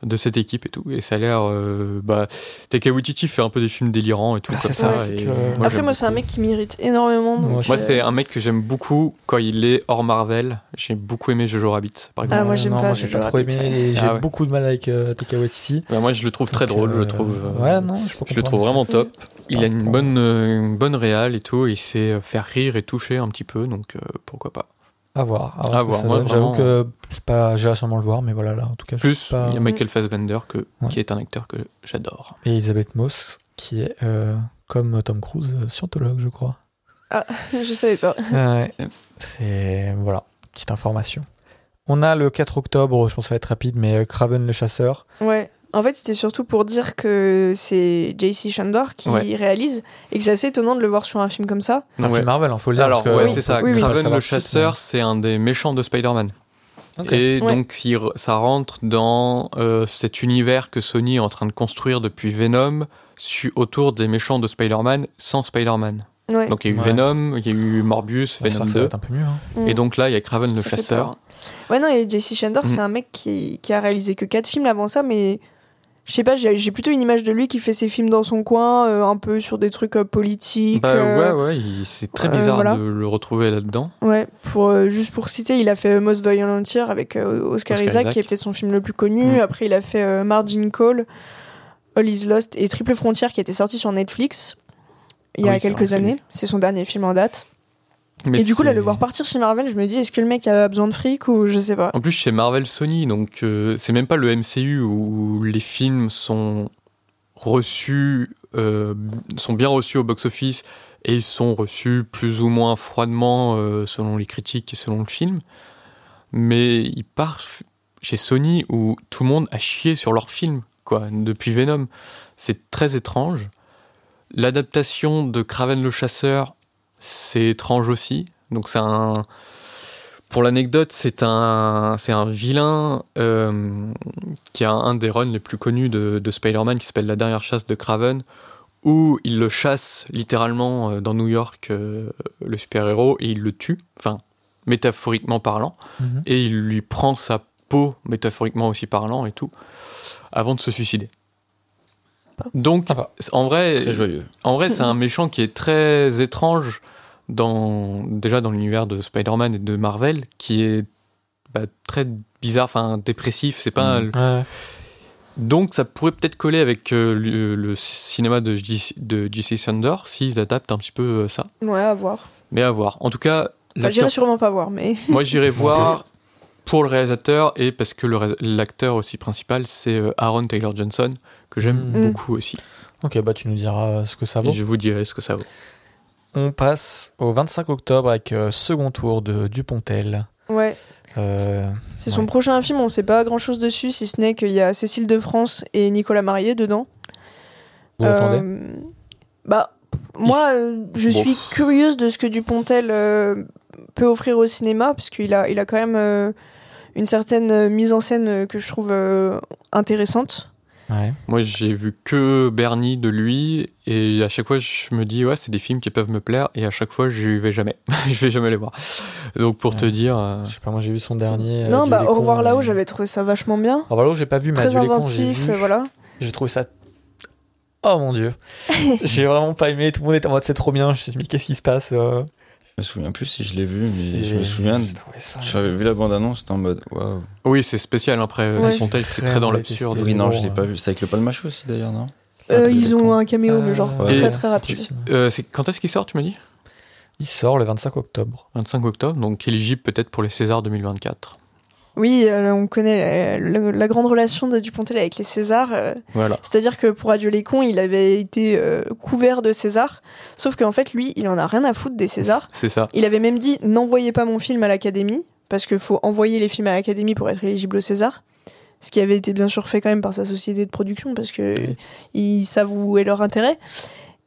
S4: de cette équipe et tout. Et ça a l'air, euh, bah, Taika Waititi fait un peu des films délirants et tout
S1: Ah,
S4: comme
S1: c'est ça,
S4: ça.
S1: c'est
S4: et
S1: que-
S4: moi,
S3: Après
S4: j'aime
S3: moi c'est un
S4: beaucoup.
S3: mec qui m'irrite énormément. donc,
S1: Moi aussi.
S4: Moi,
S3: euh,
S4: c'est un mec que j'aime beaucoup quand il est hors Marvel. J'ai beaucoup aimé Jojo Rabbit, par exemple.
S3: Ah, moi,
S1: Euh,
S3: j'aime
S1: non,
S3: pas,
S1: j'ai
S3: je
S1: pas
S3: le
S1: trop aimé.
S3: répète,
S1: et J'ai
S4: Ah ouais.
S1: beaucoup de mal avec euh, T.K. Waititi.
S4: Bah, moi, je le trouve très
S1: Donc,
S4: drôle. je
S1: euh,
S4: le trouve. euh,
S1: Ouais, non, je, peux
S4: Je le trouve
S1: comprendre ça.
S4: vraiment top. Il a une
S1: Pardon.
S4: bonne, euh, une bonne réale et tout. et Il sait euh, faire rire et toucher un petit peu, donc euh, pourquoi pas.
S1: À voir. à
S4: À
S1: ce que
S4: voir,
S1: ça
S4: ouais,
S1: donne. J'avoue
S4: vraiment.
S1: que je sais pas, j'ai à sûrement le voir, mais voilà, là, en tout cas, je
S4: Plus,
S1: suis pas-
S4: il y a Michael Fassbender, que,
S1: Ouais.
S4: qui est un acteur que j'adore.
S1: Et Elisabeth Moss, qui est, euh, comme Tom Cruise, euh, scientologue, je crois.
S3: je savais pas.
S1: Ouais. C'est voilà, petite information. On a le 4 octobre, je pense que ça va être rapide, mais euh, Kraven le chasseur.
S3: Ouais. En fait, c'était surtout pour dire que c'est JC Shandor qui
S4: Ouais.
S3: réalise et que c'est assez étonnant de le voir sur un film comme ça.
S1: Un film Marvel, il faut le dire.
S4: Alors,
S1: parce que
S4: ouais,
S1: on
S4: c'est
S1: peut-
S4: ça.
S1: on peut
S3: oui.
S1: pas
S4: Kraven le
S1: savoir
S4: chasseur, c'est un des méchants de Spider-Man.
S1: tout, mais-
S4: Et
S3: Ouais.
S4: donc, il re- ça rentre dans euh, cet univers que Sony est en train de construire depuis Venom su- autour des méchants de Spider-Man sans Spider-Man.
S3: Ouais.
S4: Donc, il y a eu
S1: Ouais.
S4: Venom, il y a eu Morbius,
S1: Ouais,
S4: Venom
S1: ça va
S4: 2.
S1: être un peu mieux. hein.
S3: Mm.
S4: Et donc là, il y a Kraven le
S3: Ça fait
S4: chasseur.
S3: peur. hein. Ouais, non, et JC Shandor,
S4: Mm.
S3: c'est un mec qui, qui a réalisé que 4 films avant ça, mais je sais pas, j'ai j'ai plutôt une image de lui qui fait ses films dans son coin, euh, un peu sur des trucs euh, politiques.
S4: Bah
S3: euh,
S4: ouais, ouais, il- c'est très
S3: euh,
S4: bizarre
S3: voilà.
S4: de le retrouver là-dedans.
S3: Ouais, pour, euh, juste pour citer, il a fait euh, Most Violent Year avec euh, Oscar,
S4: Oscar
S3: Isaac,
S4: Isaac.
S3: qui est peut-être son film le plus connu.
S4: Mm.
S3: Après, il a fait euh, Margin Call, All Is Lost et Triple Frontier, qui était sorti sur Netflix il y
S4: Ah
S3: a
S4: oui, c'est vrai,
S3: quelques
S4: c'est
S3: années. C'est son dernier film en date.
S4: Mais
S3: et du coup, là,
S4: c'est-
S3: le voir partir chez Marvel, je me dis, est-ce que le mec a besoin de fric ou je sais pas
S4: En plus, chez Marvel Sony, donc euh, c'est même pas le MCU où les films sont reçus, euh, sont bien reçus au box-office et ils sont reçus plus ou moins froidement euh, selon les critiques et selon le film. Mais il part f- chez Sony où tout le monde a chié sur leur film, quoi, depuis Venom. C'est très étrange. L'adaptation de Kraven le Chasseur, c'est étrange aussi. Donc c'est un, pour l'anecdote, c'est un, c'est un vilain euh, qui a un des runs les plus connus de, de Spider-Man qui s'appelle La dernière chasse de Kraven, où il le chasse littéralement euh, dans New York, euh, le super-héros, et il le tue, enfin, métaphoriquement parlant,
S1: Mhm.
S4: et il lui prend sa peau, métaphoriquement aussi parlant et tout, avant de se suicider. Donc,
S1: Sympa.
S4: en vrai,
S2: Très joyeux.
S4: en vrai, c'est un méchant qui est très étrange dans déjà dans l'univers de Spider-Man et de Marvel, qui est bah, très bizarre, enfin dépressif. C'est pas
S2: Mhm.
S1: Ouais.
S4: donc ça pourrait peut-être coller avec euh, le, le cinéma de JC de JC Thunder s'ils adaptent un petit peu euh, ça.
S3: Ouais, à voir.
S4: Mais à voir. En tout cas,
S3: Enfin,
S4: l'acteur-
S3: J'irai sûrement pas voir, mais.
S4: moi j'irai voir pour le réalisateur et parce que le ré- l'acteur aussi principal c'est euh, Aaron Taylor Johnson que j'aime
S1: Mhm.
S4: beaucoup aussi.
S1: Ok, bah tu nous diras euh, ce que ça vaut.
S4: Et je vous dirai ce que ça vaut.
S1: On passe au 25 octobre avec euh, second tour de Dupontel.
S3: Ouais.
S1: Euh,
S3: C'est son
S1: Ouais.
S3: prochain film, on sait pas grand chose dessus, si ce n'est qu'il y a Cécile de France et Nicolas Marié dedans.
S1: vous
S3: Euh,
S1: l'attendez
S3: Bah, moi, euh, je
S2: Bon.
S3: suis curieuse de ce que Dupontel euh, peut offrir au cinéma, parce qu'il a, il a quand même euh, une certaine euh, mise en scène euh, que je trouve euh, intéressante.
S1: Ouais.
S4: Moi, j'ai vu que Bernie de lui, et à chaque fois, je me dis, ouais, c'est des films qui peuvent me plaire, et à chaque fois, je vais jamais. je vais jamais les voir. Donc, pour te
S1: Ouais.
S4: dire, euh,
S1: Je sais pas, moi j'ai vu son dernier. euh,
S3: non,
S1: Dieu
S3: bah,
S1: les
S3: Au
S1: cons,
S3: revoir là-haut,
S1: euh,
S3: j'avais trouvé ça vachement bien.
S1: Au revoir Ah, bah, là-haut, j'ai pas vu, mais
S3: Très
S1: Adieu les cons, j'ai
S3: inventif,
S1: vu.
S3: euh, voilà.
S1: J'ai trouvé ça. Oh mon dieu. j'ai vraiment pas aimé. Tout le monde était en mode c'est trop bien. Je me suis dit, mais qu'est-ce qui se passe euh,
S2: Je me souviens plus si je l'ai vu,
S1: c'est-
S2: mais je me souviens.
S1: j'ai trouvé ça-
S2: J'avais vu la bande-annonce, c'était en mode waouh.
S4: oui, c'est spécial. hein, Après,
S3: Ouais.
S4: son tel, c'est très dans l'absurde.
S1: Oui,
S2: Oui, non, je
S1: bon,
S2: l'ai
S1: euh,
S2: pas vu. C'est avec le palmachou aussi d'ailleurs, non
S3: Euh,
S1: Adieu les
S3: ils ont
S1: cons.
S3: un caméo, mais genre
S1: Euh,
S3: très
S1: ouais,
S3: très
S1: c'est
S3: rapide.
S1: possible.
S4: Euh, c'est- quand est-ce qu'il sort, tu m'as dit
S1: Il sort le 25 octobre.
S4: 25 octobre, donc éligible peut-être pour les Césars 2024.
S3: Oui, euh, on connaît la, la- la grande relation de Dupontel avec les Césars. euh,
S4: Voilà.
S3: C'est-à-dire que pour Adieu les cons, il avait été euh, couvert de César, sauf qu'en fait, lui, il en a rien à foutre des Césars.
S4: C'est ça.
S3: Il avait même dit n'envoyez pas mon film à l'Académie, parce qu'il faut envoyer les films à l'Académie pour être éligible au César. Ce qui avait été bien sûr fait quand même par sa société de production, parce que
S1: Oui.
S3: ils savent où est leur intérêt.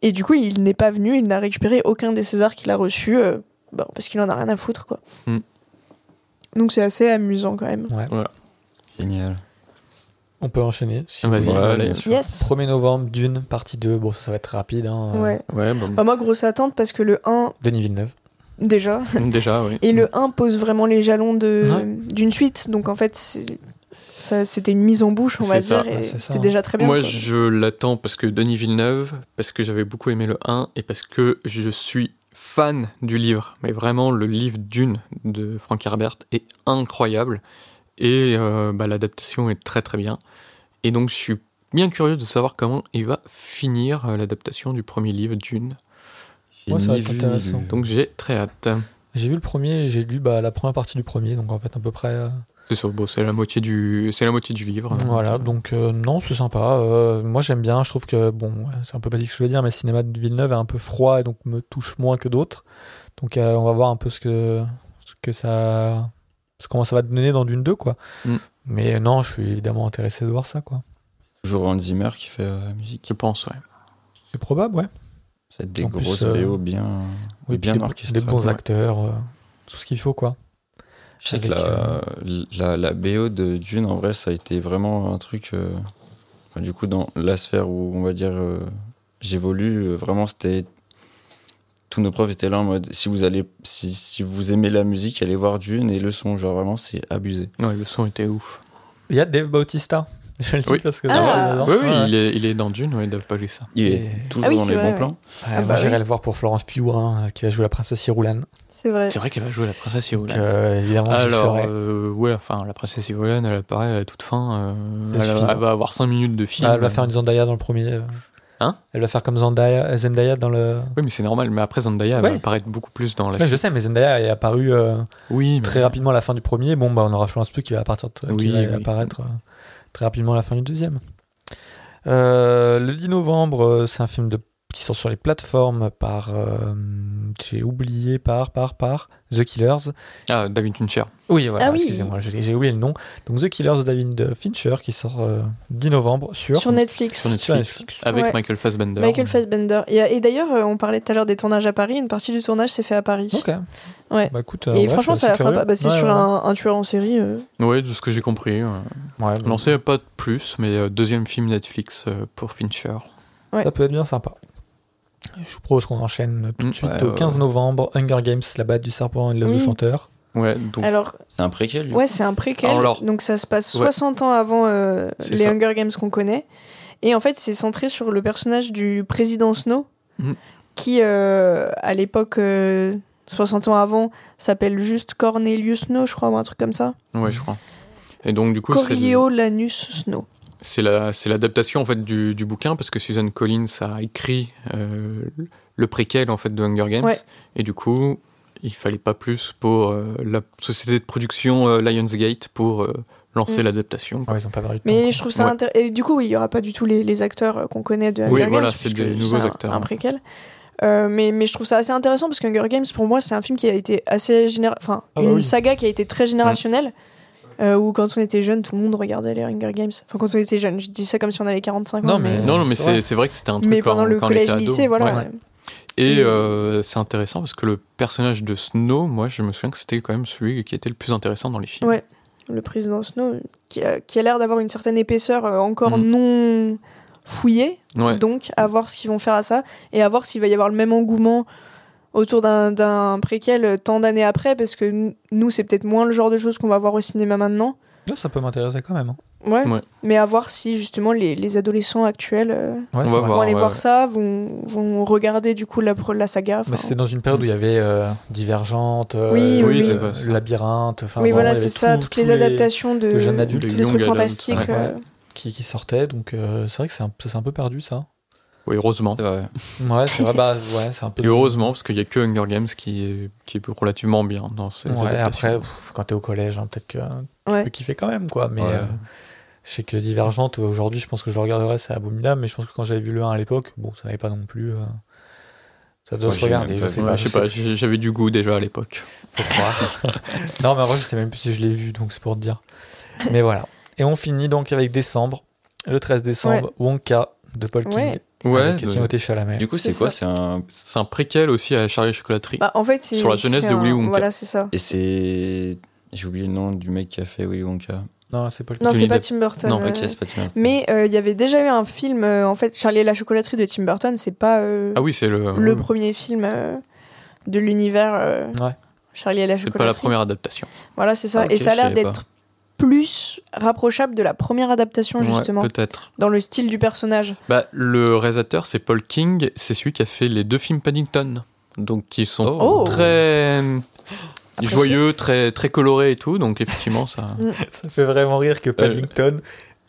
S3: Et du coup, il n'est pas venu, il n'a récupéré aucun des Césars qu'il a reçus, euh, bon, parce qu'il en a rien à foutre, quoi.
S4: Mm.
S3: Donc c'est assez amusant quand même.
S2: Génial.
S1: On peut enchaîner.
S2: Ah,
S1: Si
S4: Vas-y,
S1: vous voulez.
S4: allez.
S2: bien sûr.
S3: Yes!
S1: 1er novembre, Dune, partie 2. Bon, ça, ça va être rapide. hein.
S3: Ouais.
S4: Ouais, bon,
S3: Bah, moi, grosse attente, parce que le 1,
S1: Denis Villeneuve.
S3: déjà,
S4: déjà, oui.
S3: Et le 1 pose vraiment les jalons de-
S1: Ouais.
S3: d'une suite. Donc en fait, c'est- ça, c'était une mise en bouche, on va
S4: C'est ça,
S3: dire.
S1: ouais,
S3: et
S1: c'est ça,
S3: C'était
S1: hein.
S3: déjà très bien.
S4: Moi,
S3: quoi.
S4: je l'attends parce que Denis Villeneuve, parce que j'avais beaucoup aimé le 1 et parce que je suis fan du livre. Mais vraiment, le livre d'une de Frank Herbert est incroyable et euh, bah, l'adaptation est très très bien. Et donc, je suis bien curieux de savoir comment il va finir euh, l'adaptation du premier livre d'une.
S2: J'ai
S1: Ouais, ça va
S2: ni
S1: être
S2: vu, ni
S1: intéressant.
S2: lu.
S4: Donc, j'ai très hâte.
S1: J'ai vu le premier, j'ai lu bah, la première partie du premier, donc en fait à peu près. euh,
S4: C'est sûr, bon, c'est la moitié du, c'est la moitié du livre. hein.
S1: Voilà, donc euh, non, c'est sympa. Euh, moi j'aime bien, je trouve que, bon, ouais, c'est un peu basique ce que je veux dire, mais le cinéma de Villeneuve est un peu froid et donc me touche moins que d'autres. Donc euh, on va voir un peu ce que, ce que ça. ce- comment ça va donner dans Dune 2, quoi.
S4: Mm.
S1: Mais euh, non, je suis évidemment intéressé de voir ça, quoi.
S2: Toujours Hans Zimmer qui fait euh, la musique.
S4: Je pense, ouais.
S1: C'est probable, ouais.
S2: Ça va être des
S1: En plus,
S2: grosses
S1: euh,
S2: BO bien,
S1: Oui,
S2: bien
S1: puis des,
S2: orchestrées.
S1: des bons
S4: ouais.
S1: acteurs, euh, tout ce qu'il faut, quoi.
S2: Je sais que
S1: Avec,
S2: la, la, la BO de Dune, en vrai, ça a été vraiment un truc. euh, enfin, du coup, dans la sphère où, on va dire, euh, j'évolue, euh, vraiment, c'était. Tous nos profs étaient là en mode si vous, allez, si, si vous aimez la musique, allez voir Dune et le son. Genre, vraiment, c'est
S3: Ah
S2: abusé.
S4: Ouais, le son était ouf.
S1: Il y a Dave Bautista, je le dis
S4: Oui.
S1: parce que
S3: Ah.
S1: j'adore dedans.
S4: Oui, oui,
S1: Ouais.
S4: il est, il est dans Dune, ouais, ils doivent pas jouer ça.
S2: Il
S1: Et-
S2: est toujours
S3: Ah oui,
S2: dans
S3: c'est
S2: les
S3: vrai,
S2: bons
S3: ouais.
S2: plans.
S1: Ouais,
S3: Ah
S1: moi,
S3: bah
S1: j'irai
S3: oui.
S1: le voir pour Florence Pugh, hein, qui va jouer la princesse Iroulane.
S3: C'est vrai.
S4: C'est vrai qu'elle va jouer la princesse Yolande.
S1: Donc, euh, évidemment, j'y
S4: Alors,
S1: serai.
S4: euh, ouais, enfin, la princesse Yolande, elle apparaît à la toute fin. euh,
S1: C'est
S4: elle,
S1: suffisant.
S4: elle va avoir 5 minutes de film.
S1: Ah, elle va faire une Zendaya dans le premier. euh.
S4: Hein
S1: Elle va faire comme Zendaya, euh, Zendaya dans le.
S4: Oui, mais c'est normal. Mais après, Zendaya, elle
S1: Ouais.
S4: va apparaître beaucoup plus dans la
S1: Ouais, Bah, je
S4: suite.
S1: sais, mais Zendaya est apparue euh,
S4: Oui, mais-
S1: très rapidement à la fin du premier. Bon, bah, on aura Florence Pugh qui va, partir tr- qui
S4: Oui,
S1: va
S4: oui.
S1: apparaître euh, très rapidement à la fin du deuxième. Euh, le 10 novembre, euh, c'est un film de... qui sort sur les plateformes par. euh, J'ai oublié, par, par, par. The Killers.
S4: Ah, David Fincher.
S1: Oui, voilà,
S3: Ah oui.
S1: excusez-moi, j'ai j'ai oublié le nom. Donc The Killers de David Fincher qui sort euh, 10 novembre sur,
S3: Sur Netflix.
S4: Sur Netflix.
S1: sur Netflix.
S4: Avec
S3: Ouais.
S4: Michael Fassbender.
S3: Michael Fassbender. Et, et d'ailleurs, euh, on parlait tout à l'heure des tournages à Paris. Une partie du tournage s'est fait à Paris.
S1: Ok.
S3: Ouais.
S1: Bah, écoute,
S3: Et
S1: euh, ouais,
S3: franchement,
S1: je suis
S3: ça a l'air
S1: assez curieux.
S3: sympa. Bah, c'est
S1: Ouais,
S3: sur
S1: ouais.
S3: Un, un tueur en série. euh.
S4: Ouais, de ce que j'ai compris. euh,
S1: Ouais,
S4: Non, c'est pas de plus, mais euh, deuxième film Netflix euh, pour Fincher.
S1: Ça peut être bien sympa. Je vous propose qu'on enchaîne tout de
S4: Mm,
S1: suite
S2: ouais,
S1: au
S2: ouais,
S1: 15 novembre, Hunger Games, la bataille du serpent et de l'œuf de
S3: Oui.
S1: chanteur.
S4: Ouais, donc
S3: Alors,
S2: C'est un préquel lui.
S3: ouais, c'est un préquel.
S4: Alors-
S3: donc, ça se passe
S4: Ouais.
S3: 60 ans avant euh,
S4: C'est
S3: les
S4: ça.
S3: Hunger Games qu'on connaît. Et en fait, c'est centré sur le personnage du président Snow,
S4: Mhm.
S3: qui, euh, à l'époque, euh, 60 ans avant, s'appelle juste Cornelius Snow, je crois, ou un truc comme ça.
S4: ouais, je crois. Et donc du coup, c'est
S3: Coriolanus Snow.
S4: c'est la- c'est l'adaptation en fait du, du bouquin parce que Susan Collins a écrit euh, le préquel en fait de Hunger Games
S3: Ouais.
S4: et du coup, il fallait pas plus pour euh, la société de production euh, Lionsgate pour euh, lancer
S3: Mm.
S4: l'adaptation.
S1: Ah, ils ont pas perdu de temps.
S3: Mais je trouve ça
S4: Ouais.
S3: intér- Et du coup, oui, il y aura pas du tout les, les acteurs euh, qu'on connaît de Hunger
S4: Oui,
S3: Games.
S4: voilà, c'est
S3: puisque
S4: des nouveaux
S3: un-
S4: acteurs,
S3: Un
S4: ouais.
S3: préquel. Euh, mais, mais je trouve ça assez intéressant parce que Hunger Games, pour moi, c'est un film qui a été assez généra... Enfin,
S1: Ah bah
S3: une
S1: oui.
S3: saga qui a été très générationnelle. euh, où quand on était jeune, tout le monde regardait les Hunger Games. Enfin, quand on était jeune, je dis ça comme si on avait 45 ans.
S1: Non,
S3: mais,
S1: mais-
S4: Non, non, mais
S1: C'est vrai.
S4: c'est c'est vrai que c'était un truc
S3: mais
S4: quand,
S3: pendant le
S4: quand on
S3: collège
S4: était ado.
S3: lycée, voilà.
S4: Ouais. Et
S3: Et-
S4: euh, c'est intéressant parce que le personnage de Snow, moi je me souviens que c'était quand même celui qui était le plus intéressant dans les films.
S3: Ouais. euh, le président Snow, qui a, qui a l'air d'avoir une certaine épaisseur euh, encore
S4: Mm.
S3: non fouillée.
S4: Ouais.
S3: Donc, à voir ce qu'ils vont faire à ça et à voir s'il va y avoir le même engouement autour d'un- d'un préquel euh, tant d'années après, parce que n- nous, c'est peut-être moins le genre de choses qu'on va voir au cinéma maintenant.
S1: Non, ça peut m'intéresser quand même. hein.
S3: Ouais.
S4: Ouais.
S3: Mais à voir si justement les, les adolescents actuels euh,
S1: Ouais,
S4: On
S1: c'est
S4: va
S1: vrai.
S4: voir.
S3: vont aller
S4: ouais,
S3: voir
S4: ouais.
S3: ça, vont, vont regarder du coup la, pro- la saga. enfin,
S1: Mais Bah, c'est dans une période où il y avait euh, Divergente, euh,
S3: Oui, oui,
S1: euh,
S3: oui.
S4: c'est pas ça.
S1: Labyrinthe, enfin,
S3: oui,
S1: bon,
S3: voilà,
S1: il y avait
S3: c'est ça,
S1: tout-
S3: toutes
S1: tous
S3: les adaptations de,
S1: de jeunes adultes,
S3: des
S4: young
S3: trucs
S4: adultes,
S3: fantastiques.
S4: ouais.
S3: euh,
S1: qui, qui sortaient, donc euh, c'est vrai que c'est un, ça s'est un peu perdu ça.
S4: Oui, heureusement.
S2: C'est vrai.
S1: Ouais, c'est vrai, bah, ouais, c'est un peu.
S4: Et heureusement parce qu'il n'y a que Hunger Games qui est, qui est relativement bien dans ces
S1: Ouais,
S4: adaptations.
S1: après, pff, quand t'es au collège, hein, peut-être que hein, tu
S3: Ouais.
S1: peux kiffer quand même, quoi. Mais
S2: Ouais.
S1: euh, je sais que Divergente, aujourd'hui, je pense que je le regarderais, c'est abominable, mais je pense que quand j'avais vu le 1 à l'époque, bon, ça n'avait pas non plus. euh, Ça doit
S2: Moi,
S1: se
S2: j'ai
S1: regarder,
S2: même
S1: je
S2: pas
S1: sais
S2: vu.
S1: pas.
S4: Ouais, je sais pas, j'ai- j'avais du goût déjà à l'époque.
S1: faut croire. non, mais en vrai, je sais même plus si je l'ai vu, donc c'est pour te dire. Mais voilà. Et on finit donc avec décembre, le 13 décembre, Wonka de Paul King.
S3: Ouais.
S4: Ouais,
S1: avec
S4: de-
S1: Timothée Chalamet.
S2: Du coup, c'est
S3: C'est
S2: quoi
S3: ça.
S2: C'est un.
S4: c'est un préquel aussi à Charlie et la Chocolaterie.
S3: bah, en fait, c'est-
S4: Sur la jeunesse
S3: c'est
S4: de Willy
S3: un-
S4: Wonka.
S3: Voilà, c'est ça.
S2: Et c'est. J'ai oublié le nom du mec qui a fait Willy Wonka.
S1: Non, c'est Paul King.
S3: Non,
S4: Johnny
S3: c'est pas
S4: Depp.
S3: Tim Burton.
S4: Non,
S3: euh,
S2: Ok, c'est pas tu
S3: Mais euh, il y avait déjà eu un film, euh, en fait, Charlie et la chocolaterie de Tim Burton, c'est pas euh,
S4: Ah oui, c'est le.
S3: le premier film euh, de l'univers euh,
S1: Ouais.
S3: Charlie et la
S4: C'est
S3: chocolaterie.
S4: pas la première adaptation.
S3: Voilà, c'est ça.
S2: Ah, ok,
S3: et ça a
S2: je
S3: l'air
S2: savais pas.
S3: d'être plus rapprochable de la première adaptation, justement,
S4: Ouais, peut-être.
S3: dans le style du personnage.
S4: Bah, le réalisateur, c'est Paul King. C'est celui qui a fait les deux films Paddington. Donc, qui sont
S3: Oh.
S4: très
S3: Après,
S4: joyeux, très, très colorés et tout. Donc, effectivement, ça.
S1: Ça fait vraiment rire
S4: Euh,
S1: que Paddington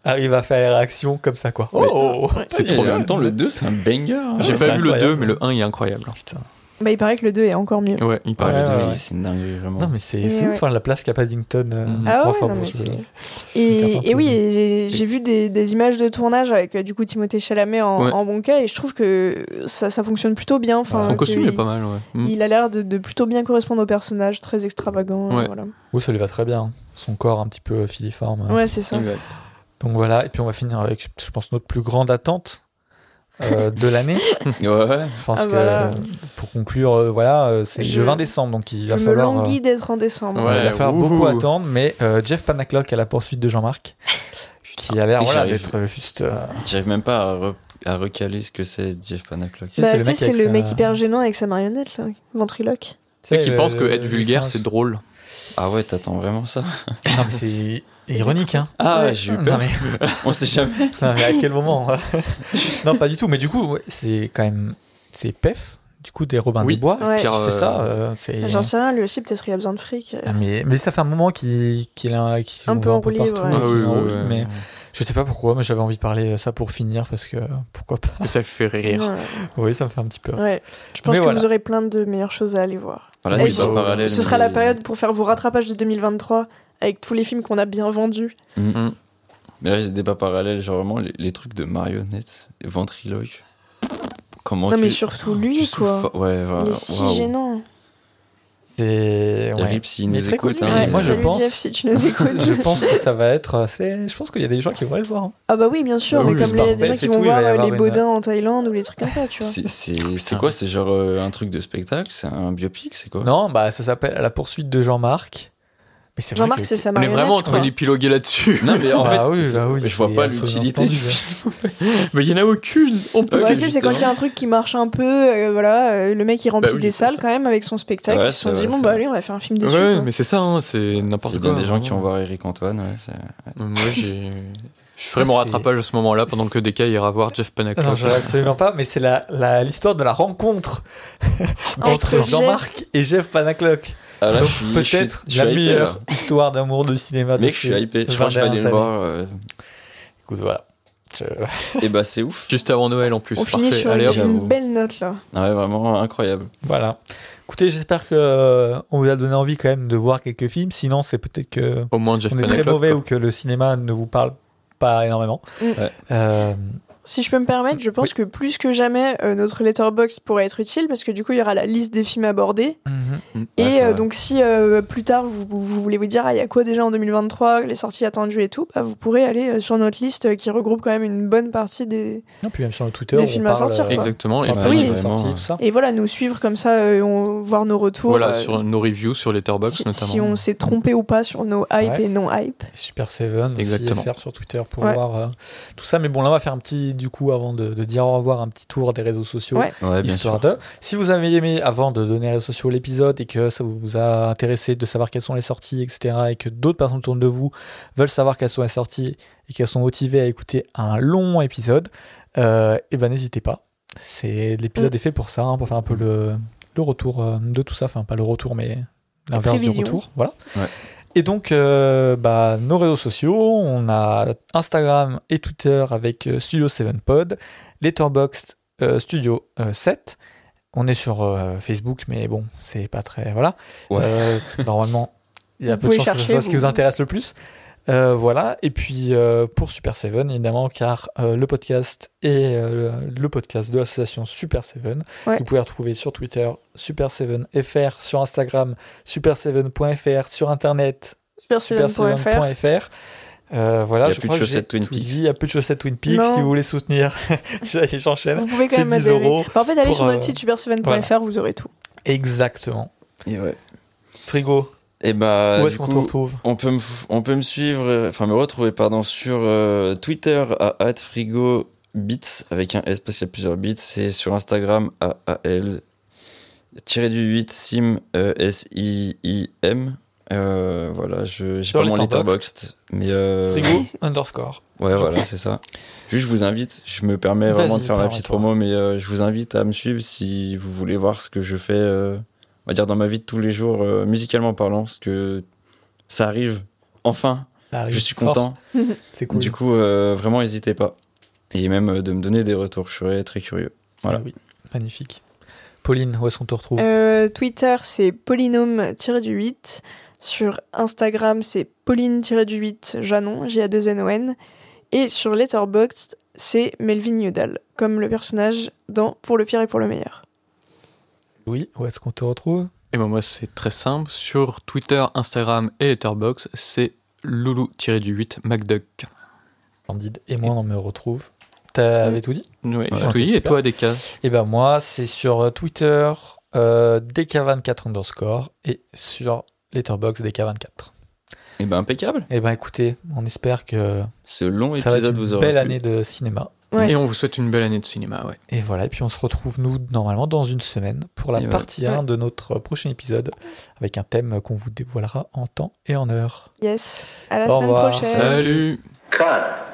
S1: arrive à faire les réactions comme ça, quoi. Oh
S3: Ouais.
S4: C'est trop
S2: Et en
S4: bien.
S2: même temps, le 2, c'est un banger. hein.
S4: J'ai
S1: Ouais,
S4: pas
S1: c'est
S4: vu le 2,
S1: incroyable.
S4: mais le 1 il est incroyable.
S1: oh. Putain.
S3: Bah, il paraît que le 2 est encore mieux.
S4: Ouais, il paraît.
S1: Ouais,
S4: le deux.
S1: ouais.
S2: Mais C'est dingue, vraiment.
S1: Non, mais c'est
S3: Et
S1: c'est
S3: ouais.
S1: ouf, hein, la place qu'a Paddington. euh,
S4: Mm.
S3: Ah ouais,
S1: enfin,
S3: non,
S1: bon,
S3: mais
S1: je-
S3: c'est-
S1: Carpenter,
S3: Et, et oui,
S1: oui.
S3: et j'ai- j'ai vu des, des images de tournage avec euh, du coup Timothée Chalamet en,
S4: Ouais.
S3: en bon cas et je trouve que ça, ça fonctionne plutôt bien. Enfin,
S4: Son
S1: Ouais,
S3: que
S4: costume est
S3: il-
S4: pas mal, ouais. Mm.
S3: Il a l'air de, de plutôt bien correspondre au personnage, très extravagant. euh,
S4: Ouais.
S3: voilà.
S1: Oui, ça lui va très bien. hein. Son corps un petit peu filiforme. euh.
S3: ouais c'est ça.
S2: Il va-
S1: Donc voilà, et puis on va finir avec, je pense, notre plus grande attente euh, de l'année.
S2: Ouais, ouais.
S1: Je pense
S3: Ah,
S1: que
S3: voilà.
S1: euh, pour conclure, euh, voilà, euh, c'est
S3: Je-
S1: le 20 décembre, donc il va
S3: Je me
S1: falloir, euh,
S3: languis d'être en décembre.
S1: il va
S4: Ouais,
S1: falloir
S4: wouhou.
S1: beaucoup attendre. Mais euh, Jeff Panaclock à la poursuite de Jean-Marc, qui a l'air
S2: Et
S1: voilà,
S2: j'arrive.
S1: d'être juste. euh,
S3: Bah,
S2: J'arrive même pas à, re- à recaler ce que c'est Jeff Panaclock.
S1: Tu sais,
S3: Bah,
S1: c'est
S3: tu
S1: le
S3: sais,
S1: mec
S3: c'est
S1: avec
S3: le
S1: sa-
S3: mec hyper gênant avec sa marionnette, là, ventriloque.
S4: C'est
S1: tu sais,
S4: qu'il
S1: le-
S4: pense que
S1: le-
S4: être
S1: le
S4: vulgaire,
S1: singe.
S4: c'est drôle.
S2: Ah ouais, t'attends vraiment ça
S1: Non, mais c'est ironique, hein.
S2: Ah,
S3: Ouais.
S2: j'ai eu
S1: Non
S2: peur.
S1: mais,
S2: On sait jamais.
S1: non, mais à quel moment hein Non, pas du tout. Mais du coup, ouais, c'est quand même. C'est PEF, du coup, des Robins
S4: Oui.
S1: des Bois.
S3: Ouais.
S1: Qui
S4: Pierre,
S1: fait
S4: euh,
S1: ça. euh, c'est...
S3: J'en sais rien, lui aussi, peut-être il a besoin de fric.
S1: Ah, mais, mais ça fait un moment qu'il qu'il a qu'il
S3: Un
S1: on
S3: peu
S1: va
S3: enroulé,
S1: partout,
S3: ouais.
S1: et
S4: Ah
S1: qu'il
S4: oui,
S1: est
S4: oui,
S1: enroulé,
S4: oui.
S1: mais je sais pas pourquoi, mais j'avais envie de parler ça pour finir parce que pourquoi pas.
S4: Ça le fait rire.
S3: Ouais.
S1: Oui, ça me fait un petit peu. rire.
S3: Ouais. Je pense
S1: Mais
S3: que
S1: voilà.
S3: vous aurez plein de meilleures choses à aller voir.
S2: Voilà,
S3: Et
S2: c'est pas
S3: puis,
S2: parallèle,
S3: Ce sera
S2: mais-
S3: la période pour faire vos rattrapages de 2023 avec tous les films qu'on a bien vendus.
S2: Mais là, j'ai des débats parallèles, genre vraiment les, les trucs de marionnettes, ventriloque.
S1: Oh,
S2: Comment
S3: non,
S2: tu.
S3: mais surtout
S2: tu
S3: lui,
S2: souffres-
S3: quoi.
S2: Ouais, voilà.
S3: Il est si
S2: waouh.
S3: gênant.
S1: C'est
S2: Et
S1: ouais.
S2: Rip, s'il
S1: Mais
S2: nous
S1: très
S2: écoute,
S1: connu,
S2: hein,
S1: ouais.
S2: il-
S1: Moi, je
S3: Salut,
S1: pense-
S3: Jeff, si tu nous écoutes.
S1: Je pense que ça va être. euh, C'est, je pense qu'il y a des gens qui vont aller le voir. hein.
S3: Ah bah oui, bien sûr,
S4: Bah
S3: mais
S4: oui,
S3: comme
S1: j'espère.
S3: les, des gens
S1: Bref,
S3: qui
S1: et
S3: vont
S1: tout, il va
S3: voir
S1: y
S3: euh,
S1: avoir
S3: les
S1: une-
S3: Baudins en Thaïlande ou les trucs comme ça, tu vois.
S2: C'est- C'est
S1: Ah.
S2: c'est quoi C'est genre euh, un truc de spectacle C'est un biopic C'est quoi
S1: Non, bah ça s'appelle À la poursuite de Jean-Marc. Mais c'est vrai
S3: Jean-Marc,
S1: que-
S3: c'est sa
S4: On est
S3: marionnette.
S4: vraiment en
S3: je
S4: train
S3: crois.
S4: d'épiloguer là-dessus.
S2: Non, mais en fait,
S1: Bah oui, bah oui,
S2: je vois
S1: c'est
S2: pas
S1: absolument hein.
S2: l'utilité.
S1: splendide.
S4: mais il n'y en a aucune. On peut
S3: Ouais,
S2: Ouais,
S3: tu sais, c'est quand il y a un truc qui marche un peu, euh, voilà, euh, le mec il remplit
S4: Bah oui,
S3: des
S4: c'est
S3: salles
S4: ça.
S3: quand même avec son spectacle.
S2: Ouais,
S3: ils se sont
S2: c'est
S3: dit,
S2: vrai,
S3: bon,
S2: c'est
S3: bah
S2: vrai.
S3: allez, on va faire un film dessus.
S4: Ouais,
S3: quoi.
S4: mais c'est ça, hein, c'est
S2: Il y
S4: n'importe
S2: a bien
S4: quoi.
S2: des gens qui
S4: vraiment.
S2: vont voir Eric Antoine. ouais, c'est-
S4: Moi, j'ai. Je ferai mon
S1: C'est-
S4: rattrapage à ce moment-là pendant que DK ira voir Jeff Panaclock.
S1: Non, je rêve absolument pas, mais c'est la- la- l'histoire de la rencontre
S3: Ah,
S1: entre
S3: Entre
S1: Jean-Marc et Jeff Panaclock.
S2: Ah, là,
S1: Donc,
S2: je suis- je suis-
S1: Peut-être
S2: je suis
S1: la
S2: hypé, là.
S1: meilleure histoire d'amour de cinéma. de
S2: Mec, je suis
S1: ces
S2: hypé. Je crois que je vais
S1: 20
S2: aller le
S1: années.
S2: voir. euh,
S1: Écoute, voilà. Je-
S2: Et bah, c'est ouf.
S4: Juste avant Noël en plus.
S3: On finit
S4: Parfait.
S3: sur
S4: Allez,
S3: une,
S4: hop.
S2: j'avoue.
S3: une belle note là.
S2: Ouais, vraiment incroyable.
S1: Voilà. Écoutez, j'espère que euh, on vous a donné envie quand même de voir quelques films. Sinon, c'est peut-être que
S4: Au moins Jeff
S1: on est très
S4: Panaclock.
S1: mauvais
S4: quoi.
S1: ou que le cinéma ne vous parle pas énormément.
S3: Mm.
S2: Ouais.
S1: Euh,
S3: Si je peux me permettre, je pense que plus que jamais, euh, notre letterbox pourrait être utile parce que du coup, il y aura la liste des films abordés.
S1: mhm.
S2: Ouais,
S3: et
S2: c'est
S3: euh,
S2: vrai.
S3: donc, si euh, plus tard vous, vous- vous voulez vous dire, ah, il y a quoi déjà en 2023, les sorties attendues et tout, bah, vous pourrez aller euh, sur notre liste euh, qui regroupe quand même une bonne partie des.
S1: Non, puis même sur le Twitter,
S3: Des
S1: on
S3: films à
S1: parle,
S3: sortir,
S1: euh,
S3: quoi.
S4: Exactement.
S1: on
S4: Et
S1: parle
S2: bah,
S1: des
S4: puis,
S2: oui,
S1: films
S2: vraiment,
S1: sortis,
S2: ouais.
S1: tout ça.
S3: Et voilà, nous suivre comme ça, euh, on, voir nos retours.
S4: voilà,
S3: euh,
S4: sur nos reviews, sur Letterboxd
S3: si,
S4: notamment.
S3: si on s'est trompé ou pas sur nos hype
S1: Ouais.
S3: et non hype.
S1: Super Seven aussi à
S4: Exactement.
S1: faire sur Twitter pour
S3: Ouais.
S1: voir euh, tout ça. Mais bon, là, on va faire un petit, du coup, avant de, de dire au revoir, un petit tour des réseaux sociaux.
S3: Ouais.
S2: Ouais, bien
S1: histoire
S2: sûr.
S1: de. Si vous avez aimé avant de donner les réseaux sociaux l'épisode et que ça vous a intéressé de savoir quelles sont les sorties, etc., et que d'autres personnes autour de vous veulent savoir quelles sont les sorties et qu'elles sont motivées à écouter un long épisode, euh, eh ben n'hésitez pas. C'est l'épisode est fait pour ça, hein, pour faire un peu le, le retour euh, de tout ça, enfin pas le retour, mais l'inverse du
S3: prévisions.
S1: retour, voilà.
S2: Ouais.
S1: Et donc, euh, bah, nos réseaux sociaux, on a Instagram et Twitter avec euh, Studio 7 Pod, Letterboxd euh, Studio euh, 7. On est sur euh, Facebook, mais bon, c'est pas très. Voilà.
S2: Ouais.
S1: Euh, normalement, il y a
S3: Vous
S1: peu de
S3: pouvez
S1: chances que ce
S3: chercher,
S1: soit ce qui
S3: vous-
S1: vous intéresse le plus. Euh, voilà. Et puis euh, pour Super Seven, évidemment, car euh, le podcast est euh, le, le podcast de l'association Super Seven.
S3: Ouais.
S1: Vous pouvez retrouver sur Twitter Super Seven FR, sur Instagram super7.fr, sur internet
S3: Super7.fr.
S1: super7.fr. Euh, voilà,
S2: Il y a
S1: je
S2: plus de
S1: crois que
S2: chaussettes
S1: j'ai
S2: Twin
S1: tout
S2: Peaks.
S1: dit. Il n'y a plus de chaussettes Twin Peaks.
S3: Non.
S1: Si vous voulez soutenir, j'enchaîne.
S3: Vous pouvez quand
S1: Eh ben, C'est
S3: même
S1: 10
S3: adhérer.
S1: euros
S3: Bah, en fait, allez
S1: pour,
S3: sur notre
S1: euh,
S3: site super7.fr, vous aurez tout.
S1: Exactement.
S2: Et ouais.
S1: Frigo,
S2: Et bah,
S1: où
S2: du
S1: est-ce qu'on te
S2: coup,
S1: retrouve
S2: On peut me, f- on peut me suivre, euh, enfin me retrouver, pardon, sur euh, Twitter à @frigo bits avec un S parce qu'il y a plusieurs bits. C'est sur Instagram à al tiré du 8 sim euh, s i i m. Euh, voilà, je j'ai
S1: Sur
S2: pas mon
S1: Letterboxd.
S2: letterboxd, mais euh,
S1: Frigo underscore.
S2: Ouais, voilà, c'est ça. Juste, je vous invite, je me permets vraiment de
S1: Vas-y,
S2: faire ma
S1: parle,
S2: petite
S1: toi.
S2: promo, mais euh, je vous invite à me suivre si vous voulez voir ce que je fais, euh, on va dire, dans ma vie de tous les jours, euh, musicalement parlant, parce que ça arrive, enfin,
S1: Ça arrive
S2: je suis
S1: Ah, fort.
S2: content.
S1: C'est cool.
S2: Du coup, euh, vraiment, n'hésitez pas. Et même euh, de me donner des retours, je serais très curieux. voilà.
S1: Ah oui, magnifique. Pauline, où est-ce qu'on te retrouve
S3: Euh, Twitter, c'est polynôme-8. Sur Instagram, c'est Pauline-8 Janon, J-A-2-N-O-N. Et sur Letterboxd, c'est Melvin Yodal, comme le personnage dans Pour le pire et pour le meilleur.
S1: Oui, où est-ce qu'on te retrouve
S4: Et ben, moi, c'est très simple. Sur Twitter, Instagram et Letterboxd, c'est loulou-du-8 MacDuck.
S1: Candide et moi, on me retrouve. T'avais tout dit
S4: Ouais,
S2: Ouais.
S4: je te dis, et
S1: Super.
S4: toi, DK
S1: Et ben moi, c'est sur euh, Twitter, euh, DK24 underscore, et sur Letterboxd DK24.
S2: Et ben, impeccable.
S1: Et ben écoutez, on espère que
S2: Ce long
S1: ça va être
S2: épisode vous
S1: une
S2: aura
S1: belle
S2: plu.
S1: année de cinéma.
S3: Ouais.
S4: Et on vous souhaite une belle année de cinéma, ouais.
S1: Et voilà, et puis on se retrouve nous normalement dans une semaine pour la
S2: Et ouais.
S1: partie 1 de notre prochain épisode avec un thème qu'on vous dévoilera en temps et en heure.
S3: Yes. À la
S1: Au
S3: semaine
S1: revoir.
S3: prochaine.
S4: Salut
S5: Cut.